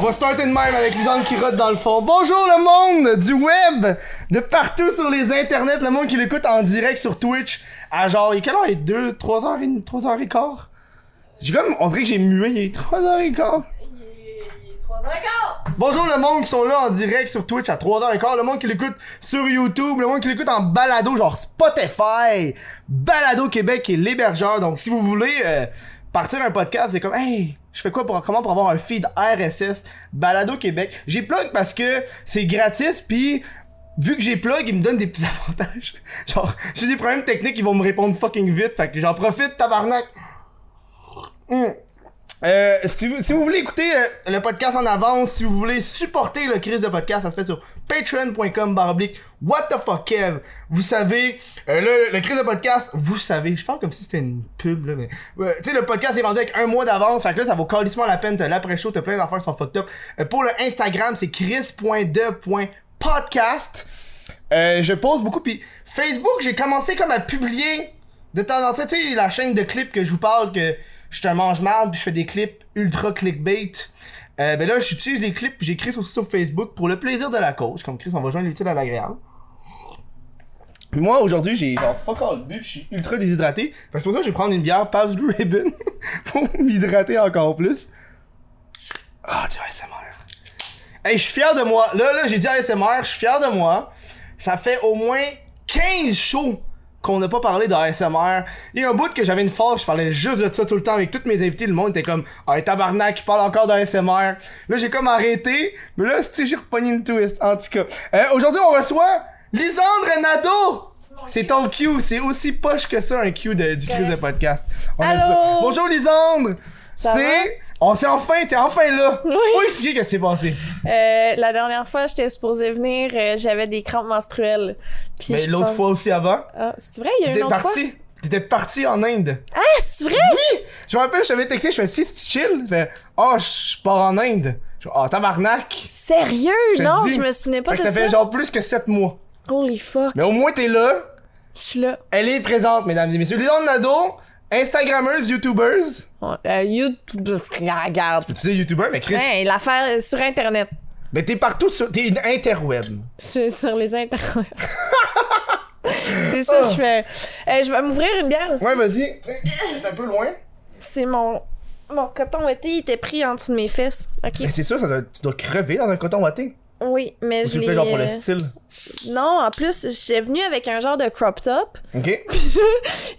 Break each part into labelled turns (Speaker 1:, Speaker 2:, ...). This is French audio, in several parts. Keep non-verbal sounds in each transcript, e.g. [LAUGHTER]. Speaker 1: va starter de même avec Lisanne qui rote dans le fond. Bonjour le monde du web, de partout sur les internets, le monde qui l'écoute en direct sur Twitch à genre, il est quelle heure? Il est 2, 3h, 3h15? J'ai comme, on dirait que j'ai mué, il est 3h15. Bonjour le monde qui sont là en direct sur Twitch à 3h15, le monde qui l'écoute sur YouTube, le monde qui l'écoute en balado genre Spotify, Balado Québec et l'hébergeur. Donc si vous voulez euh, partir un podcast, c'est comme hey, je fais quoi pour comment pour avoir un feed RSS Balado Québec. J'ai plug parce que c'est gratis puis vu que j'ai plug, ils me donnent des petits [LAUGHS] avantages. genre j'ai des problèmes techniques, ils vont me répondre fucking vite, fait que j'en profite tabarnak. Hmm. Euh, si, vous, si vous voulez écouter euh, le podcast en avance, si vous voulez supporter le crise de podcast, ça se fait sur patreon.com baroblique what the fuck Kev. Vous savez, euh, le, le crise de podcast, vous savez, je parle comme si c'était une pub là, mais ouais, tu sais le podcast est vendu avec un mois d'avance, fait que là ça vaut calissement la peine, t'as l'après-show, t'as plein d'affaires qui sont fucked up. Euh, pour le Instagram, c'est chris.de.podcast. Euh, je pose beaucoup puis Facebook, j'ai commencé comme à publier de temps en temps, tu sais, la chaîne de clips que je vous parle, que je te mange mal, puis je fais des clips ultra clickbait. Euh, ben là, j'utilise les clips, puis j'écris aussi sur Facebook pour le plaisir de la cause. Comme Chris, on va joindre l'utile à l'agréable. Puis Moi, aujourd'hui, j'ai genre fuck all bu, puis je suis ultra déshydraté. Fait que c'est pour ça que je vais prendre une bière Pabst Blue Ribbon [LAUGHS] pour m'hydrater encore plus. Ah, tu vois, c'est Hey, je suis fier de moi. Là, là, j'ai dit ASMR, je suis fier de moi. Ça fait au moins 15 shows qu'on n'a pas parlé d'ASMR. Il y a un bout que j'avais une force, je parlais juste de ça tout le temps avec tous mes invités. Le monde était comme, ah, tabarnak, il parle encore d'ASMR. Là, j'ai comme arrêté. Mais là, si j'ai repogné une twist, en tout cas. Euh, Aujourd'hui, on reçoit Lisandre Renato! C'est ton cue, c'est aussi poche que ça, un cue de- du cru de podcast. On aime ça.
Speaker 2: Allô?
Speaker 1: Bonjour Lisandre!
Speaker 2: Ça va?
Speaker 1: C'est. On s'est enfin, t'es enfin là!
Speaker 2: Oui.
Speaker 1: Faut expliquer qu'est-ce qui s'est passé.
Speaker 2: Euh, la dernière fois, j'étais supposée venir, euh, j'avais des crampes menstruelles. Puis
Speaker 1: Mais
Speaker 2: je
Speaker 1: l'autre
Speaker 2: pense-
Speaker 1: fois aussi avant,
Speaker 2: Ah, c'est vrai, il y a une
Speaker 1: t'étais
Speaker 2: autre fois.
Speaker 1: parti. T'étais parti en Inde.
Speaker 2: Ah, c'est vrai?
Speaker 1: Je me rappelle, je t'avais texté, je fais si tu chill, Il fait oh, je pars en Inde. Je fais, Ah, tabarnak.
Speaker 2: Sérieux?
Speaker 1: Je te
Speaker 2: non,
Speaker 1: dis.
Speaker 2: je me souvenais pas
Speaker 1: Fait
Speaker 2: de
Speaker 1: que
Speaker 2: ça.
Speaker 1: ça fait genre plus que 7 mois.
Speaker 2: Holy fuck.
Speaker 1: Mais au moins t'es là,
Speaker 2: Je suis là.
Speaker 1: elle est présente, mesdames et messieurs. Lisandre Nadeau, Instagrammeuse, YouTubeuse.
Speaker 2: Ouais, euh, YouTube. [LAUGHS] Ah, Regarde.
Speaker 1: Tu sais YouTubeur, mais Chris.
Speaker 2: Hein, l'affaire euh, sur Internet.
Speaker 1: Mais t'es partout sur. T'es une interweb.
Speaker 2: Sur, sur les Internet. [LAUGHS] c'est ça, je fais. Euh, je vais m'ouvrir une bière aussi.
Speaker 1: Oh. Ouais,
Speaker 2: [CLEARS THROAT]
Speaker 1: vas-y. T'es un peu loin.
Speaker 2: C'est mon. Mon coton été, il était pris en dessous de mes fesses. Ok.
Speaker 1: Mais c'est sûr, ça doit- tu dois crever dans un coton watté.
Speaker 2: Oui, mais
Speaker 1: Ou Tu
Speaker 2: je
Speaker 1: le
Speaker 2: l'ai.
Speaker 1: fais genre pour le
Speaker 2: euh,
Speaker 1: style.
Speaker 2: Non, en plus, j'étais venue avec un genre de crop top.
Speaker 1: Ok.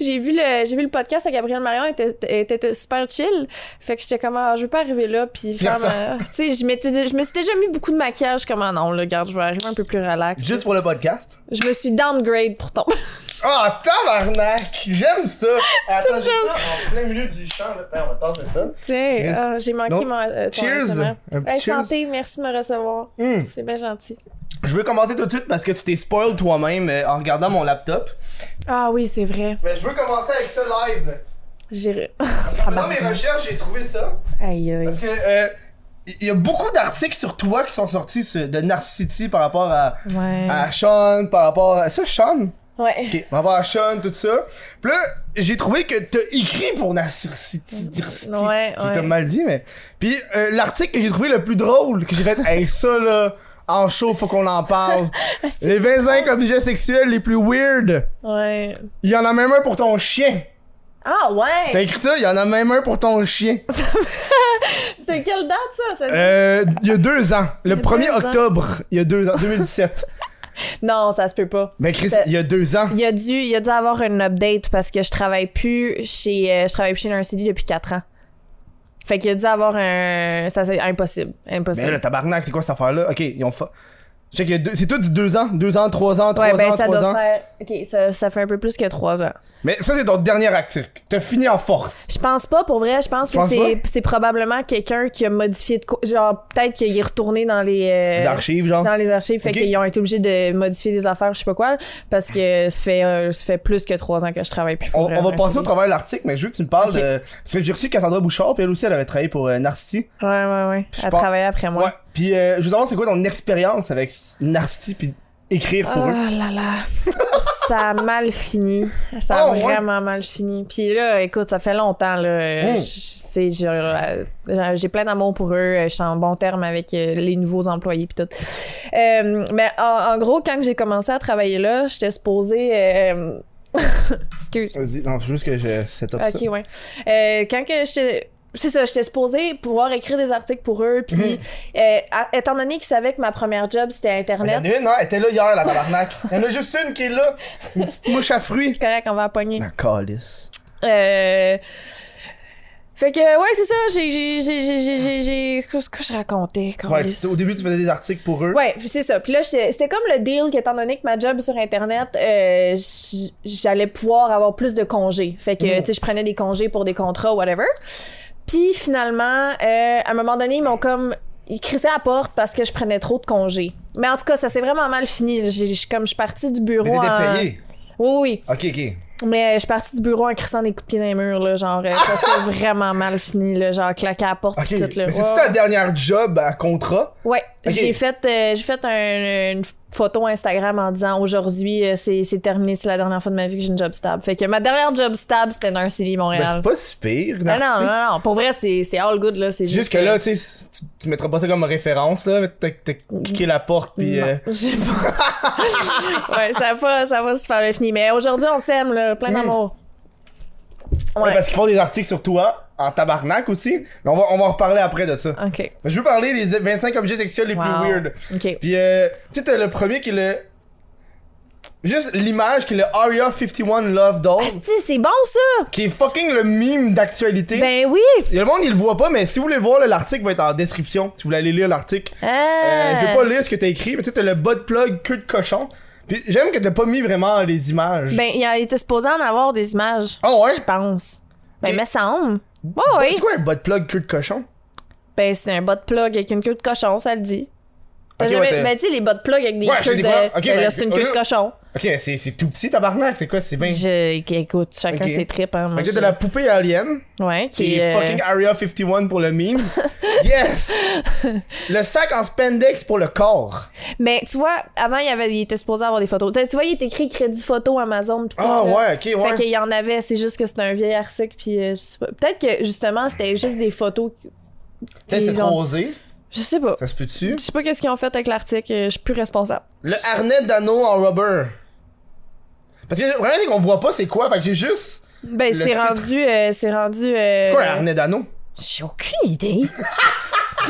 Speaker 2: J'ai vu le j'ai vu le podcast à Gabriel Marion, était, était, était super chill. Fait que j'étais comme ah, je veux pas arriver là puis faire ma- [LAUGHS] tu sais, je m'étais je me suis déjà mis beaucoup de maquillage comme ah non, là, regarde, je vais arriver un peu plus relax.
Speaker 1: Juste pour le podcast.
Speaker 2: Je me suis downgrade pour ton. [LAUGHS]
Speaker 1: Ah, tabarnak! J'aime ça! Attends, j'ai ça en plein milieu du champ, là. Attends, on va tenter ça.
Speaker 2: tu sais,
Speaker 1: Yes.
Speaker 2: ah, j'ai manqué
Speaker 1: Non.
Speaker 2: mon euh, ton
Speaker 1: Cheers!
Speaker 2: ASMR.
Speaker 1: Un petit
Speaker 2: Hey,
Speaker 1: cheers.
Speaker 2: santé, merci de me recevoir.
Speaker 1: Hmm.
Speaker 2: C'est bien gentil.
Speaker 1: Je veux commencer tout de suite parce que tu t'es spoil toi-même euh, en regardant mon laptop.
Speaker 2: Ah oui, c'est vrai.
Speaker 1: Mais je veux commencer avec ça live.
Speaker 2: J'ai [LAUGHS]
Speaker 1: En faisant mes recherches, j'ai trouvé ça.
Speaker 2: Aïe aïe.
Speaker 1: Parce que, euh, il y a beaucoup d'articles sur toi qui sont sortis sur- de Narcissity par rapport à,
Speaker 2: Ouais.
Speaker 1: à Sean, par rapport à. Ça, Sean?
Speaker 2: Ouais. [LAUGHS]
Speaker 1: Ok, par rapport à Sean, tout ça. Puis là, j'ai trouvé que t'as écrit pour Narcissity. Narcissity.
Speaker 2: Ouais,
Speaker 1: J'ai
Speaker 2: ouais.
Speaker 1: comme mal dit, mais. Puis euh, l'article que j'ai trouvé le plus drôle, que j'ai fait, hey, ça là, en show, faut qu'on en
Speaker 2: [LAUGHS]
Speaker 1: parle. les 25 objets sexuels les plus weird.
Speaker 2: Ouais.
Speaker 1: Il y en a même un pour ton chien.
Speaker 2: Ah
Speaker 1: T'as
Speaker 2: ouais.
Speaker 1: écrit ça, il y en a même un pour ton
Speaker 2: [LAUGHS]
Speaker 1: chien.
Speaker 2: C'était quelle date ça, ça?
Speaker 1: Euh, il y a deux ans. Le
Speaker 2: Il y a
Speaker 1: 1er
Speaker 2: deux ans.
Speaker 1: octobre, il y a deux ans,
Speaker 2: [LAUGHS]
Speaker 1: 2017.
Speaker 2: Non, ça se peut pas.
Speaker 1: Mais Chris,
Speaker 2: C'est-
Speaker 1: il y a deux ans.
Speaker 2: Il y a dû, il y a dû avoir une update parce que je travaille plus chez, euh, je travaille plus chez Narcity depuis 4 ans. Fait qu'il y a dû avoir un, ça c'est impossible,
Speaker 1: Mais le
Speaker 2: impossible.
Speaker 1: tabarnak, c'est quoi cette affaire-là? Ok, ils ont fa... Check, il y a deux- c'est tout du deux ans, deux ans, trois ans, trois
Speaker 2: ouais, ben
Speaker 1: ans,
Speaker 2: ça
Speaker 1: trois
Speaker 2: doit
Speaker 1: ans.
Speaker 2: faire, ok, ça, ça fait un peu plus que 3 ans.
Speaker 1: Mais ça, c'est ton dernier article. T'as fini en force.
Speaker 2: Je pense pas, pour vrai, je pense
Speaker 1: Tu
Speaker 2: que
Speaker 1: penses
Speaker 2: c'est, c'est probablement quelqu'un qui a modifié de, co- genre peut-être qu'il est retourné dans les, euh,
Speaker 1: L'archive, genre.
Speaker 2: dans les archives, fait
Speaker 1: Ok.
Speaker 2: qu'ils ont été obligés de modifier des affaires, je sais pas quoi, parce que ça fait, euh, ça fait plus que 3 ans que je travaille plus. pour
Speaker 1: On,
Speaker 2: vrai,
Speaker 1: on va
Speaker 2: Narcity.
Speaker 1: passer au travers de l'article, mais je veux que tu me parles
Speaker 2: Ok.
Speaker 1: de. Parce que j'ai reçu Cassandra Bouchard, puis elle aussi, elle avait travaillé pour euh, Narcity.
Speaker 2: Ouais, ouais, ouais.
Speaker 1: Je
Speaker 2: Elle
Speaker 1: pense-
Speaker 2: travaillait après moi.
Speaker 1: Puis euh, je veux savoir, c'est quoi ton expérience avec Narcity, puis écrire pour
Speaker 2: oh
Speaker 1: eux.
Speaker 2: là là. [LAUGHS] ça a mal fini. Ça a
Speaker 1: Oh, ouais.
Speaker 2: vraiment mal fini. Puis là, écoute, ça fait longtemps. là.
Speaker 1: Mm.
Speaker 2: Je- c'est- je- euh, J'ai plein d'amour pour eux. Je suis en bon terme avec euh, les nouveaux employés puis tout. Euh, mais en, en gros, quand j'ai commencé à travailler là, j'étais supposée... euh, [LAUGHS] Excuse.
Speaker 1: Vas-y, non, c'est juste que je set up
Speaker 2: Ok, ouais. Euh, quand que j'étais. C'est ça, j'étais supposée pouvoir écrire des articles pour eux. Puis, euh, à- étant donné qu'ils savaient que ma première job, c'était
Speaker 1: ça. Il y en
Speaker 2: Internet,
Speaker 1: a une, hein, elle était là hier, la tabarnak. Il y en a juste une qui est là. Une
Speaker 2: [LAUGHS]
Speaker 1: petite mouche à fruits.
Speaker 2: c'est correct, on va la pogner.
Speaker 1: La calice.
Speaker 2: Euh, Fait que, ouais, c'est ça, j'ai- j'ai. j'ai- j'ai- j'ai- j'ai- j'ai- Qu'est-ce que je racontais?
Speaker 1: Ouais,
Speaker 2: câlisse?
Speaker 1: tu- au début, tu faisais des articles pour eux.
Speaker 2: Ouais, puis c'est ça. Puis là, j'étais- c'était comme le deal qu'étant donné que ma job sur Internet, euh, j- j'allais pouvoir avoir plus de congés. Fait que,
Speaker 1: Mm.
Speaker 2: tu sais, je prenais des congés pour des contrats, whatever. Puis finalement, euh, à un moment donné, ils m'ont comme. Ils crissaient à la porte parce que je prenais trop de congés. Mais en tout cas, ça s'est vraiment mal fini. J'ai- je- Comme je suis partie du bureau.
Speaker 1: Mais t'étais
Speaker 2: en-
Speaker 1: payé.
Speaker 2: Oui, oui.
Speaker 1: Ok, ok.
Speaker 2: Mais euh, je suis partie du bureau en crissant des coups de pied dans les murs, là. Genre, euh, ça
Speaker 1: [LAUGHS]
Speaker 2: s'est vraiment mal fini, là. Genre, claquer à la porte,
Speaker 1: Ok.
Speaker 2: puis tout, là.
Speaker 1: Mais c'est-tu
Speaker 2: Ouais,
Speaker 1: ta dernière job à contrat?
Speaker 2: Ouais,
Speaker 1: Ok.
Speaker 2: j'ai fait, euh, j'ai fait un- une photo Instagram en disant aujourd'hui, euh, c'est c'est terminé, c'est la dernière fois de ma vie que j'ai une job stable. Fait que ma dernière job stable, c'était dans un CDI
Speaker 1: Ben, c'est
Speaker 2: Montréal.
Speaker 1: pas si pire,
Speaker 2: Ah non,
Speaker 1: Narcy.
Speaker 2: non, non, pour vrai, c'est c'est all good, là. C'est euh,
Speaker 1: C'est Juste que là, tu sais, c- tu- tu mettras pas ça comme référence, là. mais T'as t'as cliqué la porte, puis.
Speaker 2: Non, [LAUGHS]
Speaker 1: euh,
Speaker 2: j'ai pas- [LAUGHS] ouais, ça va, ça va super bien fini. Mais aujourd'hui, on s'aime, là, plein
Speaker 1: Mm.
Speaker 2: d'amour.
Speaker 1: ouais,
Speaker 2: Ouais.
Speaker 1: Parce qu'ils font des articles sur toi, en tabarnak aussi. Mais on va, on va en reparler après de ça.
Speaker 2: Ok.
Speaker 1: Mais Je veux parler des 25 objets sexuels les
Speaker 2: Wow.
Speaker 1: plus weird.
Speaker 2: Ok.
Speaker 1: Puis, euh, tu sais, t'as le premier qui est le. Juste l'image qui est le Aria 51 Love Doll,
Speaker 2: Asti, Ah, c'est bon, ça!
Speaker 1: qui est fucking le mime d'actualité.
Speaker 2: Ben oui!
Speaker 1: Et Le monde, il le voit pas, mais si vous voulez le voir, là, l'article va être en description. Si vous voulez aller lire l'article. Euh,
Speaker 2: Ah.
Speaker 1: je vais pas lire ce que t'as écrit, mais tu sais, t'as le bas de plug queue de cochon. Puis j'aime que t'as pas mis vraiment les images.
Speaker 2: Ben, il était supposé en avoir des images.
Speaker 1: oh ouais?
Speaker 2: Je pense. Ben,
Speaker 1: Et-
Speaker 2: mais ça semble. Ouais, oui.
Speaker 1: C'est quoi un bas de plug queue de cochon?
Speaker 2: Ben, c'est un bas de plug avec une queue de cochon, ça le dit. T'as
Speaker 1: Ok,
Speaker 2: jamais-
Speaker 1: ouais, t'es-
Speaker 2: mais tu sais, les bas de plug avec des
Speaker 1: Ouais, je
Speaker 2: queues
Speaker 1: sais
Speaker 2: de.
Speaker 1: quoi. Ok,
Speaker 2: ben
Speaker 1: ben,
Speaker 2: là, c'est une
Speaker 1: au
Speaker 2: queue de
Speaker 1: lieu-
Speaker 2: cochon.
Speaker 1: Ok, c'est c'est tout petit tabarnak, c'est quoi? C'est bien.
Speaker 2: Je... ok, Écoute, chacun
Speaker 1: ben. Ok.
Speaker 2: ses tripes. Hein, moi,
Speaker 1: Fait que
Speaker 2: je-
Speaker 1: t'as la poupée alien,
Speaker 2: Ouais, qui,
Speaker 1: qui est
Speaker 2: est. euh,
Speaker 1: fucking Area 51 pour le
Speaker 2: [LAUGHS]
Speaker 1: meme. yes! Le sac en spandex pour le corps.
Speaker 2: Mais ben, tu vois, avant, il, y avait... il était supposé avoir des photos. Tu sais, tu vois, il est écrit crédit photo Amazon. Pis tout,
Speaker 1: Ah
Speaker 2: là.
Speaker 1: ouais, ok, ouais.
Speaker 2: Fait qu'il y en avait, c'est juste que c'était un vieil article, puis euh, je sais pas. Peut-être que justement, c'était juste des photos. qui-
Speaker 1: Peut-être c'est
Speaker 2: qu'ils ont-
Speaker 1: trop osé.
Speaker 2: Je sais pas.
Speaker 1: Ça se peut-tu?
Speaker 2: Je sais pas qu'est-ce qu'ils ont fait avec l'article, euh, je suis plus responsable.
Speaker 1: Le harnais d'anneau en rubber. Parce que le problème, c'est qu'on voit pas c'est quoi, fait que j'ai juste.
Speaker 2: Ben,
Speaker 1: Le
Speaker 2: c'est
Speaker 1: titre.
Speaker 2: rendu. euh, c'est rendu. euh,
Speaker 1: C'est quoi un harnais d'anneau?
Speaker 2: J'ai aucune idée. [LAUGHS]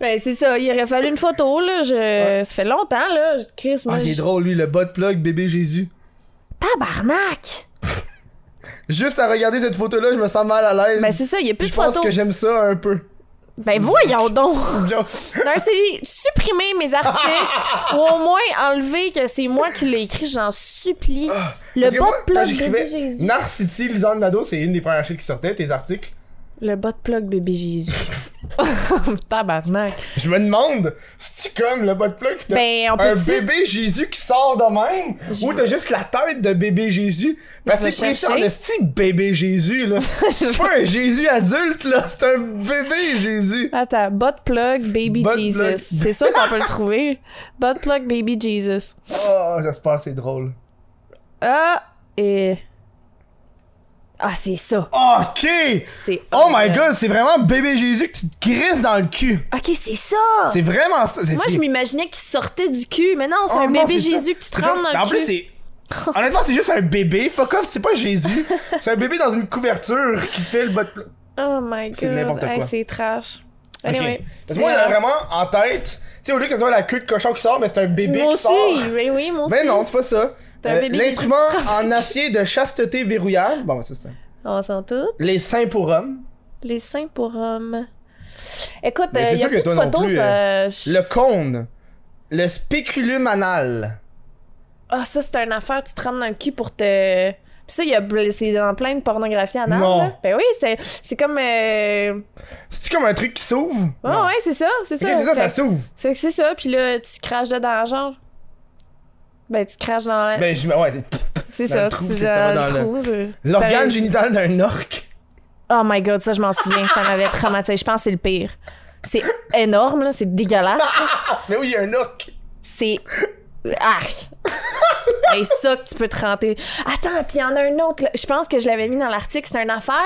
Speaker 2: ben, c'est ça, il aurait fallu une photo, là. Je... Ça fait longtemps, là. Chris, moi,
Speaker 1: Ah, il est
Speaker 2: je-
Speaker 1: drôle, lui, le bas de plug bébé Jésus.
Speaker 2: Tabarnak!
Speaker 1: Juste à regarder cette photo-là, je me sens mal à l'aise.
Speaker 2: Ben, c'est ça, il n'y a plus
Speaker 1: je
Speaker 2: de
Speaker 1: pense
Speaker 2: photos.
Speaker 1: que j'aime ça un peu. [LAUGHS]
Speaker 2: Ben, voyons donc!
Speaker 1: Genre,
Speaker 2: D'un série, supprimez mes articles, ou au moins enlever que c'est moi qui l'ai écrit, j'en supplie.
Speaker 1: Ah,
Speaker 2: Le
Speaker 1: parce que moi,
Speaker 2: bas de
Speaker 1: quand
Speaker 2: plug
Speaker 1: j'écrivais
Speaker 2: bébé Jésus.
Speaker 1: Narcity, Lisanne Nado, c'est une des premières choses qui sortait, tes articles.
Speaker 2: Le bas de plug bébé Jésus. [LAUGHS] Tabarnak.
Speaker 1: Je me demande, c'est-tu comme le bas de plug? pis t'as
Speaker 2: Ben, on
Speaker 1: un
Speaker 2: peut-tu-
Speaker 1: bébé Jésus qui sort de même?
Speaker 2: Je
Speaker 1: Ou t'as juste la tête de bébé Jésus? Parce
Speaker 2: vais
Speaker 1: que c'est précis en
Speaker 2: chercher.
Speaker 1: esti, bébé Jésus,
Speaker 2: [LAUGHS]
Speaker 1: là. c'est pas un Jésus adulte, là. C'est un bébé
Speaker 2: [LAUGHS]
Speaker 1: Jésus.
Speaker 2: Attends, butt plug baby
Speaker 1: Butt
Speaker 2: Jesus.
Speaker 1: plug.
Speaker 2: C'est sûr qu'on peut le trouver. Butt plug baby Jesus.
Speaker 1: Oh, j'espère que c'est drôle.
Speaker 2: Ah et Ah, c'est ça.
Speaker 1: OK!
Speaker 2: C'est
Speaker 1: Oh my
Speaker 2: horrible.
Speaker 1: god, c'est vraiment bébé Jésus que tu te grises dans le cul.
Speaker 2: OK, c'est ça.
Speaker 1: C'est vraiment ça. c'est-
Speaker 2: Moi, je
Speaker 1: c'est-
Speaker 2: m'imaginais qu'il sortait du cul, mais non, c'est
Speaker 1: Oh
Speaker 2: un
Speaker 1: non,
Speaker 2: bébé
Speaker 1: c'est ça.
Speaker 2: Jésus que tu te
Speaker 1: C'est
Speaker 2: rentres
Speaker 1: comme-
Speaker 2: dans le
Speaker 1: En
Speaker 2: cul.
Speaker 1: plus, c'est. Honnêtement, c'est juste un bébé. Fuck off, c'est pas Jésus. c'est un bébé dans une couverture qui fait le bas de pla-
Speaker 2: Oh my god.
Speaker 1: c'est n'importe
Speaker 2: Hey,
Speaker 1: quoi.
Speaker 2: c'est trash.
Speaker 1: Ok.
Speaker 2: Anyway.
Speaker 1: Parce que moi, j'avais vraiment en tête. Tu sais, au lieu que ce soit la queue de cochon qui sort, mais c'est un bébé
Speaker 2: Moi
Speaker 1: qui sort.
Speaker 2: aussi, oui, oui, moi aussi.
Speaker 1: Ben non, c'est pas ça.
Speaker 2: C'est un bébé Jésus qui
Speaker 1: L'instrument
Speaker 2: se
Speaker 1: en acier de chasteté verrouillable. Bon, ben, ça, c'est ça.
Speaker 2: On s'en tout.
Speaker 1: Les seins pour hommes.
Speaker 2: Les seins pour hommes. Écoute, il
Speaker 1: Mais Ben, c'est
Speaker 2: y a
Speaker 1: sûr
Speaker 2: plus
Speaker 1: que toi
Speaker 2: de
Speaker 1: non
Speaker 2: photos.
Speaker 1: plus,
Speaker 2: euh, je-
Speaker 1: Le cône. Le spéculum anal.
Speaker 2: Ah, ça, c'est une affaire, tu te rentres dans le cul pour te. Puis ça, il y a... c'est dans plein de pornographie anale.
Speaker 1: Non.
Speaker 2: là. Ben oui, c'est, c'est comme. euh,
Speaker 1: C'est-tu comme un truc qui s'ouvre?
Speaker 2: Ouais,
Speaker 1: Non.
Speaker 2: ouais, c'est ça, c'est
Speaker 1: Ok,
Speaker 2: ça.
Speaker 1: c'est ça, ça
Speaker 2: fait...
Speaker 1: s'ouvre.
Speaker 2: fait que c'est ça, puis là, tu craches dedans, genre. Ben, tu craches dans la.
Speaker 1: Ben, je ouais, c'est dans
Speaker 2: c'est ça,
Speaker 1: le trou,
Speaker 2: tu
Speaker 1: c'est ça,
Speaker 2: dans
Speaker 1: dans
Speaker 2: le trou. c'est-
Speaker 1: l'organe
Speaker 2: sérieux.
Speaker 1: génital d'un orc.
Speaker 2: Oh my god, ça, je m'en souviens, ça m'avait traumatisé. Je pense que c'est le pire. C'est énorme, là, c'est dégueulasse.
Speaker 1: Mais oui, il y a un orc.
Speaker 2: C'est Ah!
Speaker 1: [LAUGHS]
Speaker 2: Et ça que tu peux te renter. Attends, puis il y en a un autre. là. Je pense que je l'avais mis dans l'article. C'est une affaire.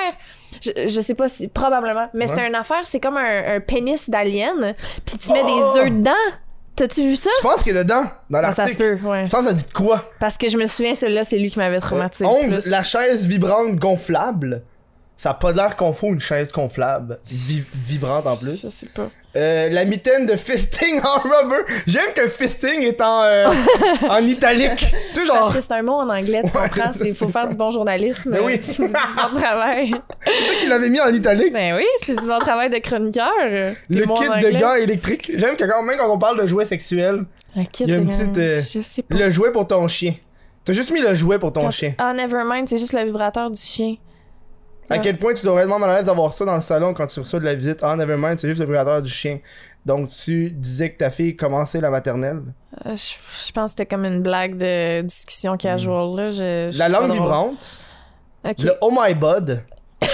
Speaker 2: Je, je sais pas si. Probablement. Mais c'est
Speaker 1: Ouais.
Speaker 2: une affaire. C'est comme un, un pénis d'alien. Puis tu mets
Speaker 1: Oh!
Speaker 2: des œufs dedans. T'as-tu vu ça?
Speaker 1: Je pense qu'il est dedans, dans
Speaker 2: Ah, ça
Speaker 1: l'article.
Speaker 2: se peut, ouais.
Speaker 1: Je pense que ça dit de quoi?
Speaker 2: Parce que je me souviens, celui-là, c'est lui qui m'avait traumatisé. le
Speaker 1: Ongle,
Speaker 2: plus.
Speaker 1: la chaise vibrante gonflable. Ça a pas l'air qu'on fout une chaise gonflable. Vi- vibrante en plus.
Speaker 2: Je sais pas.
Speaker 1: Euh, la mitaine de fisting en rubber. J'aime que fisting est en, euh, en italique. Tu sais, genre,
Speaker 2: Parce que c'est un mot en anglais, tu
Speaker 1: Oh! Ouais,
Speaker 2: comprends?
Speaker 1: je
Speaker 2: Il faut
Speaker 1: sais
Speaker 2: faire du bon journalisme.
Speaker 1: Ben oui.
Speaker 2: C'est [LAUGHS] du bon travail.
Speaker 1: c'est toi qui l'avais mis en italique.
Speaker 2: Ben oui, c'est du bon travail de chroniqueur. euh,
Speaker 1: Le
Speaker 2: les mots en
Speaker 1: kit
Speaker 2: anglais.
Speaker 1: de gants électrique. J'aime que quand même, quand on parle de jouets sexuels,
Speaker 2: Un kit
Speaker 1: Il y a
Speaker 2: de
Speaker 1: une
Speaker 2: gants.
Speaker 1: petite, euh,
Speaker 2: Je sais pas.
Speaker 1: le jouet pour ton chien. T'as juste mis le jouet pour ton
Speaker 2: Quand-
Speaker 1: chien.
Speaker 2: Ah, nevermind, c'est juste le vibrateur du chien.
Speaker 1: À quel point tu devrais être mal à l'aise d'avoir ça dans le salon quand tu reçois de la visite. Ah, nevermind, c'est juste le vibrateur du chien. Donc, tu disais que ta fille commençait la maternelle.
Speaker 2: Euh, je, je pense que c'était comme une blague de discussion casual. Là. Je, je
Speaker 1: La
Speaker 2: suis pas
Speaker 1: langue
Speaker 2: drôle.
Speaker 1: vibrante.
Speaker 2: Ok.
Speaker 1: Le oh my bud. [COUGHS]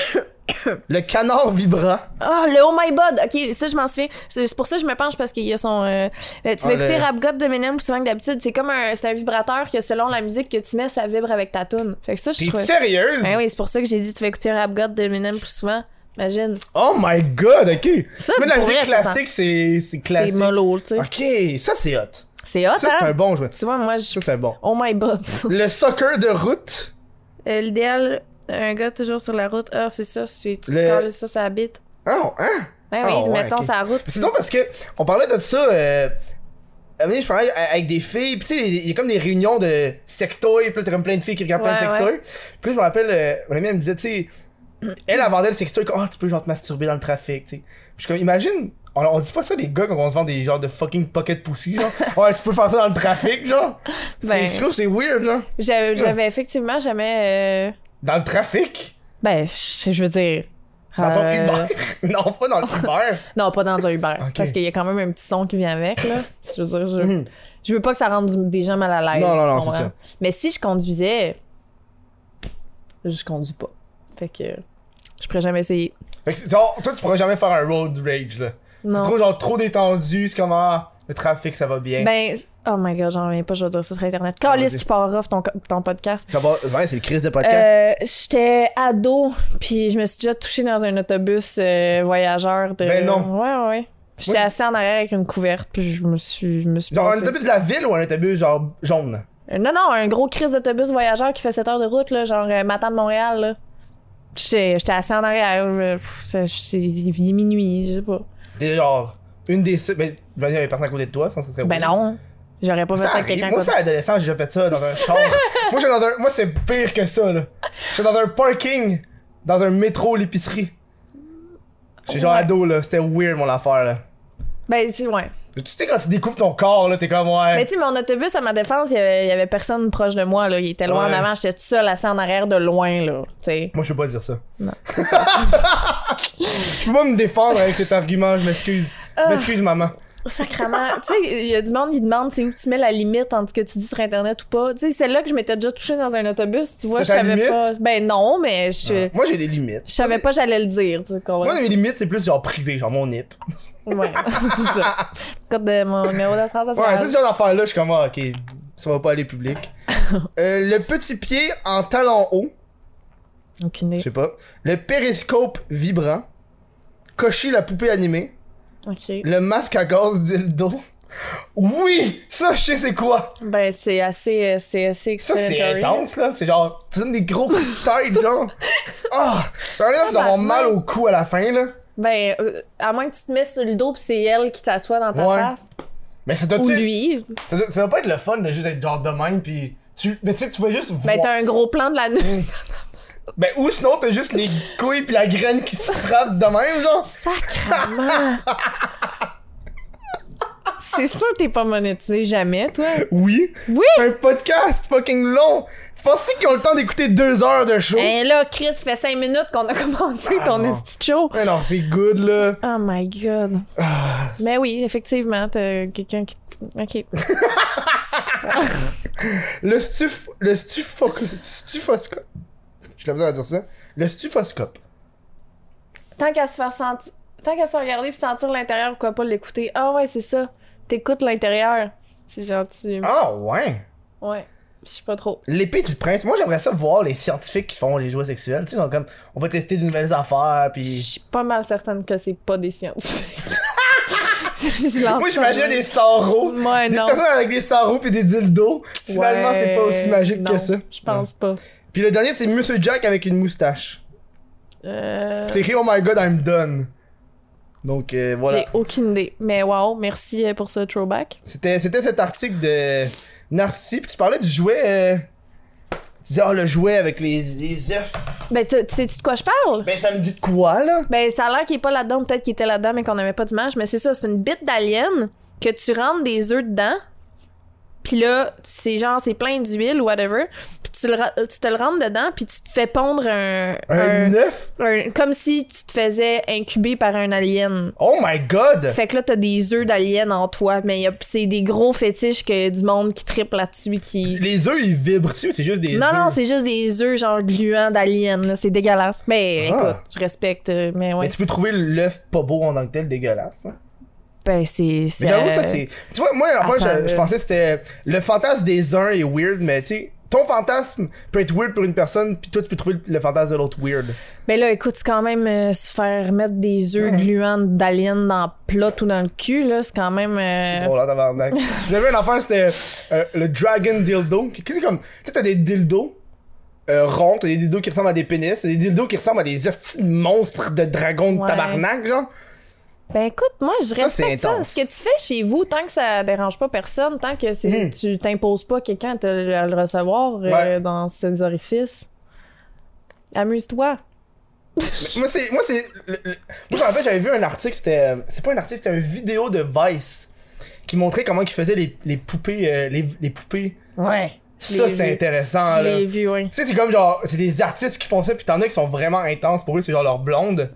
Speaker 1: le canard vibrant.
Speaker 2: Ah, le Oh My God! Ok, ça, je m'en souviens. C'est c'est pour ça que je me penche parce qu'il y a son. euh, euh, tu
Speaker 1: Ah,
Speaker 2: vas écouter
Speaker 1: le-
Speaker 2: Rap God de Menem plus souvent que d'habitude. C'est comme un, c'est un vibrateur que selon la musique que tu mets, ça vibre avec ta tune. Fait que ça, je
Speaker 1: T'es
Speaker 2: trouvais.
Speaker 1: sérieuse?
Speaker 2: Ben oui, c'est pour ça que j'ai dit tu vas écouter Rap God de Menem plus souvent. Imagine.
Speaker 1: Oh my god, ok.
Speaker 2: Ça,
Speaker 1: Mais la
Speaker 2: pour
Speaker 1: musique
Speaker 2: vrai, ça sent-
Speaker 1: classique, c'est c'est
Speaker 2: C'est
Speaker 1: classique.
Speaker 2: mollo, tu sais.
Speaker 1: Ok, ça c'est hot.
Speaker 2: C'est hot,
Speaker 1: Ça c'est
Speaker 2: hein?
Speaker 1: un bon jouet.
Speaker 2: Tu vois, moi, je.
Speaker 1: Ça c'est bon.
Speaker 2: Oh my god.
Speaker 1: Le soccer de route.
Speaker 2: Euh, L'idéal, un gars toujours sur la route. Ah, c'est ça, c'est tu
Speaker 1: Le-
Speaker 2: colles ça, ça habite.
Speaker 1: Oh, hein?
Speaker 2: Ben
Speaker 1: Ah,
Speaker 2: oui,
Speaker 1: ouais,
Speaker 2: mettons
Speaker 1: ok.
Speaker 2: sa route.
Speaker 1: Sinon parce que on parlait de ça. Euh... à un moment donné, Je parlais a- avec des filles, pis tu sais, il y a comme des réunions de sextoy, pis là, t'as comme plein de filles qui regardent plein de
Speaker 2: Ouais,
Speaker 1: sextoy. Puis je me rappelle, euh, mon amie, elle me disait, tu sais, elle, elle vendait le sextoy, comme, ah, tu peux genre te masturber dans le trafic, tu sais. Puis je suis comme, imagine, on, on dit pas ça les gars quand on se vend des genres de fucking pocket pussy,
Speaker 2: [LAUGHS]
Speaker 1: genre. ouais, tu peux faire ça dans le trafic, genre. C'est-
Speaker 2: Ben.
Speaker 1: Je trouve que c'est weird, genre.
Speaker 2: J'avais j'avais effectivement jamais. euh,
Speaker 1: Dans le trafic?
Speaker 2: Ben, je je veux dire.
Speaker 1: Dans ton
Speaker 2: euh,
Speaker 1: Uber? [LAUGHS] non, pas dans le Uber.
Speaker 2: [LAUGHS] Non, pas dans un Uber.
Speaker 1: Ok. Mhm.
Speaker 2: Parce qu'il y a quand même un petit son qui vient avec, là. Je veux dire, je, je veux pas que ça rende du- des gens mal à l'aise.
Speaker 1: Non, non, non,
Speaker 2: tu
Speaker 1: c'est
Speaker 2: comprends?
Speaker 1: ça.
Speaker 2: Mais si je conduisais, je conduis pas. Fait que je pourrais jamais essayer.
Speaker 1: Fait que c'est- genre, toi, tu pourras jamais faire un road rage, là. C'est
Speaker 2: Non.
Speaker 1: trop, genre, trop détendu, c'est comme, ah, le trafic, ça va bien. Ah,
Speaker 2: Ben, oh my god, j'en reviens pas, je vais dire ça sur Internet. Calice
Speaker 1: vas-y.
Speaker 2: qui part off ton, co- ton podcast.
Speaker 1: Ça va, ouais, c'est le crise de podcast.
Speaker 2: Euh, J'étais ado, puis je me suis déjà touchée dans un autobus euh, voyageur. De...
Speaker 1: Ben non.
Speaker 2: Ouais, ouais. J'étais
Speaker 1: Moi,
Speaker 2: assise en arrière avec une couverte, puis je me suis. Je me suis
Speaker 1: Genre, un
Speaker 2: passée.
Speaker 1: autobus de la ville ou un autobus, genre, jaune?
Speaker 2: Euh, Non, non, un gros crise d'autobus voyageur qui fait 7 heures de route, là, genre euh, matin de Montréal. là. J'étais j'étais assis en arrière. je- pff, ça- j'étais- Il est minuit, je sais pas.
Speaker 1: T'es genre, une des. se- Ben, je veux dire, il y avait personne à côté de toi, ça, ça serait
Speaker 2: Ben
Speaker 1: weird.
Speaker 2: non, j'aurais pas fait
Speaker 1: Ça
Speaker 2: ça avec
Speaker 1: arrive.
Speaker 2: quelqu'un.
Speaker 1: Moi,
Speaker 2: comme-
Speaker 1: c'est adolescent, j'ai déjà fait ça dans un
Speaker 2: [LAUGHS]
Speaker 1: char. Moi, j'étais dans un. Moi, c'est pire que ça, là. J'étais dans un parking, dans un métro, l'épicerie. J'étais genre
Speaker 2: Ouais.
Speaker 1: ado, là. C'était weird, mon affaire, là.
Speaker 2: Ben, c'est ouais.
Speaker 1: Tu sais, quand tu découvres ton corps, là, t'es comme, ouais.
Speaker 2: Mais tu sais, mon autobus, à ma défense, il y avait, il y avait personne proche de moi, là. Il était loin
Speaker 1: Ouais.
Speaker 2: en avant, j'étais toute seule, assis en arrière de loin, là. Tu sais.
Speaker 1: Moi, je peux pas dire ça.
Speaker 2: Non,
Speaker 1: [LAUGHS] je peux pas me défendre avec cet argument, je m'excuse.
Speaker 2: Ah.
Speaker 1: Je m'excuse, maman.
Speaker 2: Sacrement. tu sais, il y a du monde qui demande c'est où tu mets la limite entre ce que tu dis sur Internet ou pas. Tu sais, c'est là que je m'étais déjà touchée dans un autobus, tu vois, je
Speaker 1: C'est ta
Speaker 2: savais
Speaker 1: limite?
Speaker 2: pas. Ben non, mais je.
Speaker 1: Moi, j'ai des limites.
Speaker 2: Je savais pas j'allais le dire, tu sais, qu'on-
Speaker 1: Moi, mes limites, c'est plus genre privé, genre mon nip.
Speaker 2: Ouais, [LAUGHS] c'est ça. Code de mon numéro d'assurance
Speaker 1: Ouais,
Speaker 2: nationale.
Speaker 1: tu sais, ce genre d'affaire-là, je suis comme, ah, ok, ça va pas aller public.
Speaker 2: [LAUGHS]
Speaker 1: Euh, le petit pied en talon haut.
Speaker 2: Aucune
Speaker 1: Je
Speaker 2: idée.
Speaker 1: sais pas. Le périscope vibrant. Cocher la poupée animée.
Speaker 2: Ok.
Speaker 1: Le masque à gaz dildo. Oui! Ça, je sais c'est quoi!
Speaker 2: Ben, c'est assez, euh, c'est assez
Speaker 1: Ça, c'est
Speaker 2: explanatory.
Speaker 1: intense, là. C'est genre, tu donnes des gros coups de tête,
Speaker 2: [LAUGHS]
Speaker 1: genre. Ah! J'en ai
Speaker 2: Ah,
Speaker 1: d'avoir
Speaker 2: bah,
Speaker 1: mal
Speaker 2: non.
Speaker 1: au cou à la fin, là.
Speaker 2: Ben, euh, à moins que tu te mettes sur le dos pis c'est elle qui t'assoit dans ta
Speaker 1: Ouais.
Speaker 2: face.
Speaker 1: Mais ça doit,
Speaker 2: Ou
Speaker 1: tu-
Speaker 2: lui.
Speaker 1: ça doit, ça doit pas être le fun de juste être genre de même, pis tu. Mais tu sais, tu vas juste
Speaker 2: Ben,
Speaker 1: voir.
Speaker 2: t'as un gros plan de la nuque. [LAUGHS]
Speaker 1: Ben, ou sinon, t'as juste les couilles pis la graine qui se frappent de même,
Speaker 2: [LAUGHS]
Speaker 1: genre.
Speaker 2: Sacrement! [LAUGHS] c'est sûr que t'es pas monétisé jamais, toi.
Speaker 1: Oui!
Speaker 2: Oui!
Speaker 1: Un podcast fucking long! Tu penses qu'ils ont le temps d'écouter deux heures de show?
Speaker 2: Hé Eh là, Chris, ça fait 5 minutes qu'on a commencé
Speaker 1: Ah,
Speaker 2: ton
Speaker 1: non.
Speaker 2: esti de show.
Speaker 1: Mais non, c'est good là. Ah.
Speaker 2: Oh my god. Mais oui, effectivement, t'as quelqu'un qui. Ok.
Speaker 1: Le stuf. Le stufo- stufoscope. Je l'avais à dire ça. Le stufoscope.
Speaker 2: Tant qu'à se faire sentir. Tant qu'à se regarder puis sentir l'intérieur, pourquoi pas l'écouter? Ah ouais, c'est ça. T'écoutes l'intérieur. C'est gentil.
Speaker 1: Ah ouais.
Speaker 2: Ouais. Je sais pas trop.
Speaker 1: L'épée du prince. Moi, j'aimerais ça voir les scientifiques qui font les jouets sexuels. Tu sais, genre comme, on va tester de nouvelles affaires,
Speaker 2: Je
Speaker 1: puis.
Speaker 2: suis pas mal certaine que c'est pas des scientifiques.
Speaker 1: [LAUGHS]
Speaker 2: [LAUGHS] je lance
Speaker 1: Moi,
Speaker 2: ça, là.
Speaker 1: j'imagine des sarros.
Speaker 2: Ouais,
Speaker 1: Des
Speaker 2: Oh, non.
Speaker 1: personnes avec des sarros puis des dildos. Finalement,
Speaker 2: Ouais,
Speaker 1: c'est pas aussi magique
Speaker 2: non,
Speaker 1: que ça.
Speaker 2: Je pense pas.
Speaker 1: Puis le dernier, c'est Monsieur Jack avec une moustache.
Speaker 2: Euh,
Speaker 1: C'est écrit Oh my god, I'm done. Donc euh, voilà.
Speaker 2: J'ai aucune idée. Mais wow, merci euh, pour ce throwback.
Speaker 1: C'était, c'était cet article de Narcy. Puis tu parlais du jouet. euh, Tu disais, oh, le jouet avec les, les œufs.
Speaker 2: Ben, tu tu sais-tu de quoi je parle?
Speaker 1: Ben, ça me dit de quoi, là?
Speaker 2: Ben, ça a l'air qu'il est pas là-dedans, peut-être qu'il était là-dedans, mais qu'on n'avait pas d'image. Mais c'est ça, c'est une bite d'alien que tu rentres des œufs dedans. Puis là, c'est genre, c'est plein d'huile ou whatever. Puis tu, le ra- tu te le rentres dedans, puis tu te fais pondre un.
Speaker 1: Un œuf?
Speaker 2: un- comme si tu te faisais incuber par un alien.
Speaker 1: Oh my god!
Speaker 2: Fait que là, t'as des œufs d'alien en toi, mais y a- c'est des gros fétiches que du monde qui tripe là-dessus, qui...
Speaker 1: Les œufs, ils vibrent-tu? ou C'est juste des
Speaker 2: non, non,
Speaker 1: œufs?
Speaker 2: c'est juste des œufs genre gluants d'alien, là, c'est dégueulasse. Mais
Speaker 1: Ah.
Speaker 2: écoute, je respecte, euh, mais ouais.
Speaker 1: Mais tu peux trouver l'œuf pas beau en tant que tel dégueulasse. hein.
Speaker 2: Ben, c'est... c'est,
Speaker 1: Mais j'avoue, ça
Speaker 2: euh,
Speaker 1: c'est. Tu vois, moi, la fois,
Speaker 2: attends,
Speaker 1: je, je
Speaker 2: là.
Speaker 1: pensais que c'était. Le fantasme des uns est weird, mais tu sais, ton fantasme peut être weird pour une personne, puis toi, tu peux trouver le fantasme de l'autre weird.
Speaker 2: Ben là, écoute, c'est quand même euh, se faire mettre des œufs
Speaker 1: Ouais.
Speaker 2: gluants d'alien dans le plat ou dans le cul, là, c'est quand même... euh,
Speaker 1: C'est trop lent
Speaker 2: [LAUGHS]
Speaker 1: tabarnak. J'avais une affaire, c'était euh, le Dragon Dildo. qui- qui est comme. Tu sais, t'as des dildos euh, ronds, t'as des dildos qui ressemblent à des pénis, t'as des dildos qui ressemblent à des estis de monstres de dragons de
Speaker 2: Ouais.
Speaker 1: tabarnak, genre.
Speaker 2: Ben écoute, moi je
Speaker 1: Ça,
Speaker 2: respecte
Speaker 1: c'est
Speaker 2: ça.
Speaker 1: intense.
Speaker 2: Ce que tu fais chez vous, tant que ça dérange pas personne, tant que c'est-
Speaker 1: Mm.
Speaker 2: tu t'imposes pas quelqu'un à, te- à le recevoir euh,
Speaker 1: Ouais.
Speaker 2: dans ses orifices, amuse-toi.
Speaker 1: Moi, c'est. Moi, c'est. le- le- Moi, en fait, j'avais vu un article, c'était. euh, C'est pas un article, c'était une vidéo de Vice qui montrait comment ils faisaient les, les poupées. euh, les, les poupées.
Speaker 2: Ouais. Je
Speaker 1: Ça,
Speaker 2: l'ai
Speaker 1: c'est
Speaker 2: vu.
Speaker 1: intéressant,
Speaker 2: Je
Speaker 1: là.
Speaker 2: l'ai
Speaker 1: Tu
Speaker 2: vu, oui.
Speaker 1: sais, c'est comme genre. C'est des artistes qui font ça, puis t'en as qui sont vraiment intenses. Pour eux, c'est genre leur blonde.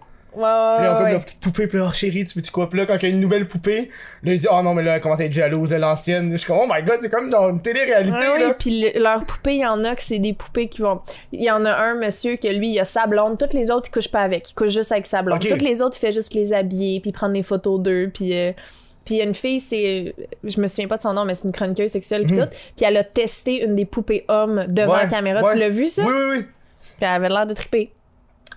Speaker 1: Puis
Speaker 2: Ouais,
Speaker 1: là, on
Speaker 2: Ah, ouais,
Speaker 1: comme
Speaker 2: ouais.
Speaker 1: la petite poupée, puis là, oh, chérie, tu veux-tu quoi? Puis là, quand il y a une nouvelle poupée, là, il dit, oh non, mais là, elle commence à être jalouse, elle est l'ancienne. Je suis comme, oh my god, c'est comme dans une télé-réalité,
Speaker 2: Ouais, ouais,
Speaker 1: là.
Speaker 2: Ah puis le- leurs poupées, il y en a que c'est des poupées qui vont. Il y en a un monsieur que lui, il a sa blonde. Toutes les autres, il couche pas avec. Il couche juste avec sa blonde.
Speaker 1: Ok.
Speaker 2: Toutes les autres, il fait juste les habiller, puis prendre des photos d'eux, puis. euh, Puis il y a une fille, c'est. euh, Je me souviens pas de son nom, mais c'est une chroniqueuse sexuelle, puis
Speaker 1: Mhm.
Speaker 2: tout. Puis elle a testé une des poupées hommes devant
Speaker 1: Ouais,
Speaker 2: la caméra.
Speaker 1: ouais.
Speaker 2: Tu l'as vu, ça?
Speaker 1: Oui, oui, oui.
Speaker 2: Puis elle avait l'air de triper.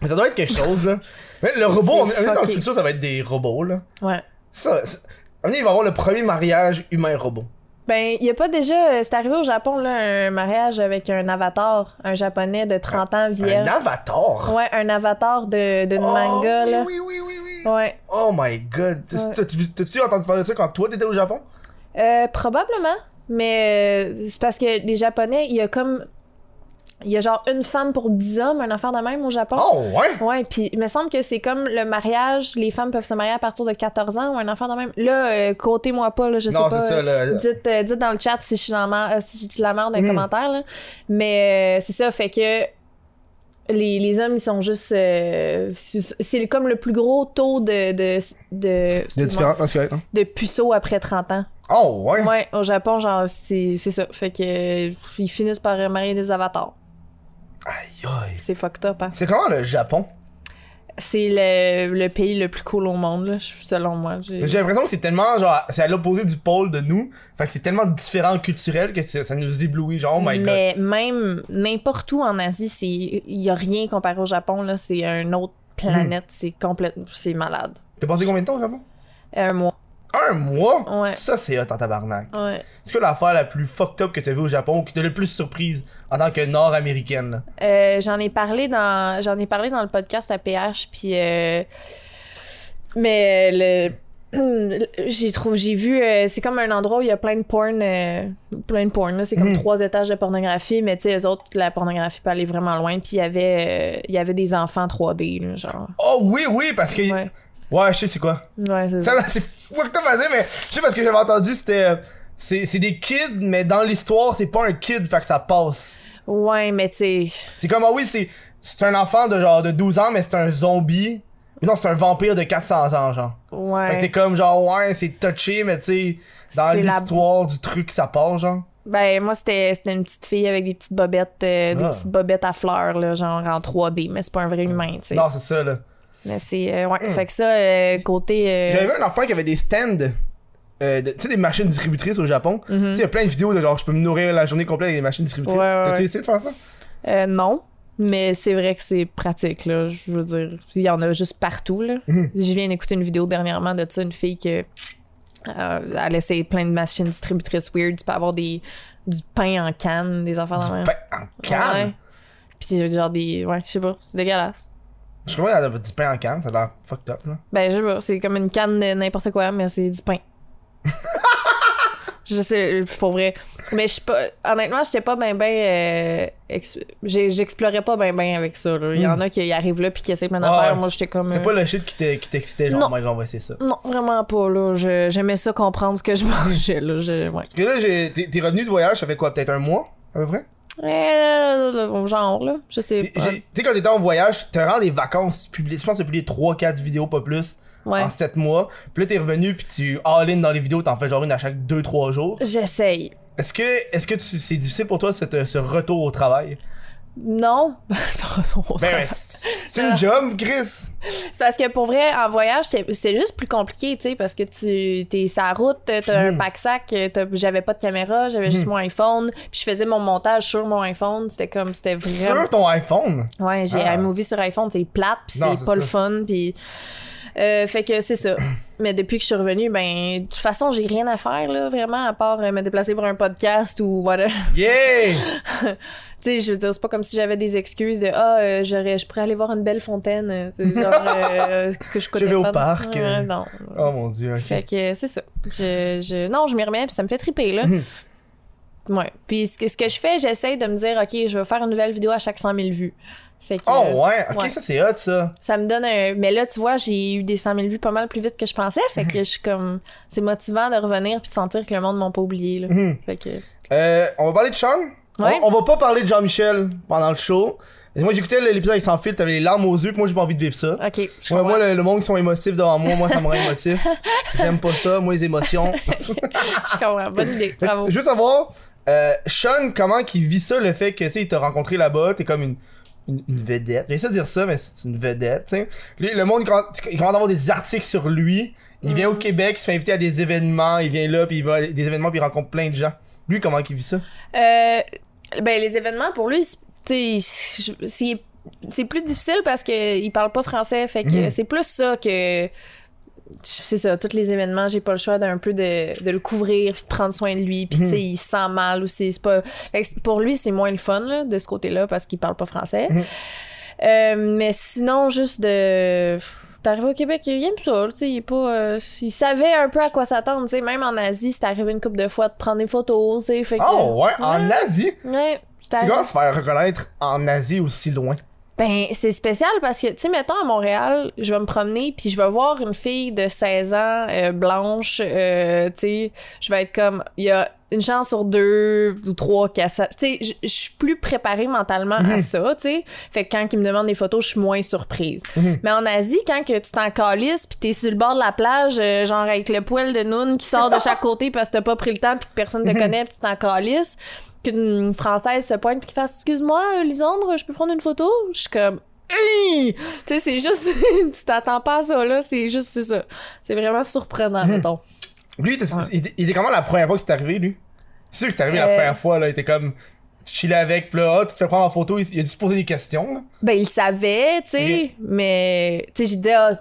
Speaker 1: Mais ça doit être quelque chose, là. Mais
Speaker 2: [LAUGHS]
Speaker 1: le robot, on, on
Speaker 2: C'est
Speaker 1: est dans le
Speaker 2: fucké.
Speaker 1: futur, ça va être des robots, là.
Speaker 2: Ouais.
Speaker 1: Ça, ça- à un moment donné, il va y avoir le premier mariage humain-robot.
Speaker 2: Ben, il y a pas déjà. euh, C'est arrivé au Japon, là, un mariage avec un avatar, un japonais de 30 ans
Speaker 1: Un
Speaker 2: vierge.
Speaker 1: avatar.
Speaker 2: Ouais, un avatar de, de
Speaker 1: Oh,
Speaker 2: manga,
Speaker 1: oui,
Speaker 2: là.
Speaker 1: Oui, oui, oui, oui.
Speaker 2: Ouais.
Speaker 1: Oh my god. T'as-
Speaker 2: Ouais.
Speaker 1: t'as-tu vu- T'as-tu entendu parler de ça quand toi, t'étais au Japon?
Speaker 2: Euh, probablement, mais euh, c'est parce que les Japonais, il y a comme. Il y a genre une femme pour dix hommes, un affaire de même au Japon.
Speaker 1: Oh, ouais.
Speaker 2: Ouais, puis il me semble que c'est comme le mariage, les femmes peuvent se marier à partir de 14 ans ou un enfant de même. Là, euh, côté-moi pas, là, je sais
Speaker 1: Non,
Speaker 2: pas.
Speaker 1: c'est ça,
Speaker 2: euh,
Speaker 1: là.
Speaker 2: Dites, euh, dites dans le chat si je suis dans la mar- euh, si je dis de la merde dans les
Speaker 1: Mm.
Speaker 2: commentaires. là. Mais euh, c'est ça, fait que les, les hommes, ils sont juste. euh, c'est c'est comme le plus gros taux de. de, de,
Speaker 1: Il y a
Speaker 2: excuse-moi,
Speaker 1: différents, c'est correct, hein?
Speaker 2: de puceaux après 30 ans.
Speaker 1: Oh, ouais.
Speaker 2: Ouais, au Japon, genre, c'est c'est ça. Fait que euh, ils finissent par marier des avatars.
Speaker 1: Aïe, aïe.
Speaker 2: C'est fucked up, hein.
Speaker 1: C'est comment le Japon?
Speaker 2: C'est le, le pays le plus cool au monde, là, je- selon moi. J'ai-
Speaker 1: J'ai l'impression que c'est tellement genre c'est à l'opposé du pôle de nous, fait que c'est tellement différent culturel que c'est- ça nous éblouit genre oh my god.
Speaker 2: Mais même n'importe où en Asie, c'est il y a rien comparé au Japon, là. C'est une autre
Speaker 1: Hmm.
Speaker 2: planète. C'est complètement... C'est malade. Euh,
Speaker 1: T'as passé combien de temps au Japon
Speaker 2: Un mois.
Speaker 1: Un mois.
Speaker 2: Ouais.
Speaker 1: Ça c'est hot en tabarnak.
Speaker 2: Ouais.
Speaker 1: C'est que l'affaire la plus fucked up que t'as vu au Japon ou qui t'a le plus surprise en tant que Nord-américaine. là?
Speaker 2: Euh, j'en ai parlé dans j'en ai parlé dans le podcast à PH puis euh, mais le j'ai trouvé j'ai vu euh, c'est comme un endroit où il y a plein de porn euh, plein de porn là c'est comme
Speaker 1: Mhm.
Speaker 2: trois étages de pornographie mais tu sais les autres la pornographie peut aller vraiment loin puis il y avait euh, il y avait des enfants 3D là, genre
Speaker 1: Oh oui oui parce que ouais,
Speaker 2: ouais
Speaker 1: je sais c'est quoi.
Speaker 2: ouais c'est
Speaker 1: Ça
Speaker 2: ça
Speaker 1: là, c'est fucked up à dire mais je sais parce que j'avais entendu c'était euh, c'est c'est des kids mais dans l'histoire c'est pas un kid fait que ça passe.
Speaker 2: ouais mais tu sais
Speaker 1: C'est comme, ah oui, c'est, c'est un enfant de genre de 12 ans, mais c'est un zombie. Ou non, c'est un vampire de 400 ans, genre. Fait que
Speaker 2: ouais
Speaker 1: t'es comme, genre, ouais, c'est touché, mais tu sais, dans
Speaker 2: C'est la-
Speaker 1: l'histoire du truc, ça part, genre.
Speaker 2: Ben, moi, c'était c'était une petite fille avec des petites bobettes, euh, des
Speaker 1: Ah.
Speaker 2: petites bobettes à fleurs, là, genre en 3D, mais c'est pas un vrai humain, tu sais.
Speaker 1: Non, c'est ça, là. Mm.
Speaker 2: Mais c'est. euh, ouais, fait que ça, euh, côté. euh,
Speaker 1: J'avais vu un enfant qui avait des stands euh, de- tu sais, des machines distributrices au Japon. Tu sais, il y a plein de vidéos de genre, je peux me nourrir la journée complète avec des machines distributrices.
Speaker 2: Mhm. Ouais, ouais,
Speaker 1: T'as-tu
Speaker 2: ouais.
Speaker 1: essayé de faire ça?
Speaker 2: Euh, non, mais c'est vrai que c'est pratique, là. Je veux dire, il y en a juste partout, là.
Speaker 1: Mhm.
Speaker 2: Je viens d'écouter une vidéo dernièrement de ça, une fille que. euh, elle essaie plein de machines distributrices weird. Tu peux avoir des, du pain en canne, des affaires
Speaker 1: Du
Speaker 2: dans la
Speaker 1: pain Ben, en canne?
Speaker 2: Ouais. Puis genre des. Ouais, je sais pas, c'est dégueulasse.
Speaker 1: Je crois qu'elle a du pain en canne, ça a l'air fucked up, là.
Speaker 2: Ben, je sais pas, c'est comme une canne de n'importe quoi, mais c'est
Speaker 1: [LAUGHS]
Speaker 2: du pain. je sais, pour vrai. Mais je suis pas. Honnêtement, j'étais pas ben ben. euh, ex- j'ai- J'explorais pas ben ben avec ça, là. Il y en a qui arrivent là puis qui essaient plein d'affaires.
Speaker 1: Hmm. Ouais.
Speaker 2: Moi, j'étais comme.
Speaker 1: C'est
Speaker 2: euh,
Speaker 1: pas le shit qui t'e- qui t'excitait, genre,
Speaker 2: Non.
Speaker 1: oh my god, on va essayer ça.
Speaker 2: Non, vraiment pas, là. Je- J'aimais ça comprendre ce que je [LAUGHS] mangeais, là. Je... Ouais.
Speaker 1: Parce que là, j'ai- t'es t'es revenu de voyage, ça fait quoi, peut-être un mois, à peu près?
Speaker 2: Euh, genre, là. Je sais
Speaker 1: Puis
Speaker 2: pas.
Speaker 1: j'ai- Tu sais, quand t'étais en voyage, t'as vraiment des vacances, tu publies, je pense que t'as publié 3-4 vidéos, pas plus,
Speaker 2: Ouais.
Speaker 1: en 7 mois. Puis là, t'es revenu, puis tu all-in dans les vidéos, t'en fais genre une à chaque 2-3 jours.
Speaker 2: J'essaye.
Speaker 1: Est-ce que est-ce que tu- c'est difficile pour toi, cette- ce retour au travail?
Speaker 2: Non. [LAUGHS] Ça ressemble au
Speaker 1: Ben,
Speaker 2: travail.
Speaker 1: ouais, c'est [LAUGHS] c'est une job, Chris!
Speaker 2: C'est parce que pour vrai, en voyage, c'est c'est juste plus compliqué, tu sais, parce que tu t'es sa route, t'as un
Speaker 1: Mhm.
Speaker 2: pack-sac, t'as- j'avais pas de caméra, j'avais juste
Speaker 1: Hmm.
Speaker 2: mon iPhone, puis je faisais mon montage sur mon iPhone, c'était comme, c'était vraiment...
Speaker 1: Sur ton iPhone!
Speaker 2: Ouais, j'ai
Speaker 1: Ah.
Speaker 2: iMovie sur iPhone, c'est plate, puis
Speaker 1: Non,
Speaker 2: c'est
Speaker 1: c'est
Speaker 2: pas
Speaker 1: ça.
Speaker 2: le fun, puis... euh, fait que
Speaker 1: [COUGHS]
Speaker 2: c'est ça. Mais depuis que je suis revenue, ben, de toute façon, j'ai rien à faire, là, vraiment, à part euh, me déplacer pour un podcast ou whatever.
Speaker 1: Yeah!
Speaker 2: Tu sais, je veux dire, c'est pas comme si j'avais des excuses de ah, euh, j'aurais, je pourrais aller voir une belle fontaine. C'est genre euh, que je connais
Speaker 1: vais au
Speaker 2: pas.
Speaker 1: parc,
Speaker 2: Ouais,
Speaker 1: euh.
Speaker 2: non.
Speaker 1: Oh mon dieu, ok.
Speaker 2: Fait que euh, c'est ça. Je, je- Non, je m'y remets, puis ça me fait triper, là.
Speaker 1: Mhm.
Speaker 2: ouais. Puis ce que, ce que je fais, j'essaie de me dire, OK, je vais faire une nouvelle vidéo à chaque 100 000 vues. Fait que euh,
Speaker 1: Oh ouais, ok,
Speaker 2: ouais.
Speaker 1: ça c'est hot ça.
Speaker 2: ça me donne un. Mais là, tu vois, j'ai eu des 100 000 vues pas mal plus vite que je pensais. Fait
Speaker 1: Mhm.
Speaker 2: que je suis comme. C'est motivant de revenir puis de sentir que le monde m'a pas oublié, là.
Speaker 1: Mhm.
Speaker 2: Fait que.
Speaker 1: Euh, on va parler de Sean. On-
Speaker 2: Ouais.
Speaker 1: On, va pas parler de Jean-Michel pendant le show. Et moi j'écoutais l'épisode avec Sans fil, t'avais les larmes aux yeux, puis moi j'ai pas envie de vivre ça.
Speaker 2: OK. je
Speaker 1: Ouais,
Speaker 2: comprends.
Speaker 1: moi, le, le monde qui sont émotifs devant moi, moi ça me rend émotif. J'aime pas ça, moi les
Speaker 2: [LAUGHS]
Speaker 1: émotions.
Speaker 2: [LAUGHS] je comprends. Bonne idée.
Speaker 1: Fait que,
Speaker 2: Bravo.
Speaker 1: Je veux savoir, euh, Sean, comment qu'il vit ça, le fait que, tu sais, il t'a rencontré là-bas, t'es comme une, une, une vedette. J'ai essayé de dire ça, mais c'est une vedette, tu sais. Lui, Le monde, il commence, il commence à avoir des articles sur lui. Il
Speaker 2: Mm.
Speaker 1: vient au Québec, il se fait inviter à des événements, il vient là, puis il va à des événements, puis il rencontre plein de gens. Lui, comment qu'il vit ça?
Speaker 2: Euh, ben, les événements, pour lui, c'est- tu sais, je- c'est c'est plus difficile parce qu'il parle pas français. Fait que
Speaker 1: Mhm.
Speaker 2: c'est plus ça que. C'est ça, tous les événements, j'ai pas le choix d'un peu de, de le couvrir, puis de prendre soin de lui. Puis, tu sais, il se sent mal aussi. C'est pas... fait que c'est- pour lui, c'est moins le fun là, de ce côté-là parce qu'il parle pas français.
Speaker 1: Mhm.
Speaker 2: Euh, mais sinon, juste de. T'es arrivé au Québec, il aime ça, tu sais, il est pas... euh, il savait un peu à quoi s'attendre, tu sais, même en Asie, c'est arrivé une couple de fois de prendre des photos, tu sais, fait que...
Speaker 1: Oh, ouais, en Asie!
Speaker 2: Ouais.
Speaker 1: C'est
Speaker 2: t'as-
Speaker 1: comment se faire reconnaître en Asie aussi loin?
Speaker 2: Ben, c'est spécial parce que, tu sais, mettons à Montréal, je vais me promener puis je vais voir une fille de 16 ans, euh, blanche, euh, tu sais, je vais être comme, il y a une chance sur deux ou trois qu'à ça. Tu sais, je- je suis plus préparée mentalement à
Speaker 1: Mhm.
Speaker 2: ça, tu sais. Fait que quand ils me demandent des photos, je suis moins surprise.
Speaker 1: Mhm.
Speaker 2: Mais en Asie, quand que tu t'en calisses puis t'es sur le bord de la plage, euh, genre avec le poil de noun qui sort de chaque côté parce que t'as pas pris le temps puis que personne te connaît puis tu t'en calisses, qu'une Française se pointe puis qu'il fasse Excuse-moi, euh, Lisandre, je peux prendre une photo Je suis comme. Hey! Tu sais, c'est juste. [LAUGHS] tu t'attends pas à ça, là. C'est juste, c'est ça. C'est vraiment surprenant,
Speaker 1: Hmm.
Speaker 2: mettons.
Speaker 1: Lui, il était-
Speaker 2: Ouais.
Speaker 1: il était- il était comment la première fois que c'est arrivé, lui? C'est sûr que c'est arrivé la
Speaker 2: Euh.
Speaker 1: première fois, là, il était comme chillé avec, puis là, ah, tu te fais prendre en photo, il, il a dû se poser des questions, là.
Speaker 2: Ben, il savait, tu sais, mais, tu sais, j'ai dit, Ah,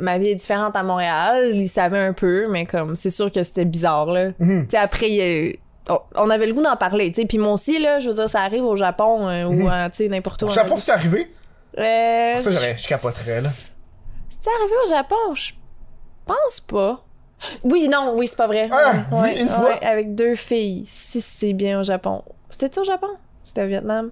Speaker 2: ma vie est différente à Montréal, il savait un peu, mais comme, c'est sûr que c'était bizarre, là.
Speaker 1: Mhm.
Speaker 2: Tu sais, après, il y a- on- on avait le goût d'en parler, tu sais, puis moi aussi, là, je veux dire, ça arrive au Japon, euh, ou,
Speaker 1: Mhm.
Speaker 2: en- tu sais, n'importe où.
Speaker 1: Je
Speaker 2: en
Speaker 1: sais pas
Speaker 2: Asie.
Speaker 1: si c'est arrivé.
Speaker 2: Euh,
Speaker 1: Ça, j'aurais- je capoterais, là.
Speaker 2: c'est arrivé au Japon? Je pense pas. Oui, non, oui, c'est pas vrai.
Speaker 1: Ah, oui, une fois.
Speaker 2: avec deux filles, si c'est bien au Japon. C'était-tu au Japon? C'était au Vietnam?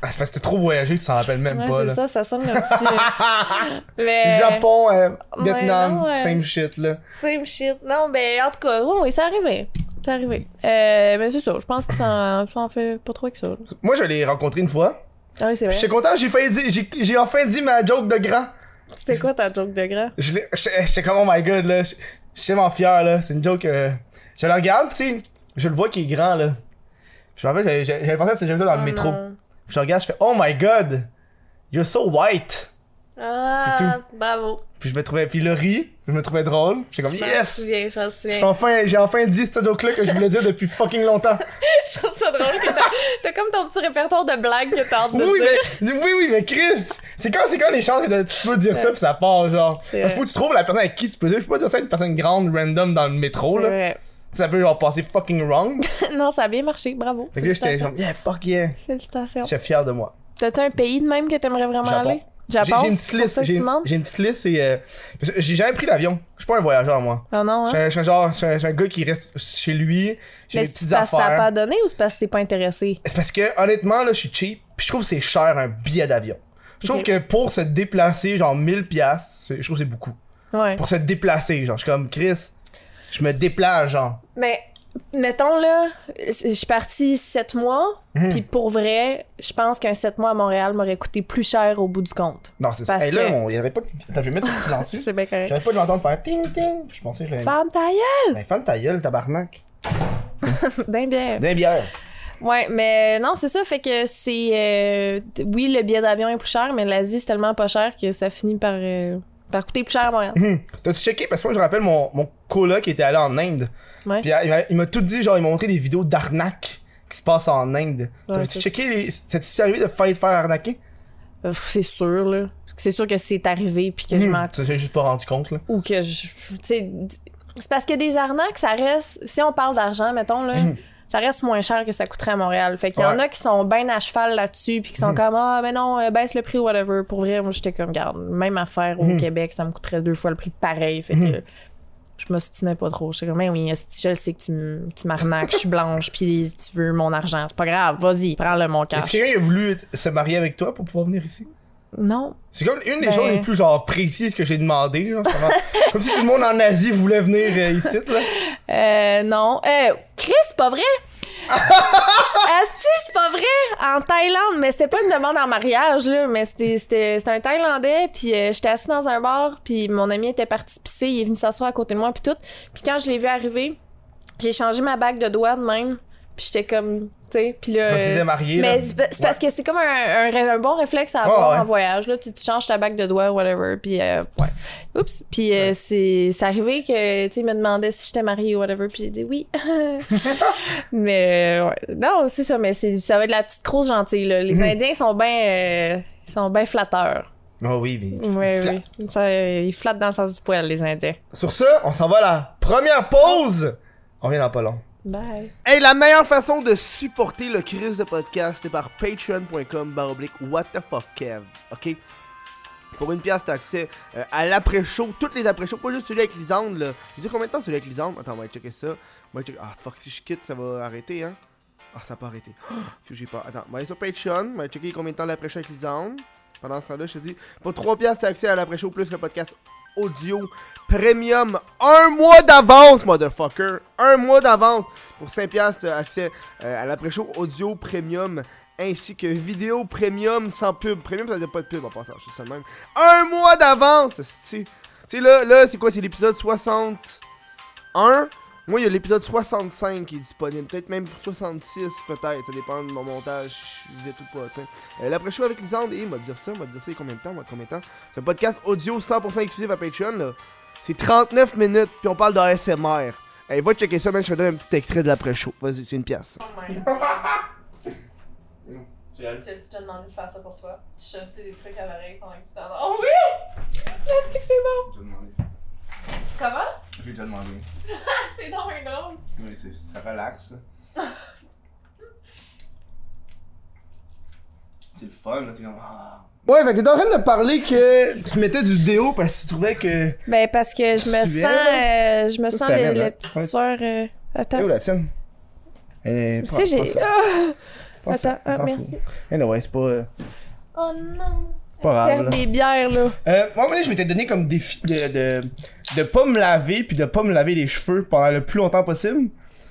Speaker 1: Ah, c'est parce que t'as trop voyagé, tu t'en rappelles même
Speaker 2: Ouais,
Speaker 1: pas,
Speaker 2: c'est
Speaker 1: là.
Speaker 2: ça, ça sonne comme si... euh,
Speaker 1: [LAUGHS]
Speaker 2: Mais...
Speaker 1: Japon, euh,
Speaker 2: Ouais,
Speaker 1: Vietnam,
Speaker 2: non, ouais.
Speaker 1: same shit, là.
Speaker 2: Same shit. Non, ben, en tout cas, oui, oui, c'est arrivé. C'est arrivé. Euh, mais c'est ça, je pense que ça en, ça en fait pas trop avec ça. là.
Speaker 1: Moi, je l'ai rencontré une fois.
Speaker 2: Ah oui, c'est vrai.
Speaker 1: J'étais content, j'ai failli dire, j'ai- j'ai enfin dit ma joke de grand.
Speaker 2: C'était quoi ta joke de grand?
Speaker 1: Je l'ai- J'étais j'étais comme, oh my god, là. J'étais j'étais vraiment fier, là. C'est une joke. euh, Je le regarde, tu sais, je le vois qu'il est grand, là. Je me rappelle, j'avais- j'avais j'avais pensé à cette joke-là dans Ah, le
Speaker 2: Oh
Speaker 1: métro.
Speaker 2: non.
Speaker 1: Je le regarde, je fais, oh my god, you're so white.
Speaker 2: Ah, bravo.
Speaker 1: Puis je me trouvais, puis Laurie, je me trouvais drôle. J'étais
Speaker 2: Ah,
Speaker 1: comme, yes!
Speaker 2: souviens, je m'en
Speaker 1: J'ai
Speaker 2: souviens.
Speaker 1: enfin, j'ai enfin dit ce joke-là que je voulais dire depuis fucking longtemps.
Speaker 2: [LAUGHS] Je trouve ça drôle que t'as- t'as comme ton petit répertoire de blagues que t'as hâte de
Speaker 1: Oui,
Speaker 2: dire.
Speaker 1: mais, oui, oui, mais Chris! C'est quand, c'est quand les chances que tu peux dire ça pis ça part, genre. Parce
Speaker 2: C'est
Speaker 1: qu'il
Speaker 2: vrai.
Speaker 1: faut que tu trouves la personne à qui tu peux dire. Je peux pas dire ça à une personne grande, random dans le métro, là. Ça peut, genre, passer fucking
Speaker 2: [LAUGHS]
Speaker 1: wrong.
Speaker 2: C'est vrai. Non, ça a bien marché, bravo.
Speaker 1: Fait que là, j'étais
Speaker 2: Félicitations.
Speaker 1: genre, yeah, fuck yeah.
Speaker 2: Félicitations.
Speaker 1: J'étais fier de moi.
Speaker 2: T'as-tu un pays de même que t'aimerais vraiment
Speaker 1: Japon.
Speaker 2: aller?
Speaker 1: J'ai
Speaker 2: Japon?
Speaker 1: j'ai une petite
Speaker 2: c'est pour
Speaker 1: liste.
Speaker 2: ça que tu
Speaker 1: J'ai
Speaker 2: demandes?
Speaker 1: j'ai une petite liste et. euh, j'ai jamais pris l'avion. Je suis pas un voyageur, moi.
Speaker 2: Ah non,
Speaker 1: Je suis
Speaker 2: hein?
Speaker 1: un- Je suis un genre, je suis un, je suis un gars qui reste chez lui, j'ai
Speaker 2: Mais
Speaker 1: mes
Speaker 2: c'est
Speaker 1: petites
Speaker 2: parce que ça a
Speaker 1: affaires.
Speaker 2: pas donné ou c'est parce que t'es pas intéressé?
Speaker 1: C'est parce que honnêtement là, je suis cheap, puis je trouve que c'est cher un billet d'avion. Je trouve
Speaker 2: Ok.
Speaker 1: que pour se déplacer, genre 1000 pièces, je trouve que c'est beaucoup.
Speaker 2: Ouais.
Speaker 1: Pour se déplacer, genre je suis comme Chris, je me déplace genre.
Speaker 2: Mais mettons là, je suis partie sept mois,
Speaker 1: Mhm.
Speaker 2: puis pour vrai, je pense qu'un sept mois à Montréal m'aurait coûté plus cher au bout du compte.
Speaker 1: Non, c'est ça.
Speaker 2: Parce
Speaker 1: Hey, là,
Speaker 2: que-
Speaker 1: on- il y avait pas de- Attends, je vais mettre le silencieux.
Speaker 2: C'est bien correct.
Speaker 1: J'avais pas de l'entendre faire ting ting, puis je pensais que je l'avais mis.
Speaker 2: Ferme ta gueule!
Speaker 1: Mais ferme ta gueule, tabarnak.
Speaker 2: Ben bien.
Speaker 1: D'un bière.
Speaker 2: Ouais, mais non, c'est ça, fait que c'est... euh, oui, le billet d'avion est plus cher, mais l'Asie, c'est tellement pas cher que ça finit par, euh, par coûter plus cher à Montréal.
Speaker 1: Hum. T'as-tu checké? Parce que moi, je me rappelle mon, mon coloc était allé en Inde.
Speaker 2: Ouais.
Speaker 1: Puis il m'a- il m'a tout dit, genre, il m'a montré des vidéos d'arnaque qui se passent en Inde.
Speaker 2: Ouais,
Speaker 1: T'as-tu
Speaker 2: c'est-
Speaker 1: checké? Les... T'as-tu arrivé de faire, te faire arnaquer?
Speaker 2: Euh, pff, c'est sûr, là. C'est sûr que c'est arrivé, puis que je m'en
Speaker 1: Hum. Ça, j'ai juste pas rendu compte, là.
Speaker 2: ou que je. tu sais, d- C'est parce que des arnaques, ça reste. Si on parle d'argent, mettons, là,
Speaker 1: Mhm.
Speaker 2: ça reste moins cher que ça coûterait à Montréal. Fait qu'il y en
Speaker 1: Ouais.
Speaker 2: a qui sont bien à cheval là-dessus, puis qui sont
Speaker 1: Mhm.
Speaker 2: comme Ah, ben non, euh, baisse le prix, whatever. Pour vrai, moi, j'étais comme, garde, même affaire au
Speaker 1: Mhm.
Speaker 2: Québec, ça me coûterait deux fois le prix pareil. Fait
Speaker 1: Mhm.
Speaker 2: que. Je m'ostinais pas trop. J'étais comme, ben oui, esti, je le sais que tu m- tu m'arnaques, je suis blanche, puis tu veux mon argent. C'est pas grave, vas-y, prends-le, mon
Speaker 1: Est-ce
Speaker 2: cash.
Speaker 1: que quelqu'un a voulu se marier avec toi pour pouvoir venir ici?
Speaker 2: Non,
Speaker 1: C'est comme une des
Speaker 2: Ben-
Speaker 1: choses les plus, genre, précises que j'ai demandé, genre, comment- [LAUGHS] comme si tout le monde en Asie voulait venir euh, ici, là.
Speaker 2: Euh, non. Euh, Chris,
Speaker 1: [LAUGHS]
Speaker 2: c'est pas vrai? Asti, c'est pas vrai? En Thaïlande, mais c'était pas une demande en mariage, là, mais c'était- c'était c'était un Thaïlandais, puis euh, j'étais assise dans un bar, puis mon ami était parti pisser, il est venu s'asseoir à côté de moi, puis tout. Puis quand je l'ai vu arriver, j'ai changé ma bague de doigts de même, puis j'étais comme, tu sais, puis là...
Speaker 1: Quand tu
Speaker 2: euh,
Speaker 1: t'es marié, là.
Speaker 2: mais c'est pa- c'est parce que c'est comme un, un ré- un bon réflexe à avoir
Speaker 1: ouais.
Speaker 2: en voyage. Là, tu, tu changes ta bague de doigts, whatever. Puis, euh, ouais. Oups. Puis, euh, c'est c'est arrivé que, tu sais, il me demandait si j'étais mariée ou whatever. Puis, j'ai
Speaker 1: [LAUGHS]
Speaker 2: dit oui. mais, euh, ouais. Non, c'est ça. Mais c'est- ça va être la petite grosse gentille, là. Les
Speaker 1: Mhm.
Speaker 2: Indiens sont bien sont ben flatteurs.
Speaker 1: Oh oui, mais. il-
Speaker 2: Ouais,
Speaker 1: il flatte.
Speaker 2: oui. Ça, euh, ils flattent dans le sens du poil, les Indiens.
Speaker 1: Sur ce, on s'en va à la première pause! On vient dans pas long.
Speaker 2: Bye.
Speaker 1: Hey, la meilleure façon de supporter le Chris de podcast, c'est par patreon.com baroblique what the fuck Kev, ok? Pour une pièce, t'as accès euh, à l'après-show, toutes les après-shows, pas juste celui avec Lisande, là. J'ai dit combien de temps celui avec Lisande? Attends, on va aller checker ça. On va checker- Ah, fuck, si je quitte, ça va arrêter, hein? Ah, ça va pas [GASPS] arrêter. Oh, j'ai pas. Attends, on va aller sur Patreon, on va aller checker combien de temps l'après-show avec Lisande. Pendant ce temps-là, je te dis, pour 3 pièces, t'as accès à l'après-show plus le podcast audio premium. Un mois d'avance, motherfucker! Un mois d'avance! Pour 5 piastres, t'as accès euh, à l'après-show audio premium ainsi que vidéo premium sans pub. Premium, ça veut dire pas de pub en passant, je suis ça de même. Un mois d'avance, c'est. Tu sais, là, là c'est quoi C'est l'épisode 61. Moi, il y a l'épisode 65 qui est disponible. Peut-être même 66, peut-être. Ça dépend de mon montage, je suis vite ou pas, tu sais. Euh, L'après-show avec Lisande, et il m'a dit ça, il m'a dit ça, il y a combien de temps, il y a combien de temps C'est un podcast audio 100% exclusif à Patreon, là. C'est 39 minutes, puis on parle de ASMR. Hey, va checker ça, man. Je te donne un petit extrait de l'après-show. Vas-y, c'est une pièce.
Speaker 2: Tu t'as demandé de faire ça pour toi. Tu chantais des trucs à l'oreille pendant que tu t'en Oh oui! Plastique, c'est bon!
Speaker 3: J'ai déjà demandé.
Speaker 2: Comment?
Speaker 3: J'ai déjà demandé.
Speaker 2: C'est dans un drôle.
Speaker 3: Oui, c'est- ça relaxe. ça.
Speaker 1: [LAUGHS]
Speaker 3: c'est le fun, là. T'es comme. Ah.
Speaker 1: Ouais, fait que t'es en train de parler que tu mettais du déo parce que tu trouvais que.
Speaker 2: Ben parce que je me
Speaker 1: Tu es,
Speaker 2: sens, euh, je me
Speaker 1: Ça,
Speaker 2: sens
Speaker 1: ça
Speaker 2: le,
Speaker 1: amène,
Speaker 2: le
Speaker 1: hein.
Speaker 2: petit
Speaker 1: Ouais.
Speaker 2: soir. euh,
Speaker 1: Eh
Speaker 2: Attends.
Speaker 1: oh, la tienne. Elle
Speaker 2: Tu sais, j'ai. Ah! Attends, ah, merci.
Speaker 1: Anyway, c'est pas, euh,
Speaker 2: Oh non.
Speaker 1: pas grave.
Speaker 2: Faire
Speaker 1: là.
Speaker 2: des bières là.
Speaker 1: Euh, moi, moi, je m'étais donné comme défi de, de, de pas me laver puis de pas me laver les cheveux pendant le plus longtemps possible.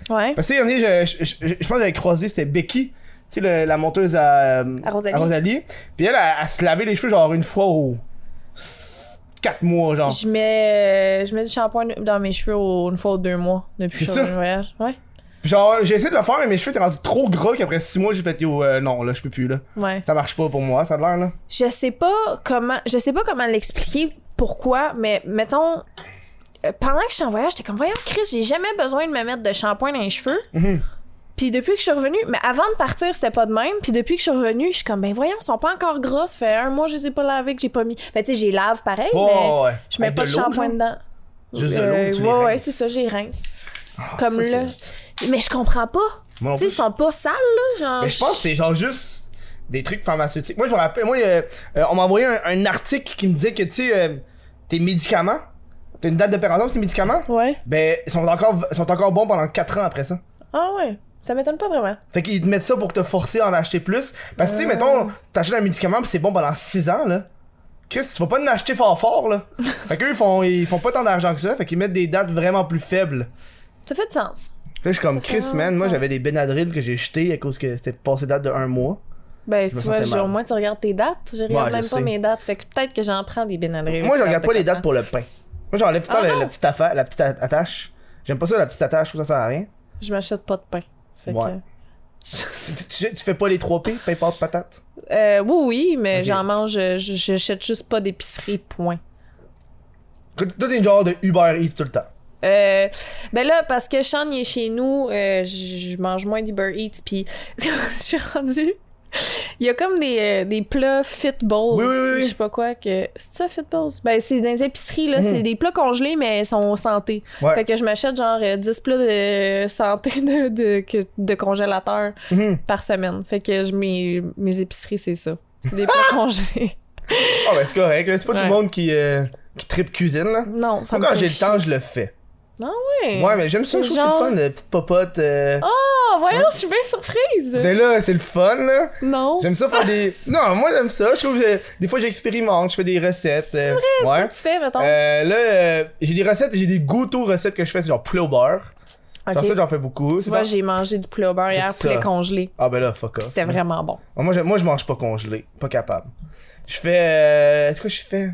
Speaker 2: Ouais.
Speaker 1: Parce que, un moment donné, je, je, je, je pense que j'avais croisé, c'était Becky, tu sais, le- la monteuse à, euh,
Speaker 2: À Rosalie.
Speaker 1: Puis elle, elle, elle se lavait les cheveux genre une fois au. 4 mois, genre.
Speaker 2: Je mets, euh, je mets du shampoing dans mes cheveux au- une fois ou deux mois depuis que je
Speaker 1: C'est
Speaker 2: suis
Speaker 1: ça?
Speaker 2: en voyage. Ouais.
Speaker 1: Puis genre, j'ai essayé de le faire, mais mes cheveux étaient rendus trop gras qu'après 6 mois, j'ai fait yo, euh, non, là, je peux plus, là.
Speaker 2: Ouais.
Speaker 1: Ça marche pas pour moi, ça a l'air, là.
Speaker 2: Je sais pas comment, je sais pas comment l'expliquer pourquoi, mais mettons, euh, pendant que je suis en voyage, j'étais comme, voyons, Chris, j'ai jamais besoin de me mettre de shampoing dans les cheveux.
Speaker 1: Mhm.
Speaker 2: Puis depuis que je suis revenue, mais avant de partir, c'était pas de même. Puis depuis que je suis revenue, je suis comme, ben voyons, ils sont pas encore gras. Ça fait un mois, je les ai pas lavés, que j'ai pas mis. Ben tu sais, j'ai lave pareil, mais
Speaker 1: Ouais, ouais.
Speaker 2: je mets
Speaker 1: Avec
Speaker 2: pas de
Speaker 1: l'eau,
Speaker 2: shampoing
Speaker 1: genre?
Speaker 2: dedans.
Speaker 1: Juste de
Speaker 2: Euh,
Speaker 1: l'eau, tu les
Speaker 2: ouais, ouais,
Speaker 1: rinces.
Speaker 2: c'est ça, j'ai rince.
Speaker 1: Ah,
Speaker 2: Comme
Speaker 1: ça,
Speaker 2: là.
Speaker 1: c'est-
Speaker 2: Mais je comprends pas.
Speaker 1: Moi non
Speaker 2: Tu sais, ils
Speaker 1: plus.
Speaker 2: sont pas sales, là. Genre,
Speaker 1: Mais je pense que c'est genre juste des trucs pharmaceutiques. Moi, je me rappelle, moi, euh, euh, on m'a envoyé un, un article qui me disait que, tu sais, euh, tes médicaments, t'as une date de péremption, ces médicaments,
Speaker 2: Ouais.
Speaker 1: ben, ils sont encore, ils sont encore bons pendant 4 ans après ça.
Speaker 2: Ah ouais. Ça m'étonne pas vraiment.
Speaker 1: Fait qu'ils te mettent ça pour te forcer à en acheter plus. Parce que, tu sais,
Speaker 2: Euh.
Speaker 1: mettons, t'achètes un médicament pis c'est bon pendant 6 ans, là. Chris, tu vas pas en acheter fort fort,
Speaker 2: [LAUGHS]
Speaker 1: là. fait qu'eux, ils font, ils font pas tant d'argent que ça. Fait qu'ils mettent des dates vraiment plus faibles.
Speaker 2: Ça fait du sens.
Speaker 1: Là, je suis comme,
Speaker 2: Ça fait
Speaker 1: Chris, man, moi,
Speaker 2: sens.
Speaker 1: j'avais des Benadryl que j'ai jetés à cause que c'était passé date de 1 mois.
Speaker 2: Ben,
Speaker 1: Je me
Speaker 2: tu vois,
Speaker 1: sentais
Speaker 2: j'ai-
Speaker 1: mal.
Speaker 2: au moins, tu regardes tes dates. Je regarde
Speaker 1: Ouais, je
Speaker 2: même pas
Speaker 1: sais.
Speaker 2: mes dates. Fait que peut-être que j'en prends des Benadryl.
Speaker 1: Moi, je regarde pas les dates pour le pain. Moi, j'enlève tout le temps
Speaker 2: Ah
Speaker 1: la,
Speaker 2: non?
Speaker 1: la petite affaire, la petite a- attache. J'aime pas ça, la petite attache, je trouve que ça sert à rien.
Speaker 2: Je m'achète pas de pain. Fait que-
Speaker 1: Ouais. Tu, tu- tu fais pas les 3 P, pain, pâte, patate.
Speaker 2: [LAUGHS] Euh, oui, oui, mais
Speaker 1: Ok.
Speaker 2: j'en mange. je- je- J'achète juste pas d'épicerie, point.
Speaker 1: Toi, t'es une genre de Uber Eats tout le temps.
Speaker 2: Euh, ben là, parce que Sean il est chez nous, euh, je je mange moins d'Uber Eats, puis [LAUGHS] je suis rendue. Il y a comme des, euh, des plats fit bowls,
Speaker 1: Oui, oui, oui, oui.
Speaker 2: je sais pas quoi que c'est ça fit bowls. Ben c'est dans les épiceries là,
Speaker 1: Mhm.
Speaker 2: c'est des plats congelés mais ils sont santé.
Speaker 1: Ouais.
Speaker 2: Fait que je m'achète genre euh, 10 plats de santé de, de, que- de congélateur
Speaker 1: Mhm.
Speaker 2: par semaine. Fait que je, mes, mes épiceries c'est ça, c'est des plats congelés.
Speaker 1: Ah, ben, c'est correct, là. C'est pas tout
Speaker 2: Ouais.
Speaker 1: le monde qui, euh, qui tripe cuisine, là.
Speaker 2: Non, ça
Speaker 1: Moi,
Speaker 2: me
Speaker 1: quand
Speaker 2: fait
Speaker 1: j'ai le
Speaker 2: chier.
Speaker 1: temps, je le fais.
Speaker 2: Ouais.
Speaker 1: Ouais, mais j'aime ça, je trouve que c'est
Speaker 2: Genre-
Speaker 1: le fun, la petite popote. euh.
Speaker 2: Ah, voyons, je suis bien surprise.
Speaker 1: Ben là, c'est le fun, là.
Speaker 2: Non.
Speaker 1: J'aime ça faire
Speaker 2: [LAUGHS]
Speaker 1: des. Non, moi, j'aime ça. Je trouve que des fois, j'expérimente, je fais des recettes. C'est vrai, ouais.
Speaker 2: Qu'est-ce que tu fais mettons
Speaker 1: Euh, là, euh, j'ai des recettes, j'ai des goûteaux recettes que je fais, c'est genre poulet au beurre. Genre
Speaker 2: Ok.
Speaker 1: ça, j'en fais beaucoup.
Speaker 2: Tu
Speaker 1: C'est
Speaker 2: vois,
Speaker 1: genre-
Speaker 2: j'ai mangé du poulet au beurre hier,
Speaker 1: C'est ça.
Speaker 2: poulet congelé.
Speaker 1: Ah ben là, fuck
Speaker 2: Puis
Speaker 1: off.
Speaker 2: c'était vraiment bon.
Speaker 1: Moi, je, moi, je mange pas congelé. Pas capable. Je fais. Euh, c'est quoi que je fais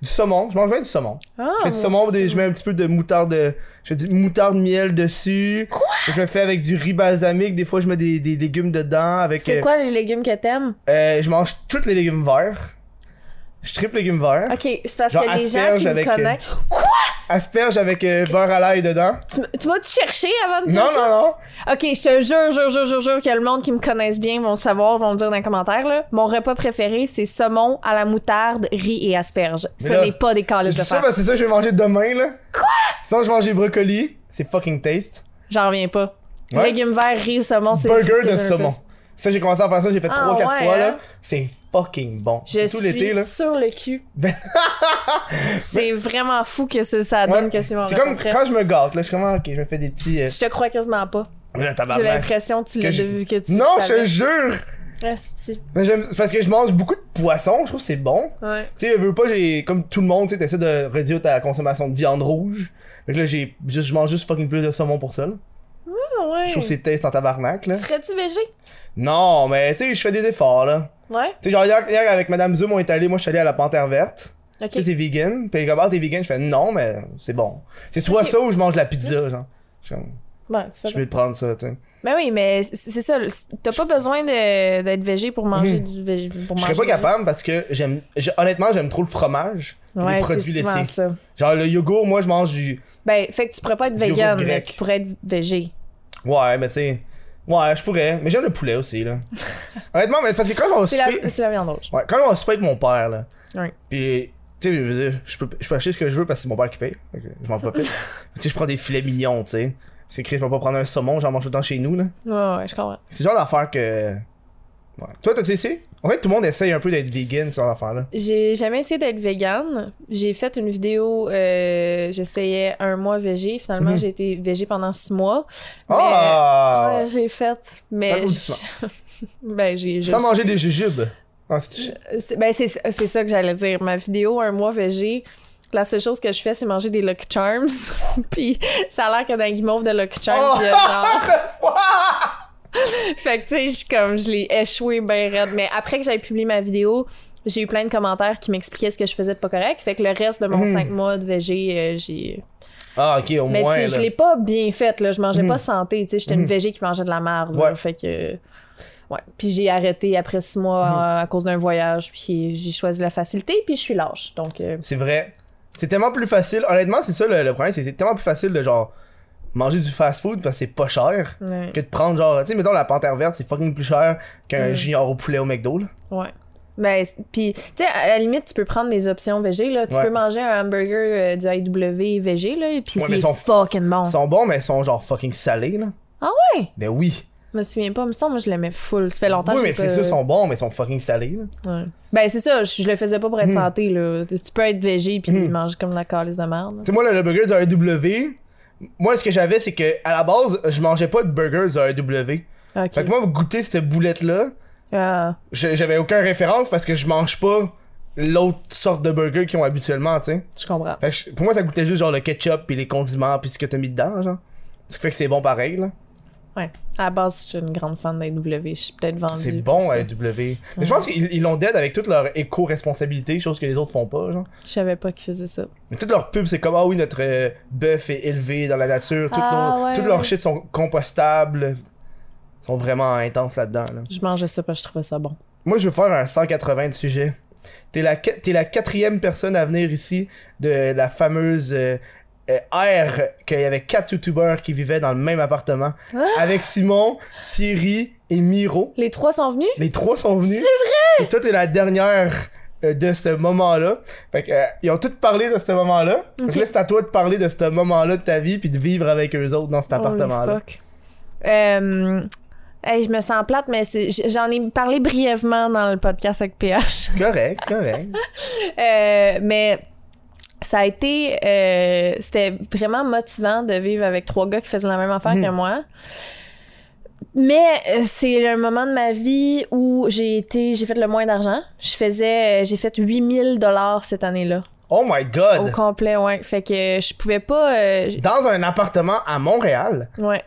Speaker 1: Du saumon. Je mange bien du saumon.
Speaker 2: Ah,
Speaker 1: je fais du saumon, des- je mets un petit peu de moutarde. Je fais du moutarde miel dessus. Quoi Je le fais avec du riz balsamique. Des fois, je mets des, des légumes dedans. Avec,
Speaker 2: C'est
Speaker 1: euh,
Speaker 2: quoi les légumes que t'aimes?
Speaker 1: euh, je mange tous les légumes verts. Je tripe légumes verts.
Speaker 2: Ok, c'est parce
Speaker 1: Genre
Speaker 2: que les gens
Speaker 1: asperges
Speaker 2: qui me
Speaker 1: avec, euh,
Speaker 2: connaissent.
Speaker 1: Asperges avec euh, beurre à l'ail dedans.
Speaker 2: Tu, m- tu vas-tu chercher avant de dire
Speaker 1: Non, non,
Speaker 2: ça?
Speaker 1: non.
Speaker 2: Ok, je te jure, jure, jure, jure, jure que le monde qui me connaisse bien vont le savoir, vont le dire dans les commentaires. Là. Mon repas préféré, c'est saumon à la moutarde, riz et asperges.
Speaker 1: Mais
Speaker 2: Ce
Speaker 1: là,
Speaker 2: n'est pas des calices
Speaker 1: Je
Speaker 2: de
Speaker 1: dis ça
Speaker 2: faire.
Speaker 1: parce que c'est ça que je vais manger demain, là. Quoi Sinon, je mange des brocolis. C'est fucking taste.
Speaker 2: J'en reviens pas.
Speaker 1: Ouais.
Speaker 2: Légumes verts, riz, saumon, c'est c'est ce
Speaker 1: Burger
Speaker 2: que
Speaker 1: de
Speaker 2: j'aime le
Speaker 1: saumon.
Speaker 2: plus.
Speaker 1: Ça, j'ai commencé à faire ça, j'ai fait
Speaker 2: Ah,
Speaker 1: 3-4
Speaker 2: ouais,
Speaker 1: fois,
Speaker 2: hein?
Speaker 1: là. C'est fucking bon.
Speaker 2: Je
Speaker 1: Surtout
Speaker 2: suis
Speaker 1: l'été, là.
Speaker 2: sur le
Speaker 1: [LAUGHS]
Speaker 2: cul.
Speaker 1: Ben-
Speaker 2: c'est vraiment fou que ça, ça
Speaker 1: Ouais.
Speaker 2: donne que c'est mon
Speaker 1: C'est
Speaker 2: repas
Speaker 1: comme
Speaker 2: préféré.
Speaker 1: quand je me gâte, là. Je suis comme, ah, ok, je me fais des petits. euh,
Speaker 2: Je te crois quasiment pas.
Speaker 1: mais là,
Speaker 2: J'ai
Speaker 1: tabarnak.
Speaker 2: l'impression que tu l'as
Speaker 1: que je-
Speaker 2: vu que tu
Speaker 1: Non,
Speaker 2: le
Speaker 1: je te
Speaker 2: savais.
Speaker 1: jure!
Speaker 2: Asti.
Speaker 1: Mais j'aime- c'est Parce que je mange beaucoup de poissons, je trouve que c'est bon.
Speaker 2: Ah Ouais.
Speaker 1: Tu sais, veux pas, j'ai. Comme tout le monde, tu sais, t'essaies de réduire ta consommation de viande rouge. Fait que là, j'ai. juste- Je mange juste fucking plus de saumon pour ça, là.
Speaker 2: Ah ouais.
Speaker 1: Je trouve que c'est taste en tabarnak, là.
Speaker 2: Serais-tu végé?
Speaker 1: Non, mais tu sais, je fais des efforts, là.
Speaker 2: Ouais.
Speaker 1: Tu sais, genre, hier, hier, avec Madame Zoom, on est allé, moi, je suis allé à la Panthère Verte.
Speaker 2: Ok.
Speaker 1: Tu sais, c'est vegan. Puis elle est comme, ah, t'es vegan. Je fais, non, mais c'est bon. C'est soit
Speaker 2: Ok.
Speaker 1: ça ou je mange de la pizza,
Speaker 2: Oups.
Speaker 1: genre. Je suis comme,
Speaker 2: Ouais, tu fais
Speaker 1: je vais prendre ça, tu sais.
Speaker 2: Mais Ben oui, mais c- c'est ça. le- T'as pas besoin de- d'être végé pour manger
Speaker 1: Mhm.
Speaker 2: du végé. Pour
Speaker 1: Je
Speaker 2: manger
Speaker 1: serais pas
Speaker 2: végé.
Speaker 1: capable parce que j'aime, je- honnêtement, j'aime trop le fromage. puis
Speaker 2: Ouais,
Speaker 1: les
Speaker 2: c'est
Speaker 1: produits
Speaker 2: souvent
Speaker 1: laitiers.
Speaker 2: ça.
Speaker 1: Genre, le yogourt, moi, je mange du.
Speaker 2: Ben, fait que tu pourrais pas être
Speaker 1: Du yogourt
Speaker 2: vegan, mais
Speaker 1: grec.
Speaker 2: tu pourrais être végé.
Speaker 1: Ouais, mais tu sais. Ouais, je pourrais. Mais j'aime le poulet aussi,
Speaker 2: [LAUGHS]
Speaker 1: là. honnêtement, mais parce que quand on va
Speaker 2: C'est
Speaker 1: souper.
Speaker 2: la, c'est la viande rouge.
Speaker 1: Ouais, quand on va souper avec mon père, là.
Speaker 2: Ouais.
Speaker 1: Puis, tu sais, je veux dire, je peux, je peux acheter ce que je veux parce que c'est mon père qui paye. Fait que je m'en
Speaker 2: [LAUGHS]
Speaker 1: profite. tu sais, je prends des filets mignons, tu sais. C'est écrit, je vais pas prendre un saumon, j'en mange tout le temps chez nous, là.
Speaker 2: Ouais, ouais, je comprends.
Speaker 1: C'est le genre d'affaire que. Ouais. Toi, t'as essayé En fait, tout le monde essaye un peu d'être vegan, ce genre d'affaire-là.
Speaker 2: J'ai jamais essayé d'être végane. J'ai fait une vidéo, euh, j'essayais un mois végé. Finalement,
Speaker 1: Mhm.
Speaker 2: j'ai été végé pendant six mois.
Speaker 1: Ah
Speaker 2: Ouais, j'ai fait. Mais.
Speaker 1: Applaudissements.
Speaker 2: je- [LAUGHS] ben, j'ai juste.
Speaker 1: Sans manger des jujubes. Ah, c'est-
Speaker 2: C'est- Ben, c'est c'est ça que j'allais dire. Ma vidéo, un mois végé. La seule chose que je fais, c'est manger des Lucky Charms. [LAUGHS] Puis ça a l'air que dans Guimauve de Lucky Charms,
Speaker 1: Oh!
Speaker 2: il y a genre. [LAUGHS] fait que tu sais, je suis comme, je l'ai échoué ben raide. Mais après que j'avais publié ma vidéo, j'ai eu plein de commentaires qui m'expliquaient ce que je faisais de pas correct. Fait que le reste de mon
Speaker 1: Mhm.
Speaker 2: 5 mois de végé, euh, j'ai.
Speaker 1: [LAUGHS] Ah, ok, au
Speaker 2: Mais tu
Speaker 1: moins.
Speaker 2: sais, je
Speaker 1: là.
Speaker 2: l'ai pas bien faite, là. Je mangeais
Speaker 1: Mhm.
Speaker 2: pas santé, tu sais. J'étais une
Speaker 1: Mhm.
Speaker 2: végé qui mangeait de la merde, là.
Speaker 1: Ouais.
Speaker 2: Fait que... Ouais. Puis j'ai arrêté après
Speaker 1: Mhm.
Speaker 2: six mois euh, à cause d'un voyage. Puis j'ai choisi la facilité, puis je suis lâche. Donc, euh,
Speaker 1: C'est vrai. C'est tellement plus facile. Honnêtement, c'est ça le, le problème, c'est que c'est tellement plus facile de genre manger du fast food parce que c'est pas cher
Speaker 2: Ouais.
Speaker 1: que de prendre genre. Tu sais, mettons la panthère verte, c'est fucking plus cher qu'un
Speaker 2: Mm.
Speaker 1: junior au poulet au McDo. Là.
Speaker 2: Ouais. Ben, c- puis, tu sais, à la limite, tu peux prendre des options végé, là. Tu
Speaker 1: Ouais.
Speaker 2: peux manger un hamburger euh, du IW végé, là, et puis
Speaker 1: Ouais, mais
Speaker 2: c'est
Speaker 1: sont-
Speaker 2: fucking bon.
Speaker 1: Ils sont bons, mais ils sont genre fucking salés là.
Speaker 2: Ah ouais?
Speaker 1: Ben oui.
Speaker 2: Je me souviens pas, me semble, moi, je l'aimais full. Ça fait longtemps
Speaker 1: oui,
Speaker 2: que
Speaker 1: mais
Speaker 2: j'ai
Speaker 1: c'est
Speaker 2: pas-
Speaker 1: ça, ils sont bons, mais ils sont fucking salés là.
Speaker 2: Ouais. Ben, c'est ça, je, je le faisais pas pour être
Speaker 1: Mm.
Speaker 2: santé, là. Tu peux être végé puis
Speaker 1: Mm.
Speaker 2: manger comme de la calice de merde. là.
Speaker 1: Tu sais, moi, le, le burger du AEW, moi, ce que j'avais, c'est que à la base, je mangeais pas de burger du AEW.
Speaker 2: Ok.
Speaker 1: Fait que moi, goûter cette boulette-là,
Speaker 2: Ah.
Speaker 1: je- j'avais aucun référence parce que je mange pas l'autre sorte de burger qu'ils ont habituellement, tu sais.
Speaker 2: Je comprends.
Speaker 1: Fait que je- pour moi, ça goûtait juste genre le ketchup, puis les condiments, puis ce que t'as mis dedans, genre. Ce qui fait que c'est bon pareil, là.
Speaker 2: Ouais. À la base, je suis une grande fan d'AW. Je suis peut-être vendue.
Speaker 1: C'est
Speaker 2: pour
Speaker 1: bon,
Speaker 2: ça.
Speaker 1: AEW. Mais je pense qu'ils ils l'ont dead avec toute leur éco-responsabilité, chose que les autres font pas, genre.
Speaker 2: Je savais pas qu'ils faisaient ça.
Speaker 1: Mais toute leur pub, c'est comme, ah oui, notre euh, bœuf est élevé dans la nature, toutes
Speaker 2: Ah,
Speaker 1: nos-
Speaker 2: ouais,
Speaker 1: toutes leurs
Speaker 2: ouais.
Speaker 1: shit sont compostables, sont vraiment intenses là-dedans. là.
Speaker 2: Je mangeais ça parce que je trouvais ça bon.
Speaker 1: Moi, je veux faire un 180 de sujet. T'es la, qua- t'es la quatrième personne à venir ici de la fameuse euh, euh, ère qu'il y avait quatre youtubeurs qui vivaient dans le même appartement.
Speaker 2: Ah!
Speaker 1: Avec Simon, Thierry et Miro.
Speaker 2: Les trois sont venus?
Speaker 1: Les trois sont venus. C'est vrai! Et toi, t'es la dernière euh, de ce moment-là. Fait que, euh, ils ont tous parlé de ce moment-là. Fait que
Speaker 2: Ok.
Speaker 1: là, c'est à toi de parler de ce moment-là de ta vie puis de vivre avec eux autres dans cet
Speaker 2: Holy
Speaker 1: appartement-là.
Speaker 2: Oh, fuck. Euh, hey, je me sens plate, mais c'est- j- j'en ai parlé brièvement dans le podcast avec PH.
Speaker 1: C'est correct, c'est correct.
Speaker 2: Euh, mais ça a été. euh, C'était vraiment motivant de vivre avec trois gars qui faisaient la même affaire
Speaker 1: Mhm.
Speaker 2: que moi. Mais euh, c'est un moment de ma vie où j'ai été, j'ai fait le moins d'argent. Je faisais, euh, j'ai fait 8000 dollars cette année-là
Speaker 1: Oh my
Speaker 2: au
Speaker 1: god!
Speaker 2: complet, ouais. Fait que je pouvais pas, euh, j-
Speaker 1: Dans un appartement à Montréal.
Speaker 2: Ouais.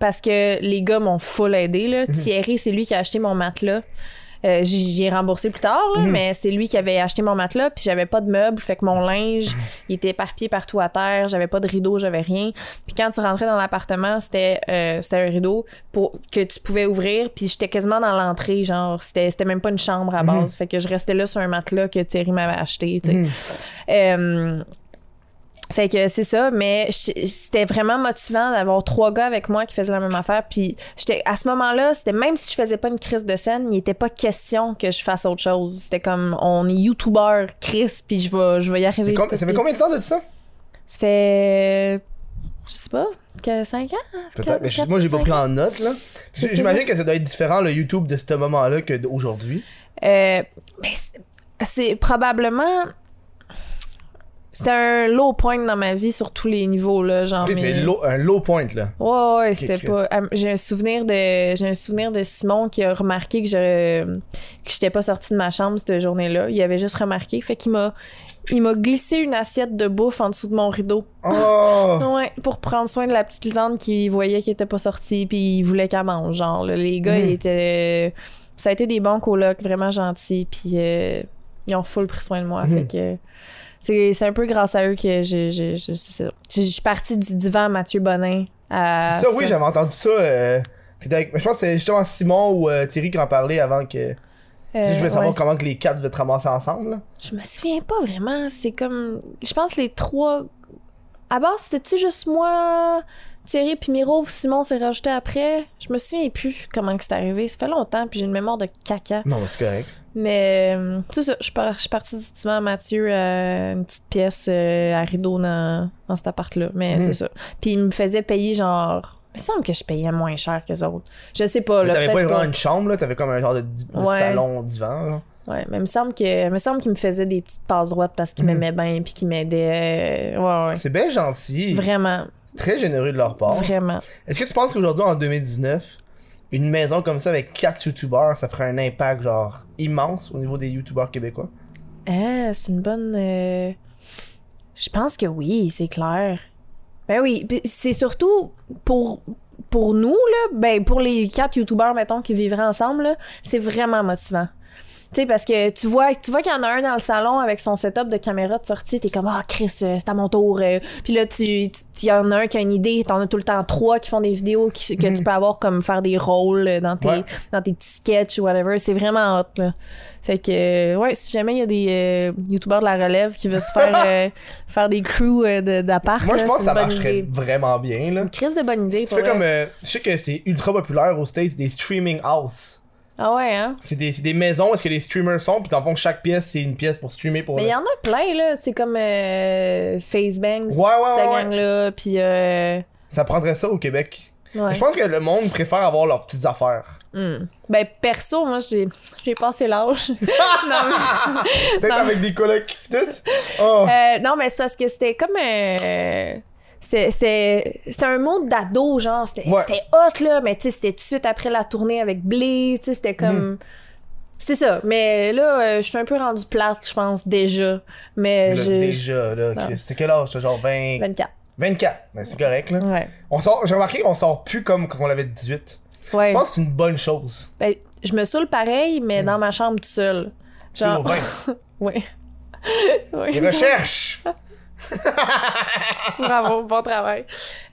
Speaker 2: Parce que les gars m'ont full aidé. Là.
Speaker 1: Mhm.
Speaker 2: Thierry, c'est lui qui a acheté mon matelas. Euh, j- J'y ai remboursé plus tard, là,
Speaker 1: Mhm.
Speaker 2: mais c'est lui qui avait acheté mon matelas, puis j'avais pas de meubles, fait que mon linge, il était éparpillé partout à terre, j'avais pas de rideau, j'avais rien. Puis quand tu rentrais dans l'appartement, c'était euh, c'était un rideau pour, que tu pouvais ouvrir, puis j'étais quasiment dans l'entrée, genre, c'était c'était même pas une chambre à
Speaker 1: Mhm.
Speaker 2: base, fait que je restais là sur un matelas que Thierry m'avait acheté, tu sais.
Speaker 1: Mm.
Speaker 2: Euh, fait que c'est ça, mais j- c'était vraiment motivant d'avoir trois gars avec moi qui faisaient la même affaire. Puis j'étais à ce moment-là, c'était même si je faisais pas une crise de scène, il n'était pas question que je fasse autre chose. C'était comme on est youtubeur, Chris, puis je vais, je vais y
Speaker 1: C'est
Speaker 2: arriver.
Speaker 1: com-
Speaker 2: tout,
Speaker 1: ça fait
Speaker 2: puis-
Speaker 1: combien de temps de ça?
Speaker 2: Ça fait, je sais pas, que 5 ans.
Speaker 1: Peut-être.
Speaker 2: Quatre-
Speaker 1: mais je-
Speaker 2: quatre-
Speaker 1: moi, j'ai pas
Speaker 2: cinq
Speaker 1: pris en note, là.
Speaker 2: Je sais
Speaker 1: J'imagine que ça doit être différent, le YouTube de ce moment-là, que d'aujourd'hui.
Speaker 2: Euh, ben, c'est- c'est probablement. C'était un low point dans ma vie sur tous les niveaux là, genre.
Speaker 1: Tu sais, C'est
Speaker 2: mais-
Speaker 1: low- un low point, là.
Speaker 2: Ouais, ouais, ouais, c'était
Speaker 1: Chris.
Speaker 2: pas. ah, J'ai un souvenir de, j'ai un souvenir de Simon qui a remarqué que je, que j'étais pas sortie de ma chambre cette journée-là. Il avait juste remarqué, fait qu'il m'a, il m'a glissé une assiette de bouffe en dessous de mon rideau.
Speaker 1: Oh!
Speaker 2: Ouais, pour prendre soin de la petite Lisande qui voyait qu'elle était pas sortie, puis il voulait qu'elle mange. Genre, là. les gars,
Speaker 1: Mhm.
Speaker 2: ils étaient, ça a été des bons colocs, vraiment gentils, puis euh, ils ont full pris soin de moi.
Speaker 1: Mhm.
Speaker 2: Fait que. C'est c'est un peu grâce à eux que j'ai- j'ai- j'ai- c'est ça. je je suis partie du divan Mathieu Bonin à.
Speaker 1: ça, oui,
Speaker 2: ça.
Speaker 1: j'avais entendu ça. euh, c'était avec- je pense que c'est justement Simon ou euh, Thierry qui en parlait avant que.
Speaker 2: Euh,
Speaker 1: je voulais savoir
Speaker 2: ouais.
Speaker 1: comment que les quatre devaient te ramasser ensemble. là.
Speaker 2: Je me souviens pas vraiment. C'est comme. Je pense les trois. À base, c'était-tu juste moi, Thierry puis Miro, puis Simon s'est rajouté après? Je me souviens plus comment que c'est arrivé. Ça fait longtemps, puis j'ai une mémoire de caca.
Speaker 1: Non, mais c'est correct.
Speaker 2: Mais euh, c'est ça, je, suis par- je suis partie du divan à Mathieu à une petite pièce euh, à rideau dans, dans cet appart-là. Mais
Speaker 1: Mm.
Speaker 2: c'est ça. Puis il me faisait payer genre. Il me semble que je payais moins cher que les autres. Je sais pas,
Speaker 1: Mais
Speaker 2: là.
Speaker 1: T'avais pas
Speaker 2: peut-être
Speaker 1: vraiment
Speaker 2: pas.
Speaker 1: une chambre, là. T'avais comme un genre de, di- de
Speaker 2: Ouais.
Speaker 1: salon divan, là.
Speaker 2: Ouais, mais il me semble que il me semble qu'il me faisait des petites passes droites parce qu'il
Speaker 1: Mhm.
Speaker 2: m'aimait bien puis qu'il m'aidait. euh, Ouais,
Speaker 1: C'est bien gentil.
Speaker 2: ouais. Vraiment,
Speaker 1: C'est Très généreux de leur part.
Speaker 2: vraiment.
Speaker 1: Est-ce que tu penses qu'aujourd'hui, en 2019, une maison comme ça avec quatre youtubeurs, ça ferait un impact genre immense au niveau des youtubeurs québécois?
Speaker 2: Ah, c'est une bonne euh, Je pense que oui, c'est clair. Ben oui, puis c'est surtout pour pour nous là, ben pour les quatre youtubeurs mettons qui vivraient ensemble, là, c'est vraiment motivant. Tu sais, parce que tu vois, tu vois qu'il y en a un dans le salon avec son setup de caméra de sortie, t'es comme, ah, Chris, euh, c'est à mon tour. euh. Puis là, tu, tu- il y en a un qui a une idée, t'en as tout le temps trois qui font des vidéos qui- que
Speaker 1: Mhm.
Speaker 2: tu peux avoir comme faire des rôles euh, dans tes,
Speaker 1: Ouais.
Speaker 2: dans tes petits sketchs ou whatever. C'est vraiment hot, là. Fait que, euh, ouais, si jamais il y a des euh, youtubeurs de la relève qui veulent se faire, euh, faire des crews euh, de- d'appart,
Speaker 1: Moi, je
Speaker 2: là,
Speaker 1: pense que
Speaker 2: c'est
Speaker 1: ça
Speaker 2: une bonne
Speaker 1: marcherait
Speaker 2: idée.
Speaker 1: vraiment bien,
Speaker 2: C'est
Speaker 1: là.
Speaker 2: une crise de bonne
Speaker 1: Si
Speaker 2: idée.
Speaker 1: tu
Speaker 2: pour
Speaker 1: fais
Speaker 2: vrai.
Speaker 1: comme. euh, je sais que c'est ultra populaire aux States, des streaming house.
Speaker 2: Ah ouais, hein?
Speaker 1: C'est des, c'est des maisons où est-ce que les streamers sont, puis dans le fond, chaque pièce, c'est une pièce pour streamer pour.
Speaker 2: Mais il y en a plein, là. C'est comme euh, Facebangs,
Speaker 1: Ouais, ouais,
Speaker 2: cette
Speaker 1: ouais, ouais.
Speaker 2: gang-là, puis... euh,
Speaker 1: Ça prendrait ça au Québec.
Speaker 2: ouais.
Speaker 1: Je pense que le monde préfère avoir leurs petites
Speaker 2: [LAUGHS]
Speaker 1: affaires.
Speaker 2: Hmm. Ben, perso, moi, j'ai j'ai passé l'âge. non,
Speaker 1: Peut-être
Speaker 2: Non.
Speaker 1: avec des colocs pis
Speaker 2: [LAUGHS]
Speaker 1: tout. Oh.
Speaker 2: mais, euh, non, mais c'est parce que c'était comme un... C'était c'était- c'était un monde d'ado, genre. C'était
Speaker 1: Ouais.
Speaker 2: c'était hot, là, mais tu sais, c'était tout de suite après la tournée avec Blé, tu sais, c'était
Speaker 1: Mm.
Speaker 2: comme... C'est ça, mais là, euh, je suis un peu rendu plate, je pense, déjà. Mais
Speaker 1: Là,
Speaker 2: j'ai...
Speaker 1: Déjà, là,
Speaker 2: Non.
Speaker 1: Chris, c'est quel âge, t'as genre 20...
Speaker 2: 24,
Speaker 1: 24. Ben, c'est correct, là.
Speaker 2: ouais.
Speaker 1: On sort, j'ai remarqué qu'on sort plus comme quand on avait 18.
Speaker 2: ouais.
Speaker 1: Je pense que c'est une bonne chose.
Speaker 2: Ben, je me saoule pareil, mais
Speaker 1: Mm.
Speaker 2: dans ma chambre tout seul.
Speaker 1: C'est au
Speaker 2: Genre,
Speaker 1: 20.
Speaker 2: oui.
Speaker 1: Les
Speaker 2: oui.
Speaker 1: recherches!
Speaker 2: [LAUGHS] Bravo, bon travail.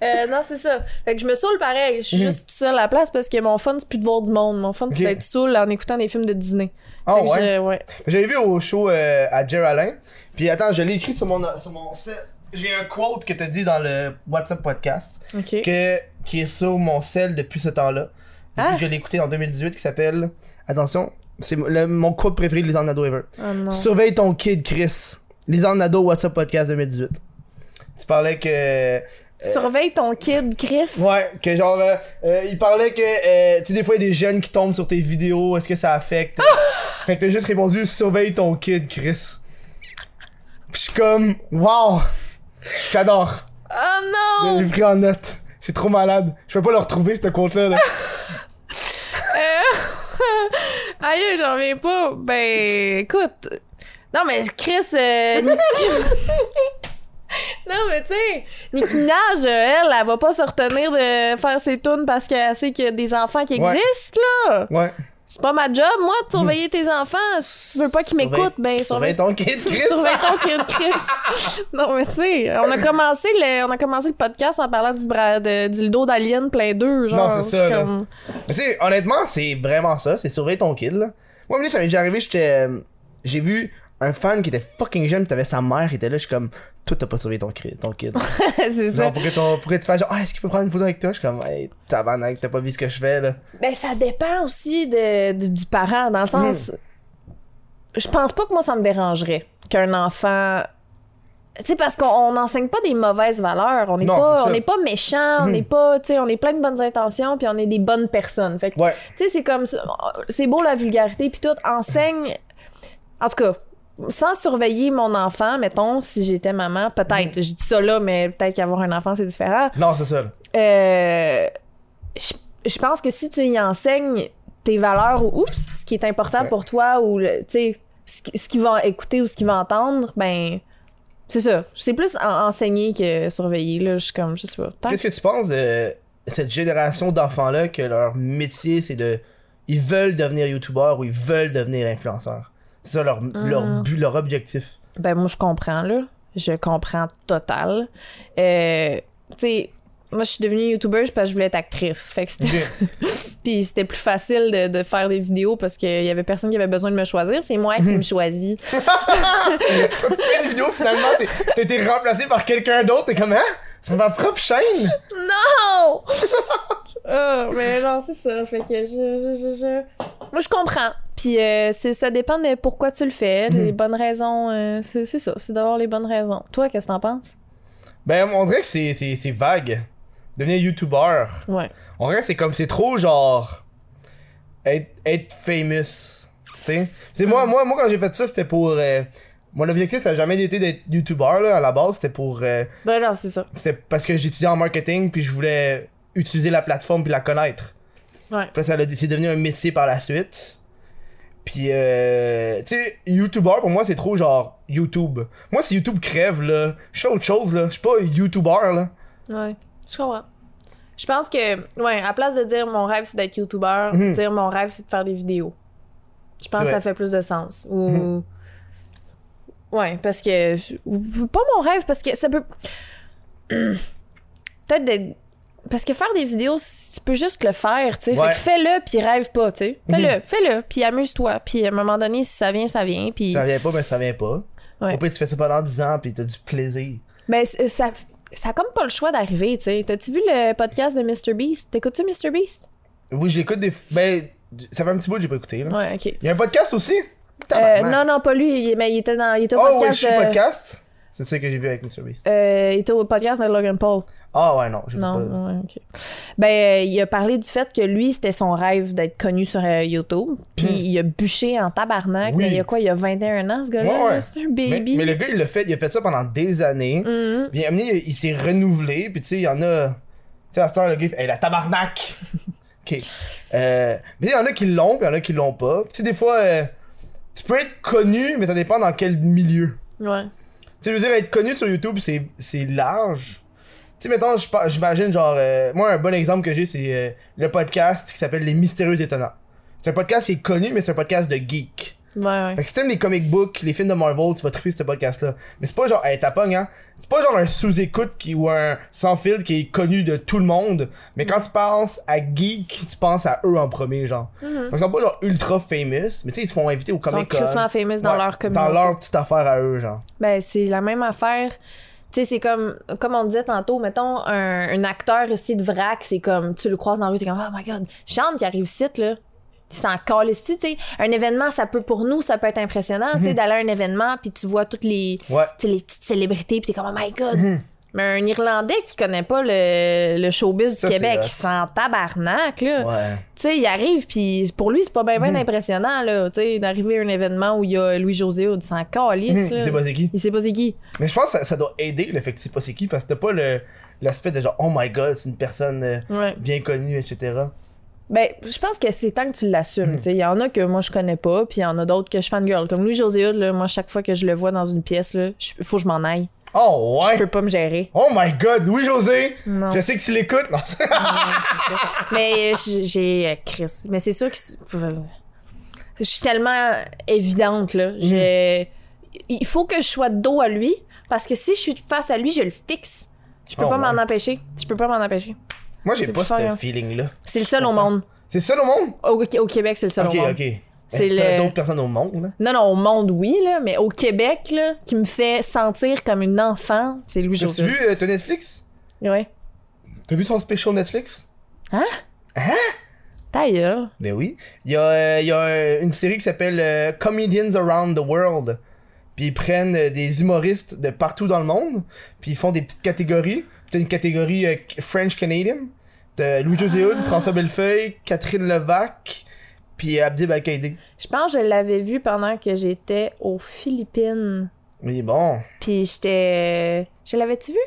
Speaker 2: Euh, non, c'est ça. Fait que je me saoule pareil. Je suis
Speaker 1: Mhm.
Speaker 2: juste tout seul à la place parce que mon fun, c'est plus de voir du monde. Mon fun, c'est
Speaker 1: Ok.
Speaker 2: d'être saoul en écoutant des films de Disney.
Speaker 1: Ah
Speaker 2: Fait que
Speaker 1: ouais?
Speaker 2: je- ouais.
Speaker 1: J'avais vu au show euh, à Geraldine. Puis attends, je l'ai écrit sur mon, sur mon set. J'ai un quote que t'as dit dans le WhatsApp podcast.
Speaker 2: Ok.
Speaker 1: Que, qui est sur mon sel depuis ce temps-là. Depuis
Speaker 2: Ah.
Speaker 1: que Je l'ai écouté en 2018 qui s'appelle. Attention, c'est le- mon quote préféré de Lisanne Nadeau ever.
Speaker 2: Oh non.
Speaker 1: Surveille ton kid, Chris. Lisanne Nadeau, WhatsApp podcast 2018. Tu parlais que.
Speaker 2: Surveille ton kid, Chris.
Speaker 1: Euh, Ouais, que genre, euh, euh, il parlait que, euh, tu sais, des fois, il y a des jeunes qui tombent sur tes vidéos, est-ce que ça affecte? fait que t'as juste répondu, surveille ton kid, Chris. Pis je suis comme, wow! J'adore!
Speaker 2: Oh
Speaker 1: J'ai
Speaker 2: non!
Speaker 1: pris en note. C'est trop malade. Je peux pas le retrouver, ce compte-là. là.
Speaker 2: Euh, [LAUGHS] Aïe, j'en reviens pas. Ben, écoute. Non, mais Chris. euh, Nicki- [LAUGHS] non, mais tu sais, Nicki Minaj, euh, elle, elle va pas se retenir de faire ses tunes parce qu'elle sait qu'il y a des enfants qui
Speaker 1: Ouais. Hmm.
Speaker 2: existent, là.
Speaker 1: Ouais.
Speaker 2: C'est pas ma job, moi, de surveiller tes enfants. Si tu veux pas qu'ils
Speaker 1: Surveille-
Speaker 2: m'écoutent, ben,
Speaker 1: Surveille
Speaker 2: surveille.
Speaker 1: ton kid, Chris!
Speaker 2: Surveille ton kid, Chris. non, mais tu sais, on a commencé le, on a commencé le podcast en parlant du, bra... de- du dildo d'Alien plein deux, genre.
Speaker 1: Non, c'est ça, là.
Speaker 2: comme- [LAUGHS]
Speaker 1: Mais tu sais, honnêtement, c'est vraiment ça, c'est surveiller ton kid, là. Moi, même ça m'est déjà arrivé, j'étais. euh, J'ai vu un fan qui était fucking jeune, pis t'avais sa mère qui était là, je suis comme, toi, t'as pas surveillé ton, cri- ton kid.
Speaker 2: c'est ça.
Speaker 1: Genre, pour que, ton, pour que tu fasses genre, ah, est-ce qu'il peut prendre une photo avec toi? Je suis comme, hey, tabarnak, t'as pas vu ce que je fais là.
Speaker 2: Ben, ça dépend aussi de, de- du parent, dans le
Speaker 1: Hmm.
Speaker 2: sens. Je pense pas que moi, ça me dérangerait qu'un enfant. Tu sais, parce qu'on on n'enseigne pas des mauvaises valeurs. On n'est
Speaker 1: Non, c'est
Speaker 2: pas,
Speaker 1: ça.
Speaker 2: on n'est pas méchant, on
Speaker 1: Mhm.
Speaker 2: n'est pas. Tu sais, on est plein de bonnes intentions, puis on est des bonnes personnes. Fait que,
Speaker 1: Ouais.
Speaker 2: tu sais, c'est comme. ça. C'est beau la vulgarité, puis tout. Enseigne. En tout cas. Sans surveiller mon enfant, mettons, si j'étais maman, peut-être, je dis ça là, mais peut-être qu'avoir un enfant, c'est différent.
Speaker 1: Non, c'est ça. là.
Speaker 2: Euh, je je pense que si tu y enseignes tes valeurs ou oups, ce qui est important
Speaker 1: Ouais.
Speaker 2: pour toi ou le- tu sais ce, qui- ce qu'ils vont écouter ou ce qu'ils vont entendre, ben c'est ça. C'est plus en- enseigner que surveiller là, je suis comme je sais pas. Tant
Speaker 1: Qu'est-ce que tu penses de cette génération d'enfants là que leur métier c'est de. Ils veulent devenir youtubeurs ou ils veulent devenir influenceurs. C'est ça leur, leur but, leur [LAUGHS] objectif.
Speaker 2: que- ben moi je comprends là, je comprends total. Euh, tu sais moi, je suis devenue youtubeuse parce que je voulais être actrice. Fait que c'était- [LAUGHS] puis c'était plus facile de, de faire des vidéos parce qu'il y avait personne qui avait besoin de me choisir. C'est moi qui me choisis.
Speaker 1: Quand tu fais une vidéo, finalement, c'est- t'as été remplacé par quelqu'un d'autre, t'es comme, hein? Sur ma propre chaîne?
Speaker 2: [LAUGHS] Non! [LAUGHS] Ah, mais non, c'est ça. Fait que je, je, je, je- Moi, je comprends. Puis euh, c'est- ça dépend de pourquoi tu le fais, les bonnes raisons. euh, c'est c'est ça, c'est d'avoir les bonnes raisons. Toi, qu'est-ce que t'en penses?
Speaker 1: Ben, on dirait que c'est- c'est c'est vague. Devenir youtubeur.
Speaker 2: Ouais.
Speaker 1: En vrai, c'est comme c'est trop genre être, être famous. Tu sais, c'est moi, moi, moi quand j'ai fait ça, c'était pour euh, mon objectif, ça a jamais été d'être youtubeur là, à la base, c'était pour euh,
Speaker 2: Ben non, c'est ça.
Speaker 1: c'était parce que j'étudiais en marketing puis je voulais utiliser la plateforme puis la connaître.
Speaker 2: Ouais.
Speaker 1: Après ça a- c'est devenu un métier par la suite. Puis euh, tu sais, youtubeur pour moi c'est trop genre YouTube. Moi si YouTube crève là, je fais autre chose là, je suis pas youtubeur là.
Speaker 2: Ouais. Je comprends. Je pense que, ouais, à place de dire mon rêve, c'est d'être youtubeur,
Speaker 1: Mhm.
Speaker 2: dire mon rêve, c'est de faire des vidéos. Je pense que
Speaker 1: vrai. Mhm.
Speaker 2: ça fait plus de sens. Ou. ouais, parce que. ou- Pas mon rêve, parce que ça peut. [CLEARS THROAT] Hum. Peut-être d'être. Parce que faire des vidéos, c- tu peux juste le faire, tu sais. Fait
Speaker 1: Ouais.
Speaker 2: que fais-le, puis rêve pas, tu sais. Fais-le,
Speaker 1: Mhm.
Speaker 2: fais-le, puis amuse-toi. Puis à un moment donné, si ça vient, ça vient. Puis.
Speaker 1: Ça vient pas, ben ça vient pas.
Speaker 2: Ouais.
Speaker 1: Au pire, tu fais ça pendant 10 ans, puis t'as du plaisir.
Speaker 2: Ben, c- ça. Ça a comme pas le choix d'arriver, tu sais. T'as-tu vu le podcast de MrBeast? T'écoutes-tu MrBeast?
Speaker 1: Oui, j'écoute des. f- Ben, ça fait un petit bout que j'ai pas écouté, là.
Speaker 2: Ouais, ok.
Speaker 1: Il y a un podcast aussi
Speaker 2: Euh,
Speaker 1: Tabarnak.
Speaker 2: non, non, pas lui, il- mais il était dans. Il était au
Speaker 1: Oh, oui, je
Speaker 2: podcast.
Speaker 1: suis
Speaker 2: euh,
Speaker 1: podcast. C'est ça que j'ai vu avec Mr. Beast.
Speaker 2: euh, il était au podcast de Logan Paul.
Speaker 1: Ah, ouais, non, j'ai
Speaker 2: Non,
Speaker 1: pas.
Speaker 2: ouais, ok. Ben, euh, il a parlé du fait que lui, c'était son rêve d'être connu sur euh, YouTube. Puis
Speaker 1: Mm.
Speaker 2: il a bûché en tabarnak.
Speaker 1: Oui.
Speaker 2: Mais il y a quoi, il y a 21 ans, ce gars-là?
Speaker 1: Ouais, ouais.
Speaker 2: là, C'est un
Speaker 1: Mais,
Speaker 2: baby.
Speaker 1: mais le gars, il l'a fait, il a fait ça pendant des années.
Speaker 2: Mhm.
Speaker 1: Puis, amené, il, il s'est renouvelé, puis tu sais, il y en a. Tu sais, à ce temps, le gars, il fait, hey, la tabarnak! ok. Euh, mais il y en a qui l'ont, puis il y en a qui l'ont pas. Puis, tu sais, des fois, euh, tu peux être connu, mais ça dépend dans quel milieu.
Speaker 2: Ouais.
Speaker 1: Tu sais, je veux dire, être connu sur YouTube, c'est c'est large. Tu sais, mettons, je par- j'imagine, genre, euh, moi, un bon exemple que j'ai, c'est euh, le podcast qui s'appelle Les Mystérieux Étonnants. C'est un podcast qui est connu, mais c'est un podcast de geek.
Speaker 2: Ouais, ouais.
Speaker 1: Fait que si t'aimes les comic books, les films de Marvel, tu vas triper ce podcast-là. Mais c'est pas genre, hey, t'as pogne, hein. C'est pas genre un sous-écoute qui, ou un sans-fil qui est connu de tout le monde. Mais quand tu penses à geek, tu penses à eux en premier, genre. Fait que c'est pas genre ultra famous, mais tu sais, ils se font inviter au
Speaker 2: Mm-hmm. Ils sont
Speaker 1: comic
Speaker 2: crissement famous dans leur communauté.
Speaker 1: Dans leur petite affaire à eux, genre.
Speaker 2: Ben, c'est la même affaire. Tu sais, c'est comme, comme on disait tantôt, mettons, un, un acteur ici de vrac, c'est comme, tu le croises dans la rue, t'es comme, oh my god, Chante qui arrive ici, là. Il s'en calisse tu sais. Un événement, ça peut, pour nous, ça peut être impressionnant,
Speaker 1: Mhm.
Speaker 2: tu sais, d'aller à un événement, puis tu vois toutes les,
Speaker 1: Ouais.
Speaker 2: tu sais, les petites célébrités, puis t'es comme, oh my god.
Speaker 1: Mhm.
Speaker 2: Mais un Irlandais qui connaît pas le, le showbiz du
Speaker 1: Ça, c'est
Speaker 2: Québec,
Speaker 1: hot.
Speaker 2: il s'en tabarnak, là.
Speaker 1: Ouais. Mhm.
Speaker 2: Tu sais, il arrive, puis pour lui, c'est pas bien ben impressionnant, là, tu sais, d'arriver à un événement où il y a Louis-José Hood, il s'en calisse,
Speaker 1: Mhm,
Speaker 2: là.
Speaker 1: C'est pas c'est qui.
Speaker 2: Il sait pas c'est qui.
Speaker 1: Mais je pense que ça, ça doit aider le fait que c'est pas c'est qui parce que t'as pas le l'aspect de genre oh my god c'est une personne euh,
Speaker 2: Ouais.
Speaker 1: bien connue etc.
Speaker 2: Ben, je pense que c'est tant que tu
Speaker 1: Hmm.
Speaker 2: l'assumes. tu sais. Il y en a que moi je connais pas, puis il y en a d'autres que je fangirl. Comme Louis-José Hood, là, moi, chaque fois que je le vois dans une pièce, là, je- faut que je m'en aille.
Speaker 1: Oh
Speaker 2: Je
Speaker 1: ouais.
Speaker 2: peux pas me gérer.
Speaker 1: Oh my god Louis José.
Speaker 2: Non. [LAUGHS]
Speaker 1: Je sais que tu l'écoutes. Non. [LAUGHS]
Speaker 2: Ah, Mais j- j'ai euh, Chris. Mais c'est sûr que c'est- je suis tellement évidente là.
Speaker 1: Hmm.
Speaker 2: Je- Il faut que je sois de dos à lui parce que si je suis face à lui, je le fixe. Je peux
Speaker 1: Oh,
Speaker 2: pas
Speaker 1: ouais.
Speaker 2: m'en empêcher. Je peux pas m'en empêcher.
Speaker 1: Moi j'ai
Speaker 2: C'est
Speaker 1: pas
Speaker 2: bizarre,
Speaker 1: ce
Speaker 2: hein.
Speaker 1: feeling là.
Speaker 2: C'est le seul au monde.
Speaker 1: C'est ça le monde.
Speaker 2: Au, au Québec, c'est le seul
Speaker 1: Ok
Speaker 2: au monde.
Speaker 1: ok.
Speaker 2: C'est
Speaker 1: Eh, T'as
Speaker 2: le-
Speaker 1: d'autres personnes au monde là.
Speaker 2: Non, non, au monde, oui, là, mais au Québec, là, qui me fait sentir comme une enfant, c'est Louis
Speaker 1: T'as-tu
Speaker 2: José.
Speaker 1: vu euh, ton Netflix?
Speaker 2: Ouais.
Speaker 1: T'as vu son special Netflix?
Speaker 2: Ta gueule.
Speaker 1: Ben oui. Il y a, euh, il y a euh, une série qui s'appelle euh, Comedians Around the World. Puis ils prennent euh, des humoristes de partout dans le monde. Puis ils font des petites catégories. T'as une catégorie euh, French Canadian. T'as Louis José
Speaker 2: Ah!
Speaker 1: Hood, François Bellefeuille, Catherine Levac, puis Abdib Al-Qaïdé.
Speaker 2: Je pense que je l'avais vu pendant que j'étais aux Philippines.
Speaker 1: Mais bon.
Speaker 2: Puis j'étais. euh, Je l'avais-tu vu?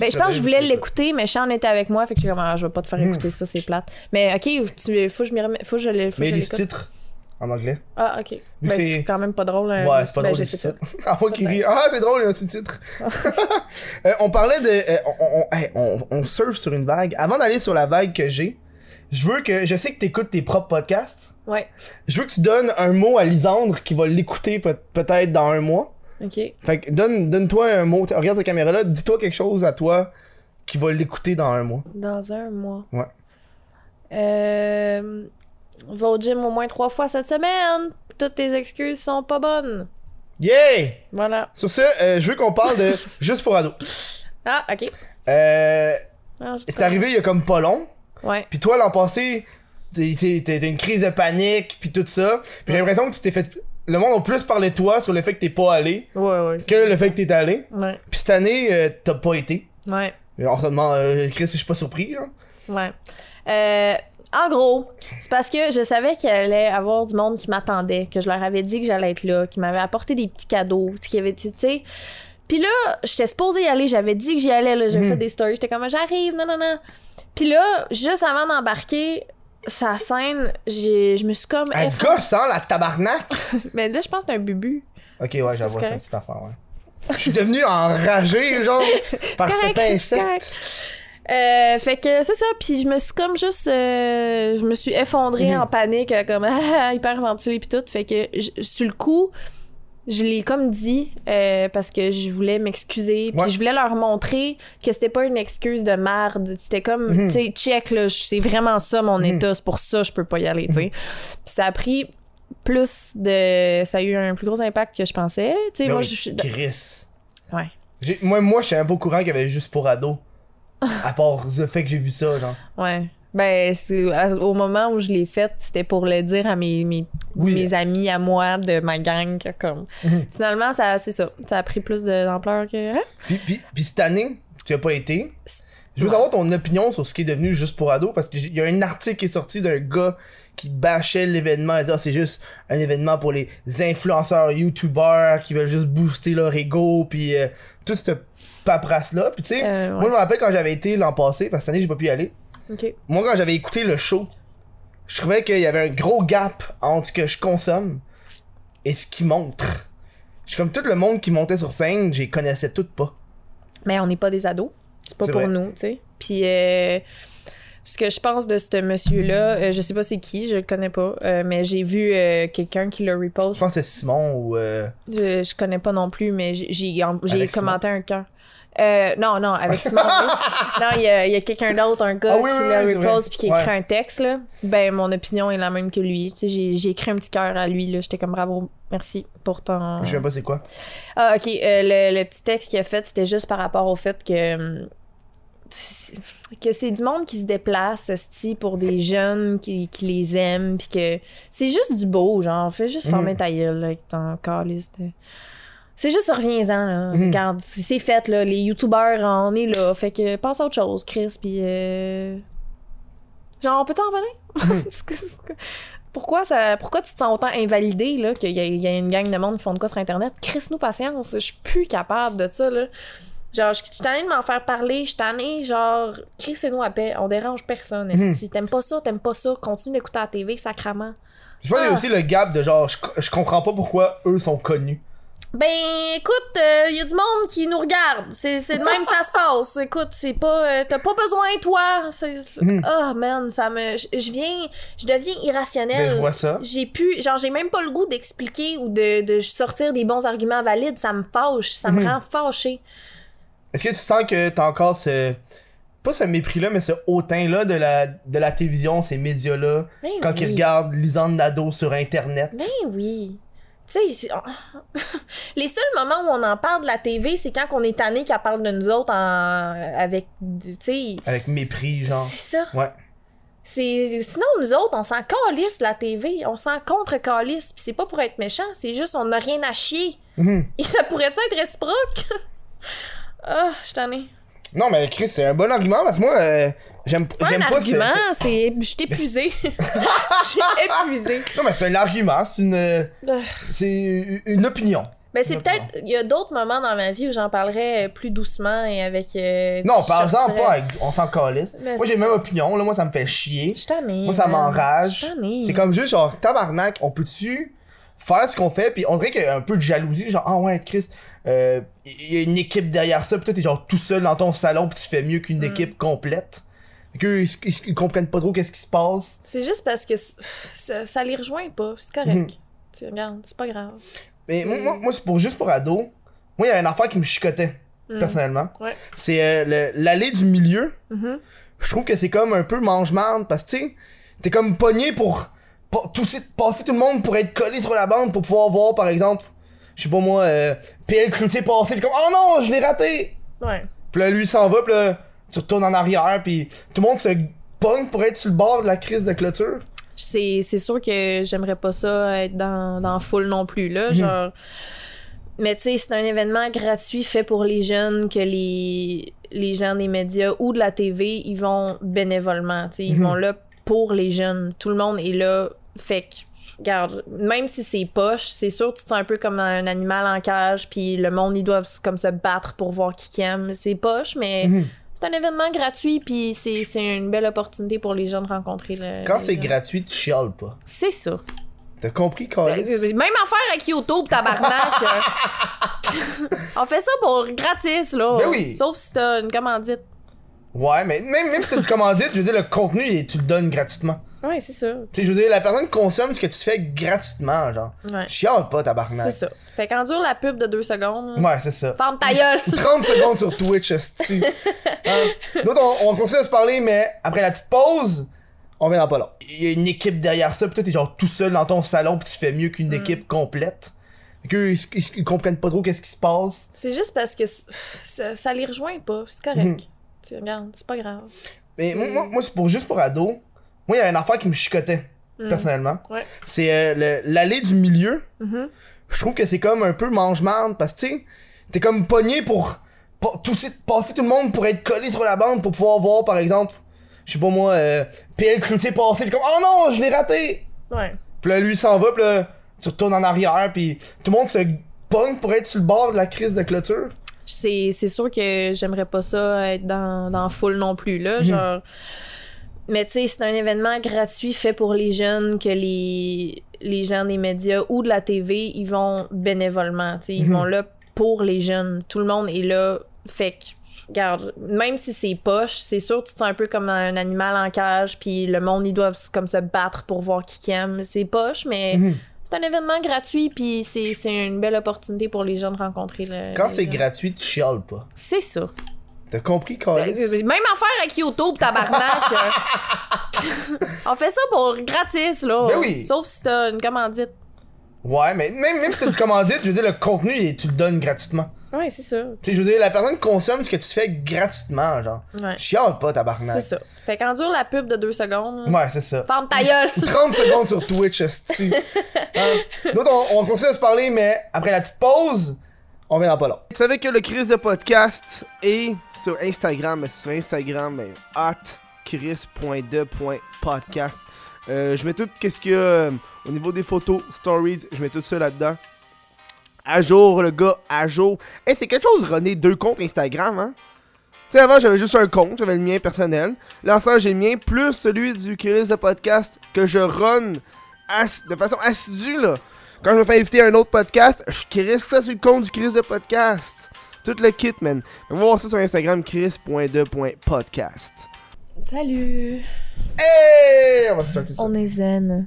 Speaker 2: Ben, je pense que je voulais l'écouter, mais Sean était avec moi, fait que j'ai comme, ah, je vais pas te faire
Speaker 1: Hmm.
Speaker 2: écouter ça, c'est plate. Mais ok, tu, faut que je m'y remets- faut que je l'ai- faut que
Speaker 1: Mais
Speaker 2: je
Speaker 1: les
Speaker 2: l'écoute.
Speaker 1: titres en anglais.
Speaker 2: Ah, ok.
Speaker 1: Vu
Speaker 2: Ben,
Speaker 1: que
Speaker 2: c'est
Speaker 1: c'est-
Speaker 2: quand même pas drôle. hein.
Speaker 1: Ouais, c'est pas
Speaker 2: Ben,
Speaker 1: drôle
Speaker 2: je
Speaker 1: les
Speaker 2: sais pas.
Speaker 1: sous-titres. [LAUGHS] Ah, moi qui ris. Ah, c'est drôle, il y a un
Speaker 2: [LAUGHS]
Speaker 1: sous-titre. Euh, on parlait de. euh, on, on, hey, on, on surfe sur une vague. Avant d'aller sur la vague que j'ai, je veux que. Je sais que t'écoutes tes propres podcasts.
Speaker 2: Ouais,
Speaker 1: Je veux que tu donnes un mot à Lisandre qui va l'écouter peut- peut-être dans un mois.
Speaker 2: ok.
Speaker 1: Fait que donne, donne-toi un mot. Tiens, Regarde cette caméra-là, dis-toi quelque chose à toi qui va l'écouter dans un mois.
Speaker 2: Dans un mois.
Speaker 1: Ouais.
Speaker 2: Euh, va au gym au moins trois fois cette semaine. Toutes tes excuses sont pas bonnes.
Speaker 1: Yeah!
Speaker 2: Voilà.
Speaker 1: Sur ce, euh, je veux qu'on parle de [LAUGHS] Juste pour ados.
Speaker 2: Ah, ok.
Speaker 1: Euh,
Speaker 2: Ah, j'ai-
Speaker 1: c'est arrivé il y a comme pas long.
Speaker 2: Ouais.
Speaker 1: Puis toi, l'an passé, t'es- t'es- t'as une crise de panique, puis tout ça. Puis j'ai l'impression que tu t'es fait. Le monde a plus parlé de toi sur le fait que t'es pas allé
Speaker 2: Ouais, ouais.
Speaker 1: que le fait que t'es allé.
Speaker 2: Ouais,
Speaker 1: Puis cette année, euh, t'as pas été.
Speaker 2: ouais,
Speaker 1: Euh, On se demande, euh, Chris, je suis pas surpris. Là.
Speaker 2: ouais. Euh, en gros, c'est parce que je savais qu'il allait avoir du monde qui m'attendait, que je leur avais dit que j'allais être là, qui m'avait apporté des petits cadeaux, tu sais, qu'il y avait, tu sais. Puis là, j'étais supposée y aller, j'avais dit que j'y allais, là, j'avais
Speaker 1: Mhm.
Speaker 2: fait des stories, j'étais comme j'arrive, non, non, non. Puis là, juste avant d'embarquer sa scène, j'ai, je me suis comme.
Speaker 1: Elle
Speaker 2: eff-
Speaker 1: gosse, hein, la tabarnak!
Speaker 2: Mais là, je pense que c'est un bubu.
Speaker 1: Ok, ouais,
Speaker 2: c'est
Speaker 1: j'avoue, c'est une
Speaker 2: correct. [LAUGHS]
Speaker 1: petite affaire, ouais. Je suis devenu enragé, genre, par
Speaker 2: correct,
Speaker 1: cet
Speaker 2: ben, c'est
Speaker 1: insecte.
Speaker 2: correct. Euh, fait que c'est ça, puis je me suis comme juste, euh, je me suis effondrée
Speaker 1: Mhm.
Speaker 2: en panique, euh, comme [LAUGHS] ah, hyper ventilée puis tout. Fait que je- sur le coup, je l'ai comme dit euh, parce que je voulais m'excuser, puis
Speaker 1: Ouais.
Speaker 2: je voulais leur montrer que c'était pas une excuse de merde. C'était comme,
Speaker 1: Mhm.
Speaker 2: tu sais, check là, je- c'est vraiment ça mon
Speaker 1: Mhm.
Speaker 2: état, c'est pour ça que je peux pas y aller, tu sais. Puis ça a pris plus de, ça a eu un plus gros impact que je pensais. Tu sais,
Speaker 1: Ben
Speaker 2: moi,
Speaker 1: oui,
Speaker 2: je suis
Speaker 1: Chris.
Speaker 2: Ouais.
Speaker 1: J'ai- Moi, moi, je suis un peu au courant qu'il y avait juste pour
Speaker 2: [LAUGHS]
Speaker 1: ados. À part le fait que j'ai vu ça, genre.
Speaker 2: Ouais. Ben, c'est- à- au moment où je l'ai faite, c'était pour le dire à mes, mes,
Speaker 1: Oui.
Speaker 2: mes amis à moi de ma gang. que Comme.
Speaker 1: Mhm.
Speaker 2: Finalement, ça, c'est ça. Ça a pris plus de- d'ampleur que. hein?
Speaker 1: Puis, puis, puis cette année, tu as pas été.
Speaker 2: C'est-
Speaker 1: Je veux savoir ton opinion sur ce qui est devenu juste pour ados parce qu'il y a un article qui est sorti d'un gars qui bâchait l'événement et disait Ah, c'est juste un événement pour les influenceurs, youtubeurs qui veulent juste booster leur ego puis euh, toute cette paperasse là. Puis tu sais,
Speaker 2: Euh, ouais.
Speaker 1: moi je me rappelle quand j'avais été l'an passé parce que cette année j'ai pas pu y aller.
Speaker 2: Ok.
Speaker 1: Moi quand j'avais écouté le show, je trouvais qu'il y avait un gros gap entre ce que je consomme et ce qu'ils montre. Je suis comme tout le monde qui montait sur scène, je les connaissais toutes pas.
Speaker 2: Mais Ben, on n'est pas des ados. C'est pas
Speaker 1: C'est
Speaker 2: pour
Speaker 1: vrai.
Speaker 2: nous, tu sais. Puis, euh, ce que je pense de ce monsieur-là, euh, je sais pas c'est qui, je le connais pas, euh, mais j'ai vu euh, quelqu'un qui le
Speaker 1: Je
Speaker 2: repost.
Speaker 1: pense que c'est Simon ou. euh,
Speaker 2: Je, je connais pas non plus, mais j'ai- j'ai en- j'ai
Speaker 1: Avec
Speaker 2: commenté un cœur. Euh, non, non, avec
Speaker 1: [LAUGHS]
Speaker 2: Simon. oui. non, il y a, il y a quelqu'un d'autre, un gars
Speaker 1: Ah oui,
Speaker 2: qui
Speaker 1: oui,
Speaker 2: le
Speaker 1: oui, c'est
Speaker 2: repose
Speaker 1: vrai.
Speaker 2: puis qui
Speaker 1: Ouais.
Speaker 2: écrit un texte. Là. Ben, mon opinion est la même que lui. Tu sais, j'ai j'ai écrit un petit cœur à lui. là. J'étais comme bravo, merci pour ton.
Speaker 1: Je sais même pas c'est quoi.
Speaker 2: Ah, ok. euh, le, le petit texte qu'il a fait, c'était juste par rapport au fait que. hum, c'est- que c'est du monde qui se déplace, esti, pour des jeunes qui, qui les aiment, puis que c'est juste du beau, genre, fais juste
Speaker 1: Mhm.
Speaker 2: former ta gueule, là, avec ton calice de- C'est juste reviens-en, là.
Speaker 1: Mhm.
Speaker 2: Regarde, c'est c'est fait, là. Les youtubeurs, on est là. Fait que passe à autre chose, Chris, puis euh, Genre, on peut t'en [LAUGHS] revenir? C'est que- c'est que- pourquoi, ça, pourquoi tu te sens autant invalidé là, qu'il y, a- il y a une gang de monde qui font de quoi sur Internet? Crisse-nous patience, je suis plus capable de ça. Là. Genre, je je suis tannée de m'en faire parler, je suis tannée, genre, crissez-nous à paix, on dérange personne. esti. T'aimes pas ça, t'aimes pas ça, continue d'écouter la TV, sacrament.
Speaker 1: Je pense qu'il y
Speaker 2: Ah.
Speaker 1: a aussi le gap de genre, je, co- je comprends pas pourquoi eux sont connus.
Speaker 2: Ben, écoute, il y a du monde qui nous regarde. C'est c'est de même que ça se passe. Écoute, c'est pas. euh, T'as pas besoin, toi. C'est- c'est-
Speaker 1: Mhm.
Speaker 2: Ah, man, ça me. Je je viens. Je deviens
Speaker 1: Mais
Speaker 2: irrationnelle.
Speaker 1: je vois ça.
Speaker 2: J'ai pu, genre, j'ai même pas le goût d'expliquer ou de, de sortir des bons arguments valides. Ça me fâche, ça me
Speaker 1: Mhm.
Speaker 2: rend fâchée.
Speaker 1: Est-ce que tu sens que t'as encore ce. Pas ce mépris-là, mais ce hautain-là de la, de la télévision, ces médias-là,
Speaker 2: Ben
Speaker 1: quand
Speaker 2: oui.
Speaker 1: ils regardent Lisanne Nado sur Internet.
Speaker 2: Ben oui. Tu sais, c'est- oh. [LAUGHS] les seuls moments où on en parle de la TV, c'est quand on est tanné qu'elle parle de nous autres en... avec. Tu sais,
Speaker 1: Avec mépris, genre.
Speaker 2: c'est ça.
Speaker 1: Ouais.
Speaker 2: C'est... Sinon, nous autres, on s'en calisse de la TV, on s'en contre-calisse, puis c'est pas pour être méchant, c'est juste on n'a rien à chier.
Speaker 1: Mhm.
Speaker 2: Et ça pourrait-tu être réciproque? [LAUGHS] Ah, je t'en ai.
Speaker 1: Non, mais Chris, c'est un bon argument parce que moi, euh, j'aime
Speaker 2: Pas
Speaker 1: j'aime
Speaker 2: un
Speaker 1: pas ce-
Speaker 2: argument, c'est. Je t'ai
Speaker 1: [LAUGHS]
Speaker 2: épuisé. [LAUGHS] Je suis épuisée.
Speaker 1: Non, mais c'est un argument, c'est une.
Speaker 2: Euh.
Speaker 1: C'est une opinion.
Speaker 2: Mais Ben, c'est
Speaker 1: Non,
Speaker 2: peut-être. Il y a d'autres moments dans ma vie où j'en parlerais euh, plus doucement et avec. euh,
Speaker 1: Non,
Speaker 2: puis je
Speaker 1: par exemple,
Speaker 2: sortirais-
Speaker 1: pas avec- On s'en calisse.
Speaker 2: Mais
Speaker 1: Moi, j'ai
Speaker 2: c'est
Speaker 1: même
Speaker 2: ça.
Speaker 1: opinion, là, moi, ça me fait chier.
Speaker 2: Je t'en ai.
Speaker 1: Moi, ça
Speaker 2: man.
Speaker 1: m'enrage.
Speaker 2: Je t'en ai.
Speaker 1: C'est comme juste genre tabarnak, on peut-tu faire ce qu'on fait puis on dirait qu'il y a un peu de jalousie genre ah ouais Chris euh, il y a une équipe derrière ça puis toi t'es genre tout seul dans ton salon puis tu fais mieux qu'une équipe complète. Fait qu'eux, ils, ils- ils comprennent pas trop qu'est-ce qui se passe.
Speaker 2: C'est juste parce que c'est- ça, ça les rejoint pas, c'est
Speaker 1: Mhm.
Speaker 2: correct. Tu sais, Regarde, c'est pas grave.
Speaker 1: Mais moi,
Speaker 2: Mm.
Speaker 1: moi, moi, c'est pour juste pour ado. Moi il y a une affaire qui me chicotait
Speaker 2: Mm.
Speaker 1: personnellement.
Speaker 2: Ouais.
Speaker 1: C'est euh, le- l'allée du milieu.
Speaker 2: Mhm.
Speaker 1: Je trouve que c'est comme un peu mange-marde parce que tu sais t'es comme pogné pour pa- tout- passer tout le monde pour être collé sur la bande pour pouvoir voir par exemple je sais pas moi euh, PL Cloutier passer puis comme oh non je l'ai raté
Speaker 2: Ouais.
Speaker 1: puis là lui il s'en va puis là tu retournes en arrière puis tout le monde se pogne pour être sur le bord de la crise de clôture
Speaker 2: C'est, c'est sûr que j'aimerais pas ça être dans, dans full non plus, là.
Speaker 1: Mhm.
Speaker 2: Genre. Mais tu sais, c'est un événement gratuit fait pour les jeunes que les, les gens des médias ou de la TV, ils vont bénévolement. Tu sais, ils
Speaker 1: Mhm.
Speaker 2: vont là pour les jeunes. Tout le monde est là. Fait que, regarde, même si c'est poche, c'est sûr que tu te sens un peu comme un animal en cage, puis le monde, ils doivent s- comme se battre pour voir qui qui aime. C'est poche, mais
Speaker 1: Mhm.
Speaker 2: c'est un événement gratuit, puis c'est, c'est une belle opportunité pour les gens de rencontrer le.
Speaker 1: quand
Speaker 2: les
Speaker 1: c'est
Speaker 2: gens.
Speaker 1: gratuit tu chiales pas
Speaker 2: C'est ça.
Speaker 1: t'as compris Carlis?
Speaker 2: Même affaire avec YouTube, tabarnak. [LAUGHS] euh. On fait ça pour gratis, là.
Speaker 1: Ben oui.
Speaker 2: Sauf si t'as une commandite.
Speaker 1: Ouais, mais même, même si tu commandites, je veux dire, le contenu, il- tu le donnes gratuitement.
Speaker 2: Ouais, c'est ça.
Speaker 1: Tu sais, je veux dire, la personne consomme ce que tu fais gratuitement, genre.
Speaker 2: Ouais.
Speaker 1: Chiale pas,
Speaker 2: C'est
Speaker 1: tabarnak.
Speaker 2: ça. Fait qu'endure la pub de deux secondes.
Speaker 1: Ouais, c'est ça.
Speaker 2: Ferme ta gueule!
Speaker 1: 30 secondes sur Twitch, esti. Hein? D'autres, on, on continue à se parler, mais après la petite pause, on vient dans pas long. Il y a une équipe derrière ça, pis toi, t'es genre tout seul dans ton salon, puis tu fais mieux qu'une équipe complète. Fait qu'eux, ils, ils- ils comprennent pas trop qu'est-ce qui se passe.
Speaker 2: [LAUGHS] C'est juste parce que c- ça, ça les rejoint pas, c'est
Speaker 1: Mhm.
Speaker 2: correct. Tu sais, Regarde, c'est pas grave.
Speaker 1: Mais moi, moi, moi, c'est pour, juste pour ado. Moi, il y a une affaire qui me chicotait,
Speaker 2: Mm.
Speaker 1: personnellement.
Speaker 2: Ouais.
Speaker 1: C'est euh, le- l'allée du milieu.
Speaker 2: Mhm.
Speaker 1: je trouve que c'est comme un peu mange-marde parce que tu sais, t'es comme pogné pour pa- tout- passer tout le monde pour être collé sur la bande pour pouvoir voir par exemple, je sais pas moi, euh, PL Cloutier passer pis comme oh non, je l'ai raté.
Speaker 2: Ouais.
Speaker 1: Puis là lui il s'en va puis là tu retournes en arrière puis tout le monde se pogne pour être sur le bord de la crise de clôture.
Speaker 2: C'est, c'est sûr que j'aimerais pas ça être dans, dans full non plus, là.
Speaker 1: Mhm.
Speaker 2: Genre. Mais tu sais, c'est un événement gratuit fait pour les jeunes que les, les gens des médias ou de la TV, ils vont bénévolement. Tu sais, ils
Speaker 1: Mhm.
Speaker 2: vont là pour les jeunes. Tout le monde est là. Fait que, regarde, même si c'est poche, c'est sûr, tu te sens un peu comme un animal en cage, puis le monde, ils doivent s- comme se battre pour voir qui qui aime. C'est poche, mais
Speaker 1: Mhm.
Speaker 2: c'est un événement gratuit, puis c'est, c'est une belle opportunité pour les gens de rencontrer le.
Speaker 1: Quand
Speaker 2: les
Speaker 1: c'est
Speaker 2: gens.
Speaker 1: gratuit, tu chiales pas.
Speaker 2: C'est ça.
Speaker 1: T'as compris
Speaker 2: Ben,
Speaker 1: Carlis?
Speaker 2: Même affaire avec YouTube,
Speaker 1: [LAUGHS]
Speaker 2: tabarnak. euh. On fait ça pour gratis, là.
Speaker 1: Ben oui.
Speaker 2: Sauf si t'as une commandite.
Speaker 1: Ouais, mais même, même si tu commandites, je veux dire le contenu, il- tu le donnes gratuitement.
Speaker 2: Ouais, c'est ça.
Speaker 1: Tu sais, je veux dire la personne consomme ce que tu fais gratuitement, genre.
Speaker 2: Ouais.
Speaker 1: Chiale pas
Speaker 2: C'est
Speaker 1: tabarnak.
Speaker 2: ça. Fait qu'endure la pub de deux secondes.
Speaker 1: Ouais, c'est ça.
Speaker 2: Ferme ta gueule!
Speaker 1: 30 secondes sur Twitch, esti. Hein? D'autres, on, on continue à se parler, mais après la petite pause, on vient dans pas long. Vous savez que le Chris de podcast est sur Instagram, mais sur Instagram, mais at chris.de.podcast. Euh, je mets tout qu'est-ce qu'il y a euh, au niveau des photos, stories, je mets tout ça là-dedans. À jour, le gars, à jour. Eh, c'est quelque chose, René, deux comptes Instagram, hein? Tu sais, avant, j'avais juste un compte, j'avais le mien personnel. Là, ça, j'ai le mien, plus celui du Chris de podcast que je run ass- de façon assidue, là. Quand je me fais inviter à un autre podcast, je crisse ça sur le compte du Chris de podcast. Tout le kit, man. On va voir ça sur Instagram, chris.de.podcast.
Speaker 2: [LAUGHS] Salut!
Speaker 1: Hey! On va se starter ça.
Speaker 2: On est zen.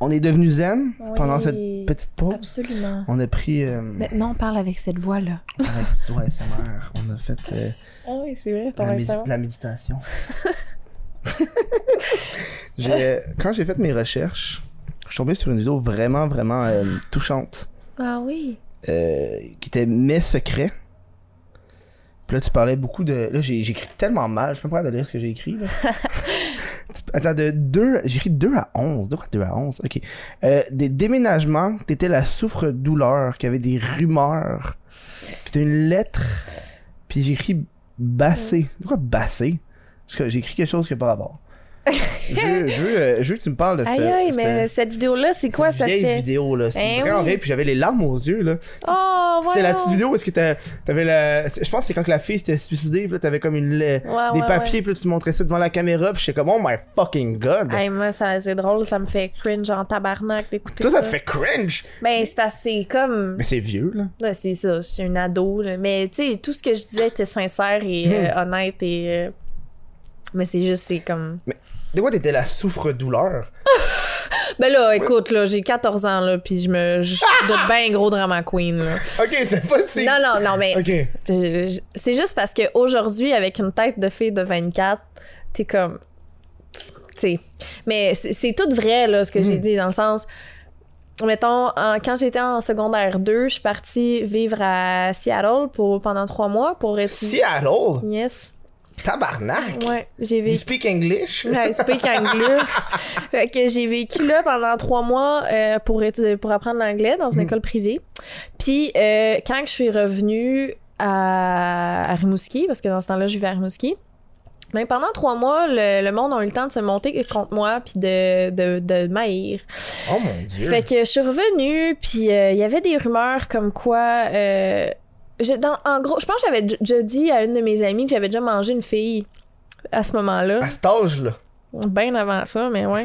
Speaker 1: On est devenu zen
Speaker 2: Oui.
Speaker 1: pendant cette petite pause.
Speaker 2: Absolument.
Speaker 1: On a pris. euh,
Speaker 2: Maintenant, on parle avec cette voix-là.
Speaker 1: un petit doigt ASMR. On a fait euh,
Speaker 2: Ah oui, c'est vrai,
Speaker 1: la, médi- la méditation. J'ai- quand j'ai fait mes recherches, je suis tombé sur une vidéo vraiment, vraiment euh, touchante.
Speaker 2: Ah oui.
Speaker 1: euh, qui était Mes secrets. Puis là, tu parlais beaucoup de. Là, j'ai- j'écris tellement mal, je peux pas capable de lire ce que j'ai écrit.
Speaker 2: [LAUGHS]
Speaker 1: là. Tu- Attends, de 2. J'écris 2 à 11. De quoi 2 à 11 Ok. Euh, des déménagements, t'étais la souffre-douleur, qu'il y avait des rumeurs, que t'as une lettre. Puis j'écris bassé.
Speaker 2: Mm.
Speaker 1: De quoi bassé Parce que J'écris quelque chose qui n'a pas rapport. je, veux, je, veux, euh, je veux que tu me parles de cette,
Speaker 2: Aïe, aïe, mais
Speaker 1: cette-
Speaker 2: cette vidéo-là, c'est quoi
Speaker 1: cette
Speaker 2: ça
Speaker 1: vieille
Speaker 2: fait?
Speaker 1: vidéo là. C'est
Speaker 2: Ben
Speaker 1: vraiment
Speaker 2: oui.
Speaker 1: vieille, puis j'avais les larmes aux yeux là.
Speaker 2: Oh, voilà.
Speaker 1: C'était la petite vidéo où est-ce que t'a- t'avais la. Je pense que c'est quand que la fille s'était suicidée, pis là t'avais comme une. la-
Speaker 2: Ouais,
Speaker 1: des
Speaker 2: ouais,
Speaker 1: papiers, puis là tu montrais ça devant la caméra, pis j'étais comme oh my fucking god!
Speaker 2: Hey, moi, ça, c'est drôle, ça me fait cringe en tabarnak d'écouter
Speaker 1: Toi
Speaker 2: ça.
Speaker 1: ça te fait cringe!
Speaker 2: Ben, c'est parce que c'est comme...
Speaker 1: Mais c'est vieux là.
Speaker 2: Ouais, c'est ça, je suis une ado, là. Mais, tu sais, tout ce que je disais était sincère
Speaker 1: Hmm.
Speaker 2: et euh, honnête et... euh, Mais c'est juste, c'est comme...
Speaker 1: De quoi t'étais la souffre-douleur?
Speaker 2: Ben là, écoute, là, j'ai 14 ans, là, puis je me...
Speaker 1: [LAUGHS]
Speaker 2: Je suis de ben gros drama queen, là.
Speaker 1: Ok, c'est pas si.
Speaker 2: Non, non, non, mais...
Speaker 1: Ok.
Speaker 2: Je- je- C'est juste parce qu'aujourd'hui, avec une tête de fille de 24, t'es comme. Tu sais. Mais c'est- c'est tout vrai, là, ce que j'ai
Speaker 1: Mhm.
Speaker 2: dit, dans le sens. Mettons, en- quand j'étais en secondaire 2, je suis partie vivre à Seattle pour, pendant trois mois pour étudier.
Speaker 1: Seattle!
Speaker 2: Yes.
Speaker 1: Tabarnak!
Speaker 2: Ouais, j'ai
Speaker 1: You
Speaker 2: vécu.
Speaker 1: speak English?
Speaker 2: I speak English. Fait que j'ai vécu là pendant trois mois euh, pour, étu- pour apprendre l'anglais dans une
Speaker 1: Mm.
Speaker 2: école privée. Puis euh, quand que je suis revenue à, à Rimouski, parce que dans ce temps-là, je vivais à Rimouski, ben, pendant trois mois, le, le monde a eu le temps de se monter contre moi puis de, de, de m'haïr.
Speaker 1: Oh mon dieu!
Speaker 2: Fait que je suis revenue, puis euh, il y avait des rumeurs comme quoi. euh, je- dans- en gros, je pense que j'avais dj- déjà dit à une de mes amies que j'avais déjà mangé une fille à ce moment-là.
Speaker 1: À cet âge là.
Speaker 2: Bien avant ça,
Speaker 1: [LAUGHS]
Speaker 2: mais ouais.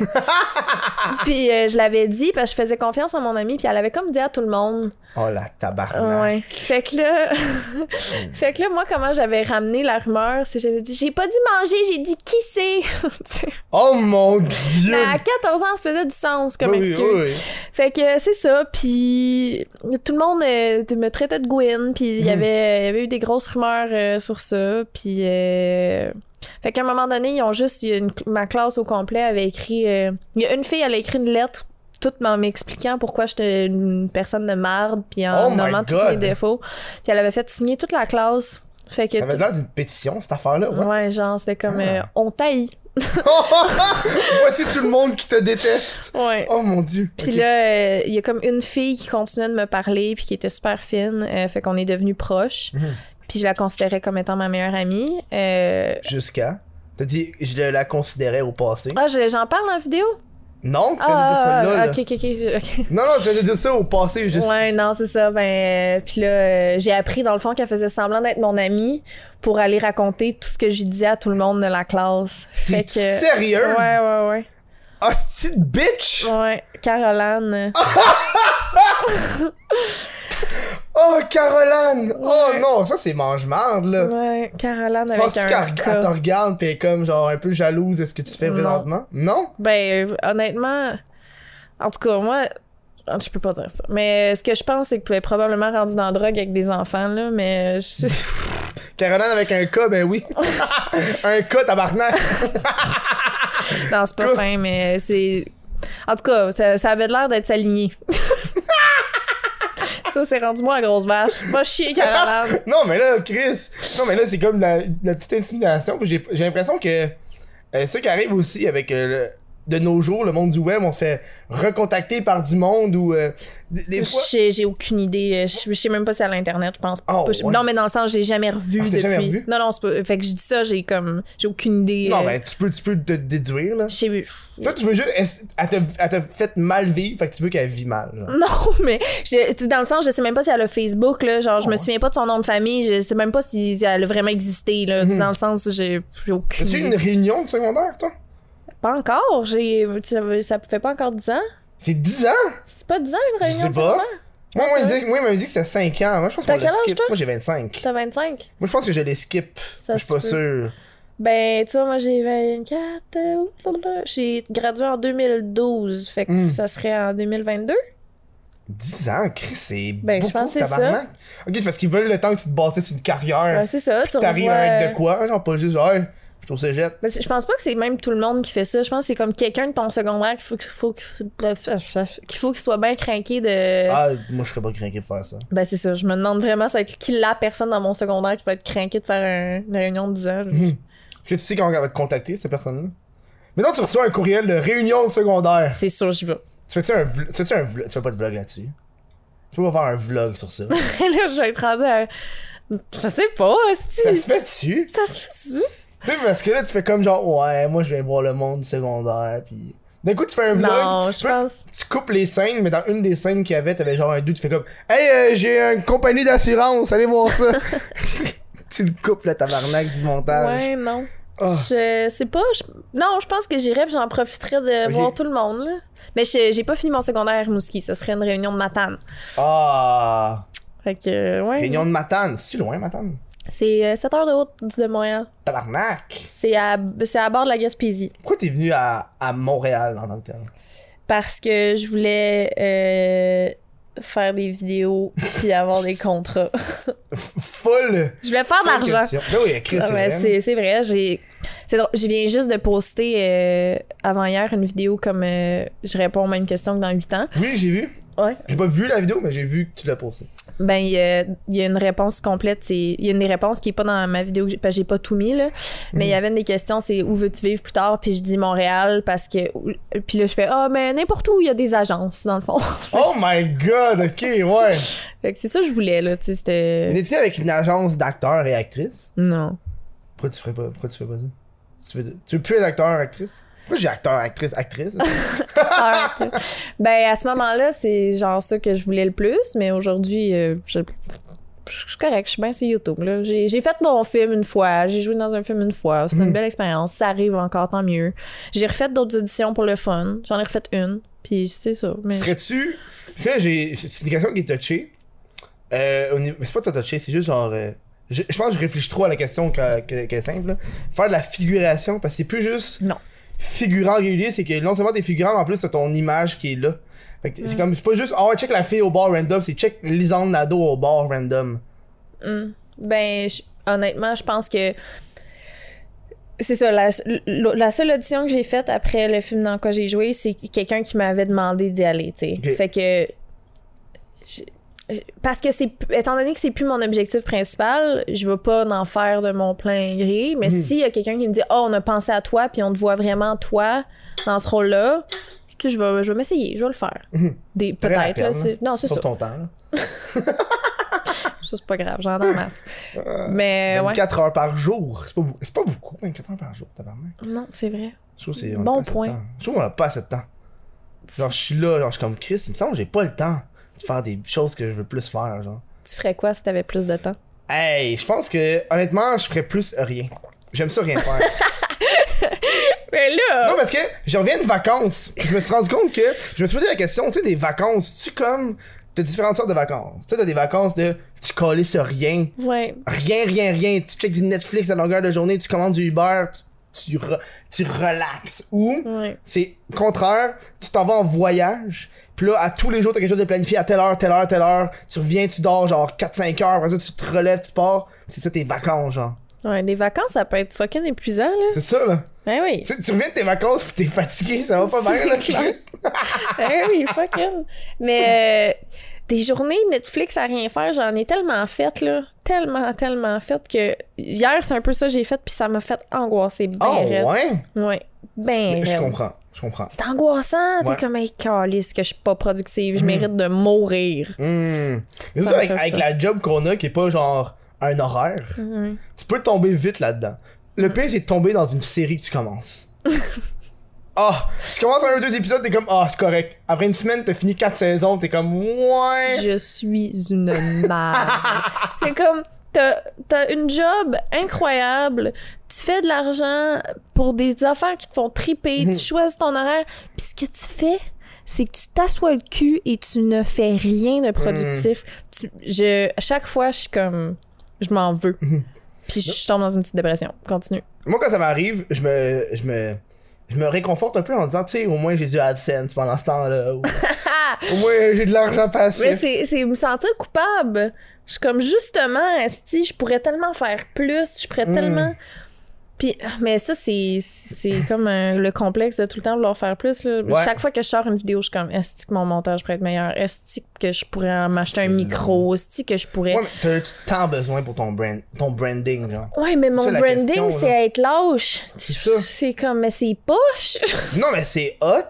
Speaker 2: puis euh, je l'avais dit parce que je faisais confiance à mon amie, puis elle avait comme dit à tout le monde.
Speaker 1: Oh la tabarnak.
Speaker 2: Ouais. Fait que là,
Speaker 1: Oh.
Speaker 2: [LAUGHS] fait que là, moi, comment j'avais ramené la rumeur, c'est que j'avais dit, j'ai pas dit manger, j'ai dit qui c'est. [LAUGHS] Tu sais.
Speaker 1: Oh mon dieu.
Speaker 2: Mais à 14 ans, ça faisait du sens comme
Speaker 1: Oui, oui,
Speaker 2: excuse.
Speaker 1: oui, oui.
Speaker 2: Fait que euh, c'est ça, puis tout le monde euh, me traitait de Gwyn, puis il y
Speaker 1: Mhm.
Speaker 2: avait il y avait eu des grosses rumeurs euh, sur ça, puis euh, fait qu'à un moment donné, ils ont juste il y a une- ma classe au complet avait écrit euh, il y a une fille elle a écrit une lettre toute en m'expliquant pourquoi j'étais une personne de marde, puis en
Speaker 1: Oh my
Speaker 2: nommant tous
Speaker 1: God.
Speaker 2: mes défauts, puis elle avait fait signer toute la classe. Fait que
Speaker 1: Ça avait
Speaker 2: tout-
Speaker 1: l'air d'une pétition, cette affaire-là. what?
Speaker 2: ouais, genre c'était comme
Speaker 1: Ah.
Speaker 2: euh, on taillit.
Speaker 1: [LAUGHS] Voici tout le monde qui te déteste.
Speaker 2: Ouais.
Speaker 1: Oh mon dieu.
Speaker 2: Puis
Speaker 1: Ok.
Speaker 2: là, euh, il y a comme une fille qui continuait de me parler, puis qui était super fine, euh, fait qu'on est devenus proches.
Speaker 1: Mhm.
Speaker 2: Puis je la considérais comme étant ma meilleure amie. Euh,
Speaker 1: Jusqu'à. T'as dit, je le- la considérais au passé.
Speaker 2: Ah, je- j'en parle en vidéo?
Speaker 1: Non, tu viens de dire
Speaker 2: Ah,
Speaker 1: ça là.
Speaker 2: ah,
Speaker 1: là.
Speaker 2: ok, ok, ok. ok.
Speaker 1: Non, non, tu viens de dire ça au passé. Juste...
Speaker 2: Ouais, non, c'est ça. Ben, euh, puis là, euh, j'ai appris dans le fond qu'elle faisait semblant d'être mon amie pour aller raconter tout ce que je lui disais à tout le monde de la classe. Fait
Speaker 1: T'es
Speaker 2: que.
Speaker 1: sérieux?
Speaker 2: Ouais, ouais, ouais.
Speaker 1: Ah, c'est une bitch!
Speaker 2: Ouais, Caroline.
Speaker 1: Ah! Oh, Caroline! Oh
Speaker 2: Ouais.
Speaker 1: non, ça c'est mange-marde là.
Speaker 2: Ouais, Caroline
Speaker 1: Tu
Speaker 2: avec
Speaker 1: penses-tu
Speaker 2: un.
Speaker 1: qu'elle
Speaker 2: K.
Speaker 1: elle te regarde pis elle est comme genre un peu jalouse de ce que tu fais
Speaker 2: Non.
Speaker 1: présentement? Non?
Speaker 2: Ben, euh, honnêtement, en tout cas, moi, ah, je peux pas dire ça. Mais euh, ce que je pense, c'est que tu es probablement rendu dans la drogue avec des enfants, là, mais
Speaker 1: [LAUGHS]
Speaker 2: euh, je...
Speaker 1: Caroline avec un K, ben oui. un K, tabarnak.
Speaker 2: [LAUGHS] non, c'est pas
Speaker 1: Quoi?
Speaker 2: fin, mais euh, c'est. En tout cas, ça, ça avait l'air d'être
Speaker 1: [LAUGHS]
Speaker 2: aligné. ça, c'est rendu moi la grosse vache. Va
Speaker 1: [LAUGHS]
Speaker 2: chier, Caroline.
Speaker 1: Non, mais là, Chris, non, mais là, c'est comme la, la petite intimidation. puis J'ai j'ai l'impression que euh, ce qui arrive aussi avec euh, le- de nos jours, le monde du web, on se fait recontacter par du monde ou euh, des, des
Speaker 2: Je
Speaker 1: fois.
Speaker 2: sais- J'ai aucune idée. Euh, Je je sais même pas si à l'internet, je pense.
Speaker 1: Oh,
Speaker 2: Pas- je-
Speaker 1: ouais.
Speaker 2: Non, mais dans le sens, j'ai jamais revu
Speaker 1: Ah, t'as
Speaker 2: depuis.
Speaker 1: jamais revu?
Speaker 2: Non, non, c'est pas. Fait que je dis ça, j'ai comme. J'ai aucune idée.
Speaker 1: Non,
Speaker 2: euh,
Speaker 1: ben, tu peux, tu peux te déduire, là.
Speaker 2: Je sais.
Speaker 1: Toi, tu veux juste. Elle t'a- elle t'a fait mal vivre, fait que tu veux qu'elle vit mal. genre.
Speaker 2: Non, [LAUGHS] mais je- tu sais, dans le sens, je sais même pas si elle a Facebook, là. Genre, je me
Speaker 1: Ouais.
Speaker 2: souviens pas de son nom de famille, je sais même pas si elle a vraiment existé, là. Tu sais, Dans le sens, j'ai j'ai aucune.
Speaker 1: Mhm. As-tu une réunion de secondaire, toi
Speaker 2: Pas encore, j'ai. Ça, ça fait pas encore 10 ans.
Speaker 1: C'est 10 ans
Speaker 2: C'est pas 10 ans, une
Speaker 1: Je
Speaker 2: réunion
Speaker 1: sais
Speaker 2: de
Speaker 1: pas.
Speaker 2: secondaire?
Speaker 1: Moi, moi,
Speaker 2: c'est
Speaker 1: il
Speaker 2: vrai.
Speaker 1: dit- moi, il m'a dit que c'était 5 ans. Moi, je pense
Speaker 2: T'as
Speaker 1: qu'on le
Speaker 2: quel âge,
Speaker 1: skip.
Speaker 2: toi?
Speaker 1: Moi, j'ai 25.
Speaker 2: T'as 25?
Speaker 1: Moi, je pense que je les skip.
Speaker 2: Ça
Speaker 1: je suis
Speaker 2: se
Speaker 1: pas
Speaker 2: peut.
Speaker 1: sûr.
Speaker 2: Ben, tu vois, moi, j'ai 24. euh, J'ai gradué en 2012, fait que
Speaker 1: Mm.
Speaker 2: ça serait en 2022.
Speaker 1: 10 ans, Chris, c'est
Speaker 2: Ben, je
Speaker 1: beaucoup,
Speaker 2: pense que c'est ça.
Speaker 1: tabarnak. Ok, c'est parce qu'ils veulent le temps que tu te bâtisses une carrière.
Speaker 2: Ouais, c'est ça, tu
Speaker 1: T'arrives
Speaker 2: revois,
Speaker 1: avec
Speaker 2: euh,
Speaker 1: de quoi, genre pas juste, hey, je suis au cégep.
Speaker 2: Parce que je pense pas que c'est même tout le monde qui fait ça. Je pense que c'est comme quelqu'un de ton secondaire qu'il faut qu'il faut qu'il faut qu'il soit bien craqué de.
Speaker 1: Ah, moi je serais pas craqué pour faire ça.
Speaker 2: Ben c'est ça. Je me demande vraiment c'est qui la personne dans mon secondaire qui va être craqué de faire un- une réunion de 10 ans.
Speaker 1: Mhm. Est-ce que tu sais comment elle va te contacter, cette personne-là? Maintenant, tu reçois un courriel de réunion de secondaire.
Speaker 2: C'est sûr, j'y vais. [LAUGHS]
Speaker 1: Tu fais-tu un, vl- tu fais-tu un vlog? Tu fais pas de vlog là-dessus? Tu peux pas faire un vlog sur
Speaker 2: [LAUGHS]
Speaker 1: ça?
Speaker 2: là, je vais être rendu à. Je sais pas,
Speaker 1: ça
Speaker 2: est-ce
Speaker 1: se
Speaker 2: que-
Speaker 1: fait-tu?
Speaker 2: Ça se fait-tu?
Speaker 1: Tu sais, parce que là, tu fais comme genre, ouais, moi je viens voir le monde du secondaire, pis. D'un coup, tu fais un vlog.
Speaker 2: Non,
Speaker 1: tu
Speaker 2: je
Speaker 1: fais-
Speaker 2: pense.
Speaker 1: tu coupes les scènes, mais dans une des scènes qu'il y avait, t'avais genre un doute, tu fais comme Hey, euh, j'ai une compagnie d'assurance, allez voir ça. [LAUGHS] tu le coupes, le tabarnak du montage.
Speaker 2: Ouais, non.
Speaker 1: Ah.
Speaker 2: Je sais pas. je- Non, je pense que j'irais et j'en profiterais de
Speaker 1: Ok.
Speaker 2: voir tout le monde. là. Mais je- j'ai pas fini mon secondaire à Rimouski. Ça serait une réunion de Matane.
Speaker 1: Ah,
Speaker 2: Fait que, euh, ouais.
Speaker 1: Réunion de Matane, c'est loin, Matane.
Speaker 2: C'est 7 heures de route de Montréal.
Speaker 1: Tabarnak.
Speaker 2: C'est à, c'est à bord de la Gaspésie.
Speaker 1: Pourquoi t'es venu à, à Montréal en tant que tel
Speaker 2: Parce que je voulais euh, faire des vidéos puis avoir des contrats.
Speaker 1: F- Full.
Speaker 2: [LAUGHS] Je voulais faire de
Speaker 1: full
Speaker 2: l'argent.
Speaker 1: question. Ben oui, Chris,
Speaker 2: Ah
Speaker 1: c'est
Speaker 2: ouais,
Speaker 1: vrai.
Speaker 2: c'est c'est vrai, j'ai. c'est drôle, Je viens juste de poster euh, avant-hier une vidéo comme euh, je réponds aux mêmes questions que dans 8 ans.
Speaker 1: Oui, j'ai vu.
Speaker 2: Ouais.
Speaker 1: J'ai pas vu la vidéo, mais j'ai vu que tu l'as postée.
Speaker 2: Ben, il y, a- il y a une réponse complète. c'est- Il y a une des réponses qui est pas dans ma vidéo, que j'ai- parce que j'ai pas tout mis, là. Mais
Speaker 1: Hmm.
Speaker 2: il y avait une des questions, c'est où veux-tu vivre plus tard? Puis je dis Montréal, parce que. Puis là, je fais Ah, mais n'importe où, il y a des agences, dans le fond. [LAUGHS]
Speaker 1: Oh my god, ok, ouais.
Speaker 2: fait que c'est ça que je voulais, là. Tu sais, c'était.
Speaker 1: T'es-tu avec une agence d'acteurs et actrices
Speaker 2: Non.
Speaker 1: Pourquoi tu ferais pas, pourquoi tu fais pas ça? Tu veux, tu veux plus être acteur, actrice? Pourquoi j'ai acteur, actrice,
Speaker 2: [LAUGHS]
Speaker 1: actrice?
Speaker 2: peur, puis- ben, à ce moment-là, c'est genre ça que je voulais le plus, mais aujourd'hui, euh, je- je suis correct, je suis bien sur YouTube. là. J'ai j'ai fait mon film une fois, j'ai joué dans un film une fois. C'est une
Speaker 1: Mm.
Speaker 2: belle expérience. Ça arrive encore, tant mieux. J'ai refait d'autres auditions pour le fun. J'en ai refait une. Puis c'est ça. Mais...
Speaker 1: Serais-tu. Ça, j'ai. C'est une question qui est touchée. Euh, au niveau- Mais c'est pas très touché, c'est juste genre. euh, Je, je pense que je réfléchis trop à la question que- que- qu'elle est simple. là. Faire de la figuration, parce que c'est plus juste
Speaker 2: Non.
Speaker 1: figurant régulier, c'est que non seulement t'es figurant, mais en plus t'as ton image qui est là. Fait que c'est comme. C'est pas juste. Ah ouais, check la fille au bar random, c'est check Lisande Nado au bar random.
Speaker 2: Mm. Ben, je- honnêtement, je pense que. C'est ça, la, la- la seule audition que j'ai faite après le film dans quoi j'ai joué, c'est quelqu'un qui m'avait demandé d'y aller, tu sais.
Speaker 1: Ok.
Speaker 2: Fait que. je- Parce que c'est. Étant donné que c'est plus mon objectif principal, je vais pas en faire de mon plein gré, mais
Speaker 1: Mhm.
Speaker 2: s'il y a quelqu'un qui me dit Oh, on a pensé à toi, puis on te voit vraiment toi dans ce rôle-là, tu sais, je vais, je vais m'essayer, je vais le faire.
Speaker 1: Mhm. hein?
Speaker 2: Des-
Speaker 1: T'as rien à
Speaker 2: Peut-être, là.
Speaker 1: perdre,
Speaker 2: c'est- Non, c'est ça.
Speaker 1: Sauf ton temps. là.
Speaker 2: Ça, c'est pas grave, j'en ai en masse.
Speaker 1: Euh,
Speaker 2: Mais Euh, ouais.
Speaker 1: 24 heures par jour. C'est pas, beaucoup- c'est pas beaucoup, 24 heures par jour, tabarnak.
Speaker 2: Non, c'est vrai.
Speaker 1: Je trouve que c'est. on a
Speaker 2: Bon
Speaker 1: pas assez de
Speaker 2: point.
Speaker 1: temps. Je trouve qu'on a pas assez de temps. Genre, je suis là, genre, je suis comme Chris, il me semble que j'ai pas le temps de faire des choses que je veux plus faire, genre.
Speaker 2: Tu ferais quoi si t'avais plus de temps?
Speaker 1: Hey, je pense que, honnêtement, je ferais plus rien. J'aime ça rien
Speaker 2: [LAUGHS]
Speaker 1: faire.
Speaker 2: Mais là!
Speaker 1: non, parce que je reviens de vacances. puis Je me suis rendu compte que, je me suis posé la question, tu sais, des vacances, tu comme, t'as différentes sortes de vacances. Tu sais, t'as des vacances de, tu colles sur rien,
Speaker 2: Ouais.
Speaker 1: rien, rien, rien. Tu checkes du Netflix à longueur de journée, tu commandes du Uber, tu, tu, re- tu relaxes. Ou,
Speaker 2: Ouais.
Speaker 1: C'est contraire, tu t'en vas en voyage, puis là, à tous les jours, t'as quelque chose de planifié à telle heure, telle heure, telle heure, tu reviens, tu dors genre 4-5 heures, après ça, tu te relèves, tu pars, c'est ça tes vacances, genre.
Speaker 2: Ouais, des vacances, ça peut être fucking épuisant, là.
Speaker 1: C'est ça, là.
Speaker 2: Ben
Speaker 1: [LAUGHS]
Speaker 2: oui.
Speaker 1: Tu, sais, tu reviens de tes vacances, pis t'es fatigué, ça va pas
Speaker 2: C'est
Speaker 1: mal, là.
Speaker 2: clair. Ben oui, fucking. Mais euh, des journées Netflix à rien faire, j'en ai tellement fait, là. Tellement, tellement fait que hier, c'est un peu ça que j'ai fait, puis ça m'a fait angoisser. Ben
Speaker 1: Oh,
Speaker 2: raide.
Speaker 1: ouais?
Speaker 2: Ouais. Ben
Speaker 1: Mais je
Speaker 2: raide.
Speaker 1: comprends, je comprends.
Speaker 2: C'est angoissant.
Speaker 1: Ouais.
Speaker 2: T'es comme, hey, calisse, que je suis pas productive. Je
Speaker 1: Mm.
Speaker 2: mérite de mourir.
Speaker 1: Hmm. Mais
Speaker 2: Ça
Speaker 1: surtout
Speaker 2: me
Speaker 1: avec,
Speaker 2: fait
Speaker 1: avec
Speaker 2: ça.
Speaker 1: la job qu'on a qui est pas genre un horaire,
Speaker 2: Ouais.
Speaker 1: tu peux tomber vite là-dedans. Le pire, c'est de tomber dans une série que tu
Speaker 2: [LAUGHS]
Speaker 1: commences. Ah, tu commences un ou deux épisodes, t'es comme, ah, c'est correct. Après une semaine, t'as fini quatre saisons, t'es comme, ouais.
Speaker 2: Je suis une
Speaker 1: [LAUGHS]
Speaker 2: merde. c'est comme, t'as as une job incroyable, tu fais de l'argent pour des affaires qui te font triper,
Speaker 1: Mhm.
Speaker 2: tu choisis ton horaire, puis ce que tu fais, c'est que tu t'assois le cul et tu ne fais rien de productif. Tu- je, à chaque fois, je suis comme, je m'en veux.
Speaker 1: Mhm.
Speaker 2: Puis je tombe dans une petite dépression.
Speaker 1: [LAUGHS]
Speaker 2: Continue.
Speaker 1: Moi, quand ça m'arrive, je me, je me, je me réconforte un peu en disant, tu sais, au moins j'ai du AdSense pendant ce temps-là.
Speaker 2: [LAUGHS]
Speaker 1: ou- au moins j'ai de l'argent
Speaker 2: Mais
Speaker 1: passif.
Speaker 2: c'est c'est me sentir coupable. Je suis comme justement, esti, je pourrais tellement faire plus, je pourrais
Speaker 1: Mm.
Speaker 2: tellement. Puis, mais ça, c'est c'est comme un- le complexe de tout le temps vouloir faire plus. là.
Speaker 1: Ouais.
Speaker 2: Chaque fois que je sors une vidéo, je suis comme, esti que mon montage pourrait être meilleur, esti que je pourrais m'acheter un
Speaker 1: C'est
Speaker 2: micro, esti que je pourrais.
Speaker 1: Ouais,
Speaker 2: Ouais,
Speaker 1: mais t'as tant besoin pour ton brand, ton branding, genre.
Speaker 2: mais
Speaker 1: C'est
Speaker 2: mon
Speaker 1: ça, la question,
Speaker 2: branding,
Speaker 1: là.
Speaker 2: c'est être lâche.
Speaker 1: C'est ça.
Speaker 2: C'est comme, mais c'est poche. [LAUGHS]
Speaker 1: Non, mais c'est hot.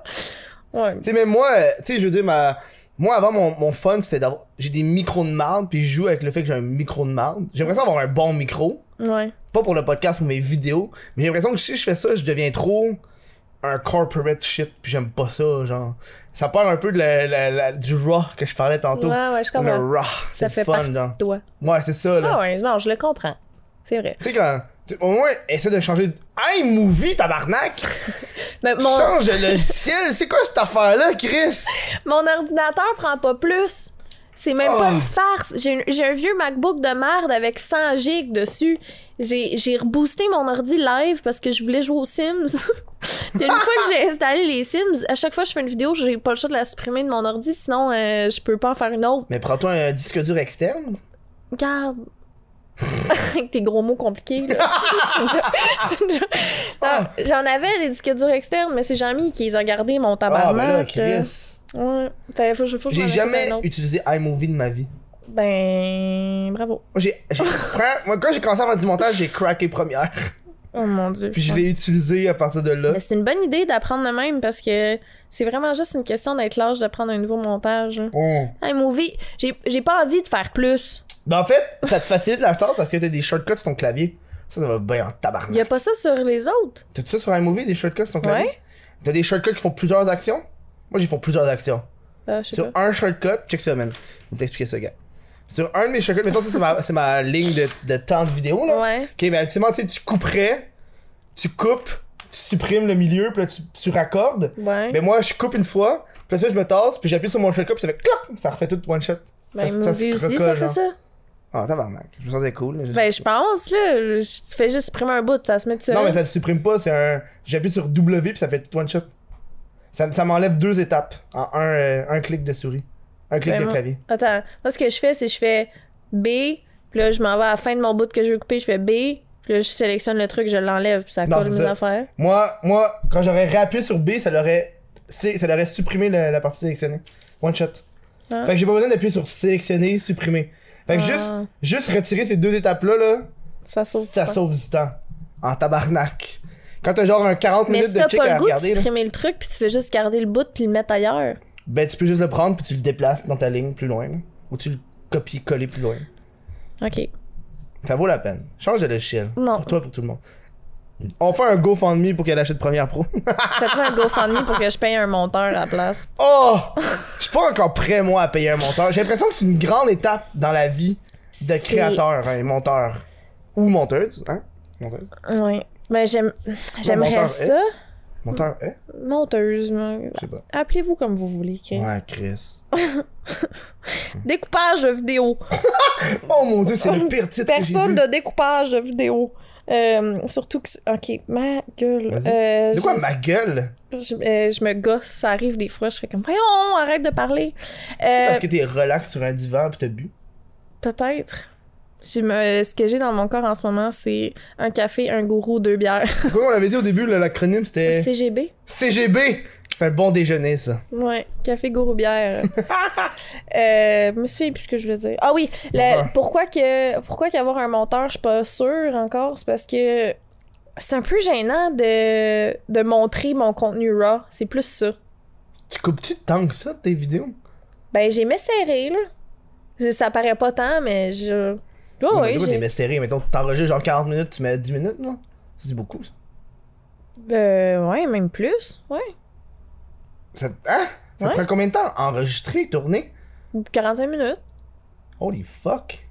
Speaker 2: ouais.
Speaker 1: Tu sais, même moi, euh, tu sais, je veux dire, ma... moi, avant, mon, mon fun, c'était d'avoir. J'ai des micros de marde, puis je joue avec le fait que j'ai un micro de marde. J'ai l'impression d'avoir un bon micro.
Speaker 2: Ouais.
Speaker 1: Pas pour le podcast, pour mes vidéos. Mais j'ai l'impression que si je fais ça, je deviens trop un corporate shit, puis j'aime pas ça, genre. Ça part un peu de la- la- la- du raw que je parlais
Speaker 2: Ouais,
Speaker 1: tantôt.
Speaker 2: ouais, je
Speaker 1: Comme
Speaker 2: comprends.
Speaker 1: le raw. c'est
Speaker 2: Ça
Speaker 1: le
Speaker 2: fait
Speaker 1: fun,
Speaker 2: partie
Speaker 1: genre.
Speaker 2: de toi.
Speaker 1: Ouais, c'est ça, là.
Speaker 2: Ah ouais, non, je le comprends. C'est vrai.
Speaker 1: Tu sais, quand. tu- Au moins, essaie de changer. de- Hey, movie, tabarnak!
Speaker 2: Mais mon,
Speaker 1: Change de [LAUGHS] logiciel! C'est quoi cette affaire-là, Chris?
Speaker 2: Mon ordinateur prend pas plus. C'est même pas
Speaker 1: Oh.
Speaker 2: une farce. J'ai une- j'ai un vieux MacBook de merde avec 100 gigs dessus. J'ai j'ai reboosté mon ordi live parce que je voulais jouer aux Sims. [LAUGHS] Puis une fois que j'ai installé les Sims, à chaque fois que je fais une vidéo, j'ai pas le choix de la supprimer de mon ordi, sinon euh, je peux pas en faire une autre.
Speaker 1: Mais prends-toi un disque dur externe.
Speaker 2: Regarde. [LAUGHS] Avec tes gros mots
Speaker 1: [LAUGHS]
Speaker 2: compliqués, là. C'est une joke. C'est une joke. Non, J'en avais des disques durs externes, mais c'est Jamie qui les a gardés, mon
Speaker 1: Ah, ben là,
Speaker 2: tabarnak. euh.
Speaker 1: Chris.
Speaker 2: ouais. Fait, faut, bah, faut que je m'en
Speaker 1: J'ai
Speaker 2: achète
Speaker 1: jamais
Speaker 2: un autre.
Speaker 1: utilisé iMovie de ma vie.
Speaker 2: Ben, bravo.
Speaker 1: Moi, j'ai,
Speaker 2: [LAUGHS]
Speaker 1: j'ai- première- moi, quand j'ai commencé à faire du montage, j'ai craqué première.
Speaker 2: Oh mon dieu.
Speaker 1: Puis je
Speaker 2: Ouais.
Speaker 1: l'ai utilisé à partir de là.
Speaker 2: Mais c'est une bonne idée d'apprendre le même parce que c'est vraiment juste une question d'être large d'apprendre un nouveau montage. là.
Speaker 1: Oh.
Speaker 2: Hey, movie, j'ai j'ai pas envie de faire plus.
Speaker 1: Ben, en fait, ça te facilite la tâche parce que t'as des shortcuts sur ton clavier. Ça, ça va bien en tabarnak.
Speaker 2: Y a pas ça sur les autres?
Speaker 1: T'as tout ça sur iMovie, des shortcuts sur ton clavier?
Speaker 2: Ouais.
Speaker 1: T'as des shortcuts qui font plusieurs actions? Moi, j'ai font plusieurs actions.
Speaker 2: Ah, je sais
Speaker 1: Sur
Speaker 2: pas.
Speaker 1: un shortcut, check ça, man. Je vais t'expliquer ça, gars. Sur un de mes chocolats, mettons, ça, c'est ma, c'est ma ligne de, de temps de vidéo, là.
Speaker 2: Ouais.
Speaker 1: Ok, ben, ultimement, tu sais, tu couperais, tu coupes, tu supprimes le milieu, puis là, tu, tu raccordes.
Speaker 2: Ouais.
Speaker 1: Mais moi, je coupe une fois, puis là, ça, je me tasse, puis j'appuie sur mon chocolat, puis ça fait cloc, ça refait tout one shot.
Speaker 2: Ben,
Speaker 1: ça
Speaker 2: Movie
Speaker 1: se
Speaker 2: aussi,
Speaker 1: crocolle,
Speaker 2: ça fait
Speaker 1: genre.
Speaker 2: ça.
Speaker 1: Ah, tabarnak, je me sentais cool. là, j'ai-
Speaker 2: Ben, je pense, là. je- Tu fais juste supprimer un bout, ça se met tout seul.
Speaker 1: Non, mais ça le supprime pas, c'est un. J'appuie sur W, puis ça fait tout one shot. Ça, m- ça m'enlève deux étapes en un, euh, un clic de souris, un clic
Speaker 2: Vraiment.
Speaker 1: de clavier.
Speaker 2: Attends, moi, ce que je fais, c'est que je fais B, puis là, je m'en vais à la fin de mon bout que je veux couper, je fais B, puis là, je sélectionne le truc, je l'enlève, puis ça
Speaker 1: Non,
Speaker 2: colle
Speaker 1: c'est
Speaker 2: mes
Speaker 1: ça.
Speaker 2: affaires.
Speaker 1: Moi, moi quand j'aurais réappuyé sur B, ça l'aurait c'est- ça l'aurait supprimé la, la partie sélectionnée. One shot.
Speaker 2: Ah.
Speaker 1: Fait que j'ai pas besoin d'appuyer sur sélectionner, supprimer. Fait que
Speaker 2: Ah.
Speaker 1: juste, juste retirer ces deux étapes-là, là,
Speaker 2: Ça sauve.
Speaker 1: ça
Speaker 2: du temps.
Speaker 1: sauve du temps. En tabarnak. Quand t'as genre un 40
Speaker 2: Mais
Speaker 1: minutes
Speaker 2: si
Speaker 1: de
Speaker 2: t'as
Speaker 1: check
Speaker 2: pas
Speaker 1: à
Speaker 2: le goût de
Speaker 1: regarder, là,
Speaker 2: supprimer le truc, puis tu veux juste garder le bout, puis le mettre ailleurs.
Speaker 1: ben tu peux juste le prendre puis tu le déplaces dans ta ligne plus loin. là. Ou tu le copies-coller plus loin.
Speaker 2: Ok.
Speaker 1: Ça vaut la peine. Change de logiciel.
Speaker 2: Non.
Speaker 1: Pour toi, pour tout le monde. On fait un GoFundMe pour qu'elle achète première pro. [LAUGHS]
Speaker 2: Faites-moi un GoFundMe pour que je paye un monteur à la place.
Speaker 1: Oh! Je suis pas encore prêt, moi, à payer un monteur. J'ai l'impression que c'est une grande étape dans la vie de
Speaker 2: C'est-
Speaker 1: créateur hein, et monteur. Ou monteuse, hein? Monteuse.
Speaker 2: Oui. Ben, j'aime... j'aimerais
Speaker 1: monteur,
Speaker 2: ça.
Speaker 1: Monteur, hein?
Speaker 2: Monteuse, moi.
Speaker 1: Je sais pas.
Speaker 2: appelez-vous comme vous voulez. ok?
Speaker 1: Ouais, Chris.
Speaker 2: Découpage de vidéo.
Speaker 1: Oh mon dieu,
Speaker 2: [LAUGHS]
Speaker 1: c'est le pire titre que j'ai
Speaker 2: Personne
Speaker 1: vu.
Speaker 2: de découpage de vidéo. Euh, surtout que. c'est- Ok, ma gueule.
Speaker 1: Vas-y.
Speaker 2: Euh,
Speaker 1: De quoi,
Speaker 2: je,
Speaker 1: ma gueule?
Speaker 2: je, euh, je me gosse, ça arrive des fois. Je fais comme, voyons, arrête de parler.
Speaker 1: C'est [LAUGHS]
Speaker 2: Euh,
Speaker 1: parce que t'es relax sur un divan pis t'as bu.
Speaker 2: Peut-être. J'ai me- Ce que j'ai dans mon corps en ce moment, c'est un café, un gourou, deux bières.
Speaker 1: C'est quoi on l'avait dit au début, là, l'acronyme, c'était
Speaker 2: CGB?
Speaker 1: CGB! C'est un bon déjeuner, ça.
Speaker 2: Ouais, café, gourou, [LAUGHS] bière. euh, je me souviens plus ce que je voulais dire. Ah oui, le-
Speaker 1: Ouais.
Speaker 2: pourquoi que pourquoi qu'avoir un monteur, je suis pas sûre encore, c'est parce que c'est un peu gênant de, de montrer mon contenu raw. C'est plus ça.
Speaker 1: Tu coupes-tu tant que ça de tes vidéos?
Speaker 2: Ben, j'ai mes serré, là. Je- Ça paraît pas tant, mais je... Ouais,
Speaker 1: Non, mais
Speaker 2: ouais,
Speaker 1: toi,
Speaker 2: Oh, j'ai-
Speaker 1: t'es bien serré. Mettons, t'enregistres genre 40 minutes, tu mets 10 minutes, là. Ça, C'est beaucoup, ça.
Speaker 2: Euh, ouais, même plus, ouais.
Speaker 1: Ça, hein? ça
Speaker 2: Ouais.
Speaker 1: prend combien de temps? Enregistrer, tourner?
Speaker 2: 45 minutes.
Speaker 1: Holy fuck!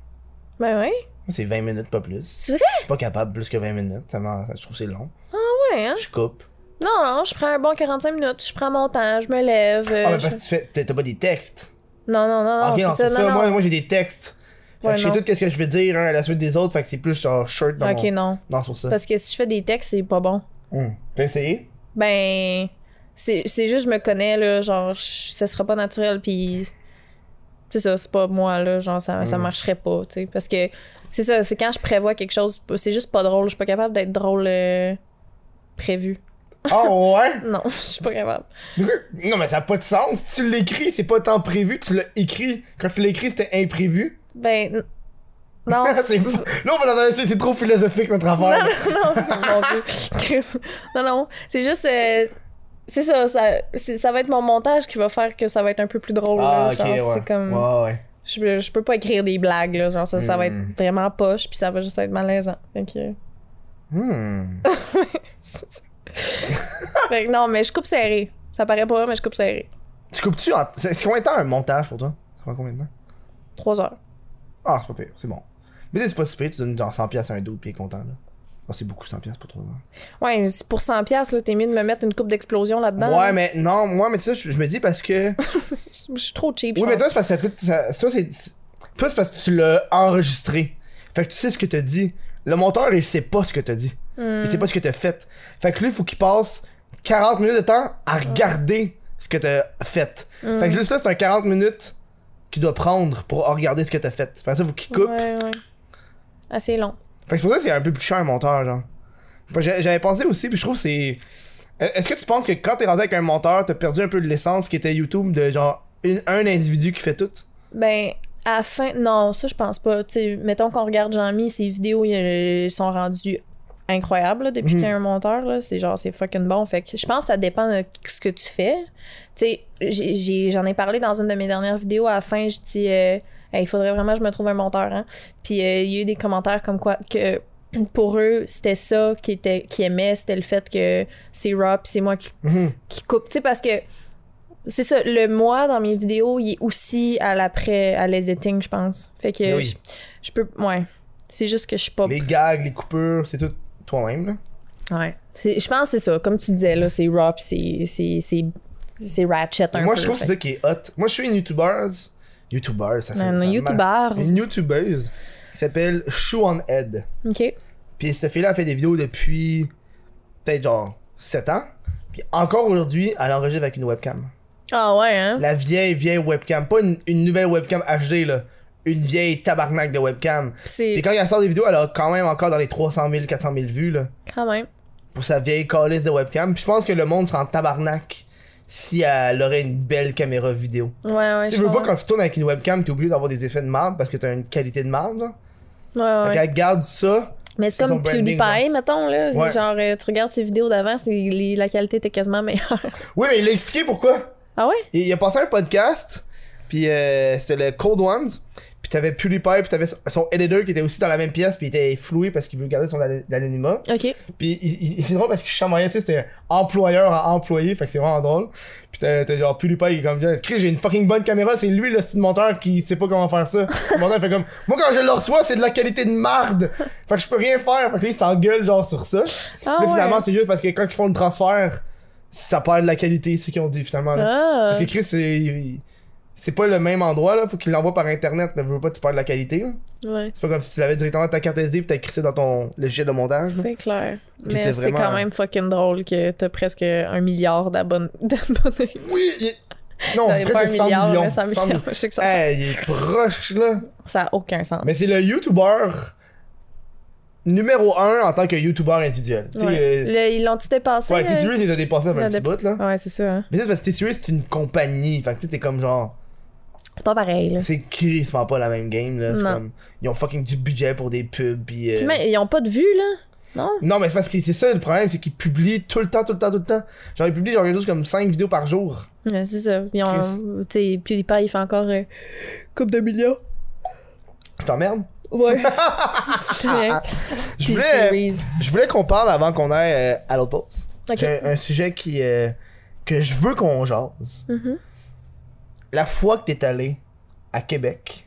Speaker 2: Ben ouais.
Speaker 1: Moi, C'est 20 minutes, pas plus.
Speaker 2: C'est vrai?
Speaker 1: Je suis pas capable plus que 20 minutes. Ça m'en- ça- je trouve que c'est long.
Speaker 2: Ouais, hein?
Speaker 1: Je coupe.
Speaker 2: Non, non, je prends un bon 45 minutes, je prends mon temps, je me lève. euh,
Speaker 1: ah, mais
Speaker 2: je-
Speaker 1: parce que tu fais... t'as- t'as pas des textes.
Speaker 2: Non, non, non, non,
Speaker 1: ok, non,
Speaker 2: c'est ça, non, non.
Speaker 1: Moi, moi j'ai des textes. Fait
Speaker 2: Ouais,
Speaker 1: que je sais
Speaker 2: non.
Speaker 1: tout ce que je vais dire hein, à la suite des autres. Fait que c'est plus genre short dans
Speaker 2: ok,
Speaker 1: mon...
Speaker 2: non.
Speaker 1: Non, c'est pour ça.
Speaker 2: Parce que si je fais des textes, c'est pas bon.
Speaker 1: Hum. T'as essayé?
Speaker 2: Ben, c'est c'est juste, je me connais, là, genre, je- ça sera pas naturel, puis c'est ça, c'est pas moi, là, genre, ça, ça
Speaker 1: Mm.
Speaker 2: marcherait pas, tu sais. Parce que c'est ça, c'est quand je prévois quelque chose, c'est juste pas drôle, je suis pas capable d'être drôle euh, prévu.
Speaker 1: Oh ouais?
Speaker 2: Non, [LAUGHS] je suis pas capable.
Speaker 1: De quoi? non, mais ça a pas de sens. Tu l'écris, c'est pas tant prévu. Tu l'as écrit. Quand tu l'as écrit, c'était imprévu. [LAUGHS]
Speaker 2: Ben, n- non.
Speaker 1: C'est- là, on va dans un... C'est trop philosophique, notre
Speaker 2: Non,
Speaker 1: affaire.
Speaker 2: non, non, mon Dieu. Chris. Non, non, c'est juste. euh, c'est ça, ça, c'est- ça va être mon montage qui va faire que ça va être un peu plus drôle.
Speaker 1: Ah,
Speaker 2: là,
Speaker 1: ok,
Speaker 2: genre,
Speaker 1: ouais.
Speaker 2: c'est comme.
Speaker 1: Ouais, ouais.
Speaker 2: Je, je peux pas écrire des blagues, là. Genre, ça, ça va
Speaker 1: Hmm.
Speaker 2: être vraiment poche, puis ça va juste être malaisant. Fait que.
Speaker 1: Hmm.
Speaker 2: fait que non, mais je coupe serré. Ça paraît pas, mais je coupe serré.
Speaker 1: Tu coupes-tu en... C'est c'est combien de temps un montage pour toi? Ça prend combien de temps?
Speaker 2: Trois heures.
Speaker 1: Ah, c'est pas pire, c'est bon. Mais c'est pas si pire, tu donnes genre 100$ piastres à un dos puis il est content, là. Ah, c'est beaucoup 100$ piastres pour 3 heures.
Speaker 2: Ouais, mais c'est pour 100$, piastres, là, t'es mieux de me mettre une coupe d'explosion là-dedans.
Speaker 1: ouais,
Speaker 2: là.
Speaker 1: mais non, moi, mais ça, je, je me dis parce que.
Speaker 2: Je je suis trop cheap.
Speaker 1: oui,
Speaker 2: je
Speaker 1: mais
Speaker 2: pense.
Speaker 1: toi, c'est parce que ça coûte- ça- ça, c'est. Toi, c'est parce que tu l'as enregistré. Fait que tu sais ce que t'as dit. Le monteur, il sait pas ce que t'as dit.
Speaker 2: Hmm.
Speaker 1: Il sait pas ce que t'as fait. Fait que lui, il faut qu'il passe 40 minutes de temps à regarder ce que t'as fait.
Speaker 2: Mm.
Speaker 1: Fait que juste ça, c'est un 40 minutes qu'il doit prendre pour regarder ce que t'as fait. Fait que ça, faut qu'il coupe.
Speaker 2: Ouais, ouais. Assez long.
Speaker 1: Fait que c'est pour ça que c'est un peu plus cher un monteur, genre. Parce que j'a- J'avais pensé aussi, puis je trouve que c'est. Euh, Est-ce que tu penses que quand t'es rendu avec un monteur, t'as perdu un peu de l'essence qui était YouTube de genre une- un individu qui fait tout
Speaker 2: Ben, à la fin, non, ça, je pense pas. Tu sais, mettons qu'on regarde Jean-Mi, ses vidéos, ils euh, sont rendues incroyables là, depuis
Speaker 1: Mhm.
Speaker 2: qu'il y a un monteur. là. C'est genre, c'est fucking bon. Fait que je pense que ça dépend de ce que tu fais. Tu sais, j'ai- j'ai- j'en ai, parlé dans une de mes dernières vidéos. À la fin, je dis, euh, Hey, il faudrait vraiment que je me trouve un monteur. Hein. Puis euh, il y a eu des commentaires comme quoi que. Pour eux, c'était ça qui était qui aimait, c'était le fait que c'est raw, puis c'est moi qui
Speaker 1: Mhm.
Speaker 2: qui coupe. Tu sais, parce que C'est ça, le moi dans mes vidéos, il est aussi à l'après, à l'editing, je pense. Fait que
Speaker 1: Oui.
Speaker 2: je, je peux. Ouais. C'est juste que je suis pas.
Speaker 1: Les gags, les coupures, c'est tout toi-même, là.
Speaker 2: Ouais. C'est- Je pense que c'est ça. Comme tu disais, là, c'est raw, pis c'est- c'est. c'est- C'est ratchet un
Speaker 1: Moi,
Speaker 2: peu.
Speaker 1: je trouve que c'est
Speaker 2: fait
Speaker 1: ça qui est hot. Moi, je suis une youtubeuse. Youtubeuse, ça
Speaker 2: que-
Speaker 1: fait
Speaker 2: Non, non, YouTubers.
Speaker 1: Une youtubeuse qui s'appelle Shoe on Head.
Speaker 2: Ok.
Speaker 1: Puis cette fille-là, elle fait des vidéos depuis peut-être genre 7 ans. Puis encore aujourd'hui, elle enregistre avec une webcam.
Speaker 2: Ah ouais, hein?
Speaker 1: La vieille, vieille webcam. Pas une, une nouvelle webcam HD, là. Une vieille tabarnak de webcam.
Speaker 2: Pis c'est
Speaker 1: Et quand elle sort des vidéos, elle a quand même encore dans les 300 000, 400 000 vues, là.
Speaker 2: quand même.
Speaker 1: Pour sa vieille calice de webcam. Puis je pense que le monde serait en tabarnak si elle aurait une belle caméra vidéo.
Speaker 2: Ouais, ouais.
Speaker 1: Tu
Speaker 2: je
Speaker 1: veux pas
Speaker 2: comprends.
Speaker 1: quand tu tournes avec une webcam, t'es obligé d'avoir des effets de marde parce que t'as une qualité de marde, là.
Speaker 2: Ouais, ouais.
Speaker 1: Fait qu'elle garde ça.
Speaker 2: Mais c'est
Speaker 1: c'est
Speaker 2: comme
Speaker 1: son branding,
Speaker 2: PewDiePie, mettons, là.
Speaker 1: Ouais.
Speaker 2: Genre, euh, tu regardes ses vidéos d'avant, c'est- les- la qualité était quasiment meilleure. [LAUGHS]
Speaker 1: Oui, mais il a expliqué pourquoi.
Speaker 2: Ah ouais?
Speaker 1: Il, il a passé un podcast, puis euh, c'était le Cold Ones, puis t'avais PewDiePie, puis t'avais son- son editor qui était aussi dans la même pièce, puis il était floué parce qu'il voulait garder son an- anonymat.
Speaker 2: Ok.
Speaker 1: Puis il- il- c'est drôle parce qu'il chamaillait, tu sais, c'était employeur à employé, fait que c'est vraiment drôle. Puis t'as t'as genre PewDiePie qui est comme, Chris, j'ai une fucking bonne caméra, c'est lui le style monteur qui sait pas comment faire ça. Le monteur fait comme, moi quand je le reçois, c'est de la qualité de marde, fait que je peux rien faire, fait que lui il s'engueule genre sur ça.
Speaker 2: Ah
Speaker 1: là
Speaker 2: ouais.
Speaker 1: finalement, c'est juste parce que quand ils font le transfert, ça perd de la qualité, ceux qui ont dit finalement. là.
Speaker 2: Ah.
Speaker 1: Parce que Chris, c'est. il- C'est pas le même endroit, là. Faut qu'il l'envoie par internet. Ne veux pas que tu perdes la qualité, là.
Speaker 2: Ouais.
Speaker 1: C'est pas comme si tu l'avais directement dans ta carte SD pis t'as écrit ça dans ton logiciel de montage, là.
Speaker 2: C'est clair.
Speaker 1: Puis
Speaker 2: Mais
Speaker 1: t'es
Speaker 2: c'est
Speaker 1: vraiment-
Speaker 2: quand même fucking drôle que t'as presque un milliard d'abon- [LAUGHS] d'abonnés.
Speaker 1: Oui! il- Non,
Speaker 2: T'avais
Speaker 1: presque
Speaker 2: pas un
Speaker 1: 100
Speaker 2: milliard,
Speaker 1: millions.
Speaker 2: mais 100
Speaker 1: 100
Speaker 2: millions. Je sais que ça
Speaker 1: Hey, il est proche, là.
Speaker 2: ça a aucun sens.
Speaker 1: Mais c'est le YouTuber numéro 1 en tant que YouTuber individuel. Tu sais,
Speaker 2: Ouais.
Speaker 1: euh,
Speaker 2: Le- ils l'ont-tu dépassé?
Speaker 1: Ouais,
Speaker 2: euh?
Speaker 1: T-Series, il a dépassé avec
Speaker 2: il a
Speaker 1: un petit
Speaker 2: dépa-
Speaker 1: bout, là.
Speaker 2: Ouais, c'est ça. hein.
Speaker 1: Mais ça, c'est parce que T-Series, c'est une compagnie. Fait que tu sais, t'es comme genre.
Speaker 2: C'est pas pareil, là.
Speaker 1: C'est qui se pas la même game, là. C'est
Speaker 2: Non.
Speaker 1: comme. Ils ont fucking du budget pour des pubs pis. euh,
Speaker 2: Puis même, ils ont pas de vue, là. Non?
Speaker 1: Non, mais c'est parce que c'est ça le problème, c'est qu'ils publient tout le temps, tout le temps, tout le temps. Genre, ils publient genre quelque chose comme 5 vidéos par jour.
Speaker 2: Ouais, c'est ça. Ils ont. Tu sais, PewDiePie, il fait encore. euh, Coupe de millions.
Speaker 1: Je t'emmerde. [LAUGHS]
Speaker 2: Ouais. C'est génial.
Speaker 1: Je
Speaker 2: Puis
Speaker 1: voulais,
Speaker 2: Series.
Speaker 1: je voulais qu'on parle avant qu'on aille euh, à l'autre pause.
Speaker 2: Ok.
Speaker 1: J'ai un, un sujet qui, euh, que je veux qu'on jase.
Speaker 2: Mhm.
Speaker 1: La fois que t'es allé à Québec,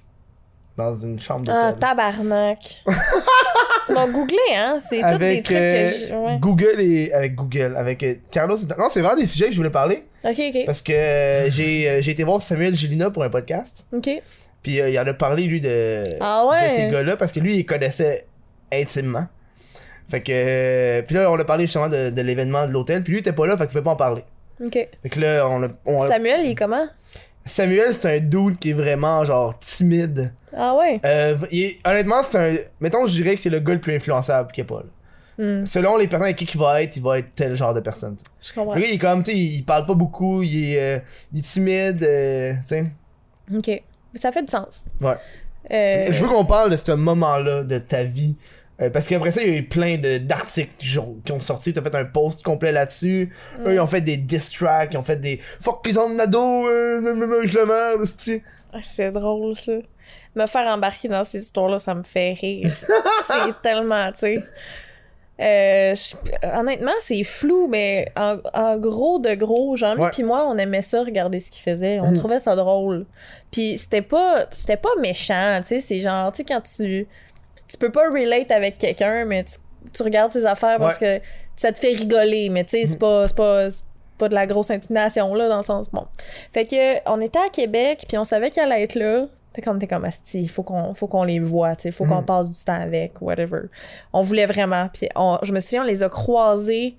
Speaker 1: dans une chambre
Speaker 2: Ah,
Speaker 1: d'hôtel, [LAUGHS]
Speaker 2: tabarnak. tu m'as googlé, hein? C'est tous des
Speaker 1: avec
Speaker 2: trucs
Speaker 1: euh,
Speaker 2: que je. Ouais.
Speaker 1: Google et... Avec Google, avec euh, Carlos. et- Non, c'est vraiment des sujets que je voulais parler.
Speaker 2: Ok, ok.
Speaker 1: Parce que euh, j'ai euh, j'ai été voir Samuel Gélina pour un podcast.
Speaker 2: Ok.
Speaker 1: Puis euh, il en a parlé, lui, de,
Speaker 2: Ah
Speaker 1: de ces
Speaker 2: ouais.
Speaker 1: gars-là parce que lui, il connaissait intimement. Fait que. euh, puis là, on a parlé justement de, de l'événement de l'hôtel. Puis lui, il était pas là, fait qu'il pouvait pas en parler.
Speaker 2: Ok.
Speaker 1: Fait que là, on a. on a-
Speaker 2: Samuel, il est comment?
Speaker 1: Samuel, c'est un dude qui est vraiment genre timide.
Speaker 2: Ah ouais.
Speaker 1: Euh, v- il est- honnêtement, c'est un. Mettons, je dirais que c'est le gars le plus influençable qu'il y a pas là.
Speaker 2: Hmm,
Speaker 1: Selon les personnes avec qui il va être, il va être tel genre de personne.
Speaker 2: je comprends.
Speaker 1: Fait que là, il est comme, tu sais, il parle pas beaucoup, il est, euh, il est timide, euh, tu sais.
Speaker 2: Ok. Ça fait du sens.
Speaker 1: Ouais.
Speaker 2: Euh,
Speaker 1: Je veux qu'on parle de ce moment-là de ta vie. Euh, parce qu'après ça, il y a eu plein de- d'articles qui ont- qui ont sorti. T'as fait un post complet là-dessus.
Speaker 2: Mm.
Speaker 1: Eux, ils ont fait des diss tracks, ils ont fait des fuck les ondes nado, euh, nan, nan, nan, je le merde, c'ti.
Speaker 2: Ah, C'est drôle, ça. Me faire embarquer dans ces histoires-là, ça me
Speaker 1: [LAUGHS]
Speaker 2: fait rire. c'est tellement, tu sais. Euh, je- honnêtement, c'est flou, mais en, en gros de gros, jean
Speaker 1: Ouais.
Speaker 2: puis moi, on aimait ça regarder ce qu'il faisait. On
Speaker 1: Mhm.
Speaker 2: trouvait ça drôle. Puis c'était pas, c'était pas méchant, tu sais. C'est genre, tu sais, quand tu, tu peux pas relate avec quelqu'un, mais tu, tu regardes ses affaires parce que ça te fait rigoler, mais tu sais, c'est pas, c'est pas, c'est pas de la grosse intimidation, là, dans le sens. Bon. Fait que on était à Québec, puis on savait qu'elle allait être là. Fait qu'on était comme Asti, faut qu'on faut qu'on les voit, tu sais, faut qu'on
Speaker 1: Mhm.
Speaker 2: passe du temps avec, whatever. On voulait vraiment. Puis on- je me souviens, on les a croisés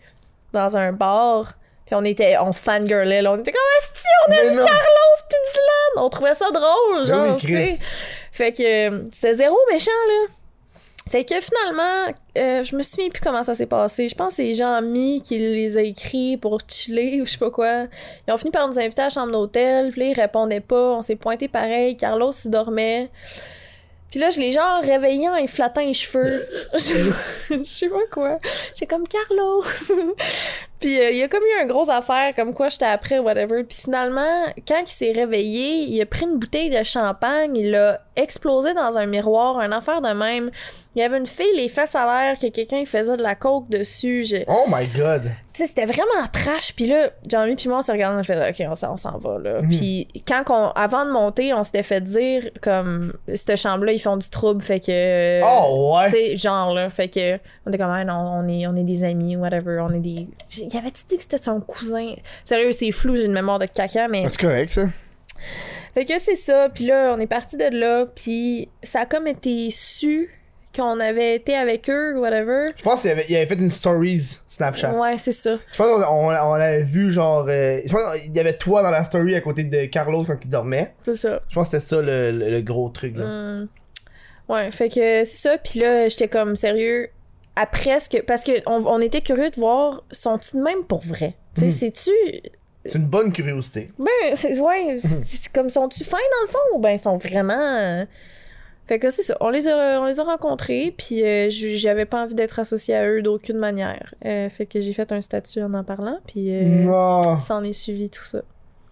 Speaker 2: dans un bar. Puis on était, on fangirlait, là. On était comme Asti, on
Speaker 1: Mais
Speaker 2: aime
Speaker 1: non.
Speaker 2: Carlos puis Dylan! On trouvait ça drôle,
Speaker 1: Ben
Speaker 2: genre,
Speaker 1: oui, Chris.
Speaker 2: tu sais. Fait que euh, c'était zéro méchant, là. Fait que finalement, euh, je me souviens plus comment ça s'est passé. Je pense que c'est Jean-Mi qui les a écrits pour chiller ou je sais pas quoi. Ils ont fini par nous inviter à la chambre d'hôtel, puis là, ils répondaient pas. On s'est pointé pareil. Carlos, il dormait. Puis là, je l'ai genre réveillé en lui [LAUGHS] flattant les cheveux. je je sais pas quoi. J'ai comme Carlos. [LAUGHS] Puis euh, il y a comme eu un gros affaire, comme quoi j'étais après, whatever. Puis finalement, quand il s'est réveillé, il a pris une bouteille de champagne, il l'a explosé dans un miroir, un affaire de même. Il y avait une fille, les fesses à l'air, que quelqu'un faisait de la coke dessus. J'ai-
Speaker 1: Oh my god.
Speaker 2: tu sais, c'était vraiment trash. Puis là, Jamie puis moi, on s'est regardé, on a fait, OK, on, s'en- on s'en va, là.
Speaker 1: Mhm.
Speaker 2: Puis quand qu'on- avant de monter, on s'était fait dire, comme, cette chambre-là, ils font du trouble, fait que. euh,
Speaker 1: Oh
Speaker 2: Tu
Speaker 1: ouais.
Speaker 2: sais, genre, là. Fait que, on était comme, ah, non, on est, on est des amis, whatever, on est des. J'ai- Y avait-tu dit que c'était son cousin? Sérieux, c'est flou, j'ai une mémoire de caca, mais.
Speaker 1: Ah, C'est correct ça.
Speaker 2: Fait que c'est ça, puis là, on est parti de là, puis ça a comme été su qu'on avait été avec eux, whatever.
Speaker 1: Je pense qu'il avait, il avait fait une stories Snapchat.
Speaker 2: Ouais, c'est ça.
Speaker 1: Je pense qu'on on, on l'avait vu genre. euh, je pense qu'il y avait toi dans la story à côté de Carlos quand il dormait.
Speaker 2: C'est ça.
Speaker 1: Je pense que c'était ça le, le- le gros truc là.
Speaker 2: Hmm. Ouais, fait que c'est ça. Puis là, j'étais comme sérieux. Après, ce que, parce que on, on était curieux de voir, sont-ils de même pour vrai? Tu sais,
Speaker 1: Mm.
Speaker 2: c'est-tu.
Speaker 1: C'est une bonne curiosité.
Speaker 2: Ben, c'est- ouais, c'est c'est comme sont-tu fins dans le fond ou ben ils sont vraiment. euh, Fait que c'est ça. On les a, on les a rencontrés, puis euh, j- j'avais pas envie d'être associée à eux d'aucune manière. Euh, fait que j'ai fait un statut en en parlant, puis euh,
Speaker 1: Non.
Speaker 2: ça en est suivi tout ça.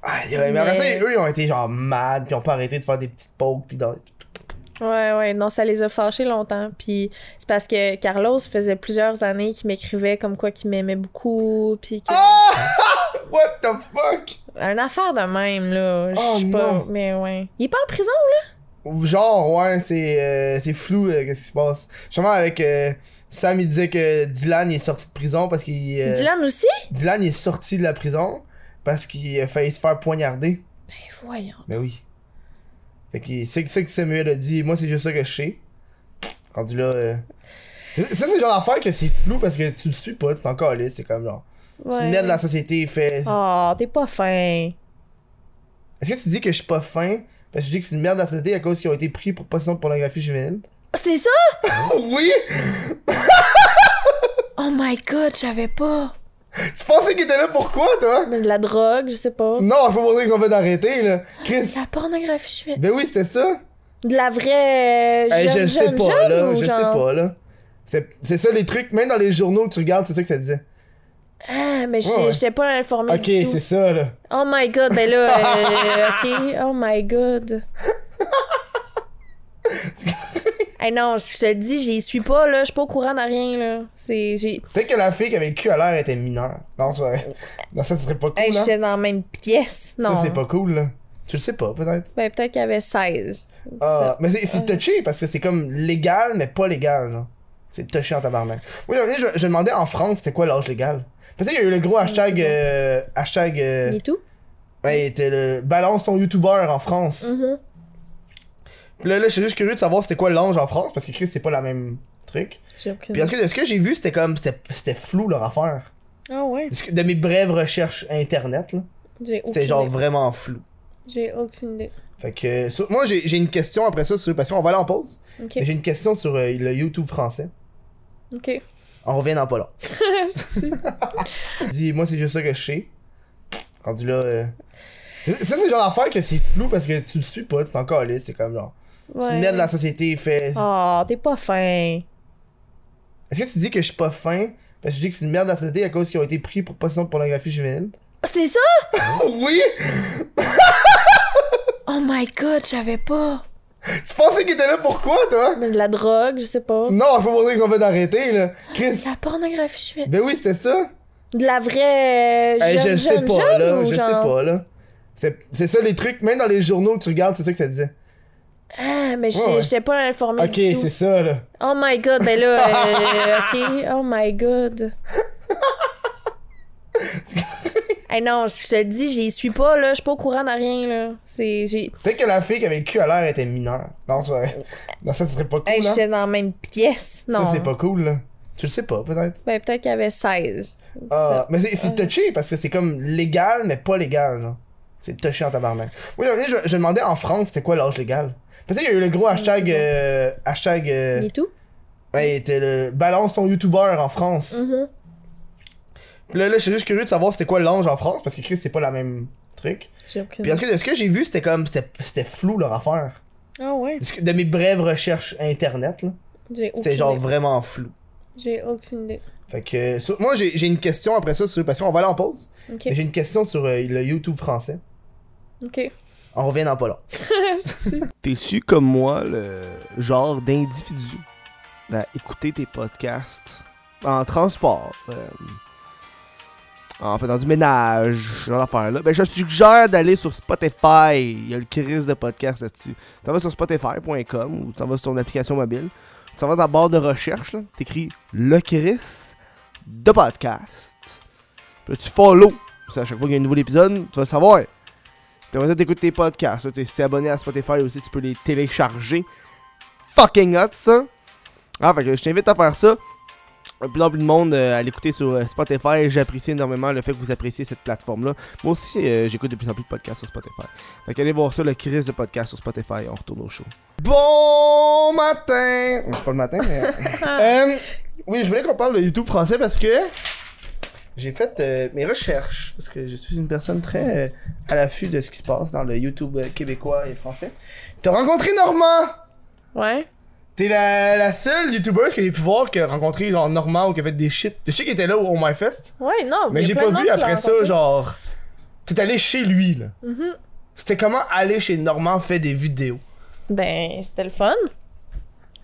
Speaker 1: Aïe, aïe, mais après
Speaker 2: Mais-
Speaker 1: ça, eux ils ont été genre mad, puis ils ont pas arrêté de faire des petites pokes, puis dans.
Speaker 2: Ouais, ouais, non, ça les a fâchés longtemps. Puis c'est parce que Carlos faisait plusieurs années qu'il m'écrivait comme quoi qu'il m'aimait beaucoup, puis que...
Speaker 1: Ah! [LAUGHS] What the fuck?
Speaker 2: un affaire de même là, je
Speaker 1: Ah! Oh,
Speaker 2: sais pas,
Speaker 1: non.
Speaker 2: mais ouais. Il est pas en prison.
Speaker 1: Genre, ouais, c'est euh, c'est flou, euh, qu'est-ce qui se passe. Justement, avec euh, Sam, il disait que Dylan il est sorti de prison parce qu'il. euh,
Speaker 2: Dylan aussi.
Speaker 1: Dylan, il est sorti de la prison parce qu'il a failli se faire poignarder.
Speaker 2: Ben voyons.
Speaker 1: Ben oui. Fait qu'il c'est c'est que Samuel a dit. Moi, c'est juste ça que je sais. Rendu là. euh, Ça, c'est le genre d'affaire que c'est flou parce que tu le suis pas, tu t'en calais, c'est comme genre. Tu le
Speaker 2: Ouais.
Speaker 1: mets de la société, il fait.
Speaker 2: Oh, t'es pas fin.
Speaker 1: Est-ce que tu dis que je suis pas fin? Parce que je dis que c'est une merde de la société à cause qu'ils ont été pris pour possession de pornographie juvénile.
Speaker 2: C'est ça
Speaker 1: oui!
Speaker 2: Oh my god, je savais pas.
Speaker 1: Tu pensais qu'ils étaient là pourquoi, toi?
Speaker 2: Mais de la drogue, je sais pas.
Speaker 1: Non, c'est pas pour dire qu'ils ont fait arrêter, là. Chris.
Speaker 2: De la pornographie, je fais
Speaker 1: Ben oui, c'était ça.
Speaker 2: de la vraie euh,
Speaker 1: Hey,
Speaker 2: jeune,
Speaker 1: je le sais
Speaker 2: jeune,
Speaker 1: pas,
Speaker 2: jeune,
Speaker 1: là.
Speaker 2: ou
Speaker 1: Je
Speaker 2: genre...
Speaker 1: sais pas, là. C'est c'est ça les trucs, même dans les journaux que tu regardes, c'est ça que ça disait.
Speaker 2: Ah, mais
Speaker 1: Ouais, ouais.
Speaker 2: j'ai- j'étais pas informée
Speaker 1: Ok,
Speaker 2: du tout.
Speaker 1: c'est ça, là.
Speaker 2: Oh my god, ben
Speaker 1: [LAUGHS]
Speaker 2: là, euh, ok. Oh my god. hey non, je te le dis, j'y suis pas, là. Je suis pas au courant de rien, là. C'est. J'ai.
Speaker 1: Peut-être que la fille qui avait le cul à l'air était mineure. Non, c'est
Speaker 2: [LAUGHS]
Speaker 1: vrai. Non, ça, ce serait pas cool,
Speaker 2: Hey,
Speaker 1: là.
Speaker 2: j'étais dans la même pièce. Non.
Speaker 1: Ça, c'est pas cool, là. Tu le sais pas, peut-être.
Speaker 2: Ben, peut-être qu'il y avait 16.
Speaker 1: Ah,
Speaker 2: Ça. euh.
Speaker 1: mais c'est c'est touché parce que c'est comme légal, mais pas légal, là. C'est touché en tabarnak. Oui, un moment donné, je, je demandais en France, c'était quoi l'âge légal? Parce qu'il y a eu le gros hashtag.
Speaker 2: c'est bon.
Speaker 1: euh, hashtag. euh,
Speaker 2: Me too?
Speaker 1: ouais, il était le balance ton youtubeur en France.
Speaker 2: Mhm.
Speaker 1: Puis là, là, je suis juste curieux de savoir c'était quoi l'ange en France, parce que Chris, c'est pas la même truc.
Speaker 2: J'ai aucune.
Speaker 1: Puis est-ce que, de ce que j'ai vu, c'était comme, c'était c'était flou leur affaire.
Speaker 2: Ah ouais.
Speaker 1: De ce que- De mes brèves recherches internet, là,
Speaker 2: J'ai aucune
Speaker 1: c'était genre
Speaker 2: idée.
Speaker 1: vraiment flou.
Speaker 2: J'ai aucune idée.
Speaker 1: Fait que, sur- moi, j'ai j'ai une question après ça sur, parce qu'on va aller en pause.
Speaker 2: Ok.
Speaker 1: Mais J'ai une question sur euh, le YouTube français.
Speaker 2: Ok. [LAUGHS]
Speaker 1: On revient dans pas là. [LAUGHS]
Speaker 2: C'est-tu?
Speaker 1: Dis, moi, c'est juste ça que je sais. Rendu là. euh, Ça, c'est le genre d'affaire que c'est flou parce que tu le suis pas, tu t'en calais, c'est comme genre. Tu le
Speaker 2: Ouais.
Speaker 1: mets de la société, il fait.
Speaker 2: Oh, t'es pas fin.
Speaker 1: Est-ce que tu dis que je suis pas fin parce que je dis que c'est une merde de la société à cause qu'ils ont été pris pour possession de pornographie juvénile?
Speaker 2: C'est ça?
Speaker 1: oui!
Speaker 2: Oh my god, je savais pas.
Speaker 1: Tu pensais qu'ils étaient là pourquoi, toi?
Speaker 2: Mais de la drogue, je sais pas.
Speaker 1: Non, c'est pas pour dire qu'ils ont fait arrêter, là. Chris!
Speaker 2: De la pornographie, je fais.
Speaker 1: Ben oui, c'était ça!
Speaker 2: De la vraie euh,
Speaker 1: Hey, Eh,
Speaker 2: jeune,
Speaker 1: je le sais
Speaker 2: jeune,
Speaker 1: pas,
Speaker 2: jeune
Speaker 1: là.
Speaker 2: ou
Speaker 1: Je sais
Speaker 2: genre-
Speaker 1: pas, là. C'est c'est ça les trucs, même dans les journaux que tu regardes, c'est ça que ça disait.
Speaker 2: Ah, mais
Speaker 1: Ouais, ouais.
Speaker 2: je- j'étais pas informée du tout.
Speaker 1: ça, là.
Speaker 2: Oh my god, ben
Speaker 1: [LAUGHS]
Speaker 2: là, euh, ok. Oh my god. hey non, je te le dis, j'y suis pas, là. Je suis pas au courant de rien, là. C'est. J'ai.
Speaker 1: Peut-être que la fille qui avait le cul à l'air était mineure. Non, c'est vrai. Non, ça, ce serait pas cool,
Speaker 2: Hey,
Speaker 1: là.
Speaker 2: j'étais dans la même pièce. Non.
Speaker 1: Ça, c'est pas cool, là. Tu le sais pas, peut-être.
Speaker 2: Ben, peut-être qu'il y avait 16.
Speaker 1: Ah,
Speaker 2: Ça. Euh.
Speaker 1: mais c'est c'est touché parce que c'est comme légal, mais pas légal, là. C'est touché en tabarnak. Oui, un moment donné, je, je demandais en France, c'était quoi l'âge légal? Parce qu'il y a eu le gros hashtag.
Speaker 2: c'est bon.
Speaker 1: euh, hashtag. euh,
Speaker 2: Me too?
Speaker 1: ouais, il était le balance ton youtubeur en France.
Speaker 2: Mhm.
Speaker 1: Puis là, là, je suis juste curieux de savoir c'était quoi l'ange en France parce que Chris, c'est pas la même truc.
Speaker 2: J'ai aucune.
Speaker 1: Puis est-ce que de ce que j'ai vu, c'était comme. C'était c'était flou leur affaire.
Speaker 2: Ah ouais.
Speaker 1: De ce que- De mes brèves recherches internet, là.
Speaker 2: J'ai aucune
Speaker 1: C'était genre
Speaker 2: idée.
Speaker 1: vraiment flou.
Speaker 2: J'ai aucune idée.
Speaker 1: Fait que, sur- moi, j'ai j'ai une question après ça, sur, parce qu'on va aller en pause.
Speaker 2: Ok.
Speaker 1: Mais J'ai une question sur euh, le YouTube français.
Speaker 2: Ok.
Speaker 1: On revient dans pas long.
Speaker 2: [LAUGHS] C'est-tu-
Speaker 3: T'es-tu comme moi le genre d'individu à écouter tes podcasts en transport? euh, en fait, dans du ménage, ce genre d'affaires là. Ben, je te suggère d'aller sur Spotify. Il y a le crise de podcast là-dessus. T'en vas sur spotify.com ou t'en vas sur ton application mobile. Tu t'en vas dans la barre de recherche, là. T'écris le crise de podcast. Puis là, tu follow. Puis à chaque fois qu'il y a un nouvel épisode, tu vas le savoir. Puis après ça, t'écoutes tes podcasts. là. T'es- Si t'es abonné à Spotify aussi, tu peux les télécharger. Fucking hot, ça! Ah, fait que je t'invite à faire ça. De plus en plus de monde euh, à l'écouter sur euh, Spotify. J'apprécie énormément le fait que vous appréciez cette plateforme-là. Moi aussi, euh, j'écoute de plus en plus de podcasts sur Spotify. Fait qu'allez voir ça, le Chris de podcast sur Spotify. On retourne au show.
Speaker 1: Bon matin! C'est pas le matin, mais. Euh, oui, je voulais qu'on parle de YouTube français parce que j'ai fait euh, mes recherches. Parce que je suis une personne très euh, à l'affût de ce qui se passe dans le YouTube euh, québécois et français. T'as rencontré Normand!
Speaker 2: Ouais.
Speaker 1: T'es la, la seule YouTuber que j'ai pu voir qui a rencontré genre Normand ou qui a fait des shit. Je sais qu'il était là au My Fest,
Speaker 2: Ouais, non.
Speaker 1: mais
Speaker 2: il y a
Speaker 1: j'ai
Speaker 2: plein
Speaker 1: pas
Speaker 2: de monde
Speaker 1: vu
Speaker 2: qui l'a
Speaker 1: après ça,
Speaker 2: rencontré.
Speaker 1: genre. T'es allé chez lui, là.
Speaker 2: Mhm.
Speaker 1: C'était comment aller chez Normand fait des vidéos?
Speaker 2: Ben, c'était le fun.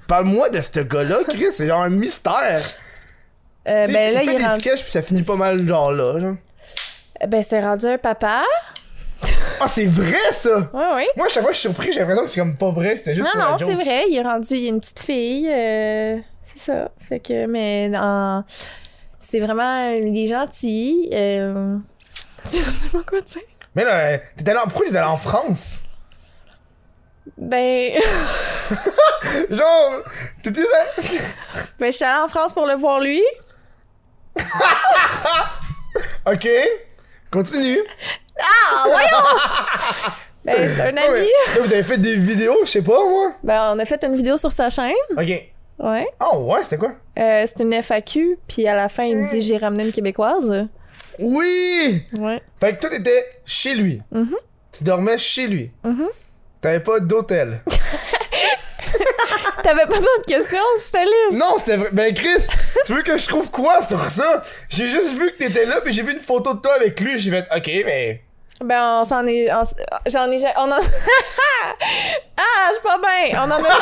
Speaker 1: Parle-moi de ce gars-là, Chris, c'est genre un mystère.
Speaker 2: Euh,
Speaker 1: Tu sais,
Speaker 2: ben là,
Speaker 1: il
Speaker 2: il
Speaker 1: fait
Speaker 2: est
Speaker 1: des
Speaker 2: rendu.
Speaker 1: sketchs puis ça finit pas mal genre là. Genre.
Speaker 2: Ben, c'était rendu un papa.
Speaker 1: Ah c'est vrai ça.
Speaker 2: Ouais, ouais.
Speaker 1: Moi à chaque fois je suis surpris, j'ai l'impression que c'est comme pas vrai, c'était juste
Speaker 2: Non,
Speaker 1: pour la
Speaker 2: non,
Speaker 1: joke.
Speaker 2: c'est vrai. Il est rendu. Il a une petite fille. euh, c'est ça. Fait que, mais en- c'est vraiment. euh, Il est gentil. euh, [LAUGHS] Je sais pas quoi dire.
Speaker 1: Mais là, euh, t'es allé en... pourquoi t'es allé en France [LAUGHS]
Speaker 2: Ben, [LAUGHS]
Speaker 1: Genre, t'es tu
Speaker 2: ben, je suis allée en France pour le voir lui.
Speaker 1: OK. Continue.
Speaker 2: Ben, c'est un
Speaker 1: Non, mais-
Speaker 2: ami.
Speaker 1: là, vous avez fait des vidéos, je sais pas moi.
Speaker 2: Ben, on a fait une vidéo sur sa chaîne.
Speaker 1: OK.
Speaker 2: Ouais.
Speaker 1: Oh ouais, c'est quoi
Speaker 2: Euh, c'était une FAQ. Puis à la fin, il me dit J'ai ramené une Québécoise.
Speaker 1: Oui
Speaker 2: Ouais.
Speaker 1: Fait que toi t'étais chez lui.
Speaker 2: Mhm.
Speaker 1: Tu dormais chez lui.
Speaker 2: Mhm.
Speaker 1: T'avais pas
Speaker 2: [LAUGHS]
Speaker 1: d'hôtel.
Speaker 2: T'avais pas d'autres questions, Stalis?
Speaker 1: Non, c'était vrai. Ben, Chris, tu veux que je trouve quoi sur ça? J'ai juste vu que t'étais là, puis j'ai vu une photo de toi avec lui, j'ai fait, ok, mais.
Speaker 2: Ben, on s'en est. on s- J'en ai. ja- On en... [LAUGHS] ah, je suis pas bien! On en a. [LAUGHS]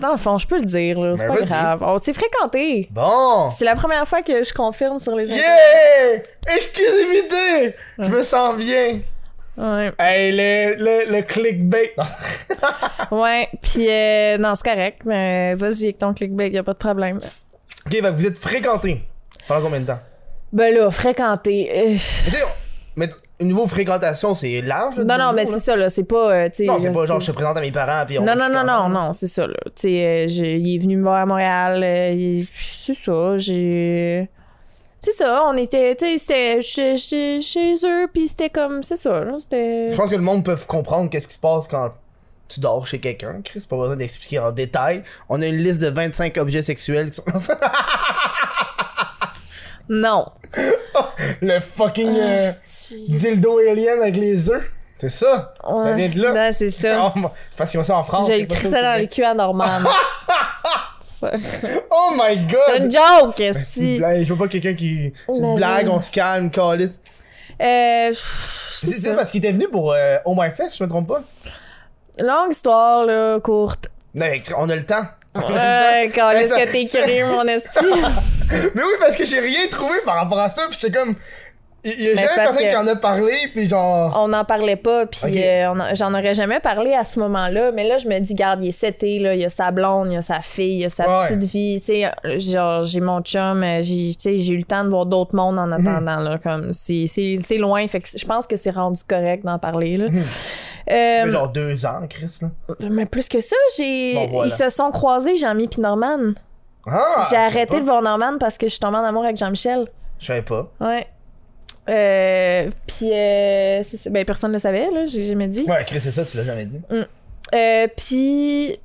Speaker 2: Dans le fond, je peux le dire, là. C'est
Speaker 1: Ben,
Speaker 2: pas
Speaker 1: vas-y.
Speaker 2: grave. On s'est fréquentés.
Speaker 1: Bon!
Speaker 2: C'est la première fois que je confirme sur les internets.
Speaker 1: Yeah! Exclusivité! Je me sens bien!
Speaker 2: Ouais.
Speaker 1: Hey, le, le, le clickbait! [LAUGHS]
Speaker 2: Ouais. Puis, euh, non, c'est correct. Mais vas-y avec ton clickbait, y a pas de problème.
Speaker 1: ok, fait que vous êtes fréquentés. Pendant combien de temps?
Speaker 2: Ben là, fréquenté.
Speaker 1: Mais tu sais, mais t- au niveau fréquentation, c'est large. là,
Speaker 2: non,
Speaker 1: de
Speaker 2: non,
Speaker 1: nos
Speaker 2: mais
Speaker 1: jours,
Speaker 2: c'est
Speaker 1: là.
Speaker 2: ça, là. C'est pas. euh, tu sais,
Speaker 1: Non, c'est pas
Speaker 2: c'est-
Speaker 1: genre je te présente à mes parents, puis on.
Speaker 2: Non, non, non, non, non, c'est ça, là. Tu sais, euh, j'ai- il est venu me voir à Montréal. euh, il- c'est ça, j'ai. C'est ça, on était. Tu sais, c'était chez, chez- chez eux, puis c'était comme. C'est ça, là. C'était.
Speaker 1: Je pense que le monde peut comprendre qu'est-ce qui se passe quand tu dors chez quelqu'un, Chris. Pas besoin d'expliquer en détail. On a une liste de 25 objets sexuels qui sont.
Speaker 2: Non.
Speaker 1: [LAUGHS] le fucking euh,
Speaker 2: Ah,
Speaker 1: dildo alien avec les œufs. C'est ça. Ça vient de là.
Speaker 2: Ouais, c'est ça.
Speaker 1: Oh, moi, c'est parce qu'ils font ça en France.
Speaker 2: je
Speaker 1: c'est
Speaker 2: le
Speaker 1: pas ça au
Speaker 2: crissais dans le
Speaker 1: Québec.
Speaker 2: cul
Speaker 1: [LAUGHS]
Speaker 2: à Norman. C'est pas-
Speaker 1: Oh my
Speaker 2: c'est une
Speaker 1: god!
Speaker 2: joke,
Speaker 1: Ben, C'est une
Speaker 2: esti.
Speaker 1: blague. Je veux pas quelqu'un qui. C'est une
Speaker 2: Imagine.
Speaker 1: blague, on se calme, calisse.
Speaker 2: Euh, pff,
Speaker 1: C'est
Speaker 2: c'est
Speaker 1: c'est
Speaker 2: ça.
Speaker 1: parce qu'il était venu pour euh, Oh My Fest, je me trompe pas.
Speaker 2: Longue histoire, là, courte.
Speaker 1: Non, mais on a le temps. On a [LAUGHS] le
Speaker 2: Euh, quand est-ce
Speaker 1: Ben, ça-
Speaker 2: que t'es curieux, mon esti?
Speaker 1: temps. Mais oui, parce que j'ai rien trouvé par rapport à ça. Puis j'étais comme. Il il y a
Speaker 2: Ben,
Speaker 1: jamais
Speaker 2: c'est parce
Speaker 1: personne
Speaker 2: que-
Speaker 1: qui en a parlé. Puis genre.
Speaker 2: on n'en parlait pas, puis
Speaker 1: Ok.
Speaker 2: euh, on en- j'en aurais jamais parlé à ce moment-là. Mais là, je me dis, garde, il est 7 là, il y a sa blonde, il y a sa fille, il y a sa
Speaker 1: Ouais.
Speaker 2: petite vie. Tu sais, euh, genre, j'ai mon chum, euh, j'ai tu sais, j'ai eu le temps de voir d'autres mondes en
Speaker 1: Hmm.
Speaker 2: attendant, là. Comme, c'est- c'est c'est loin, fait que je pense que c'est rendu correct d'en parler, là.
Speaker 1: Mhm.
Speaker 2: Euh,
Speaker 1: Genre deux ans, Chris. Là.
Speaker 2: mais plus que ça, j'ai
Speaker 1: Bon, voilà.
Speaker 2: ils se sont croisés, Jean-Mi puis Norman.
Speaker 1: Ah,
Speaker 2: j'ai
Speaker 1: je savais
Speaker 2: arrêté
Speaker 1: pas.
Speaker 2: de voir Norman parce que je suis tombée en amour avec Jean-Michel.
Speaker 1: Je savais pas.
Speaker 2: Ouais. Euh, puis, euh, c'est ça. ben, personne ne le savait, là, j'ai jamais dit.
Speaker 1: Ouais, Chris, c'est ça, tu l'as jamais dit.
Speaker 2: Euh, puis.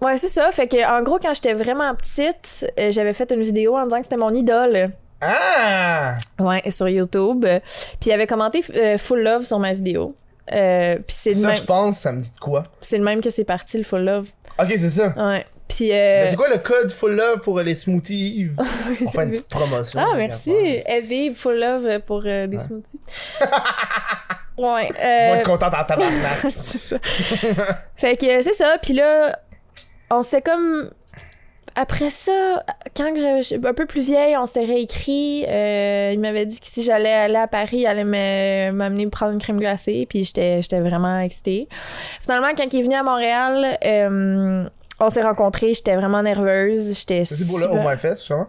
Speaker 2: Ouais, c'est ça. Fait que, en gros, quand j'étais vraiment petite, euh, j'avais fait une vidéo en disant que c'était mon idole.
Speaker 1: Ah!
Speaker 2: Ouais, sur YouTube. Euh, Puis il avait commenté euh, Full Love sur ma vidéo. Euh, puis c'est le,
Speaker 1: Ça,
Speaker 2: même-
Speaker 1: je pense, ça me dit de quoi?
Speaker 2: c'est le même que c'est parti, le Full Love.
Speaker 1: Ok, c'est ça.
Speaker 2: Ouais. Puis. euh,
Speaker 1: Mais C'est quoi le code full love pour euh, les
Speaker 2: [LAUGHS]
Speaker 1: smoothies? On fait une petite promotion.
Speaker 2: Ah,
Speaker 1: les
Speaker 2: merci.
Speaker 1: gars.
Speaker 2: Evie, full love pour euh,
Speaker 1: [LAUGHS]
Speaker 2: des smoothies. ouais.
Speaker 1: Ils vont
Speaker 2: euh,
Speaker 1: être contents en tabarnak.
Speaker 2: [LAUGHS] c'est ça. fait que euh, c'est ça. Puis là, on s'est comme. Après ça, quand que j'avais- j'étais un peu plus vieille, on s'était réécrit. euh, il m'avait dit que si j'allais aller à Paris, il allait me- m'amener me prendre une crème glacée. Puis j'étais j'étais vraiment excitée. Finalement, quand il est venu à Montréal, euh, on s'est rencontrés. J'étais vraiment nerveuse. J'étais
Speaker 1: C'est beau là,
Speaker 2: super-
Speaker 1: au moins fait, je sens.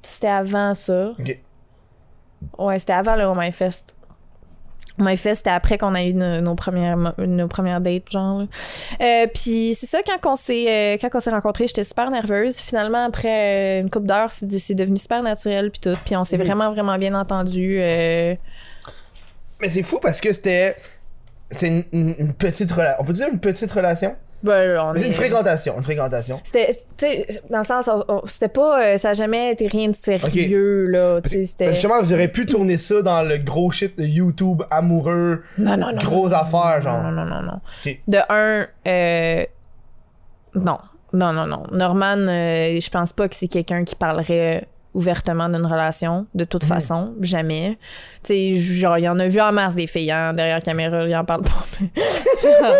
Speaker 2: c'était avant ça.
Speaker 1: Ok.
Speaker 2: Ouais, c'était avant le Oh My Fest. Oh My Fest, c'était après qu'on a eu nos, nos premières, mo- nos premières dates, genre. là. Euh, Puis c'est ça, quand on s'est euh, quand on s'est rencontrés, j'étais super nerveuse. Finalement, après euh, une couple d'heures, c'est de- c'est devenu super naturel, puis tout. Puis on s'est
Speaker 1: Mhm.
Speaker 2: vraiment, vraiment bien entendu. euh.
Speaker 1: Mais c'est fou parce que c'était. C'est une, une- une petite relation. On peut dire une petite relation? Mais c'est une fréquentation, une fréquentation.
Speaker 2: C'était, tu sais, dans le sens, on- on- c'était pas, euh, ça a jamais été rien de sérieux, là. Tu sais,
Speaker 1: Parce
Speaker 2: c'était.
Speaker 1: que justement, vous auriez pu tourner ça dans le gros shit de YouTube, amoureux,
Speaker 2: Non, Ah non, non.
Speaker 1: grosse affaire, genre.
Speaker 2: Non, non, non, non.
Speaker 1: Ok.
Speaker 2: De un, euh, non, non, non, non. Norman, euh, je pense pas que c'est quelqu'un qui parlerait ouvertement d'une relation, de
Speaker 1: Hmm.
Speaker 2: toute façon, jamais. Tu sais, genre, il y en a vu en masse des filles, hein, derrière caméra, il en parle pas. [LAUGHS] mais- Genre,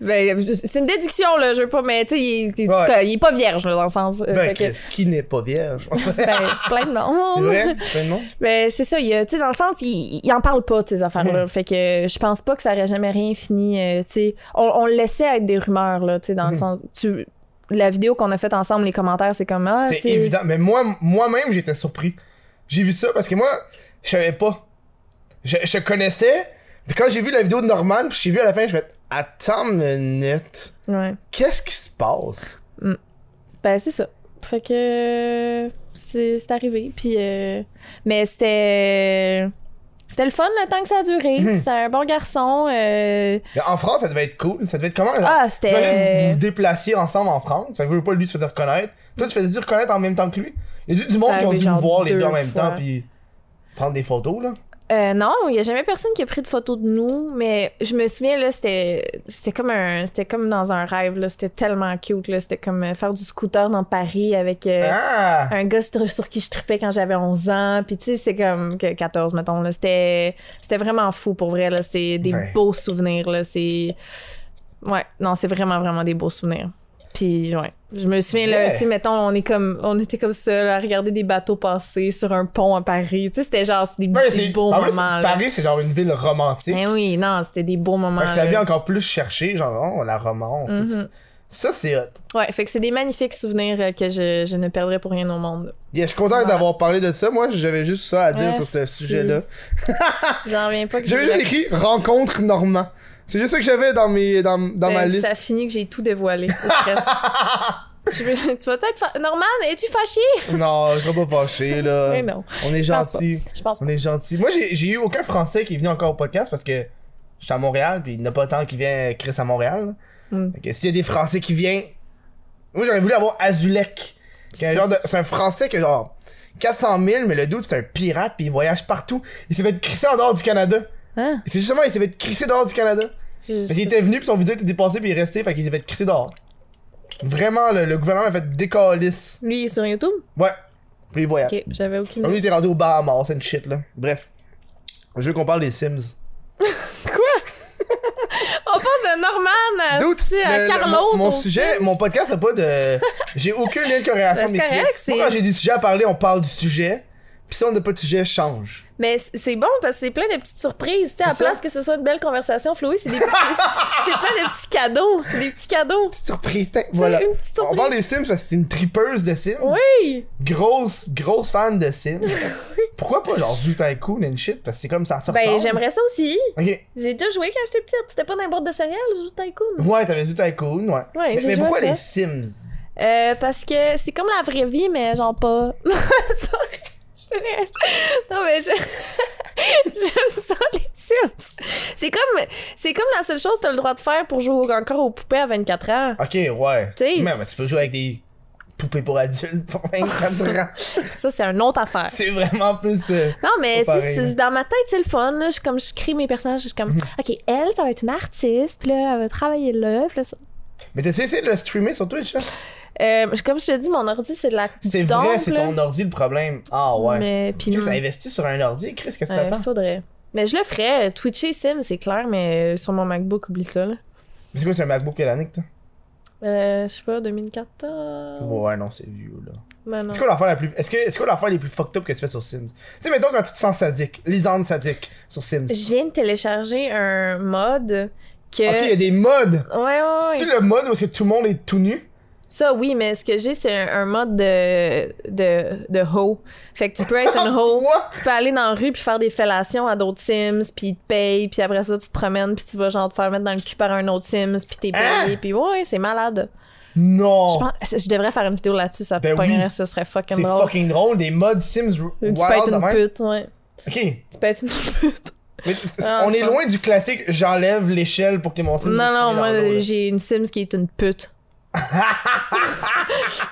Speaker 2: ben, c'est une déduction, là, je veux pas, mais tu sais, il, il-
Speaker 1: Ouais.
Speaker 2: il est pas vierge, là, dans le sens. euh,
Speaker 1: Ben,
Speaker 2: fait que-
Speaker 1: Chris, qui n'est pas vierge? c'est
Speaker 2: [LAUGHS] ben, plein de noms.
Speaker 1: vrai? Plein de monde?
Speaker 2: Ben, c'est ça, il y a- tu sais, dans le sens, il, il en parle pas de ces affaires-là.
Speaker 1: Mm-hmm.
Speaker 2: Fait que euh, je pense pas que ça aurait jamais rien fini. euh, tu sais, on, on le laissait être des rumeurs, là, tu sais, dans le
Speaker 1: Mhm.
Speaker 2: sens. Tu, la vidéo qu'on a faite ensemble, les commentaires, c'est comme. Ah,
Speaker 1: c'est évident. Mais moi, moi-même, j'étais surpris. J'ai vu ça parce que moi, je savais pas. Je, je connaissais. Puis quand j'ai vu la vidéo de Norman, puis j'ai vu à la fin, je fait Attends une minute.
Speaker 2: Ouais.
Speaker 1: Qu'est-ce qui se passe?
Speaker 2: Ben, c'est ça. Fait que. euh, C'est c'est arrivé. Puis. euh, mais c'était. C'était le fun le temps que ça a duré.
Speaker 1: Mhm.
Speaker 2: C'était un bon garçon. euh,
Speaker 1: Mais En France, ça devait être cool. Ça devait être comment? genre,
Speaker 2: Ah,
Speaker 1: j'imagine vous vous
Speaker 2: c'était.
Speaker 1: déplaciez ensemble en France. Ça veut pas lui se faire reconnaître. Toi, tu faisais-tu reconnaître en même temps que lui? Il y a du, du
Speaker 2: Ça
Speaker 1: monde qui ont
Speaker 2: arrivait
Speaker 1: dû
Speaker 2: genre
Speaker 1: nous voir les deux en
Speaker 2: deux
Speaker 1: même temps,
Speaker 2: fois.
Speaker 1: puis prendre des photos, là.
Speaker 2: Euh, non, il n'y a jamais personne qui a pris de photos de nous, mais je me souviens, là, c'était c'était comme, un- c'était comme dans un rêve, là. C'était tellement cute, là. C'était comme euh, faire du scooter dans Paris avec euh,
Speaker 1: Ah!
Speaker 2: un gars sur, sur qui je tripais quand j'avais 11 ans. Puis, tu sais, c'était comme que 14, mettons, là. C'était c'était vraiment fou, pour vrai, là. C'est des
Speaker 1: Ouais.
Speaker 2: beaux souvenirs, là. C'est... Ouais, non, c'est vraiment, vraiment des beaux souvenirs. Puis, ouais. Je me souviens, là,
Speaker 1: Yeah.
Speaker 2: tu sais, mettons, on, est comme, on était comme ça, là, à regarder des bateaux passer sur un pont à Paris. Tu sais, c'était genre, c'est des,
Speaker 1: Ouais,
Speaker 2: des
Speaker 1: c'est-
Speaker 2: beaux
Speaker 1: en plus,
Speaker 2: moments, là.
Speaker 1: Paris, c'est genre une ville romantique.
Speaker 2: Ben oui, non, c'était des beaux moments.
Speaker 1: Fait que ça
Speaker 2: là.
Speaker 1: vient encore plus chercher, genre, oh, la romance. tout
Speaker 2: Mhm.
Speaker 1: ça. Ça, c'est hot.
Speaker 2: Ouais, fait que c'est des magnifiques souvenirs euh, que je, je ne perdrai pour rien au monde.
Speaker 1: Yeah, je suis content
Speaker 2: Ouais.
Speaker 1: d'avoir parlé de ça. Moi, j'avais juste ça à dire
Speaker 2: Ouais,
Speaker 1: sur ce
Speaker 2: c'est-
Speaker 1: sujet-là.
Speaker 2: J'en reviens pas que
Speaker 1: J'avais
Speaker 2: j'ai-
Speaker 1: juste écrit rencontre Normand. C'est juste ça que j'avais dans, mes, dans, dans
Speaker 2: Ben,
Speaker 1: ma liste.
Speaker 2: Ça finit que j'ai tout dévoilé.
Speaker 1: [LAUGHS]
Speaker 2: ou presque. Je veux- tu vas-tu être... fa- Norman, es-tu fâché?
Speaker 1: Non, je serais pas fâché,
Speaker 2: [LAUGHS]
Speaker 1: là.
Speaker 2: Mais non,
Speaker 1: On est
Speaker 2: Je pense
Speaker 1: gentil.
Speaker 2: je pense pas.
Speaker 1: On est gentil. Moi, j'ai j'ai eu aucun Français qui est venu encore au podcast parce que j'étais à Montréal, puis il n'y en a pas tant qui vient Chris à Montréal.
Speaker 2: Mm.
Speaker 1: Fait que s'il y a des Français qui viennent. Moi, j'aurais voulu avoir Azulek. qui est un genre de- C'est un Français que genre 400 000, mais le doute, c'est un pirate, puis il voyage partout. Il s'est fait crisser en dehors du Canada.
Speaker 2: Hein?
Speaker 1: C'est justement, il s'est fait crisser dehors du Canada.
Speaker 2: Je-
Speaker 1: Parce qu'il était venu, puis son visa était dépassé, puis il est resté, fait qu'il s'est fait crisser dehors. Vraiment, le, le gouvernement a fait décalisse.
Speaker 2: Lui, il est sur YouTube?
Speaker 1: Ouais. Puis il voyage.
Speaker 2: Ok, j'avais aucune
Speaker 1: Lui, il
Speaker 2: idée.
Speaker 1: était rendu au Bahamas, c'est une shit, là. Bref. Je veux qu'on parle des Sims.
Speaker 2: On passe de Norman à,
Speaker 1: Dude,
Speaker 2: Ah, si, à
Speaker 1: le- le-
Speaker 2: Carlos.
Speaker 1: mon- Mon,
Speaker 2: au-
Speaker 1: sujet, mon podcast, c'est pas
Speaker 2: [LAUGHS]
Speaker 1: de. J'ai aucune lien de corrélation avec
Speaker 2: Ben,
Speaker 1: mes
Speaker 2: c'est
Speaker 1: sujets.
Speaker 2: correct,
Speaker 1: Moi,
Speaker 2: c'est-
Speaker 1: quand j'ai des sujets à parler, on parle du sujet. Puis si on n'a pas de sujet, change.
Speaker 2: Mais c- c'est bon parce que c'est plein de petites surprises. Tu sais, à
Speaker 1: ça.
Speaker 2: place que ce soit une belle conversation, Floé, c'est des petits...
Speaker 1: [LAUGHS]
Speaker 2: c'est plein de petits cadeaux. C'est des petits cadeaux.
Speaker 1: Petite surprise, tiens, voilà.
Speaker 2: une petite
Speaker 1: On
Speaker 2: surprise.
Speaker 1: parle des Sims parce que c'est une tripeuse de Sims.
Speaker 2: Oui!
Speaker 1: Grosse, grosse fan de
Speaker 2: [LAUGHS]
Speaker 1: Sims. Pourquoi pas, genre, Zutain Coon and shit? Parce que c'est comme ça sort.
Speaker 2: Ben, j'aimerais ça aussi.
Speaker 1: Ok.
Speaker 2: J'ai déjà joué quand j'étais petite. C'était pas dans les boîtes de céréales, je joue Tycoon.
Speaker 1: Ouais, t'avais Zutain Coon, ouais.
Speaker 2: Ouais,
Speaker 1: mais
Speaker 2: j'ai
Speaker 1: mais
Speaker 2: joué à
Speaker 1: pourquoi
Speaker 2: ça.
Speaker 1: les Sims?
Speaker 2: Euh, parce que c'est comme la vraie vie, mais genre pas. [LAUGHS] Sorry, je te laisse. Non, mais je. [LAUGHS] J'aime ça, les Sims. C'est comme, c'est comme la seule chose que t'as le droit de faire pour jouer encore aux poupées à 24 ans.
Speaker 1: Ok, ouais.
Speaker 2: Tu sais,
Speaker 1: Mais, mais tu peux jouer avec des poupées pour adultes [LAUGHS] pour 24 ans.
Speaker 2: Ça, c'est une autre affaire.
Speaker 1: C'est vraiment plus. euh,
Speaker 2: Non, mais
Speaker 1: Pas Mhm.
Speaker 2: c'est-
Speaker 1: pareil,
Speaker 2: c'est-
Speaker 1: hein.
Speaker 2: dans ma tête, c'est le fun. Là. Je, comme, je crée mes personnages. Je suis comme, OK, elle, ça va être une artiste. Puis là, elle va travailler là. Puis là, ça-
Speaker 1: Mais t'as essayé de le streamer sur Twitch, hein?
Speaker 2: Euh, comme je te dis, mon ordi, c'est de la.
Speaker 1: C'est vrai,
Speaker 2: dompe,
Speaker 1: c'est
Speaker 2: là.
Speaker 1: ton ordi le problème. Ah ouais.
Speaker 2: Mais puis.
Speaker 1: Tu as investi sur un ordi, Chris, qu'est-ce que
Speaker 2: ouais,
Speaker 1: t'attends?
Speaker 2: Euh, faudrait. Mais je le ferais. Twitcher Sim, c'est clair, mais euh, sur mon MacBook, oublie ça, là.
Speaker 1: Mais c'est quoi, c'est un MacBook quelle année que t'as?
Speaker 2: Euh, je sais pas, 2014.
Speaker 1: Ouais, non, c'est vieux, là.
Speaker 2: Ben non.
Speaker 1: C'est quoi l'affaire la plus. Est-ce que c'est quoi l'affaire les plus fucked up que tu fais sur Sims? Tu sais, mettons quand tu te sens sadique, lisande sadique sur Sims.
Speaker 2: Je viens de télécharger un mod que.
Speaker 1: Ok, il y a des modes.
Speaker 2: Ouais, ouais, ouais.
Speaker 1: C'est le mode où est-ce que tout le monde est tout nu?
Speaker 2: Ça, oui, mais ce que j'ai, c'est un, un mode de, de, de hoe. Fait que tu peux être une hoe.
Speaker 1: What?
Speaker 2: Tu peux aller dans la rue puis faire des fellations à d'autres Sims, puis ils te payent, puis après ça, tu te promènes, puis tu vas genre te faire mettre dans le cul par un autre Sims, puis t'es
Speaker 1: Hein?
Speaker 2: payé, puis ouais, c'est malade.
Speaker 1: Non!
Speaker 2: Je, pense- je devrais faire une vidéo là-dessus, ça
Speaker 1: Ben
Speaker 2: pognerait,
Speaker 1: oui.
Speaker 2: ça serait
Speaker 1: C'est
Speaker 2: fucking drôle.
Speaker 1: fucking drôle, des modes Sims.
Speaker 2: Tu peux
Speaker 1: wild
Speaker 2: être
Speaker 1: de
Speaker 2: une
Speaker 1: même.
Speaker 2: pute, ouais.
Speaker 1: Ok,
Speaker 2: Tu peux être une pute.
Speaker 1: mais c- c-
Speaker 2: Ah,
Speaker 1: on est
Speaker 2: fuck.
Speaker 1: loin du classique j'enlève l'échelle pour que mon Sims.
Speaker 2: Non, non,
Speaker 1: dans l'eau,
Speaker 2: moi,
Speaker 1: là.
Speaker 2: j'ai une Sims qui est
Speaker 1: [LAUGHS]
Speaker 2: une pute.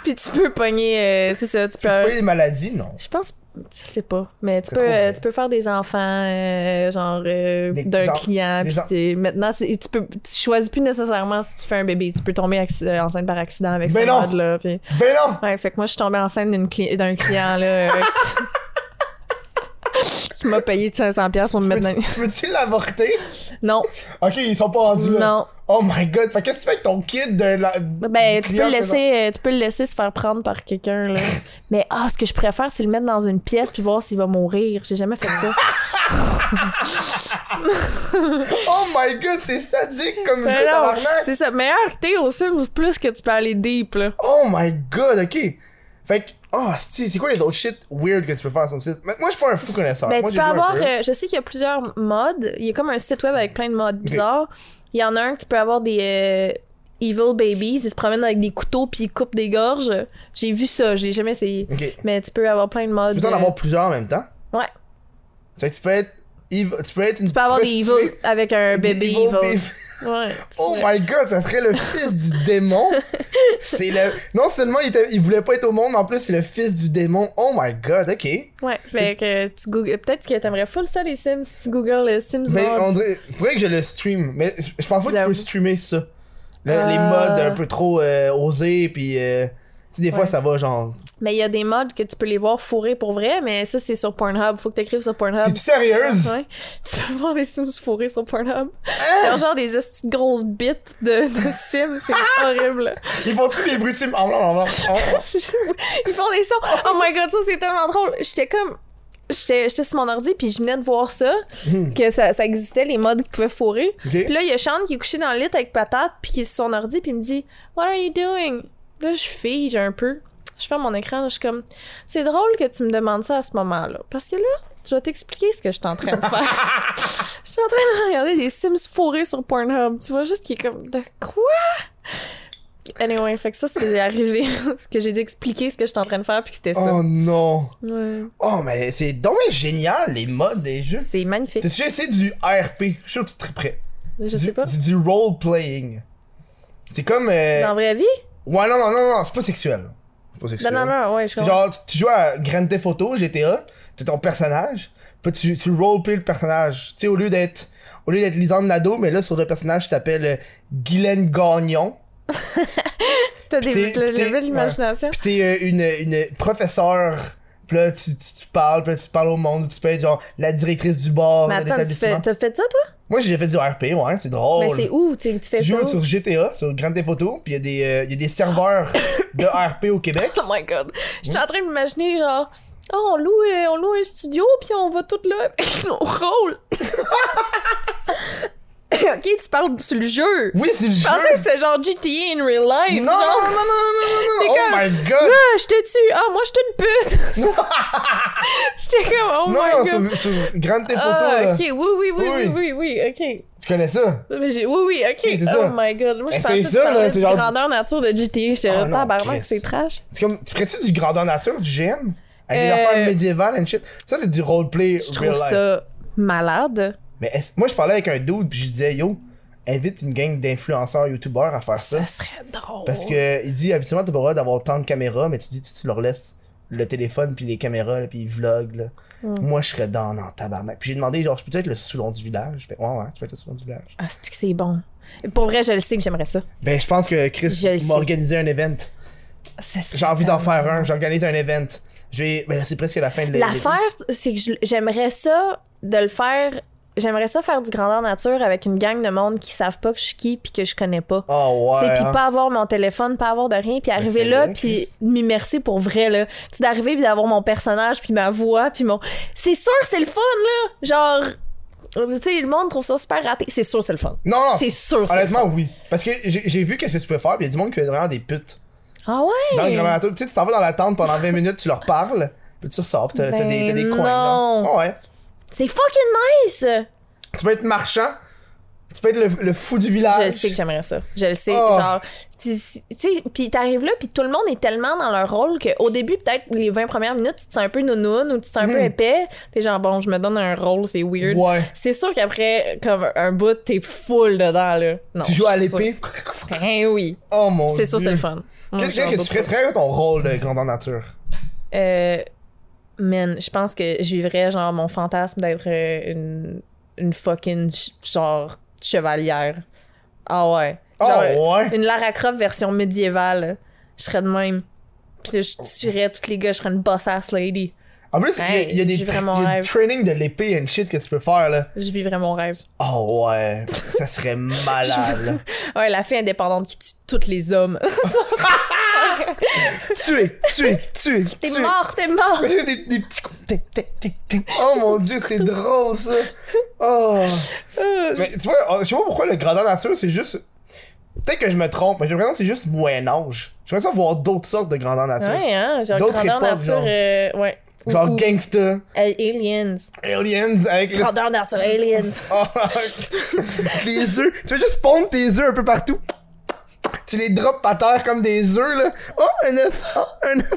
Speaker 2: puis tu peux pogner, euh, c'est ça, tu
Speaker 1: Tu
Speaker 2: peux...
Speaker 1: peux des maladies? Non.
Speaker 2: Je pense, je sais pas, mais tu
Speaker 1: C'est
Speaker 2: peux,
Speaker 1: trop
Speaker 2: euh,
Speaker 1: vrai.
Speaker 2: tu peux faire des enfants, euh, genre euh,
Speaker 1: Des-
Speaker 2: d'un
Speaker 1: genre,
Speaker 2: client.
Speaker 1: des
Speaker 2: puis
Speaker 1: en-
Speaker 2: t'es- maintenant, c'est- tu peux, tu choisis plus nécessairement si tu fais un bébé, tu peux tomber acci- euh, enceinte par accident avec
Speaker 1: Ben
Speaker 2: ce
Speaker 1: non!
Speaker 2: mode là. Puis...
Speaker 1: Ben non!
Speaker 2: Ouais, fait que moi, je suis tombée enceinte d'une cli- d'un client
Speaker 1: [LAUGHS]
Speaker 2: là. euh, qui m'a payé de 500 pièces pour me
Speaker 1: Tu
Speaker 2: mettre.
Speaker 1: peux-
Speaker 2: Dans...
Speaker 1: tu peux-tu l'avorter?
Speaker 2: Non,
Speaker 1: Ok, ils sont pas rendus là.
Speaker 2: non.
Speaker 1: Oh my god, fait qu'est-ce que tu fais avec ton kid de la.
Speaker 2: Ben,
Speaker 1: du
Speaker 2: tu
Speaker 1: client
Speaker 2: peux le
Speaker 1: que-
Speaker 2: laisser, euh, tu peux le laisser se faire prendre par quelqu'un là. [LAUGHS] mais ah, ce que je préfère, c'est le mettre dans une pièce puis voir s'il va mourir. J'ai jamais fait [LAUGHS] ça.
Speaker 1: Oh my god, c'est sadique comme jeu
Speaker 2: Mais Ben non,
Speaker 1: tabarnak!
Speaker 2: C'est ça. Meilleur que t'es au Sims, plus que tu peux aller deep, là.
Speaker 1: Oh my god, ok! Fait que. Oh, c'est c'est quoi les autres shit weird que tu peux faire sur le site? Mais Moi, je suis pas un fou connaisseur.
Speaker 2: Ben,
Speaker 1: Moi,
Speaker 2: tu
Speaker 1: j'ai
Speaker 2: peux
Speaker 1: joué un
Speaker 2: avoir.
Speaker 1: peu.
Speaker 2: euh, je sais qu'il y a plusieurs modes. Il y a comme un site web avec plein de modes bizarres. Il y en a un que tu peux avoir des euh, Evil Babies. Ils se promènent avec des couteaux puis ils coupent des gorges. J'ai vu ça, j'ai jamais essayé.
Speaker 1: Ok. Tu
Speaker 2: Mais tu peux avoir plein de modes.
Speaker 1: peux en
Speaker 2: euh,
Speaker 1: avoir plusieurs en même temps?
Speaker 2: Ouais.
Speaker 1: Fait que tu peux être. ev- Tu peux être une.
Speaker 2: Tu peux avoir des Evil avec un bébé Evil. [LAUGHS] Ouais. tu
Speaker 1: Oh
Speaker 2: peux-
Speaker 1: my god, ça serait le fils du démon! C'est le. Non seulement il, était- il voulait pas être au monde, en plus, c'est le fils du démon. Oh my god, ok.
Speaker 2: Ouais, fait que tu googles. Peut-être que t'aimerais full ça, les Sims, si tu googles les Sims
Speaker 1: Mais
Speaker 2: mods.
Speaker 1: on dirait, faudrait que je le stream. Mais je je pense pas que tu
Speaker 2: J'avoue.
Speaker 1: peux streamer ça. Le-
Speaker 2: Euh.
Speaker 1: Les modes un peu trop euh, osés, puis euh, tu sais, des fois
Speaker 2: Ouais.
Speaker 1: ça va genre.
Speaker 2: Mais il y a des modes que tu peux les voir fourrés pour vrai, mais ça, c'est sur Pornhub. Faut que t'écrives sur Pornhub.
Speaker 1: T'es sérieuse?
Speaker 2: [LAUGHS] Ouais. Tu peux voir les Sims fourrés sur Pornhub. Ils
Speaker 1: Hein?
Speaker 2: ont genre des esti de grosses bites de, de Sims. C'est
Speaker 1: Ah!
Speaker 2: horrible. [LAUGHS]
Speaker 1: Ils font tous les bruits de stream. Ah, blah, blah, blah.
Speaker 2: Ils font des sons. Oh my god, ça, c'est tellement drôle. J'étais comme. J'étais j'étais sur mon ordi, puis je venais de voir ça,
Speaker 1: Mhm.
Speaker 2: que ça, ça existait, les modes qui pouvaient fourrer. Puis
Speaker 1: Ok.
Speaker 2: là, il y a Sean qui est couché dans le lit avec patate, puis qui est sur son ordi, puis il me dit What are you doing? Là, je fige un peu. Je ferme mon écran, là, je suis comme C'est drôle que tu me demandes ça à ce moment-là. Parce que là, je vais t'expliquer ce que je suis en train de
Speaker 1: [LAUGHS]
Speaker 2: faire. je suis en train de regarder des Sims fourrés sur Pornhub. Tu vois juste qu'il est comme De quoi? Anyway, fait que ça, c'était arrivé. [LAUGHS] ce que j'ai dû expliquer ce que je suis en train de faire, puis que c'était ça.
Speaker 1: Oh non!
Speaker 2: Ouais.
Speaker 1: Oh, mais c'est donc génial les modes des jeux.
Speaker 2: C'est magnifique.
Speaker 1: T'as déjà essayé du RP? Je suis sûr que tu te prêt.
Speaker 2: Je
Speaker 1: du,
Speaker 2: sais pas.
Speaker 1: C'est du role-playing. C'est comme. euh,
Speaker 2: Dans la vraie vie?
Speaker 1: Ouais, non, non, non, non, c'est pas sexuel. C'est pas
Speaker 2: Non,
Speaker 1: sexuel.
Speaker 2: non, non, ouais, je
Speaker 1: C'est
Speaker 2: comprends.
Speaker 1: genre, tu, tu joues à Grand Theft Auto, GTA, t'es ton personnage, puis tu, tu roleplay le personnage. Tu sais, au lieu d'être au lieu d'être Lisande Nadeau, mais là, sur le personnage, tu t'appelles euh, Guylaine Gagnon.
Speaker 2: T'as des,
Speaker 1: t'es-
Speaker 2: le
Speaker 1: t'es-
Speaker 2: level d'imagination.
Speaker 1: Puis t'es euh, une, une professeure, puis là, tu, tu, tu parles, puis là, tu parles au monde, tu peux être genre la directrice du bar,
Speaker 2: Mais
Speaker 1: de
Speaker 2: attends, tu fais,
Speaker 1: l'établissement.
Speaker 2: t'as fait ça, toi?
Speaker 1: Moi, j'ai fait du RP, ouais, c'est drôle.
Speaker 2: Mais c'est où tu, tu fais
Speaker 1: Tu
Speaker 2: ça?
Speaker 1: joues
Speaker 2: où?
Speaker 1: sur GTA, sur Grand Theft Auto, puis il y, a des, euh, il y a des
Speaker 2: [LAUGHS]
Speaker 1: serveurs de RP au Québec.
Speaker 2: Oh my god. J'étais en train de m'imaginer, genre, oh, on loue, euh, on loue un studio, puis on va tout là, [LAUGHS] on roule. [LAUGHS] ok, tu parles sur le jeu.
Speaker 1: Oui, c'est le
Speaker 2: Je
Speaker 1: jeu!
Speaker 2: pensais que c'était genre GTA in real life.
Speaker 1: Non, non, non, non, non, non,
Speaker 2: genre,
Speaker 1: non, non,
Speaker 2: T'es
Speaker 1: Oh
Speaker 2: comme-
Speaker 1: my god!
Speaker 2: Ah, je t'ai tué. Ah, moi, je suis
Speaker 1: [LAUGHS]
Speaker 2: une pute. J'étais comme, oh
Speaker 1: non,
Speaker 2: my god.
Speaker 1: non, sur, sur Grande Theft Auto,
Speaker 2: Ah,
Speaker 1: là.
Speaker 2: ok, oui, oui, oui, oui,
Speaker 1: Oui.
Speaker 2: oui, oui, ok.
Speaker 1: tu connais ça?
Speaker 2: Mais j'ai- Oui, oui, ok.
Speaker 1: Oui, c'est
Speaker 2: oh
Speaker 1: ça.
Speaker 2: my god. Moi, je
Speaker 1: Mais
Speaker 2: pensais
Speaker 1: c'est
Speaker 2: que tu
Speaker 1: ça, là,
Speaker 2: parlais
Speaker 1: c'est
Speaker 2: du
Speaker 1: genre-
Speaker 2: grandeur nature de GTA. J'étais
Speaker 1: Ah
Speaker 2: là,
Speaker 1: non,
Speaker 2: tabarnak,
Speaker 1: Chris.
Speaker 2: c'est trash.
Speaker 1: C'est comme, tu ferais-tu du grandeur nature, du GN? Avec des
Speaker 2: Euh,
Speaker 1: affaires médiévales and shit. Ça, c'est du roleplay
Speaker 2: Je
Speaker 1: real
Speaker 2: trouve
Speaker 1: life.
Speaker 2: ça malade.
Speaker 1: Mais est-ce- moi, je parlais avec un dude, puis je disais, yo, invite une gang d'influenceurs, youtubeurs à faire ça.
Speaker 2: Ça serait drôle.
Speaker 1: Parce que il dit, habituellement, t'as pas le droit d'avoir tant de caméras, mais tu dis, tu tu leur laisses le téléphone, puis les caméras, là, puis ils vloguent, là.
Speaker 2: Hmm.
Speaker 1: Moi, je serais dans, dans le tabarnak. Puis j'ai demandé, genre, je peux être le soulon du village? Je fais, ouais, ouais, tu peux être le soulon du village.
Speaker 2: Ah, c'est que c'est bon. Et Pour vrai, je le sais que j'aimerais ça.
Speaker 1: Ben, je pense que Chris
Speaker 2: Je le sais.
Speaker 1: m'a organisé un event.
Speaker 2: Ça serait
Speaker 1: J'ai envie d'en
Speaker 2: tellement-
Speaker 1: faire un. J'organise un event. J'ai. Ben là, c'est presque la fin de l'é-
Speaker 2: L'affaire, c'est que je- j'aimerais ça de le faire. J'aimerais ça faire du grandeur nature avec une gang de monde qui savent pas que je suis qui puis que je connais pas.
Speaker 1: Oh
Speaker 2: Tu
Speaker 1: ouais.
Speaker 2: sais, Puis
Speaker 1: hein.
Speaker 2: pas avoir mon téléphone, pas avoir de rien, puis arriver
Speaker 1: fais-le,
Speaker 2: là,
Speaker 1: Chris.
Speaker 2: puis m'immerser pour vrai, là. Tu sais, d'arriver puis d'avoir mon personnage, puis ma voix, puis mon... C'est sûr, c'est le fun, là! Genre... Tu sais, le monde trouve ça super raté. C'est sûr, c'est le fun.
Speaker 1: Non, non.
Speaker 2: C'est sûr, c'est le
Speaker 1: Honnêtement,
Speaker 2: fun.
Speaker 1: oui. Parce que j'ai j'ai vu qu'est-ce que tu peux faire, puis il y a du monde qui est vraiment des putes.
Speaker 2: Ah ouais?
Speaker 1: Dans le grand Tu sais, tu t'en vas dans la tente pendant 20 minutes, tu leur parles, puis tu ressors, puis t'as t'as des, t'as des
Speaker 2: Ben
Speaker 1: coins. là. Ah
Speaker 2: non.
Speaker 1: ouais.
Speaker 2: C'est fucking nice!
Speaker 1: Tu peux être marchand, tu peux être le, le fou du village.
Speaker 2: Je sais que j'aimerais ça. Je le sais.
Speaker 1: Ah, Oh.
Speaker 2: Genre, tu tu sais, puis t'arrives là, puis tout le monde est tellement dans leur rôle qu'au début, peut-être les 20 premières minutes, tu te sens un peu nounoun ou tu te sens un peu
Speaker 1: Mhm.
Speaker 2: épais. T'es genre, bon, je me donne un rôle, c'est weird.
Speaker 1: Ouais.
Speaker 2: C'est sûr qu'après, comme un bout, t'es full dedans, là. Non,
Speaker 1: Tu joues à
Speaker 2: Oh, c'est sûr.
Speaker 1: l'épée.
Speaker 2: Ben oui.
Speaker 1: Oh mon dieu.
Speaker 2: C'est sûr, c'est le fun. Moi,
Speaker 1: Qu'est-ce
Speaker 2: j'en
Speaker 1: que tu
Speaker 2: doute
Speaker 1: ferais
Speaker 2: pas.
Speaker 1: très bien ton rôle de grandeur nature?
Speaker 2: Euh, man, je pense que je vivrais, genre, mon fantasme d'être euh, une, une fucking, ch- genre, chevalière. Ah ouais.
Speaker 1: Oh
Speaker 2: Genre, euh,
Speaker 1: ouais.
Speaker 2: Une Lara Croft version médiévale. Je serais de même. Puis là,
Speaker 1: Oh.
Speaker 2: je tuerais tous les gars, je serais une boss-ass lady.
Speaker 1: En plus, il y a- il y, a
Speaker 2: Hey,
Speaker 1: des
Speaker 2: j'ai
Speaker 1: tra-
Speaker 2: vraiment
Speaker 1: il y a
Speaker 2: rêve.
Speaker 1: du training de l'épée and shit que tu peux faire là.
Speaker 2: Je vivrais mon rêve.
Speaker 1: Oh ouais. ça
Speaker 2: [LAUGHS]
Speaker 1: serait malade. là.
Speaker 2: Ouais, la fille indépendante qui tue tous
Speaker 1: [LAUGHS]
Speaker 2: les hommes. [LAUGHS]
Speaker 1: Tuer, tuer, tuer,
Speaker 2: t'es
Speaker 1: tuer.
Speaker 2: mort, t'es mort!
Speaker 1: J'ai des, des petits coups. Tic, tic, tic, tic. Oh mon dieu, c'est drôle ça. Oh. Mais tu vois, je sais pas pourquoi le grandeur nature, c'est juste. Peut-être que je me trompe, mais j'ai l'impression que c'est juste Moyen-Âge. J'aimerais ça voir d'autres sortes de grandeur nature.
Speaker 2: Ouais, hein? Genre
Speaker 1: D'autres
Speaker 2: grandeur
Speaker 1: époques,
Speaker 2: nature,
Speaker 1: genre.
Speaker 2: euh, ouais. Ou-
Speaker 1: Genre
Speaker 2: ou-
Speaker 1: gangsta,
Speaker 2: euh, aliens.
Speaker 1: aliens avec le. [LAUGHS]
Speaker 2: Grandeur nature, aliens.
Speaker 1: Oh, les œufs. Tu veux juste pondre tes œufs un peu partout. Tu les drops à terre comme des œufs là. Oh, un œuf, oh, un œuf.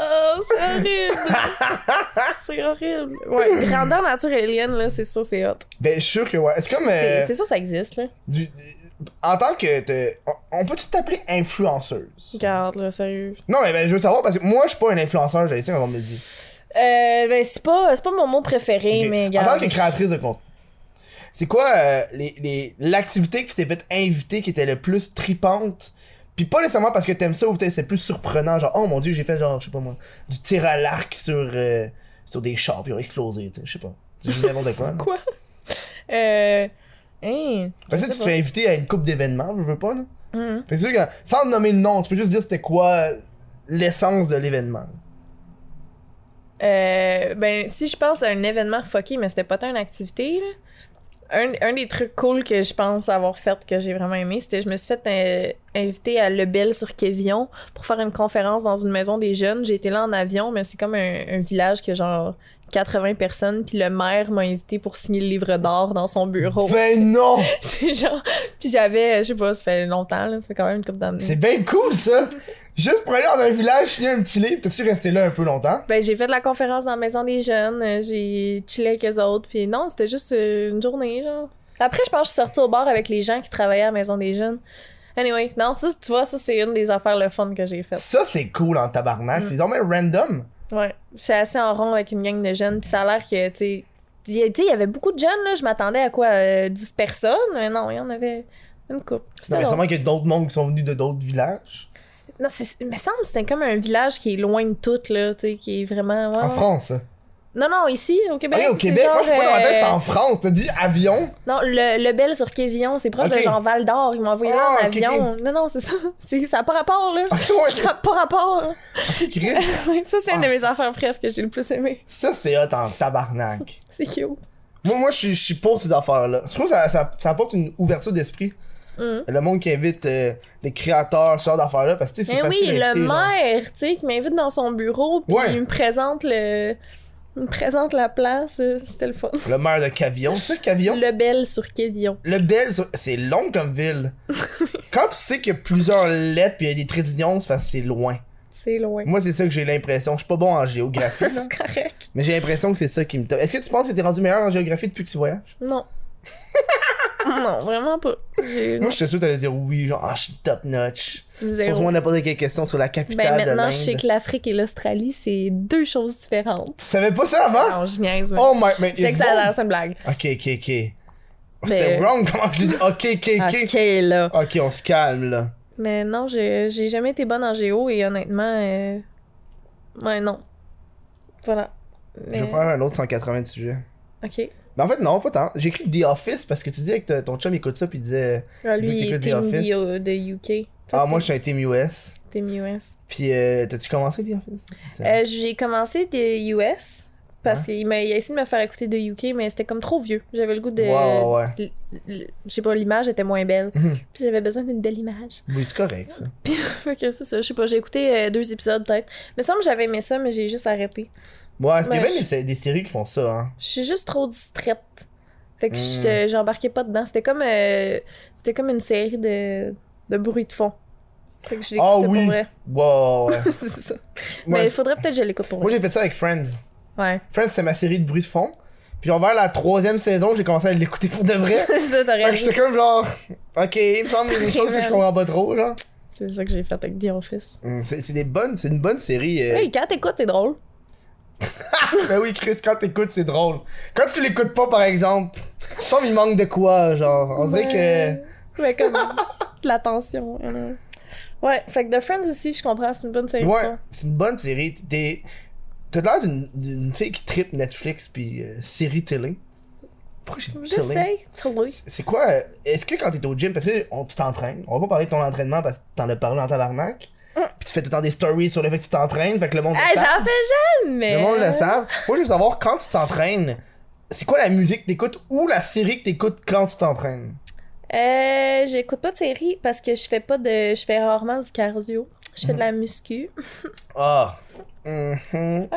Speaker 2: Oh, c'est horrible! c'est horrible. Ouais, grandeur nature, alien, là, c'est sûr, c'est hot.
Speaker 1: Ben, je suis sûr que ouais. C'est comme. euh,
Speaker 2: C'est c'est sûr, ça existe, là.
Speaker 1: du- en tant que. t'es- on- On peut-tu t'appeler influenceuse?
Speaker 2: Regarde, là, sérieux.
Speaker 1: Non, mais ben, je veux savoir parce que moi, je suis pas un influenceur, j'allais dire, on me le dit.
Speaker 2: Euh, ben, c'est pas, c'est pas mon mot préféré,
Speaker 1: Ok.
Speaker 2: mais
Speaker 1: En tant
Speaker 2: regarde.
Speaker 1: que créatrice de contenu, c'est quoi euh, les- les- l'activité que tu t'es fait inviter qui était le plus tripante? Puis pas nécessairement parce que t'aimes ça ou peut-être c'est plus surprenant, genre oh mon dieu j'ai fait genre, je sais pas moi, du tir à l'arc sur, euh, sur des chars puis ils ont explosé, tu sais, je sais pas. Je dis n'importe quoi. là.
Speaker 2: Quoi? Euh. Hein,
Speaker 1: Parce que
Speaker 2: [LAUGHS] je
Speaker 1: tu te
Speaker 2: sais
Speaker 1: fais inviter à une coupe d'événements, je veux pas là.
Speaker 2: pas. Mhm.
Speaker 1: Fait que c'est sûr que sans nommer le nom, tu peux juste dire c'était quoi l'essence de l'événement.
Speaker 2: Euh, ben, si je pense à un événement fucké, mais c'était pas tant une activité, là. Un, un des trucs cool que je pense avoir fait que j'ai vraiment aimé, c'était je me suis fait euh, inviter à Lebel sur Quévillon pour faire une conférence dans une maison des jeunes. J'ai été là en avion, mais c'est comme un, un village qui a genre 80 personnes, puis le maire m'a invité pour signer le livre d'or dans son bureau.
Speaker 1: Ben non!
Speaker 2: [LAUGHS] C'est genre. Puis j'avais, je sais pas, ça fait longtemps, là, ça fait quand même une couple d'années.
Speaker 1: C'est bien cool ça! Juste pour aller dans un village, signer un petit livre, t'as-tu resté là un peu longtemps?
Speaker 2: Ben, j'ai fait de la conférence dans la maison des jeunes, euh, j'ai chillé avec eux autres, puis non, c'était juste euh, une journée, genre. Après, je pense que je suis sortie au bar avec les gens qui travaillaient à la maison des jeunes. Anyway, non, ça, tu vois, ça, c'est une des affaires le fun que j'ai faites.
Speaker 1: Ça, c'est cool en tabarnak.
Speaker 2: Mm.
Speaker 1: C'est donc random.
Speaker 2: Ouais. J'étais assez en rond avec une gang de jeunes, puis ça a l'air que, tu sais, il y a- tu sais, il y avait beaucoup de jeunes, là, je m'attendais à quoi, euh, 10 personnes, mais non, il y en avait une couple.
Speaker 1: Non,
Speaker 2: C'était
Speaker 1: mais
Speaker 2: drôle.
Speaker 1: sûrement qu'il y a d'autres mondes qui sont venus de d'autres villages.
Speaker 2: Non, c'est, il me semble que c'était comme un village qui est loin de tout, là, tu sais, qui est vraiment. ouais,
Speaker 1: En
Speaker 2: ouais.
Speaker 1: France. ça.
Speaker 2: Non, non, ici, au Québec.
Speaker 1: Ok, au
Speaker 2: c'est
Speaker 1: Québec. Moi, je suis pas dans ma tête,
Speaker 2: genre,
Speaker 1: c'est
Speaker 2: euh,
Speaker 1: en France. T'as dit avion. [LAUGHS]
Speaker 2: Non, le, le Bel sur Quévillon, c'est proche
Speaker 1: Ok.
Speaker 2: de Jean Val d'Or. Ils m'ont envoyé là
Speaker 1: Ah,
Speaker 2: en
Speaker 1: ok,
Speaker 2: avion. Non, non, c'est ça. [LAUGHS] C'est, ça n'a pas rapport, là.
Speaker 1: Ah, ouais,
Speaker 2: Ça n'a pas rapport.
Speaker 1: Chris,
Speaker 2: Ouais, [LAUGHS] ça, c'est une
Speaker 1: Ah.
Speaker 2: de mes affaires bref que j'ai le plus aimé. [LAUGHS]
Speaker 1: ça, c'est hot en tabarnak.
Speaker 2: C'est cute.
Speaker 1: Moi, moi je suis- je suis pour ces affaires-là. Je trouve que ça, ça, ça apporte une ouverture d'esprit.
Speaker 2: Mm.
Speaker 1: Le monde qui invite euh, les créateurs, ce genre d'affaires-là. Parce que tu sais, c'est
Speaker 2: Mais oui,
Speaker 1: facile
Speaker 2: le
Speaker 1: d'inviter, genre.
Speaker 2: maire, tu sais, qui m'invite dans son bureau, puis
Speaker 1: Ouais.
Speaker 2: il me présente le. il me présente la place, euh, c'était le fun.
Speaker 1: Le maire de Cavillon. C'est ça, Cavillon?
Speaker 2: Le Bel sur Quévillon.
Speaker 1: Le Bel, ça- c'est long comme
Speaker 2: [LAUGHS]
Speaker 1: ville. Quand tu sais qu'il y a plusieurs lettres puis il y a des traits d'union, c'est parce que c'est loin.
Speaker 2: C'est loin.
Speaker 1: Moi, c'est ça que j'ai l'impression. Je suis pas bon en géographie, là.
Speaker 2: [LAUGHS] c'est correct.
Speaker 1: Mais j'ai l'impression que c'est ça qui me tape. Est-ce que tu penses que t'es rendu meilleur en géographie depuis que tu voyages?
Speaker 2: Non. [LAUGHS] non, vraiment pas. J'ai
Speaker 1: Moi, j'étais sûr que t'allais dire oui, genre, ah, je suis top notch.
Speaker 2: zéro.
Speaker 1: Pose-moi n'importe quelle question sur la capitale
Speaker 2: Ben
Speaker 1: de
Speaker 2: maintenant,
Speaker 1: l'Inde.
Speaker 2: je sais que l'afrique et l'Australie, c'est deux choses différentes.
Speaker 1: Tu savais pas ça avant?
Speaker 2: Non, je niaise. mais-
Speaker 1: Oh my, mais.
Speaker 2: je sais que ça a l'air, c'est une blague.
Speaker 1: Ok, ok, ok. Oh,
Speaker 2: Mais-
Speaker 1: C'est wrong, comment je l'ai dit? Ok, ok, ok.
Speaker 2: là.
Speaker 1: Ok, on se calme, là.
Speaker 2: Mais non, j'ai j'ai jamais été bonne en géo et honnêtement, euh, ouais, non. Voilà. Mais-
Speaker 1: Je vais faire un autre 180 de sujet.
Speaker 2: Ok.
Speaker 1: Mais en fait, non, pas tant. J'écris The Office parce que tu disais que t- ton chum écoute ça puis il disait
Speaker 2: Ah,
Speaker 1: Vu
Speaker 2: lui,
Speaker 1: que
Speaker 2: il
Speaker 1: t'écoutes
Speaker 2: est
Speaker 1: The
Speaker 2: team euh,
Speaker 1: Office.
Speaker 2: de, UK. Toi,
Speaker 1: Ah, moi, je
Speaker 2: t'es-
Speaker 1: suis un Team US.
Speaker 2: t'es Team US.
Speaker 1: Puis, euh, t'as-tu commencé The Office
Speaker 2: Euh, j'ai commencé des US parce qu'il m'a il a essayé de me faire écouter de UK, mais c'était comme trop vieux. J'avais le goût de.
Speaker 1: Ouais, ouais, ouais.
Speaker 2: l- l- Je sais pas, l'image était moins belle.
Speaker 1: Mhm.
Speaker 2: Puis j'avais besoin d'une belle image. [LAUGHS]
Speaker 1: Oui, c'est correct, ça.
Speaker 2: Fait que c'est ça, je sais pas, j'ai écouté euh, deux épisodes peut-être. Mais semble que j'avais aimé ça, mais j'ai juste arrêté.
Speaker 1: Ouais, c'est
Speaker 2: Ouais,
Speaker 1: même
Speaker 2: je-
Speaker 1: des, sé- des séries qui font ça, hein.
Speaker 2: Je suis juste trop distraite. Fait
Speaker 1: Mm.
Speaker 2: que je- j'embarquais pas dedans. C'était comme, euh, c'était comme une série de, de bruit de fond. Fait que je l'écoutais
Speaker 1: Ah
Speaker 2: pour
Speaker 1: oui.
Speaker 2: vrai. [LAUGHS]
Speaker 1: Ouais, ouais, ouais.
Speaker 2: c'est ça.
Speaker 1: [LAUGHS] Moi,
Speaker 2: mais il
Speaker 1: c'est-
Speaker 2: faudrait peut-être que je l'écoute pour
Speaker 1: moi,
Speaker 2: vrai.
Speaker 1: j'ai fait ça avec Friends.
Speaker 2: Ouais. [LAUGHS]
Speaker 1: Friends, c'est ma série de bruit de fond. Puis, genre, vers la troisième saison, j'ai commencé à l'écouter pour de vrai.
Speaker 2: c'est ça, t'as
Speaker 1: fait que
Speaker 2: raison.
Speaker 1: j'étais comme genre, ok, il me semble qu'il y a des choses que je comprends pas trop, genre.
Speaker 2: C'est ça que j'ai fait avec The Office.
Speaker 1: Hum, C'est c'est des bonnes, c'est une bonne série. euh.
Speaker 2: Hey, quand t'écoutes, c'est drôle.
Speaker 1: Ben oui, Chris, quand t'écoutes, c'est drôle. Quand tu l'écoutes pas, par exemple, ça, il manque de quoi, genre. On dirait que.
Speaker 2: que. Mais comme. [LAUGHS] de l'attention. hein. Ouais, fait que The Friends aussi, je comprends, c'est une bonne série.
Speaker 1: Ouais, c'est une bonne série. T'es- T'as l'air d'une- d'une fille qui tripe Netflix puis euh, série télé. Pourquoi j'ai dit télé?
Speaker 2: J'essaye. Totally.
Speaker 1: C'est quoi euh, Est-ce que quand t'es au gym, parce que on, tu t'entraînes, on va pas parler de ton entraînement parce que t'en as parlé en tabarnak.
Speaker 2: Mm.
Speaker 1: Puis tu fais tout le temps des stories sur le fait que tu t'entraînes, fait que le monde
Speaker 2: Hey,
Speaker 1: le sait.
Speaker 2: j'en fais jamais! hein.
Speaker 1: Le monde le savent. Moi, je veux savoir quand tu t'entraînes, c'est quoi la musique que t'écoutes ou la série que t'écoutes quand tu t'entraînes
Speaker 2: Euh, j'écoute pas de série parce que je fais pas de. Je fais rarement du cardio. Je fais de la muscu. [LAUGHS]
Speaker 1: Ah. Mhm.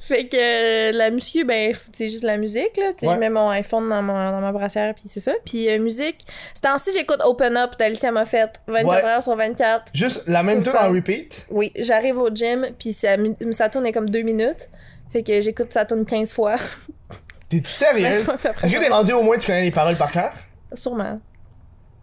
Speaker 2: Fait que euh, la muscu, ben, f- c'est juste la musique, là. Tu sais,
Speaker 1: Ouais.
Speaker 2: je mets mon iPhone dans, mon, dans ma brassière, puis c'est ça. Puis euh, musique, ce temps-ci, j'écoute Open Up d'Alicia Moffett, 24
Speaker 1: Ouais.
Speaker 2: heures sur 24.
Speaker 1: Juste la
Speaker 2: Tout
Speaker 1: même
Speaker 2: le
Speaker 1: tune en
Speaker 2: temps.
Speaker 1: repeat.
Speaker 2: Oui, j'arrive au gym, puis sa, mu- sa tourne est comme deux minutes. Fait que j'écoute sa tourne 15 fois.
Speaker 1: T'es-tu sérieux Est-ce que t'es rendu au moins tu connais les paroles par cœur
Speaker 2: [LAUGHS] Sûrement.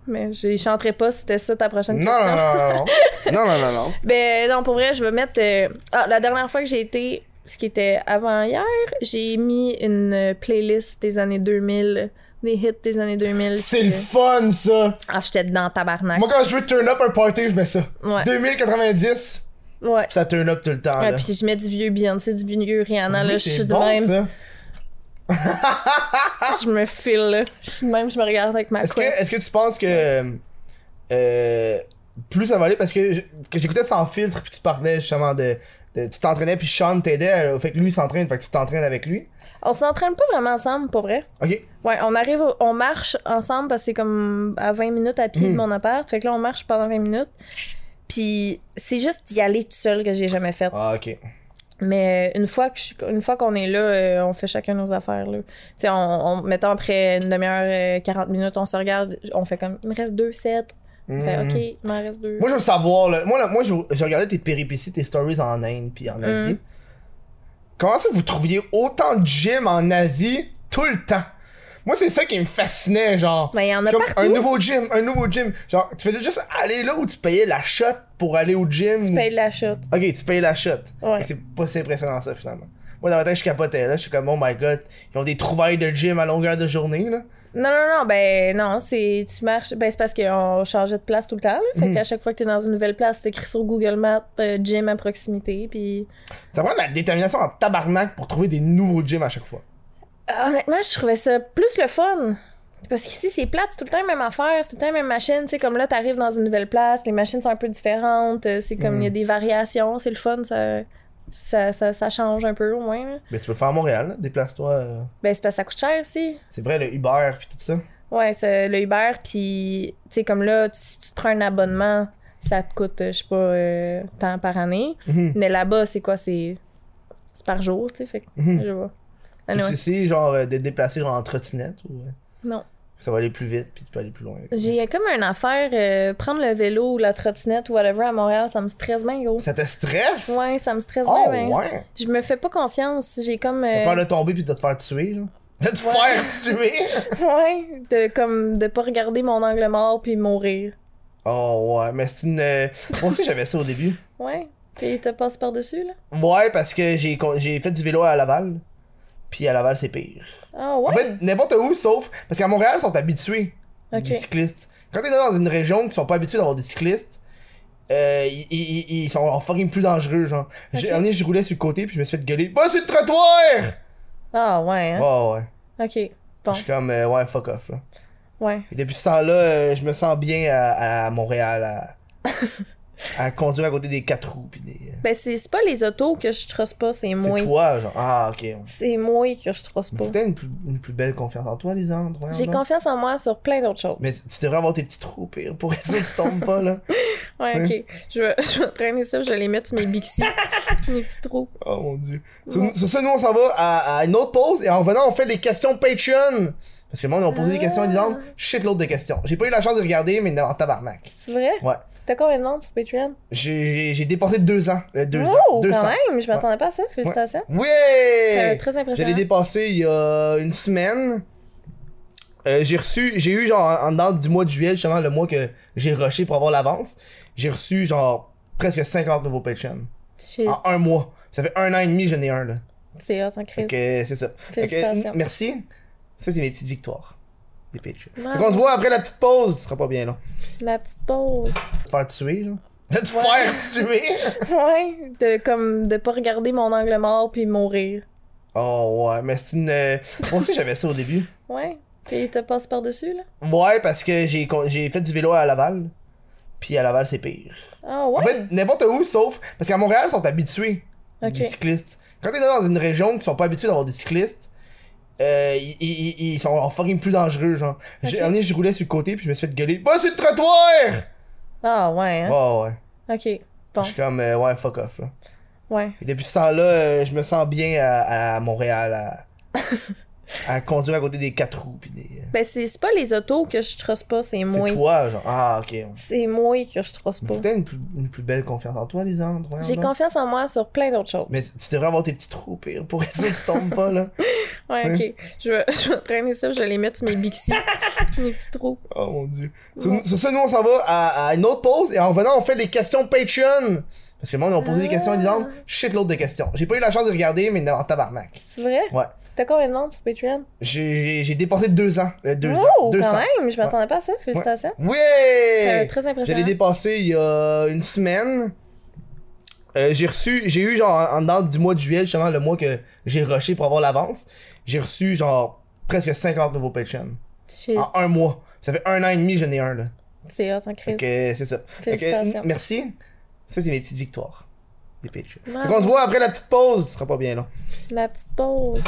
Speaker 2: Mais je les chanterai pas si c'était ça ta prochaine
Speaker 1: Non,
Speaker 2: question.
Speaker 1: non, non, non, non. [LAUGHS] Non, non, non, non.
Speaker 2: Ben non, pour vrai, je vais mettre. euh, Ah, la dernière fois que j'ai été, ce qui était avant hier, j'ai mis une euh, playlist des années 2000, des hits des années 2000.
Speaker 1: C'est
Speaker 2: puis,
Speaker 1: le
Speaker 2: euh,
Speaker 1: fun, ça.
Speaker 2: Ah, j'étais dedans, tabarnak.
Speaker 1: Moi, quand je veux turn up un party, je mets ça.
Speaker 2: Ouais.
Speaker 1: 2090,
Speaker 2: Ouais.
Speaker 1: pis ça turn up tout le temps.
Speaker 2: Ouais,
Speaker 1: Ah, là.
Speaker 2: puis je mets du vieux Beyoncé, du vieux Rihanna,
Speaker 1: Oui,
Speaker 2: là, je
Speaker 1: c'est
Speaker 2: suis de
Speaker 1: bon,
Speaker 2: même.
Speaker 1: ça.
Speaker 2: Je me file, là. Je suis de même, je me regarde avec ma
Speaker 1: Est-ce que,
Speaker 2: couette.
Speaker 1: est-ce que tu penses que euh, plus ça va aller parce que je- que j'écoutais sans filtre puis tu parlais justement de, de- tu t'entraînais puis Sean t'aidait euh, fait que lui il s'entraîne fait que tu t'entraînes avec lui.
Speaker 2: On s'entraîne pas vraiment ensemble, pour vrai.
Speaker 1: Ok.
Speaker 2: Ouais, on arrive, au- on marche ensemble parce que c'est comme à 20 minutes à pied de
Speaker 1: Mhm.
Speaker 2: mon appart. Fait que là, on marche pendant 20 minutes. Puis c'est juste d'y aller tout seul que j'ai jamais fait.
Speaker 1: Ah ok.
Speaker 2: Mais euh, une fois que je suis- une fois qu'on est là, euh, on fait chacun nos affaires là. Tu sais, on, on mettons après une demi-heure, euh, 40 minutes, on se regarde, on fait comme il me reste deux sets. On fait
Speaker 1: Mm.
Speaker 2: Ben, OK, il m'en reste deux.
Speaker 1: Moi je veux savoir là. Moi là, moi je, je regardais tes péripéties, tes stories en Inde puis en Asie.
Speaker 2: Mm.
Speaker 1: Comment ça vous trouviez autant de gym en Asie tout le temps? Moi c'est ça qui me fascinait genre.
Speaker 2: Mais Ben, il y en a
Speaker 1: Comme
Speaker 2: partout.
Speaker 1: un nouveau gym, un nouveau gym. Genre, tu faisais juste aller là où tu payais la shot pour aller au gym.
Speaker 2: Tu
Speaker 1: ou-
Speaker 2: payes de la chute.
Speaker 1: Ok, tu payes la shot.
Speaker 2: Ouais.
Speaker 1: Mais C'est pas si impressionnant ça finalement. Moi dans ma tête je capotais là, je suis comme oh my god, ils ont des trouvailles de gym à longueur de journée là.
Speaker 2: Non non non, ben non, c'est tu marches ben c'est parce qu'on changeait de place tout le temps. Là. Fait
Speaker 1: Mm.
Speaker 2: qu'à chaque fois que t'es dans une nouvelle place, c'est écrit sur Google Maps euh, gym à proximité puis
Speaker 1: Ça prend de la détermination en tabarnak pour trouver des nouveaux gyms à chaque fois.
Speaker 2: Euh, Honnêtement, je trouvais ça plus le fun. Parce qu'ici, c'est plate, c'est tout le temps la même affaire, c'est tout le temps la même machine. Tu sais, comme là, t'arrives dans une nouvelle place, les machines sont un peu différentes, euh, c'est comme il y a des variations, c'est le fun, ça, ça, ça, ça change un peu au moins. là.
Speaker 1: Mais tu peux le faire à Montréal, là. déplace-toi. euh,
Speaker 2: Ben, c'est parce que ça coûte cher aussi.
Speaker 1: C'est vrai le Uber puis tout ça. [LAUGHS]
Speaker 2: Ouais, c'est le Uber, puis tu sais, comme là, tu- si tu te prends un abonnement, ça te coûte, euh, je sais pas, euh, tant par année.
Speaker 1: Mhm.
Speaker 2: Mais là-bas, c'est quoi, c'est c'est par jour, tu sais, fait que
Speaker 1: Mhm.
Speaker 2: je vois.
Speaker 1: Puis
Speaker 2: Anyway,
Speaker 1: c'est- C'est genre euh, de te déplacer genre en trottinette ou euh,
Speaker 2: non.
Speaker 1: ça va aller plus vite puis tu peux aller plus loin.
Speaker 2: J'ai comme une affaire, euh, prendre le vélo ou la trottinette ou whatever à Montréal, ça me stresse bien, gros.
Speaker 1: Ça te stresse
Speaker 2: Ouais, ça me stresse
Speaker 1: Oh
Speaker 2: bien, bien.
Speaker 1: ouais.
Speaker 2: Je me fais pas confiance. J'ai comme. euh,
Speaker 1: T'as peur de tomber puis de te faire tuer là. De te
Speaker 2: Ouais.
Speaker 1: faire tuer.
Speaker 2: euh, [LAUGHS] ouais, de, comme, de pas regarder mon angle mort puis mourir.
Speaker 1: [LAUGHS] Oh ouais, mais c'est une. euh, Moi aussi j'avais ça au début.
Speaker 2: Ouais. Puis il te passe par-dessus, là.
Speaker 1: Ouais, parce que j'ai con- j'ai fait du vélo à Laval. Puis à Laval, c'est pire.
Speaker 2: Ah
Speaker 1: En
Speaker 2: ouais?
Speaker 1: fait, n'importe où, sauf. Parce qu'à Montréal, ils sont habitués.
Speaker 2: Ok.
Speaker 1: Les cyclistes. Quand t'es dans une région qui sont pas habitués d'avoir des cyclistes, euh, ils, ils- ils- ils sont en fucking plus dangereux, genre. J'ai-
Speaker 2: Ok.
Speaker 1: un moment donné, je roulais sur le côté, puis je me suis fait gueuler. Va sur le trottoir!
Speaker 2: Ah, ouais, hein?
Speaker 1: Ouais, ouais.
Speaker 2: Ok. Bon.
Speaker 1: Je suis comme, euh, ouais, fuck off, là.
Speaker 2: Ouais.
Speaker 1: Et depuis ce temps-là, euh, je me sens bien à, à Montréal,
Speaker 2: [LAUGHS]
Speaker 1: à, à conduire à côté des quatre roues, pis des. euh,
Speaker 2: Ben, c'est c'est pas les autos que je trosse pas, c'est moi.
Speaker 1: C'est toi, genre. Ah, ok.
Speaker 2: C'est moi que je trosse
Speaker 1: Mais
Speaker 2: pas.
Speaker 1: faut peut-être une plus, une plus belle confiance en toi, Lisandre. voyons
Speaker 2: J'ai
Speaker 1: donc.
Speaker 2: confiance en moi sur plein d'autres choses.
Speaker 1: Mais tu devrais avoir tes petits trous, au pire, pour être sûr que tu tombes pas,
Speaker 2: [LAUGHS]
Speaker 1: là.
Speaker 2: Ouais, ok. Je vais, [LAUGHS] je vais traîner ça, je vais les mettre sur
Speaker 1: [LAUGHS]
Speaker 2: mes bixis. mes petits trous.
Speaker 1: Oh mon dieu. Sur,
Speaker 2: Ouais.
Speaker 1: sur ce, nous, on s'en va à, à une autre pause et en revenant, on fait les questions Patreon. Parce que moi, on a posé des questions
Speaker 2: Ah.
Speaker 1: à Lisandre. Shit, l'autre des questions. J'ai pas eu la chance de regarder, mais en tabarnak.
Speaker 2: C'est vrai?
Speaker 1: Ouais.
Speaker 2: T'as combien de monde sur Patreon?
Speaker 1: J'ai j'ai dépassé deux ans. euh, deux
Speaker 2: oh,
Speaker 1: ans. Deux
Speaker 2: quand
Speaker 1: ans.
Speaker 2: même! Je m'attendais pas à ça, félicitations. Ça va
Speaker 1: Ouais!
Speaker 2: être très
Speaker 1: Je
Speaker 2: impressionnant.
Speaker 1: l'ai dépassé il y a une semaine. Euh, j'ai reçu, j'ai eu genre en dedans du mois de juillet, justement le mois que j'ai rushé pour avoir l'avance, j'ai reçu genre presque 50 nouveaux Patreon.
Speaker 2: Shit,
Speaker 1: En un mois. Ça fait un an et demi que j'en ai un là.
Speaker 2: c'est hot en
Speaker 1: Fait
Speaker 2: crise.
Speaker 1: que c'est ça. Fait que,
Speaker 2: Félicitations.
Speaker 1: merci. Ça, c'est mes petites victoires. Des Patreons. Fait
Speaker 2: Bravo.
Speaker 1: qu'on se voit après la petite pause. Ce sera pas bien long.
Speaker 2: La petite pause. [LAUGHS]
Speaker 1: Te faire tuer, là. [LAUGHS] De te
Speaker 2: Ouais.
Speaker 1: faire tuer. [LAUGHS]
Speaker 2: ouais, de, comme de pas regarder mon angle mort puis mourir.
Speaker 1: Oh, ouais. Mais c'est une. euh, Moi aussi, j'avais ça au début.
Speaker 2: Ouais. Puis il te passe par-dessus, là.
Speaker 1: Ouais, parce que j'ai con- j'ai fait du vélo à Laval. Puis à Laval, c'est pire.
Speaker 2: Ah ouais?
Speaker 1: En fait, n'importe où, sauf. Parce qu'à Montréal, ils sont habitués
Speaker 2: Ok.
Speaker 1: des cyclistes. Quand t'es dans une région qui sont pas habitués d'avoir des cyclistes, euh, ils, ils- ils- ils sont en fucking plus dangereux, genre. J'ai-
Speaker 2: Ok.
Speaker 1: un moment donné, je roulais sur le côté, puis je me suis fait gueuler. Va sur le trottoir!
Speaker 2: Ah ouais, hein?
Speaker 1: Ouais, ouais.
Speaker 2: Ok. Bon.
Speaker 1: Je suis comme, euh, ouais, fuck off, là.
Speaker 2: Ouais.
Speaker 1: Et depuis ce temps-là, euh, je me sens bien à, à Montréal,
Speaker 2: [LAUGHS]
Speaker 1: à, à conduire à côté des quatre roues, puis des. euh,
Speaker 2: Ben, c'est c'est pas les autos que je trosse pas, c'est
Speaker 1: C'est
Speaker 2: moi.
Speaker 1: toi, genre. Ah, ok.
Speaker 2: C'est moi que je trosse
Speaker 1: Mais
Speaker 2: pas.
Speaker 1: faut peut-être une plus, une plus belle confiance en toi, Lisandre. voyons
Speaker 2: J'ai
Speaker 1: donc.
Speaker 2: confiance en moi sur plein d'autres choses.
Speaker 1: Mais tu devrais avoir tes petits trous, au pire, pour être sûr que tu tombes pas,
Speaker 2: [LAUGHS]
Speaker 1: là.
Speaker 2: Ouais, ok. Je vais, [LAUGHS] je vais traîner ça, je vais les mettre sur
Speaker 1: [LAUGHS]
Speaker 2: mes bixis. mes petits trous.
Speaker 1: Oh mon dieu. Sur,
Speaker 2: Ouais.
Speaker 1: sur ce, nous, on s'en va à, à une autre pause et en revenant, on fait les questions Patreon. Parce que moi, on a posé des questions
Speaker 2: Ah.
Speaker 1: à Lisandre. Shit, l'autre des questions. J'ai pas eu la chance de regarder, mais en tabarnak.
Speaker 2: C'est vrai?
Speaker 1: Ouais.
Speaker 2: T'as combien de monde sur Patreon?
Speaker 1: J'ai j'ai dépassé deux ans. euh, deux
Speaker 2: oh,
Speaker 1: ans. Deux
Speaker 2: quand
Speaker 1: ans.
Speaker 2: même! Je m'attendais pas à ça, félicitations. Ça va
Speaker 1: Ouais!
Speaker 2: être très
Speaker 1: Je l'ai
Speaker 2: impressionnant.
Speaker 1: dépassé il y a une semaine. Euh, j'ai reçu, j'ai eu genre en dedans du mois de juillet, justement le mois que j'ai rushé pour avoir l'avance, j'ai reçu genre presque 50 nouveaux Patreon.
Speaker 2: Shit,
Speaker 1: En un mois. Ça fait un an et demi que j'en ai un là.
Speaker 2: c'est hot en
Speaker 1: Fait
Speaker 2: crise.
Speaker 1: que c'est ça. Fait que,
Speaker 2: Félicitations.
Speaker 1: merci. Ça, c'est mes petites victoires. Des Patriots.
Speaker 2: Bravo.
Speaker 1: Fait qu'on se voit après la petite pause. Ce sera pas bien long.
Speaker 2: La petite pause.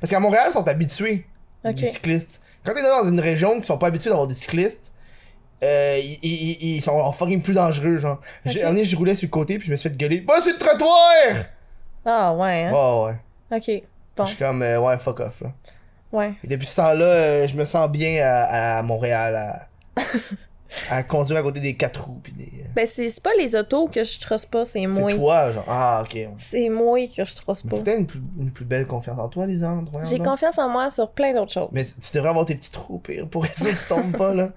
Speaker 1: Parce qu'à Montréal, ils sont habitués
Speaker 2: Ok.
Speaker 1: des cyclistes. Quand t'es dans une région qui sont pas habitués d'avoir des cyclistes, euh, ils, ils- ils- ils sont en fucking plus dangereux, genre. J'ai-
Speaker 2: Ok.
Speaker 1: un moment donné, je roulais sur le côté, puis je me suis fait gueuler. Va sur le trottoir!
Speaker 2: Ah ouais, hein?
Speaker 1: Ouais, ouais.
Speaker 2: Ok. Bon.
Speaker 1: Je suis comme, euh, ouais, fuck off, là.
Speaker 2: Ouais.
Speaker 1: Et depuis ce temps-là, euh, je me sens bien à, à Montréal,
Speaker 2: [LAUGHS]
Speaker 1: à, à conduire à côté des quatre roues, puis des. euh,
Speaker 2: Ben, c'est c'est pas les autos que je trosse pas, c'est
Speaker 1: C'est
Speaker 2: moi.
Speaker 1: toi, genre. Ah, ok.
Speaker 2: C'est moi que je trosse
Speaker 1: Mais
Speaker 2: pas.
Speaker 1: faut peut-être une plus, une plus belle confiance en toi, Lisandre. voyons
Speaker 2: J'ai
Speaker 1: donc.
Speaker 2: confiance en moi sur plein d'autres choses.
Speaker 1: Mais tu devrais avoir tes petits trous, au pire, pour être sûr que tu tombes pas, là.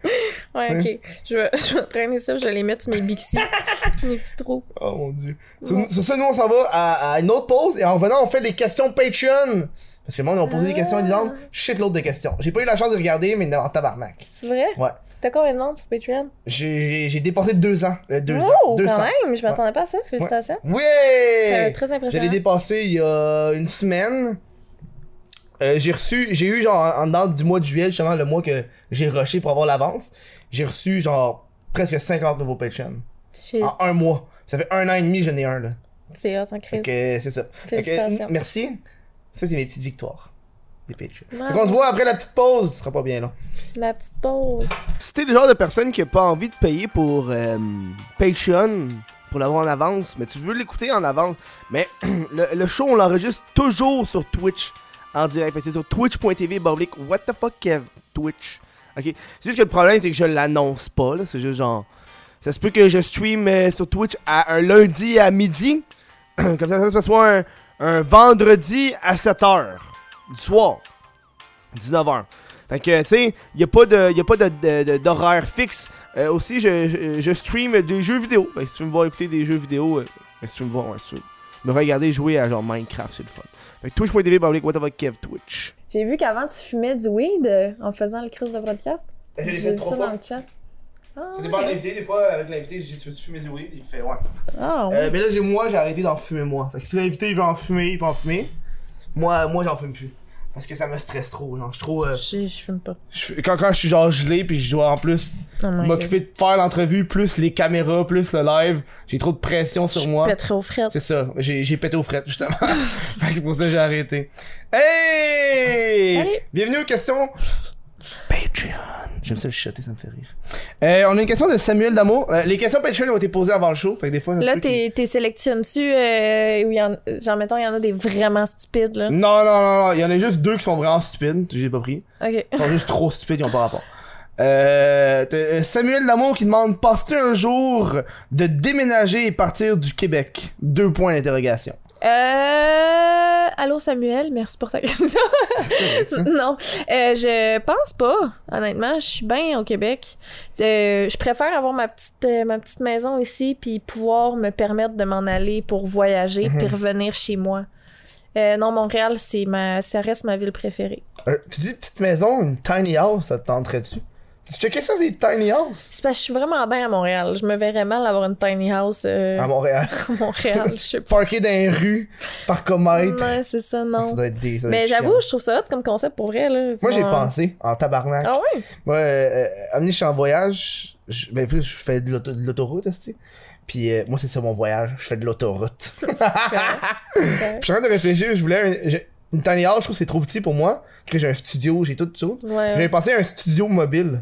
Speaker 2: Ouais, ok. Je vais, [LAUGHS] je vais traîner ça, je vais les mettre sur mes bixis.
Speaker 1: [LAUGHS]
Speaker 2: mes petits trous.
Speaker 1: Oh mon dieu. Sur,
Speaker 2: Ouais.
Speaker 1: sur ce, nous, on s'en va à, à une autre pause et en revenant, on fait les questions Patreon. Parce que moi, on a posé des questions
Speaker 2: Ah.
Speaker 1: à Lisandre. Shit, l'autre des questions. J'ai pas eu la chance de regarder, mais en tabarnak.
Speaker 2: C'est vrai?
Speaker 1: Ouais.
Speaker 2: T'as combien de monde sur Patreon?
Speaker 1: J'ai j'ai dépassé deux ans. euh, deux
Speaker 2: oh,
Speaker 1: ans. Deux
Speaker 2: quand
Speaker 1: ans.
Speaker 2: même! Je m'attendais pas à ça, félicitations. Ça va
Speaker 1: Ouais!
Speaker 2: être très
Speaker 1: Je l'ai
Speaker 2: impressionnant.
Speaker 1: dépassé il y a une semaine. Euh, j'ai reçu, j'ai eu genre en dedans du mois de juillet, justement le mois que j'ai rushé pour avoir l'avance, j'ai reçu genre presque 50 nouveaux Patreon.
Speaker 2: Shit,
Speaker 1: En un mois. Ça fait un an et demi que j'en ai un là.
Speaker 2: c'est hot en crise.
Speaker 1: Fait que c'est ça. Fait que,
Speaker 2: Félicitations.
Speaker 1: merci. Ça, c'est mes petites victoires. Des Patreons. Fait
Speaker 2: Bravo.
Speaker 1: qu'on se voit après la petite pause. Ce sera pas bien long.
Speaker 2: La petite pause.
Speaker 3: Si t'es le genre de personne qui a pas envie de payer pour euh, Patreon, pour l'avoir en avance, mais tu veux l'écouter en avance, mais [CLEARS THROAT] le, le show, on l'enregistre toujours sur Twitch en direct. Fait que c'est sur twitch.tv public. What the fuck, Kev? Twitch. Ok. C'est juste que le problème, c'est que je l'annonce pas. là. C'est juste genre. Ça se peut que je stream euh, sur Twitch à un lundi à midi. [CLEARS THROAT] Comme ça, ça se soit un, un vendredi à 7h du soir. 19h. Fait que, tu sais, il n'y a pas de- y a pas de- de- de- d'horaire fixe. Euh, aussi, je, je, je stream des jeux vidéo. Fait que si tu me vois écouter des jeux vidéo, euh, ben, si tu me vois, ouais, si tu me regarder jouer à genre Minecraft, c'est le fun. Fait que twitch.tv, public, what the fuck, Kev, Twitch.
Speaker 2: J'ai vu qu'avant, tu fumais du weed euh, en faisant le crise de podcast.
Speaker 1: Je l'ai
Speaker 2: J'ai
Speaker 1: fait
Speaker 2: vu
Speaker 1: trois
Speaker 2: ça
Speaker 1: fois.
Speaker 2: dans le chat.
Speaker 1: Ça dépend de l'invité, des fois, avec l'invité, j'ai tu veux fumer du weed, il fait ouais.
Speaker 2: Ah, ouais.
Speaker 1: Euh, mais là, j'ai- moi, j'ai arrêté d'en fumer, moi. Fait que si l'invité, il veut en fumer, il peut en fumer. Moi, moi j'en fume plus. Parce que ça me stresse trop, genre, je suis trop... euh,
Speaker 2: Je, je fume pas.
Speaker 1: je- quand, quand je suis genre gelé, puis je dois en plus
Speaker 2: Oh my
Speaker 1: m'occuper de faire l'entrevue, plus les caméras, plus le live, j'ai trop de pression sur
Speaker 2: God.
Speaker 1: moi.
Speaker 2: Je pèterais aux frettes.
Speaker 1: C'est ça, j'ai j'ai pété aux frettes, justement. [LAUGHS] Fait que c'est pour ça que j'ai arrêté. Hey!
Speaker 2: Salut!
Speaker 1: Bienvenue aux questions Patreon. J'aime ça le chuchoter, ça me fait rire. Euh, on a une question de Samuel Damo. Euh, les questions Patreon ont été posées avant le show, fait que des fois... ça se
Speaker 2: Là,
Speaker 1: peut qu'il-
Speaker 2: t'es t'es sélectionnes-tu, euh, où il y en- genre, mettons, il y en a des vraiment stupides, là.
Speaker 1: Non, non, non, non, il y en a juste deux qui sont vraiment stupides, j'ai pas pris.
Speaker 2: Ok.
Speaker 1: Ils sont juste trop stupides, ils ont pas rapport. Euh, t'as, euh, Samuel Lamour qui demande Passes-tu un jour de déménager et partir du Québec Deux points d'interrogation.
Speaker 2: Euh... Allô, Samuel, merci pour ta [LAUGHS] question. non, euh, je pense pas, honnêtement. Je suis bien au Québec. Euh, je préfère avoir ma petite, euh, ma petite maison ici, puis pouvoir me permettre de m'en aller pour
Speaker 1: Mhm.
Speaker 2: voyager, puis revenir chez moi. Euh, non, Montréal, c'est ma... ça reste ma ville préférée.
Speaker 1: Euh, tu dis petite maison, une tiny house, ça te tenterait-tu Tu checkais ça, c'est tiny house
Speaker 2: C'est parce que je suis vraiment bien à Montréal. Je me verrais mal avoir une tiny house euh,
Speaker 1: À Montréal.
Speaker 2: à Montréal,
Speaker 1: [LAUGHS]
Speaker 2: je sais pas.
Speaker 1: Parké dans les rues, par comète.
Speaker 2: Ouais, c'est ça,
Speaker 1: Ça
Speaker 2: non.
Speaker 1: doit être des. ça doit
Speaker 2: Mais
Speaker 1: être chiant.
Speaker 2: j'avoue, je trouve ça hot comme concept pour vrai. Là.
Speaker 1: Moi, j'ai
Speaker 2: Ouais.
Speaker 1: pensé en tabarnak.
Speaker 2: Ah ouais?
Speaker 1: Moi, euh, euh, amené, je suis en voyage. Je, ben, plus, je fais de l'auto- de l'autoroute, esti. Puis euh, moi, c'est ça mon voyage. Je fais de l'autoroute. Puis je suis en train de réfléchir. Je voulais un- j'ai- une tiny house. Je trouve que c'est trop petit pour moi. Que j'ai un studio, j'ai tout, tout.
Speaker 2: Ouais,
Speaker 1: J'avais
Speaker 2: ouais.
Speaker 1: pensé à un studio mobile.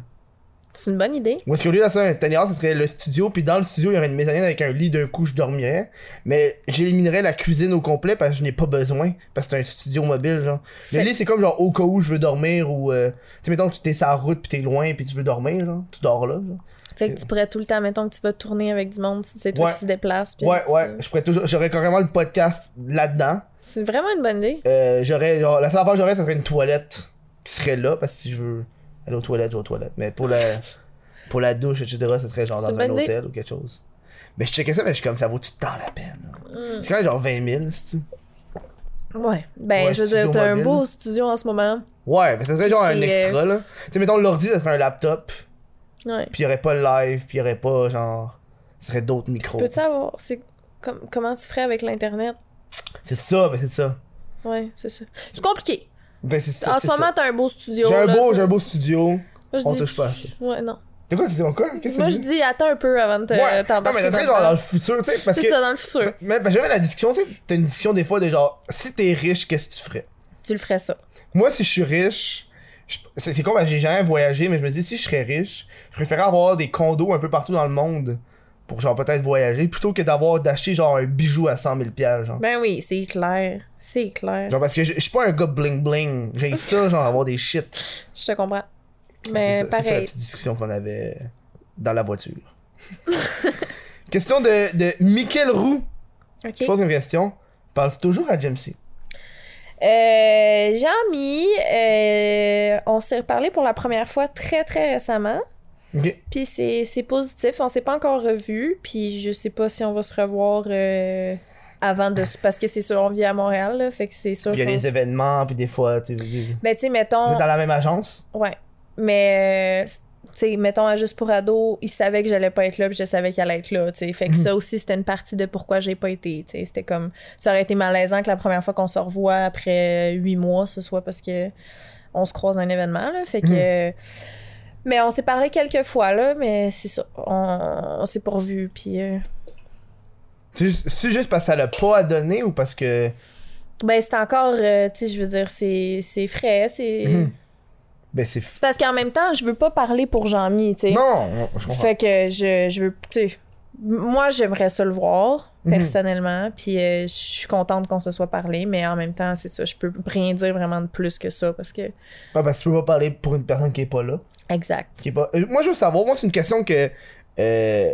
Speaker 2: c'est une bonne idée.
Speaker 1: Ou est-ce qu'au lieu d'avoir un tiny house, ce serait le studio. Puis dans le studio, il y aurait une mezzanine avec un lit. D'un coup, je dormirais. Mais j'éliminerais la cuisine au complet parce que je n'ai pas besoin. Parce que c'est un studio mobile, genre. Le
Speaker 2: Fait-
Speaker 1: lit, c'est comme genre au cas où je veux dormir ou. euh, tu sais, mettons, tu t'es sur la route puis t'es loin puis tu veux dormir, genre. Tu dors là, genre.
Speaker 2: Fait que tu pourrais tout le temps, mettons que tu vas tourner avec du monde, c'est toi
Speaker 1: Ouais.
Speaker 2: qui te déplaces. puis
Speaker 1: Ouais,
Speaker 2: c'est-
Speaker 1: ouais, je pourrais toujours, j'aurais carrément le podcast là-dedans.
Speaker 2: C'est vraiment une bonne idée.
Speaker 1: Euh, j'aurais, genre, la seule affaire que j'aurais, ça serait une toilette qui serait là, parce que si je veux aller aux toilettes, je vais aux toilettes. Mais pour
Speaker 2: [LAUGHS]
Speaker 1: la, pour la douche, etc., ça serait genre
Speaker 2: C'est
Speaker 1: dans
Speaker 2: une
Speaker 1: un
Speaker 2: bonne idée.
Speaker 1: hôtel ou quelque chose. Mais je checkais ça, mais je suis comme, ça vaut-tu tant la peine?
Speaker 2: Mm.
Speaker 1: là? C'est quand même genre 20 000, c'est-tu?
Speaker 2: Ouais. Ben,
Speaker 1: Ouais,
Speaker 2: je veux dire,
Speaker 1: studio
Speaker 2: t'as un
Speaker 1: mobile.
Speaker 2: beau studio en ce moment.
Speaker 1: Ouais, mais ça serait genre un
Speaker 2: C'est, euh,
Speaker 1: extra, là. Tu sais, mettons, l'ordi, ça serait un laptop,
Speaker 2: Ouais.
Speaker 1: puis il y aurait pas le live, puis il y aurait pas, genre, ça serait d'autres micros.
Speaker 2: Peux-tu savoir c'est com- comment tu ferais avec l'Internet?
Speaker 1: C'est ça, mais c'est ça.
Speaker 2: Ouais, c'est ça. C'est compliqué.
Speaker 1: Ben, c'est ça,
Speaker 2: en
Speaker 1: c'est
Speaker 2: ce
Speaker 1: ça.
Speaker 2: moment, t'as un beau studio.
Speaker 1: J'ai un
Speaker 2: là,
Speaker 1: beau,
Speaker 2: t'as-
Speaker 1: j'ai un beau studio.
Speaker 2: Moi, je
Speaker 1: on
Speaker 2: dis-
Speaker 1: touche pas à ça.
Speaker 2: Ouais, non.
Speaker 1: De quoi, c'est quoi? Qu'est-ce que
Speaker 2: Moi,
Speaker 1: tu
Speaker 2: je
Speaker 1: dis?
Speaker 2: dis, euh, attends un peu avant de te-
Speaker 1: Ouais. Non, mais
Speaker 2: t'embarquer.
Speaker 1: t'es très
Speaker 2: là-dedans.
Speaker 1: dans le futur, tu sais, parce
Speaker 2: C'est
Speaker 1: que.
Speaker 2: ça, dans le futur.
Speaker 1: Mais parce que Ben, j'avais la discussion, tu sais, t'as une discussion des fois de genre, si t'es riche, qu'est-ce que tu ferais?
Speaker 2: Tu le ferais ça.
Speaker 1: Moi, si je suis riche, je- c'est c'est con, parce que j'ai jamais voyagé, mais je me dis, si je serais riche, je préférais avoir des condos un peu partout dans le monde pour genre peut-être voyager plutôt que d'avoir d'acheter genre un bijou à 100 000 piastres, genre.
Speaker 2: Ben oui, c'est clair. C'est clair.
Speaker 1: Genre parce que je je suis pas un gars bling bling, j'ai
Speaker 2: [LAUGHS]
Speaker 1: ça genre avoir des shit.
Speaker 2: Je te comprends.
Speaker 1: C'est
Speaker 2: Mais
Speaker 1: ça- c'est ça la
Speaker 2: Ben, pareil.
Speaker 1: petite discussion qu'on avait dans la voiture. [LAUGHS] question de, de Michael Roux.
Speaker 2: Ok.
Speaker 1: Je pose une question. Parle toujours à Jamesy.
Speaker 2: Euh, Jean-Mi, euh, on s'est reparlé pour la première fois très très récemment.
Speaker 1: Ok.
Speaker 2: Puis c'est c'est positif. On s'est pas encore revu. Puis je sais pas si on va se revoir euh, avant de. se- Parce que c'est sûr, on vit à Montréal. là, fait que c'est sûr.
Speaker 1: Puis il y a
Speaker 2: qu'on-
Speaker 1: les événements, puis des fois, tu sais,
Speaker 2: Mais tu sais,
Speaker 1: vous
Speaker 2: mettons.
Speaker 1: êtes dans la même agence.
Speaker 2: Ouais. Mais. euh, tu sais, mettons, à Juste pour Ado, il savait que j'allais pas être là, puis je savais qu'il allait être là, tu sais. Fait que ça aussi, c'était une partie de pourquoi j'ai pas été, tu sais. C'était comme, ça aurait été malaisant que la première fois qu'on se revoit après huit mois, ce soit parce que on se croise à un événement, là. Fait que... euh, Mais on s'est parlé quelques fois, là, mais c'est ça. On, on s'est pas revus, puis... euh,
Speaker 1: C'est juste- c'est juste parce que ça l'a pas à donner ou parce que.
Speaker 2: Ben, c'est encore, euh, tu sais, je veux dire, c'est c'est frais, c'est...
Speaker 1: Mhm. Ben, c'est. f-
Speaker 2: C'est parce qu'en même temps, je veux pas parler pour Jean-Mi, tu sais.
Speaker 1: Non, je comprends.
Speaker 2: Fait que je, je veux. Tu sais, moi, j'aimerais ça le voir,
Speaker 1: Mhm.
Speaker 2: personnellement. Puis euh, je suis contente qu'on se soit parlé, mais en même temps, c'est ça. Je peux rien dire vraiment de plus que ça parce que.
Speaker 1: Ouais, parce que tu peux pas parler pour une personne qui est pas là.
Speaker 2: Exact.
Speaker 1: Qui est pas... Euh, moi, je veux savoir. Moi, c'est une question que. euh,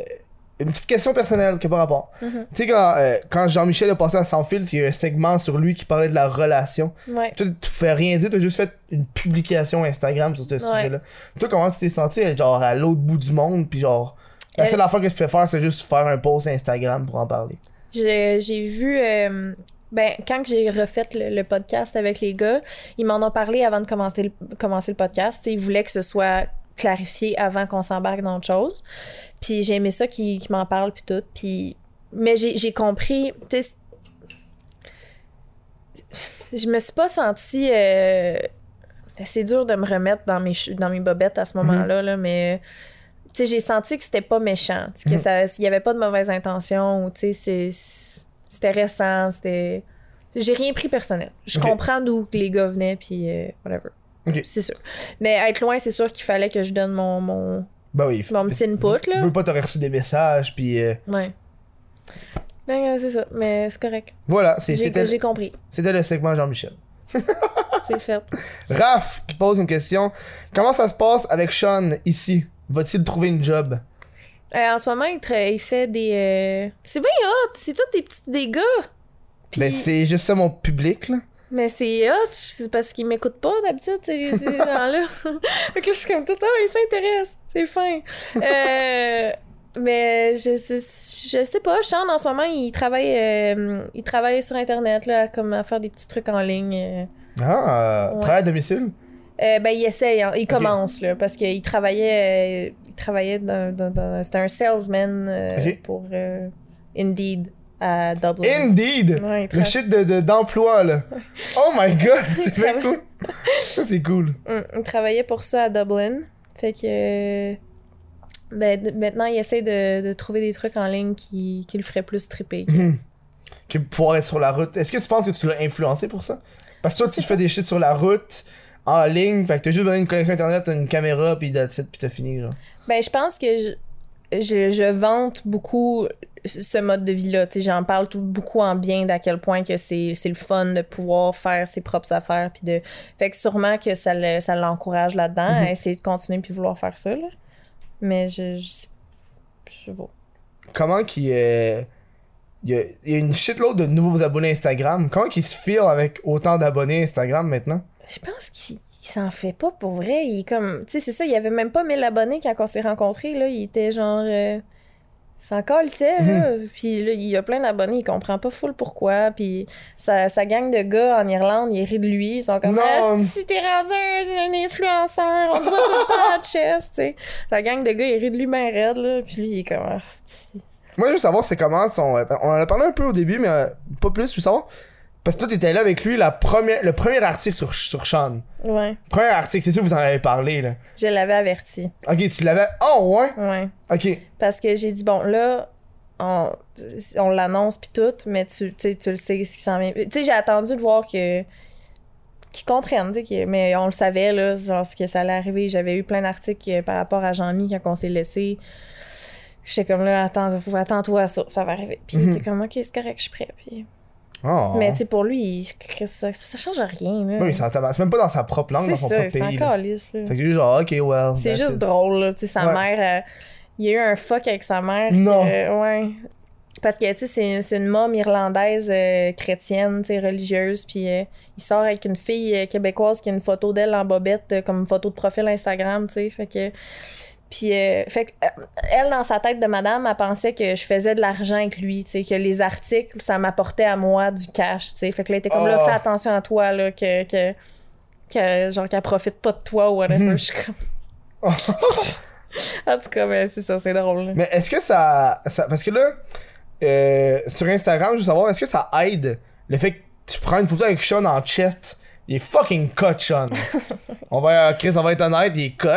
Speaker 1: Une petite question personnelle qui a pas rapport.
Speaker 2: Mhm.
Speaker 1: Tu sais, quand, euh, quand Jean-Michel a passé à Sans Filtre, il y a eu un segment sur lui qui parlait de la relation.
Speaker 2: Ouais.
Speaker 1: Toi, tu fais rien dire, t'as juste fait une publication Instagram sur ce sujet-là. Toi, comment tu t'es senti être genre à l'autre bout du monde, puis genre, la
Speaker 2: Euh,
Speaker 1: seule affaire que tu peux faire, c'est juste faire un post Instagram pour en parler.
Speaker 2: Je- J'ai vu. euh, ben, quand que j'ai refait le, le podcast avec les gars, ils m'en ont parlé avant de commencer le, commencer le podcast. Tu sais, Ils voulaient que ce soit clarifier avant qu'on s'embarque dans autre chose. Puis j'ai aimé ça qu'il qu'il m'en parle, puis tout. Puis... Mais j'ai j'ai compris. tu sais, Je me suis pas sentie. euh, C'est dur de me remettre dans mes, che- dans mes bobettes à ce moment-là, là, mais. euh, tu sais, j'ai senti que c'était pas méchant, tu sais, que
Speaker 1: Mhm.
Speaker 2: ça, il y avait pas de mauvaise intention, ou tu sais, c'est- c'est- c'était récent, c'était, j'ai rien pris personnel. Je
Speaker 1: Ok.
Speaker 2: comprends d'où les gars venaient, puis euh, whatever.
Speaker 1: Ok.
Speaker 2: C'est sûr. Mais être loin, c'est sûr qu'il fallait que je donne mon, mon,
Speaker 1: Bah oui.
Speaker 2: mon petit input,
Speaker 1: Je
Speaker 2: là.
Speaker 1: veux pas t'aurais reçu des messages, puis euh,
Speaker 2: Ouais. Ben, euh, c'est ça, mais c'est correct.
Speaker 1: voilà, c'est- c'était
Speaker 2: J'ai j'ai compris.
Speaker 1: c'était le segment Jean-Michel. [LAUGHS]
Speaker 2: C'est fait.
Speaker 1: Raph qui pose une question. Comment ça se passe avec Sean ici? Va-t-il trouver une job?
Speaker 2: Euh, en ce moment, il, tra- il fait des. euh, C'est bien hot! C'est tous des petits dégâts! Puis-
Speaker 1: Ben c'est juste ça mon public là.
Speaker 2: Mais c'est hot! C'est parce qu'ils m'écoutent pas d'habitude, ces,
Speaker 1: [LAUGHS]
Speaker 2: ces gens-là. fait que je suis comme tout le temps, ils s'intéressent! C'est fin! Euh, Mais je sais, je sais pas, Sean en ce moment il travaille euh, il travaille sur internet là, comme à faire des petits trucs en ligne. euh.
Speaker 1: Ah, euh,
Speaker 2: Ouais.
Speaker 1: travail à domicile?
Speaker 2: Euh, ben, il essaye, hein. il commence, là, parce qu'il travaillait, euh, il travaillait dans, dans- dans- c'était un salesman euh,
Speaker 1: Ok.
Speaker 2: pour euh, Indeed à Dublin.
Speaker 1: Indeed!
Speaker 2: Ouais, il tra-
Speaker 1: Le shit de- de- d'emploi, là. Oh my
Speaker 2: [LAUGHS]
Speaker 1: god, c'est bien cool. Ça, c'est cool.
Speaker 2: Mm, il travaillait pour ça à Dublin, fait que... euh, ben, d- maintenant, il essaie de, de trouver des trucs en ligne qui, qui le feraient plus triper.
Speaker 1: Mhm. Que pouvoir être sur la route. Est-ce que tu penses que tu l'as influencé pour ça? Parce que toi,
Speaker 2: Je
Speaker 1: tu
Speaker 2: sais
Speaker 1: fais des shit sur la route, en ligne, fait que t'as juste donné une connexion internet, une caméra, pis that's it, pis t'as fini, genre.
Speaker 2: Ben, je pense que je, je, je vante beaucoup ce ce mode de vie-là. Tu sais, J'en parle tout, beaucoup en bien d'à quel point que c'est c'est le fun de pouvoir faire ses propres affaires. Puis de... Fait que sûrement que ça le- ça l'encourage là-dedans
Speaker 1: Mhm.
Speaker 2: à essayer de continuer puis vouloir faire ça. Là. Mais je, je, sais- je sais pas.
Speaker 1: Comment qu'il euh, Il y, a, il y a une shitload de nouveaux abonnés Instagram. Comment qu'ils se filent avec autant d'abonnés Instagram maintenant?
Speaker 2: Je pense qu'il il s'en fait pas pour vrai. Il est comme... Tu sais, c'est ça, il avait même pas 1000 abonnés quand on s'est rencontrés. Là. Il était genre... Euh... C'est encore là. Puis là, il y a plein d'abonnés, il comprend pas full pourquoi. Puis sa, sa gang de gars en Irlande, ils rient de lui. Ils sont comme
Speaker 1: Non.
Speaker 2: Ah, si t'es rendu un, un influenceur, on te voit tout le temps en chest, tu sais. Sa gang de gars, ils rient de lui ben raide, là. Puis lui, il est comme Ah, asti.
Speaker 1: Moi, je veux savoir, c'est comment son. euh, On en a parlé un peu au début, mais euh, pas plus, je veux savoir. Parce que toi, t'étais là avec lui la première, le premier article sur, sur Sean.
Speaker 2: Ouais.
Speaker 1: Premier article, c'est sûr, vous en avez parlé, là.
Speaker 2: Je l'avais averti.
Speaker 1: Ok, tu l'avais. Oh, ouais!
Speaker 2: Ouais.
Speaker 1: Ok.
Speaker 2: Parce que j'ai dit, bon, là, on, on l'annonce puis tout, mais tu, tu sais, tu le sais ce qui s'en vient. Tu sais, j'ai attendu de voir que qu'ils comprennent, tu sais, que- mais on le savait, là, genre, ce que ça allait arriver. J'avais eu plein d'articles euh, par rapport à Jean-Mi quand on s'est laissé. J'étais comme là, attends, faut- attends-toi à ça, ça va arriver. Puis il
Speaker 1: Mhm.
Speaker 2: était comme, ok, c'est correct, je suis prêt. Puis...
Speaker 1: Oh.
Speaker 2: Mais tu sais, pour lui, il- Chris, ça, ça change rien, là.
Speaker 1: Oui, c'est en tabac. C'est même pas dans sa propre langue,
Speaker 2: c'est
Speaker 1: dans son
Speaker 2: ça,
Speaker 1: propre
Speaker 2: c'est
Speaker 1: pays.
Speaker 2: encore
Speaker 1: là.
Speaker 2: lisse, là.
Speaker 1: Fait que lui, genre, ok, well.
Speaker 2: C'est
Speaker 1: that's
Speaker 2: juste
Speaker 1: it.
Speaker 2: drôle, là. Tu sais, sa
Speaker 1: Ouais.
Speaker 2: mère, euh, il y a eu un fuck avec sa mère. que-
Speaker 1: Non.
Speaker 2: euh, ouais. Parce que, tu sais, c'est une- c'est une môme irlandaise euh, chrétienne, tu sais, religieuse. Puis euh, il sort avec une fille euh, québécoise qui a une photo d'elle en bobette, euh, comme photo de profil Instagram, tu sais. Fait que. Puis, euh, fait que, euh, elle, dans sa tête de madame, elle pensait que je faisais de l'argent avec lui, tu sais, que les articles, ça m'apportait à moi du cash, tu sais. Fait que là, elle était comme là,
Speaker 1: Oh.
Speaker 2: fais attention à toi, là, que. que que, genre qu'elle profite pas de toi ou whatever.
Speaker 1: Mhm.
Speaker 2: Je suis comme. En tout cas, mais c'est ça, c'est drôle. là.
Speaker 1: Mais est-ce que ça, ça- Parce que là, euh, sur Instagram, je veux savoir, est-ce que ça aide le fait que tu prends une photo avec Sean en chest Il est fucking cut,
Speaker 2: [LAUGHS]
Speaker 1: Sean. on va, euh, Chris, on va être honnête, il est cut.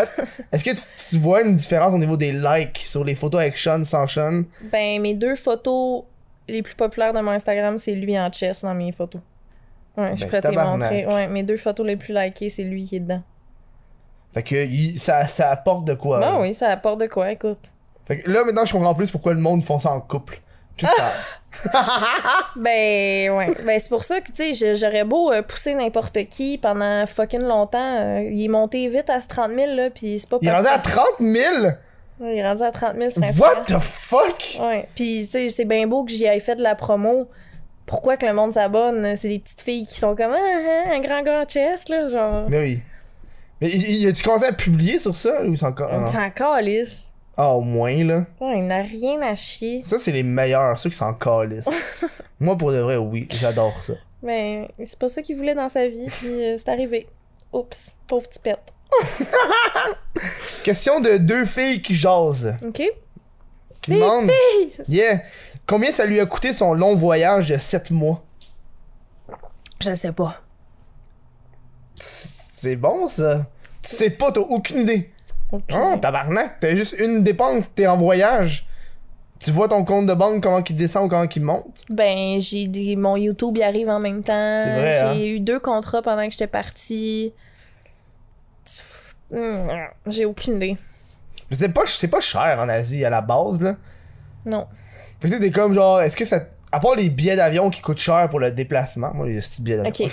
Speaker 1: Est-ce que tu, tu vois une différence au niveau des likes sur les photos avec Sean, sans Sean
Speaker 2: Ben, mes deux photos les plus populaires de mon Instagram, c'est lui en chess dans mes photos. Ouais, je
Speaker 1: Ben,
Speaker 2: pourrais te les
Speaker 1: tabarnak.
Speaker 2: montrer. Ouais, mes deux photos les plus likées, c'est lui qui est dedans.
Speaker 1: Fait que il- ça, ça apporte de quoi
Speaker 2: Ben
Speaker 1: là.
Speaker 2: oui, ça apporte de quoi, écoute.
Speaker 1: Fait que là, maintenant, je comprends plus pourquoi le monde font ça en couple. Qu'est-ce que ça-
Speaker 2: [LAUGHS] Ben, ouais. Ben, c'est pour ça que, tu sais, je- j'aurais beau euh, pousser n'importe qui pendant fucking longtemps. euh, il est monté vite à ce 30 000, là, puis c'est pas
Speaker 1: Il est
Speaker 2: parce
Speaker 1: rendu
Speaker 2: que-
Speaker 1: à 30 000
Speaker 2: Ouais, Il est rendu à 30 000, c'est
Speaker 1: What the fuck?
Speaker 2: Ouais. Puis, tu sais, c'est bien beau que j'y aille fait de la promo. Pourquoi que le monde s'abonne? C'est des petites filles qui sont comme ah, ah, un grand grand chest, là. Genre.
Speaker 1: Mais oui. Mais il, il- as-tu commencé à publier sur ça ou c'est encore. Ah, non.
Speaker 2: C'est encore lisse.
Speaker 1: Ah, au moins, là.
Speaker 2: Ouais, il n'a rien à chier.
Speaker 1: Ça, c'est les meilleurs, ceux qui s'en [LAUGHS] calissent. Moi, pour de vrai, oui, j'adore ça.
Speaker 2: Ben, Mais c'est pas ça qu'il voulait dans sa vie, puis euh, c'est arrivé. Oups, pauvre petit pète.
Speaker 1: Question de deux filles qui jasent.
Speaker 2: OK.
Speaker 1: Qui demandent. Yeah. Combien ça lui a coûté son long voyage de 7 mois?
Speaker 2: Je sais pas.
Speaker 1: C'est bon, ça. Tu sais pas, t'as aucune idée.
Speaker 2: Ok.
Speaker 1: Oh, tabarnak, t'as juste une dépense, t'es en voyage. Tu vois ton compte de banque, comment qu'il descend ou comment qu'il monte.
Speaker 2: Ben, j'ai des- mon YouTube il arrive en même temps.
Speaker 1: C'est vrai,
Speaker 2: j'ai
Speaker 1: hein?
Speaker 2: eu deux contrats pendant que j'étais partie. Hmm, J'ai aucune idée.
Speaker 1: Mais C'est pas, c'est pas cher en Asie à la base, là.
Speaker 2: Non.
Speaker 1: Fait que tu sais, t'es comme genre, est-ce que ça. À part les billets d'avion qui coûtent cher pour le déplacement, moi, les petits billets d'avion.
Speaker 2: Ok.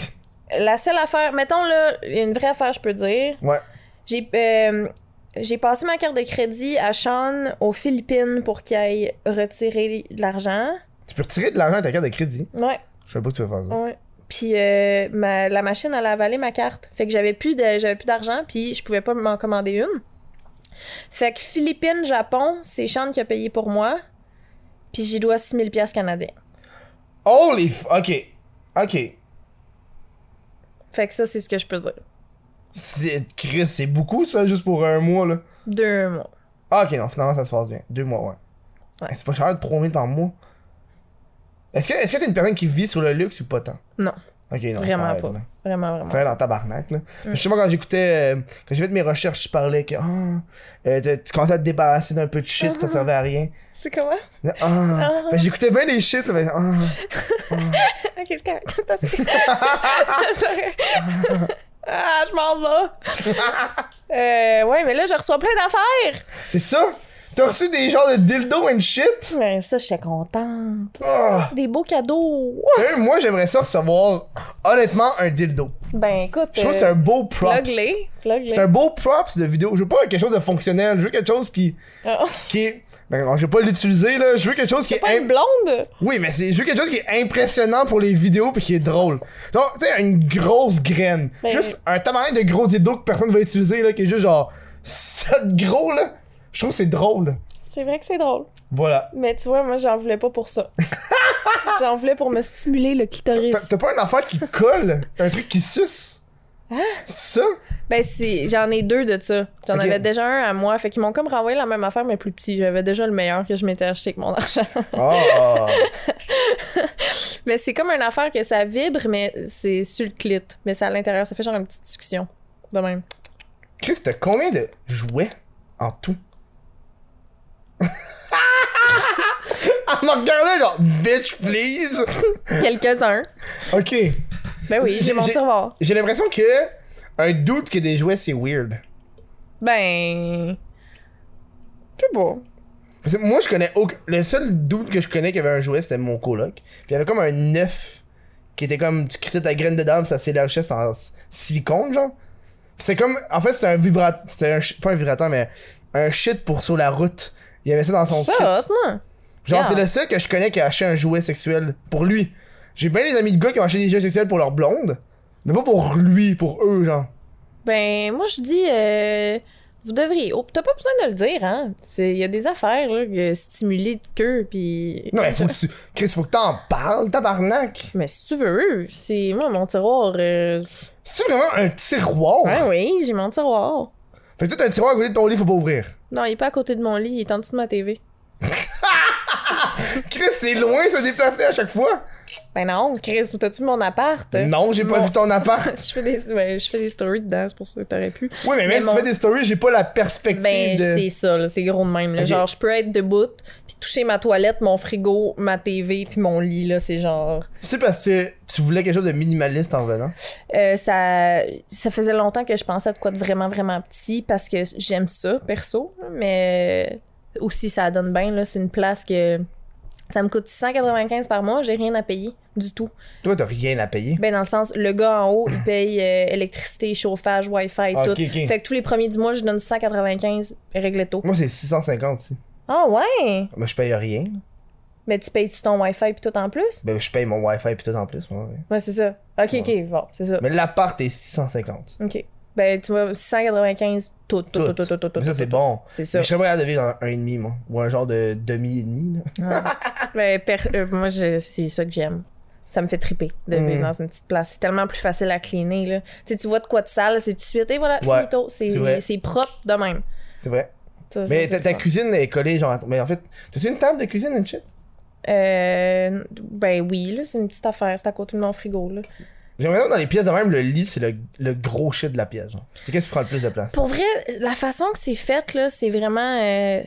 Speaker 2: La seule affaire, mettons là, une vraie affaire, je peux dire.
Speaker 1: Ouais.
Speaker 2: J'ai euh, j'ai passé ma carte de crédit à Sean aux Philippines pour qu'il aille retirer de l'argent.
Speaker 1: Tu peux retirer de l'argent à ta carte de crédit.
Speaker 2: Ouais,
Speaker 1: Je sais pas que tu peux faire ça.
Speaker 2: ouais. Puis euh, ma- la machine, elle a avalé ma carte. Fait que j'avais plus de- j'avais plus d'argent, puis je pouvais pas m'en commander une. Fait que Philippines, Japon, c'est Sean qui a payé pour moi. Puis j'y dois 6000 pièces canadiens.
Speaker 1: Holy f... Ok. Ok.
Speaker 2: Fait que ça, c'est ce que je peux dire.
Speaker 1: C'est... Chris, c'est beaucoup ça, juste pour un mois, là.
Speaker 2: Deux mois.
Speaker 1: Ah, ok, non, finalement, ça se passe bien. Deux mois, ouais.
Speaker 2: Ouais.
Speaker 1: Hey, C'est pas cher, 3000 par mois. Est-ce que, est-ce que t'es une personne qui vit sur le luxe ou pas tant?
Speaker 2: Non.
Speaker 1: Ok, non,
Speaker 2: Vraiment
Speaker 1: ça aide,
Speaker 2: pas. Mm.
Speaker 1: là.
Speaker 2: Vraiment, vraiment.
Speaker 1: Ça aide en tabarnak, là. Justement, quand j'écoutais, euh, quand j'ai fait mes recherches, je parlais que, ah, euh, te- tu commençais à te débarrasser d'un peu de shit,
Speaker 2: Ah.
Speaker 1: ça servait à rien.
Speaker 2: C'est comment?
Speaker 1: Ah. Fait que j'écoutais bien les shit, là, fait que, ah.
Speaker 2: Ok, c'est correct. [LAUGHS] Attends, c'est C'est correct. Ah, je m'en vais.
Speaker 1: [LAUGHS]
Speaker 2: Euh, ouais, mais là, je reçois plein d'affaires.
Speaker 1: C'est ça? T'as reçu des genres de dildo and shit?
Speaker 2: Mais ça, j'étais contente.
Speaker 1: Ah.
Speaker 2: Des beaux cadeaux.
Speaker 1: Sérieux, moi, j'aimerais ça recevoir, honnêtement, un dildo.
Speaker 2: Ben, écoute.
Speaker 1: Je trouve que c'est un beau props.
Speaker 2: Plug-les.
Speaker 1: C'est un beau props de vidéo. Je veux pas quelque chose de fonctionnel. Je veux quelque chose qui, qui est. Ben, non, je vais pas l'utiliser, là. Je veux quelque chose qui est.
Speaker 2: Ah, pas
Speaker 1: im-
Speaker 2: une blonde?
Speaker 1: Oui, mais c'est... je veux quelque chose qui est impressionnant pour les vidéos puis qui est drôle. Genre, tu sais, une grosse graine.
Speaker 2: Ben-
Speaker 1: Juste un tabarnak de gros dildo que personne va utiliser, là, qui est juste genre. [LAUGHS] Ça de gros, là. Je trouve que c'est drôle.
Speaker 2: C'est vrai que c'est drôle.
Speaker 1: Voilà.
Speaker 2: Mais tu vois, moi, j'en voulais pas pour
Speaker 1: [LAUGHS]
Speaker 2: ça. j'en voulais pour me stimuler le
Speaker 1: T'as,
Speaker 2: clitoris.
Speaker 1: t'as pas une affaire qui colle Un truc qui suce Ça
Speaker 2: Ben, si, j'en ai deux de ça. J'en
Speaker 1: Ok.
Speaker 2: avais déjà un à moi. Fait qu'ils m'ont comme renvoyé la même affaire, mais plus petit. J'avais déjà le meilleur que je m'étais acheté avec mon argent.
Speaker 1: Oh
Speaker 2: Mais c'est comme une affaire que ça vibre, mais c'est sur le clit. Mais c'est à l'intérieur, ça fait genre une petite succion. De même.
Speaker 1: [LAUGHS] Chris, t'as combien de jouets en tout? [LAUGHS] Elle me regardait genre, bitch, please!
Speaker 2: Quelques-uns.
Speaker 1: ok.
Speaker 2: Ben oui, j'ai mon
Speaker 1: J'ai-
Speaker 2: tiroir.
Speaker 1: J'ai l'impression que un doute que des jouets, c'est weird.
Speaker 2: Ben. C'est beau.
Speaker 1: Parce que moi, je connais aucun. Le seul doute que je connais qui avait un jouet, c'était mon coloc. Puis il y avait comme un œuf qui était comme, tu crissais ta graine dedans, puis ça s'élargissait en silicone, genre. C'est comme, en fait, c'est un vibrateur. C'est un, ch- pas un vibrateur, mais un shit pour sur la route. Il avait ça dans son
Speaker 2: Ça,
Speaker 1: kit.
Speaker 2: hautement.
Speaker 1: Genre,
Speaker 2: Yeah.
Speaker 1: c'est le seul que je connais qui a acheté un jouet sexuel pour lui. J'ai bien des amis de gars qui ont acheté des jouets sexuels pour leur blonde, mais pas pour lui, pour eux, genre.
Speaker 2: Ben, moi, je dis. euh, vous devriez. Oh, T'as pas besoin de le dire, hein. C'est- Il y a des affaires, là, que stimuler de queue, puis.
Speaker 1: Non, mais faut que tu. Chris, faut que t'en parles, tabarnak.
Speaker 2: Mais si tu veux, c'est. Moi, mon tiroir. euh,
Speaker 1: C'est vraiment un tiroir.
Speaker 2: Ben oui, j'ai mon tiroir.
Speaker 1: Fait que tout un tiroir à côté de ton lit, faut pas ouvrir.
Speaker 2: Non, il est pas à côté de mon lit, il est en dessous de ma TV.
Speaker 1: Chris, c'est loin de se déplacer à chaque fois.
Speaker 2: Ben non, Chris, t'as-tu mon appart?
Speaker 1: Non, j'ai pas
Speaker 2: Mon-
Speaker 1: vu ton
Speaker 2: [LAUGHS]
Speaker 1: appart.
Speaker 2: je, fais des, ben, je fais des stories dedans, c'est pour ça que t'aurais pu.
Speaker 1: Oui, mais
Speaker 2: Mais
Speaker 1: même si
Speaker 2: mon-
Speaker 1: tu fais des stories, j'ai pas la perspective
Speaker 2: Ben,
Speaker 1: de.
Speaker 2: c'est ça, là, c'est gros de même. là.
Speaker 1: Ok.
Speaker 2: Genre, je peux être debout, puis toucher ma toilette, mon frigo, ma TV, puis mon lit, là, c'est genre...
Speaker 1: C'est parce que tu voulais quelque chose de minimaliste en venant.
Speaker 2: Euh, ça, ça faisait longtemps que je pensais à de quoi de vraiment, vraiment petit, parce que j'aime ça, perso, mais euh, aussi, ça donne bien, là, c'est une place que... Ça me coûte 195 par mois, j'ai rien à payer du tout.
Speaker 1: Toi, t'as rien à payer.
Speaker 2: Ben dans le sens, le gars en haut, il paye euh, électricité, chauffage, Wi-Fi,
Speaker 1: Ah,
Speaker 2: tout.
Speaker 1: ok, ok.
Speaker 2: Fait que tous les premiers du mois, je donne 195 régletto.
Speaker 1: Moi, c'est 650 ici.
Speaker 2: Ah ouais!
Speaker 1: Moi, Ben, je paye rien.
Speaker 2: Mais tu payes ton Wi-Fi puis tout en plus?
Speaker 1: Ben, je paye mon Wi-Fi pis tout en plus, moi. ouais.
Speaker 2: Ouais, c'est ça. Ok, ok, bon, c'est ça.
Speaker 1: Mais l'appart est 650.
Speaker 2: Ok. Ben, tu vois, 695, tout, tout, tout, tout, tout, tout.
Speaker 1: Mais ça,
Speaker 2: tout,
Speaker 1: c'est
Speaker 2: tout.
Speaker 1: bon.
Speaker 2: C'est ça.
Speaker 1: Mais je serais pas capable de vivre en un et demi, moi. Ou un genre de demi et demi, là.
Speaker 2: Ouais. ben, per- euh, moi, je- c'est ça que j'aime. ça me fait triper de
Speaker 1: Mm.
Speaker 2: vivre dans une petite place. C'est tellement plus facile à cleaner, là. Tu sais, tu vois de quoi de sale, c'est tout de suite, et voilà,
Speaker 1: Ouais,
Speaker 2: finito. C'est,
Speaker 1: c'est vrai.
Speaker 2: c'est propre de même.
Speaker 1: C'est vrai.
Speaker 2: Ça, ça,
Speaker 1: Mais
Speaker 2: c'est
Speaker 1: ta, ta
Speaker 2: le fun.
Speaker 1: cuisine est collée, genre. à ton- Mais en fait, t'as-tu une table de cuisine, and shit?
Speaker 2: Euh, ben oui, là, c'est une petite affaire. C'est à côté de mon frigo, là.
Speaker 1: J'aimerais dire dans les pièces de même, le lit, c'est le, le gros shit de la pièce. genre. C'est qu'est-ce qui prend le plus de place?
Speaker 2: Pour vrai, la façon que c'est fait, là, c'est vraiment. euh,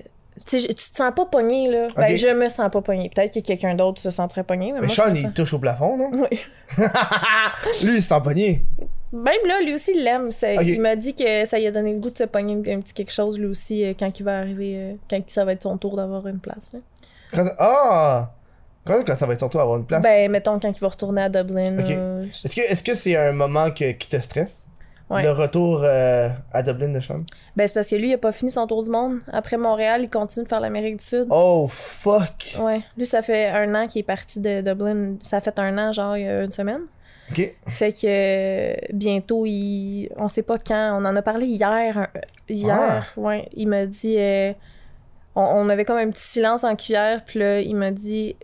Speaker 2: tu sais, je- tu te sens pas pogné, là. Ben,
Speaker 1: Ok.
Speaker 2: je me sens pas pogné. Peut-être que quelqu'un d'autre se sentrait pogné, mais,
Speaker 1: Mais
Speaker 2: moi,
Speaker 1: Sean,
Speaker 2: je me
Speaker 1: il
Speaker 2: sens... [LAUGHS]
Speaker 1: touche au plafond, non?
Speaker 2: Oui.
Speaker 1: Lui, il s'en pognait.
Speaker 2: Même là, lui aussi, il l'aime. C'est-
Speaker 1: Ok.
Speaker 2: Il m'a dit que ça lui a donné le goût de se pogner un petit quelque chose, lui aussi, euh, quand il va arriver, euh, quand ça va être son tour d'avoir une place. là.
Speaker 1: Quand- Ah! Quand, quand ça va être surtout avoir une place?
Speaker 2: Ben, mettons, quand il va retourner à Dublin.
Speaker 1: Ok.
Speaker 2: euh, je-
Speaker 1: Est-ce que est-ce que c'est un moment que- qui te stresse?
Speaker 2: Ouais.
Speaker 1: Le retour euh, à Dublin de Sean?
Speaker 2: Ben, c'est parce que lui, il a pas fini son tour du monde. Après Montréal, il continue de faire l'Amérique du Sud.
Speaker 1: Oh fuck!
Speaker 2: Ouais. Lui, ça fait un an qu'il est parti de Dublin. Ça a fait un an, genre, il y a une semaine.
Speaker 1: Ok.
Speaker 2: Fait que euh, bientôt, il... on sait pas quand. On en a parlé hier. hein, Hier,
Speaker 1: Ah.
Speaker 2: ouais. Il m'a dit. euh, on, on avait comme un petit silence en cuillère. Puis là, il m'a dit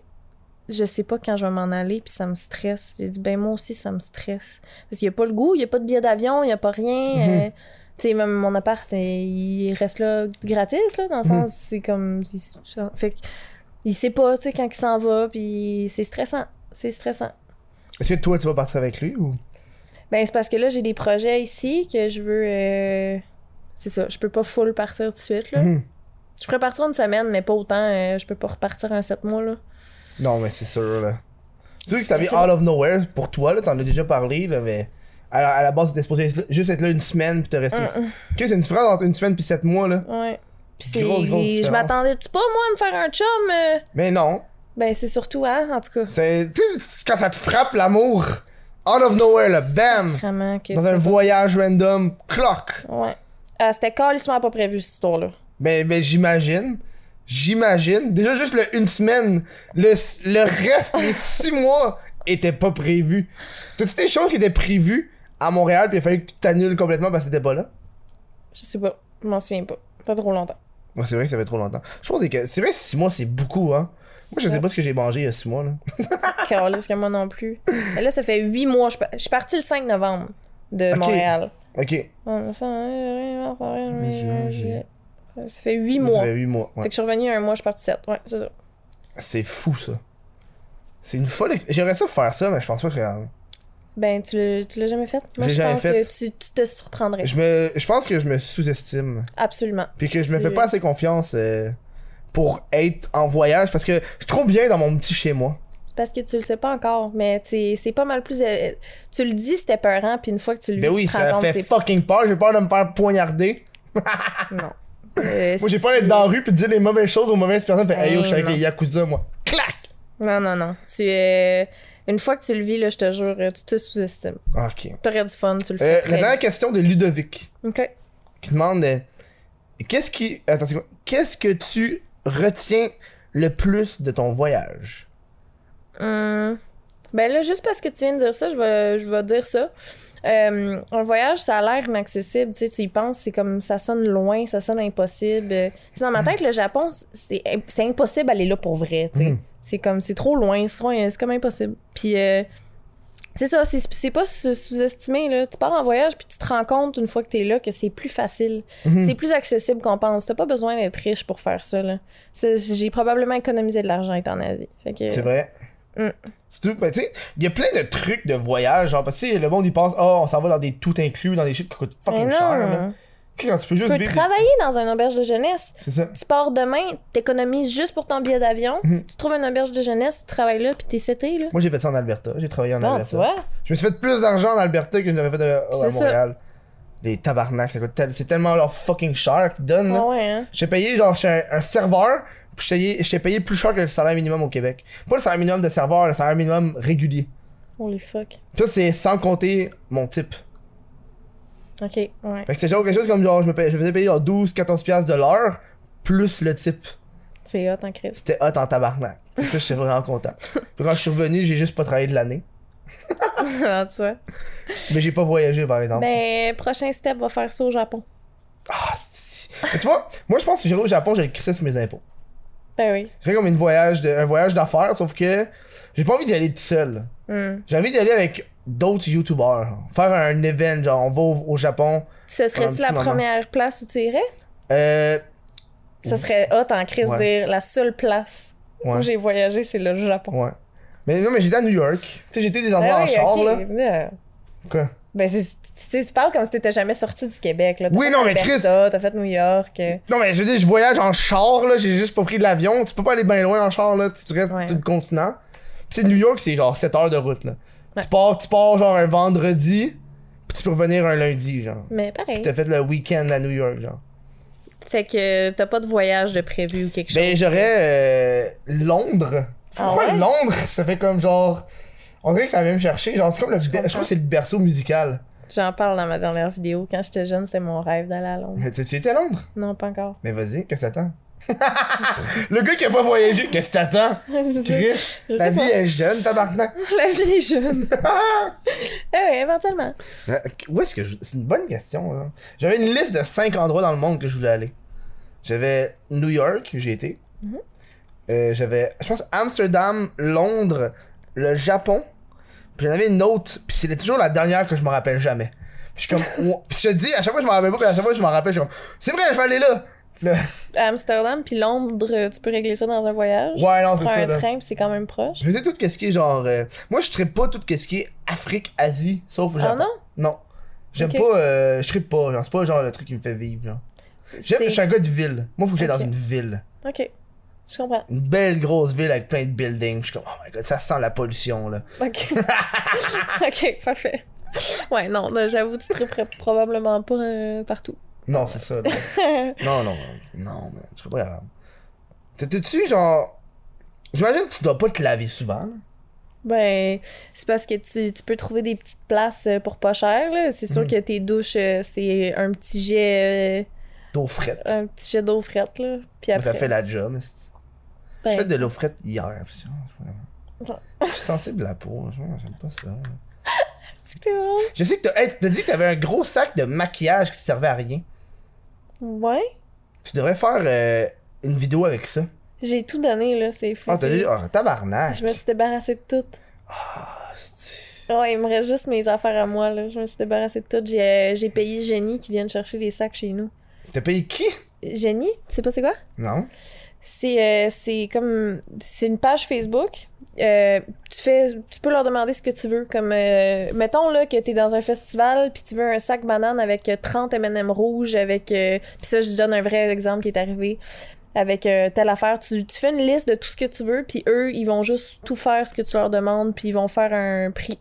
Speaker 2: Je sais pas quand je vais m'en aller. Puis ça me stresse. J'ai dit Ben, moi aussi, ça me stresse. Parce qu'il y a pas le goût, il y a pas de billet d'avion, il y a pas rien.
Speaker 1: Mhm.
Speaker 2: euh, tu sais, même mon appart, euh, il reste là gratis, là, dans le
Speaker 1: Mhm.
Speaker 2: sens, c'est comme. c'est- Fait que, il sait pas, tu sais, quand il s'en va, puis c'est stressant. C'est stressant.
Speaker 1: Est-ce que toi tu vas partir avec lui ou?
Speaker 2: Ben, c'est parce que là, j'ai des projets ici que je veux. euh, C'est ça, je peux pas full partir tout de suite. Là.
Speaker 1: Mhm.
Speaker 2: Je pourrais partir une semaine, mais pas autant. euh, je peux pas repartir un 7 mois. Là.
Speaker 1: Non mais c'est sûr là. C'est sûr que
Speaker 2: Je
Speaker 1: ça vient
Speaker 2: sais pas.
Speaker 1: out of nowhere pour toi là, t'en as déjà parlé là, mais à la, à la base c'était supposé être là- juste être là une semaine puis te rester.
Speaker 2: Mm,
Speaker 1: Ok, c'est une différence entre une semaine puis sept mois là.
Speaker 2: mm, ouais. Puis c'est-
Speaker 1: Grosse, grosse
Speaker 2: je
Speaker 1: différence.
Speaker 2: m'attendais-tu pas, moi, à me faire un chum? euh?
Speaker 1: Mais non,
Speaker 2: Ben, c'est surtout, hein, en tout cas.
Speaker 1: c'est tu sais, quand ça te frappe l'amour out of nowhere là, bam,
Speaker 2: Vraiment que.
Speaker 1: dans
Speaker 2: c'était
Speaker 1: un
Speaker 2: pas-
Speaker 1: voyage random, clock.
Speaker 2: Ouais. Ah, c'était calissement pas prévu, cette histoire-là.
Speaker 1: Mais, mais Ben, j'imagine. J'imagine. Déjà, juste le une semaine. Le, le reste des six mois était pas prévu. T'as-tu des choses qui étaient prévues à Montréal, puis il a fallu que tu t'annules complètement parce que t'étais pas là?
Speaker 2: Je sais pas. Je m'en souviens pas. Pas trop longtemps.
Speaker 1: Ouais, c'est vrai que ça fait trop longtemps. Je pense que c'est vrai que six mois, c'est beaucoup, hein. Moi, je sais pas ce que j'ai mangé il y a six mois, là.
Speaker 2: Calisse que moi non plus. Mais là, ça fait 8 mois. Je suis pa- je suis partie le 5 novembre de
Speaker 1: Ok.
Speaker 2: Montréal.
Speaker 1: Ok.
Speaker 2: Ouais, ça, ouais, ouais, ouais, ouais,
Speaker 1: Mais
Speaker 2: ouais,
Speaker 1: j'ai-
Speaker 2: ouais. Ça fait huit
Speaker 1: Ça
Speaker 2: mois.
Speaker 1: fait huit mois. ouais.
Speaker 2: Fait que je suis revenue un mois, je suis partie 7. Ouais, c'est ça.
Speaker 1: C'est fou, ça. C'est une folle. ex- J'aimerais ça faire ça, mais je pense pas que.
Speaker 2: Ben, tu l'as tu l'as jamais fait? Moi,
Speaker 1: J'ai
Speaker 2: je
Speaker 1: jamais
Speaker 2: pense
Speaker 1: fait.
Speaker 2: que tu, tu te surprendrais.
Speaker 1: Je, me... je pense que je me sous-estime.
Speaker 2: Absolument.
Speaker 1: Puis que je me
Speaker 2: Tu-
Speaker 1: fais pas assez confiance euh, pour être en voyage parce que je suis trop bien dans mon petit chez moi.
Speaker 2: C'est parce que tu le sais pas encore, mais tu sais, c'est pas mal plus. euh, Tu le dis, c'était peurant, puis une fois que tu le vis,
Speaker 1: Ben oui,
Speaker 2: tu te rends
Speaker 1: ça
Speaker 2: compte,
Speaker 1: fait
Speaker 2: c'est
Speaker 1: fucking peur. J'ai peur de me faire poignarder. [LAUGHS]
Speaker 2: Non. Euh,
Speaker 1: Moi, j'ai
Speaker 2: si-
Speaker 1: peur d'être dans la rue puis de dire les mauvaises choses aux mauvaises personnes. Fait, hey yo, je suis avec
Speaker 2: Ah, Non.
Speaker 1: les Yakuza, moi. Clac!
Speaker 2: Non, non, non. Tu, euh, Une fois que tu le vis, là, je te jure, euh, tu te sous-estimes.
Speaker 1: Ok. Euh,
Speaker 2: T'aurais du fun, tu le fais.
Speaker 1: la
Speaker 2: très
Speaker 1: dernière question de Ludovic
Speaker 2: bien. Ok.
Speaker 1: qui demande euh, Qu'est-ce qui. Attends, c'est quoi? Qu'est-ce que tu retiens le plus de ton voyage
Speaker 2: Hum, Ben là, juste parce que tu viens de dire ça, je vais, je vais dire ça. Euh, un voyage, ça a l'air inaccessible. Tu sais, tu y penses, c'est comme ça sonne loin, ça sonne impossible. Euh, Tu sais, dans ma tête, le Japon, c'est c'est impossible d'aller là pour vrai. tu sais.
Speaker 1: Mhm.
Speaker 2: C'est comme, c'est trop loin, c'est trop- c'est comme impossible. Puis, euh, c'est ça, c'est c'est pas sous- sous-estimé. là. Tu pars en voyage, puis tu te rends compte, une fois que t'es là, que c'est plus facile.
Speaker 1: Mhm.
Speaker 2: C'est plus accessible qu'on pense. T'as pas besoin d'être riche pour faire ça. là. C'est- J'ai probablement économisé de l'argent étant en Asie. Fait que-
Speaker 1: C'est vrai.
Speaker 2: Mm.
Speaker 1: Surtout, ben, tu sais, il y a plein de trucs de voyage. Genre, parce que tu sais, le monde, il pense, oh, on s'en va dans des tout inclus, dans des shit qui coûtent
Speaker 2: Mais
Speaker 1: fucking
Speaker 2: non.
Speaker 1: cher. là. Tu sais, Quand tu peux
Speaker 2: Tu
Speaker 1: juste
Speaker 2: peux
Speaker 1: vivre.
Speaker 2: travailler dans une auberge de jeunesse.
Speaker 1: C'est ça.
Speaker 2: Tu pars demain, t'économises juste pour ton billet d'avion,
Speaker 1: Mhm.
Speaker 2: tu trouves une auberge de jeunesse, tu travailles là, puis t'es CT, là.
Speaker 1: Moi, j'ai fait ça en Alberta. J'ai travaillé en
Speaker 2: Bon,
Speaker 1: Alberta.
Speaker 2: tu vois.
Speaker 1: Je me suis fait plus d'argent en Alberta que je n'aurais fait de-
Speaker 2: C'est
Speaker 1: à
Speaker 2: ça.
Speaker 1: Montréal. Les tabarnak, ça coûte tel- c'est tellement leur fucking cher qu'ils donnent. là.
Speaker 2: Ah ouais, hein.
Speaker 1: J'ai payé genre chez un, un serveur, puis j'étais payé- j'étais payé plus cher que le salaire minimum au Québec. Pas le salaire minimum de serveur, le salaire minimum régulier.
Speaker 2: Holy fuck.
Speaker 1: Puis Ça, c'est sans compter mon type.
Speaker 2: Ok, ouais.
Speaker 1: Fait que c'est genre quelque chose comme genre, je me, paye- je me faisais payer genre 12, 14 piastres de l'heure, plus le type.
Speaker 2: C'est hot en crise. [LAUGHS]
Speaker 1: C'était hot en tabarnak. Fait que ça, j'étais vraiment content. Puis quand je suis revenu, j'ai juste pas travaillé de l'année.
Speaker 2: Ah, tu vois.
Speaker 1: Mais j'ai pas voyagé, par exemple.
Speaker 2: Ben, prochain step va faire ça au Japon.
Speaker 1: Ah, si. Mais tu vois, moi je pense que j'irai au Japon, je le crissais sur mes impôts.
Speaker 2: Ben oui.
Speaker 1: C'est comme une voyage de, un voyage d'affaires, sauf que j'ai pas envie d'y aller tout seul.
Speaker 2: Hmm.
Speaker 1: J'ai envie d'y aller avec d'autres youtubeurs. Faire un event, genre on va au, au Japon.
Speaker 2: Ce
Speaker 1: Un
Speaker 2: serait-tu
Speaker 1: petit
Speaker 2: la
Speaker 1: moment.
Speaker 2: première place où tu irais?
Speaker 1: Euh,
Speaker 2: Ça serait hot en crise
Speaker 1: Ouais.
Speaker 2: dire la seule place
Speaker 1: Ouais.
Speaker 2: où j'ai voyagé, c'est le Japon.
Speaker 1: ouais. Mais non, mais j'étais à New York. Tu sais, j'étais des endroits
Speaker 2: Ben
Speaker 1: en
Speaker 2: oui,
Speaker 1: char,
Speaker 2: ok,
Speaker 1: là.
Speaker 2: venez, euh,
Speaker 1: Quoi?
Speaker 2: Ben, c'est- tu sais, tu parles comme si t'étais jamais sorti du Québec. Là. T'as
Speaker 1: Oui,
Speaker 2: fait
Speaker 1: non, mais
Speaker 2: Alberta, T'as fait New York. euh.
Speaker 1: Non, mais je veux dire, je voyage en char, là. J'ai juste pas pris de l'avion. Tu peux pas aller bien loin en char, là. Tu restes
Speaker 2: Ouais.
Speaker 1: sur le continent. Puis, tu sais, New York, c'est genre 7 heures de route, là.
Speaker 2: Ouais.
Speaker 1: Tu, pars, tu pars genre un vendredi, puis tu peux revenir un lundi, genre.
Speaker 2: Mais pareil.
Speaker 1: T'as fait le week-end à New York, genre.
Speaker 2: Fait que t'as pas de voyage de prévu ou quelque chose.
Speaker 1: Ben, j'aurais euh, Londres.
Speaker 2: Ah
Speaker 1: Pourquoi
Speaker 2: ouais?
Speaker 1: Londres [LAUGHS] Ça fait comme genre. On dirait que ça vient me chercher. Genre, c'est comme le. ber- Je
Speaker 2: comprends.
Speaker 1: crois que c'est le berceau musical.
Speaker 2: J'en parle dans ma dernière vidéo. Quand j'étais jeune, c'était mon rêve d'aller à Londres.
Speaker 1: [LAUGHS] Mais tu tu étais à Londres
Speaker 2: Non, pas encore. [LAUGHS]
Speaker 1: Mais vas-y, qu'est-ce que t'attends [LAUGHS] Le gars qui a pas voyagé, qu'est-ce que t'attends
Speaker 2: C'est ça.
Speaker 1: Chris,
Speaker 2: Je
Speaker 1: ta
Speaker 2: sais
Speaker 1: vie
Speaker 2: pas.
Speaker 1: est jeune, tabarnak.
Speaker 2: [LAUGHS] La vie est jeune. Eh oui, éventuellement.
Speaker 1: Ah! Euh, Où est-ce que je. C'est une bonne question, là. J'avais une liste de 5 endroits dans le monde que je voulais aller. J'avais New York, j'ai été.
Speaker 2: Mhm.
Speaker 1: Euh, J'avais, je pense, Amsterdam, Londres, le Japon. Puis j'en avais une autre, puis c'était toujours la dernière que je me rappelle jamais. Puis je suis
Speaker 2: [LAUGHS]
Speaker 1: comme. Ouah. Puis je te dis, à chaque fois je me rappelle pas, puis à chaque fois je me rappelle, je suis comme. C'est vrai, je vais aller là! Puis là, [LAUGHS]
Speaker 2: À Amsterdam puis Londres, euh, tu peux régler ça dans un voyage.
Speaker 1: Ouais, non,
Speaker 2: tu
Speaker 1: c'est
Speaker 2: prends
Speaker 1: ça,
Speaker 2: un
Speaker 1: là.
Speaker 2: train puis c'est quand même proche.
Speaker 1: Je faisais tout ce qui est genre. euh, moi, je trippe pas tout ce qui est Afrique, Asie, sauf au
Speaker 2: Ah
Speaker 1: Japon.
Speaker 2: non?
Speaker 1: non? J'aime
Speaker 2: Ok.
Speaker 1: pas. euh, je trippe pas. genre, C'est pas genre le truc qui me fait vivre. Genre. J'aime-
Speaker 2: C'est-
Speaker 1: Je suis un gars de ville. Moi, faut que j'aille
Speaker 2: Ok.
Speaker 1: dans une ville.
Speaker 2: Ok. Je comprends.
Speaker 1: Une belle grosse ville avec plein de buildings. Je suis comme, oh my god, ça sent la pollution là. [LAUGHS]
Speaker 2: Ok. [LAUGHS] ok, parfait. Ouais, non, là, j'avoue, tu triperais probablement pas euh, partout. [LAUGHS]
Speaker 1: Non, c'est ça. Non, non, non, non, mais je serais pas capable. T'étais-tu genre. J'imagine que tu dois pas te laver souvent. là.
Speaker 2: Ben, c'est parce que tu, tu peux trouver des petites places euh, pour pas cher, là. C'est sûr
Speaker 1: Mhm.
Speaker 2: que tes douches, euh, c'est un petit jet,
Speaker 1: D'eau frette.
Speaker 2: euh, un petit jet d'eau frette, là. Puis
Speaker 1: Moi,
Speaker 2: après,
Speaker 1: ça fait la job. esti.
Speaker 2: ben,
Speaker 1: Je fais de l'eau frette hier. puis c'est- vraiment. Je suis sensible à la peau. genre, J'aime pas ça. là.
Speaker 2: c'est drôle.
Speaker 1: Je sais que t'as hey, t'as dit que t'avais un gros sac de maquillage qui te servait à rien.
Speaker 2: Ouais,
Speaker 1: Tu devrais faire euh, une vidéo avec ça.
Speaker 2: j'ai tout donné, là, c'est fou.
Speaker 1: Ah, t'as dit, oh, tabarnak.
Speaker 2: Je me suis débarrassée de tout.
Speaker 1: Ah, c'est-
Speaker 2: Ouais, il me reste juste mes affaires à moi, là. Je me suis débarrassée de tout. J'ai, euh, j'ai payé Jenny qui vient de chercher les sacs chez nous.
Speaker 1: T'as payé qui?
Speaker 2: Jenny, tu sais pas c'est quoi?
Speaker 1: Non.
Speaker 2: C'est euh, c'est comme c'est une page Facebook. Euh, tu fais tu peux leur demander ce que tu veux comme euh, mettons là que t'es dans un festival puis tu veux un sac banane avec euh, 30 M&M rouges avec euh, puis ça je donne un vrai exemple qui est arrivé avec euh, telle affaire tu, tu fais une liste de tout ce que tu veux puis eux ils vont juste tout faire ce que tu leur demandes puis ils vont faire un prix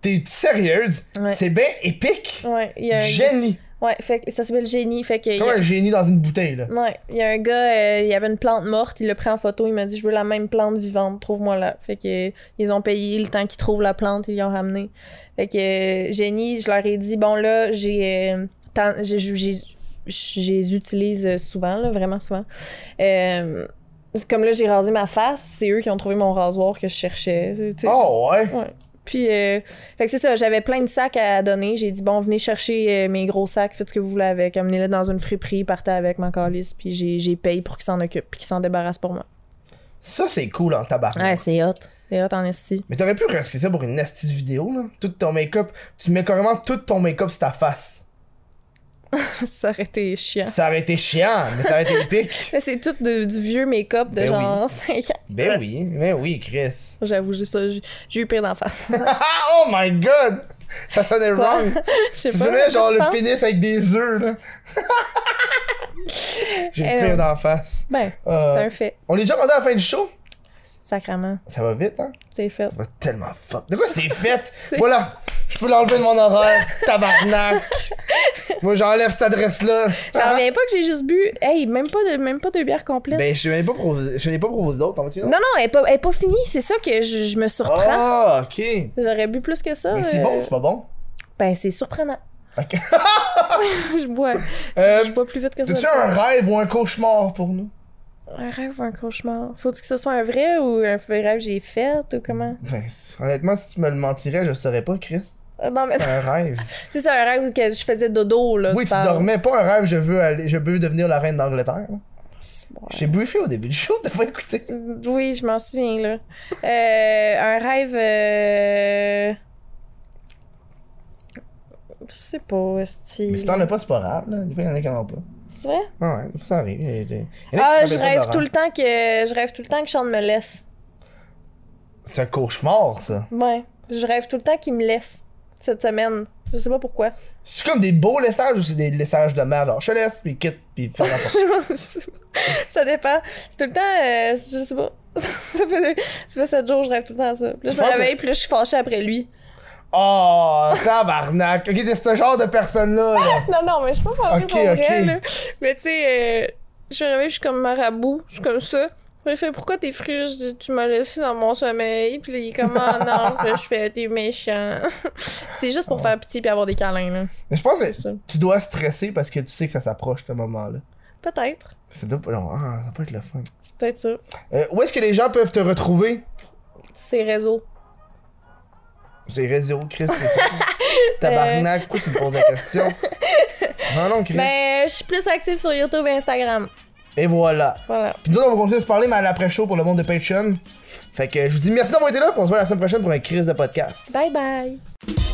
Speaker 1: T'es sérieuse?
Speaker 2: ouais
Speaker 1: C'est bien épique.
Speaker 2: ouais il y a un-
Speaker 1: Génie.
Speaker 2: ouais fait que ça s'appelle génie fait que il y a-
Speaker 1: Comme un génie dans une bouteille, là.
Speaker 2: Ouais, il y a un gars, euh, il avait une plante morte, il l'a pris en photo, il m'a dit je veux la même plante vivante, trouve-moi là. Fait que euh, ils ont payé le temps qu'ils trouvent la plante, ils l'ont ramenée. Fait que euh, génie, je leur ai dit bon là, j'ai euh, tant- j'ai- j'ai- j'ai- je les utilise euh, souvent là, vraiment souvent. Euh, c'est comme là j'ai rasé ma face, c'est eux qui ont trouvé mon rasoir que je cherchais. tu sais.
Speaker 1: Oh, ouais.
Speaker 2: Puis, euh, fait que c'est ça, j'avais plein de sacs à donner. J'ai dit, bon, venez chercher euh, mes gros sacs, faites ce que vous voulez avec, amenez-les dans une friperie, partez avec ma calice, puis j'ai, j'ai payé pour qu'ils s'en occupent, puis qu'ils s'en débarrassent pour moi.
Speaker 1: Ça, c'est cool en tabarnak.
Speaker 2: Ouais, c'est hot. C'est hot en esti. [LAUGHS]
Speaker 1: Mais t'aurais pu rester ça pour une astuce vidéo, là. Tout ton make-up. Tu mets carrément tout ton make-up sur ta face.
Speaker 2: ça aurait été chiant.
Speaker 1: Ça aurait été chiant, mais ça aurait été épique.
Speaker 2: [LAUGHS] Mais c'est tout de- du vieux make-up de
Speaker 1: Ben
Speaker 2: genre [LAUGHS] 5 ans.
Speaker 1: Ben oui, ben oui, Chris. [LAUGHS]
Speaker 2: J'avoue, j'ai ça, j'ai, j'ai eu pire d'en face.
Speaker 1: oh my god! Ça sonnait
Speaker 2: Quoi? [LAUGHS]
Speaker 1: wrong.
Speaker 2: Je sais
Speaker 1: Tu
Speaker 2: pas.
Speaker 1: sonnais genre
Speaker 2: tu
Speaker 1: le
Speaker 2: penses?
Speaker 1: pénis avec des œufs, là. [LAUGHS] J'ai le
Speaker 2: Euh,
Speaker 1: pire d'en face.
Speaker 2: Ben,
Speaker 1: Euh,
Speaker 2: c'est un fait.
Speaker 1: On est déjà rendu à la fin du show?
Speaker 2: Sacrement.
Speaker 1: Ça va vite, hein?
Speaker 2: C'est fait.
Speaker 1: Ça va tellement fuck. De quoi [LAUGHS] c'est fait? voilà! Je peux l'enlever de mon horaire, [LAUGHS] tabarnak! Moi, j'enlève cette adresse-là. [LAUGHS]
Speaker 2: J'en reviens pas que j'ai juste bu. Hey, même pas de, même pas de bière complète.
Speaker 1: Ben, je n'ai pas proposé, je n'ai pas proposé d'autres, t'en veux-tu?
Speaker 2: Non, non, elle n'est pas, elle est pas finie. C'est ça que je, je me surprends.
Speaker 1: Ben, Ah, ok. Mais
Speaker 2: J'aurais bu plus que ça.
Speaker 1: c'est
Speaker 2: euh,
Speaker 1: bon, c'est pas bon?
Speaker 2: Ben, c'est surprenant. [LAUGHS]
Speaker 1: [LAUGHS] Ok.
Speaker 2: je bois.
Speaker 1: Euh,
Speaker 2: je bois plus vite que
Speaker 1: T'as-tu
Speaker 2: ça.
Speaker 1: un rêve ou un cauchemar pour nous?
Speaker 2: Un rêve ou un cauchemar? Faut-tu que ce soit un vrai ou un faux rêve que j'ai fait ou comment?
Speaker 1: Ben, honnêtement, si tu me le mentirais, je saurais pas, Chris.
Speaker 2: Ah, Non, mais [LAUGHS]
Speaker 1: C'est un [LAUGHS] rêve.
Speaker 2: c'est ça, un rêve que je faisais dodo, là.
Speaker 1: oui, tu
Speaker 2: parles.
Speaker 1: dormais pas un rêve, je veux aller, je veux devenir la reine d'Angleterre. là. J'ai briefé au début du show, t'as pas écouté.
Speaker 2: Oui, je m'en souviens, là. Euh, un rêve. euh, Je sais pas,
Speaker 1: Mais si
Speaker 2: style.
Speaker 1: t'en as pas, c'est pas grave, là. Des fois, il y en a qui en ont pas.
Speaker 2: C'est vrai?
Speaker 1: Ah ouais, des fois, ça arrive. Il y a- il y en a qui
Speaker 2: Ah,
Speaker 1: se
Speaker 2: je
Speaker 1: rappellent pas
Speaker 2: rêve
Speaker 1: d'horaire.
Speaker 2: tout le temps que je rêve tout le temps que Sean me laisse.
Speaker 1: C'est un cauchemar, ça.
Speaker 2: Ouais, je rêve tout le temps qu'il me laisse cette semaine. Je sais pas pourquoi.
Speaker 1: C'est comme des beaux laissages ou c'est des laissages de merde? Alors, je te laisse, puis quitte, puis fais la porte.
Speaker 2: Je sais pas. Ça dépend. C'est tout le temps, euh, je sais pas. [LAUGHS] ça fait ça fait sept jours, je rêve tout le temps à ça. Puis là,
Speaker 1: Je
Speaker 2: je me
Speaker 1: pense
Speaker 2: réveille, puis là, je suis fâchée après lui.
Speaker 1: [LAUGHS] Oh, tabarnak! Ok, t'es ce genre de personne-là, là.
Speaker 2: Non, non, mais je suis pas fâchée
Speaker 1: Ok,
Speaker 2: pour vrai,
Speaker 1: ok.
Speaker 2: là. Mais tu sais, euh, je me réveille, je suis comme marabout, je suis comme ça. Je fait pourquoi t'es fru? Je dis, Tu m'as laissé dans mon sommeil. Puis là, il est comme, ah [LAUGHS] non. Puis là, je fais, t'es méchant. [LAUGHS] C'est juste pour faire pitié puis avoir des câlins, là.
Speaker 1: Mais je pense que
Speaker 2: C'est ça.
Speaker 1: tu dois stresser parce que tu sais que ça s'approche, ce moment-là.
Speaker 2: Peut-être.
Speaker 1: Ça doit pas. non, ah, ça doit pas être le fun.
Speaker 2: C'est peut-être ça.
Speaker 1: Euh, où est-ce que les gens peuvent te retrouver?
Speaker 2: C'est réseau.
Speaker 1: J'ai réseau, Chris. c'est ça.
Speaker 2: [LAUGHS]
Speaker 1: Tabarnak, pourquoi tu me poses la question? Non, non, Chris.
Speaker 2: Euh. Ben, je suis plus active sur YouTube et Instagram.
Speaker 1: Et voilà.
Speaker 2: Voilà.
Speaker 1: Puis nous, on va continuer de se parler, mais à l'après-show pour le monde de Patreon. Fait que je vous dis merci d'avoir été là, puis on se voit la semaine prochaine pour un Chris de podcast.
Speaker 2: Bye bye.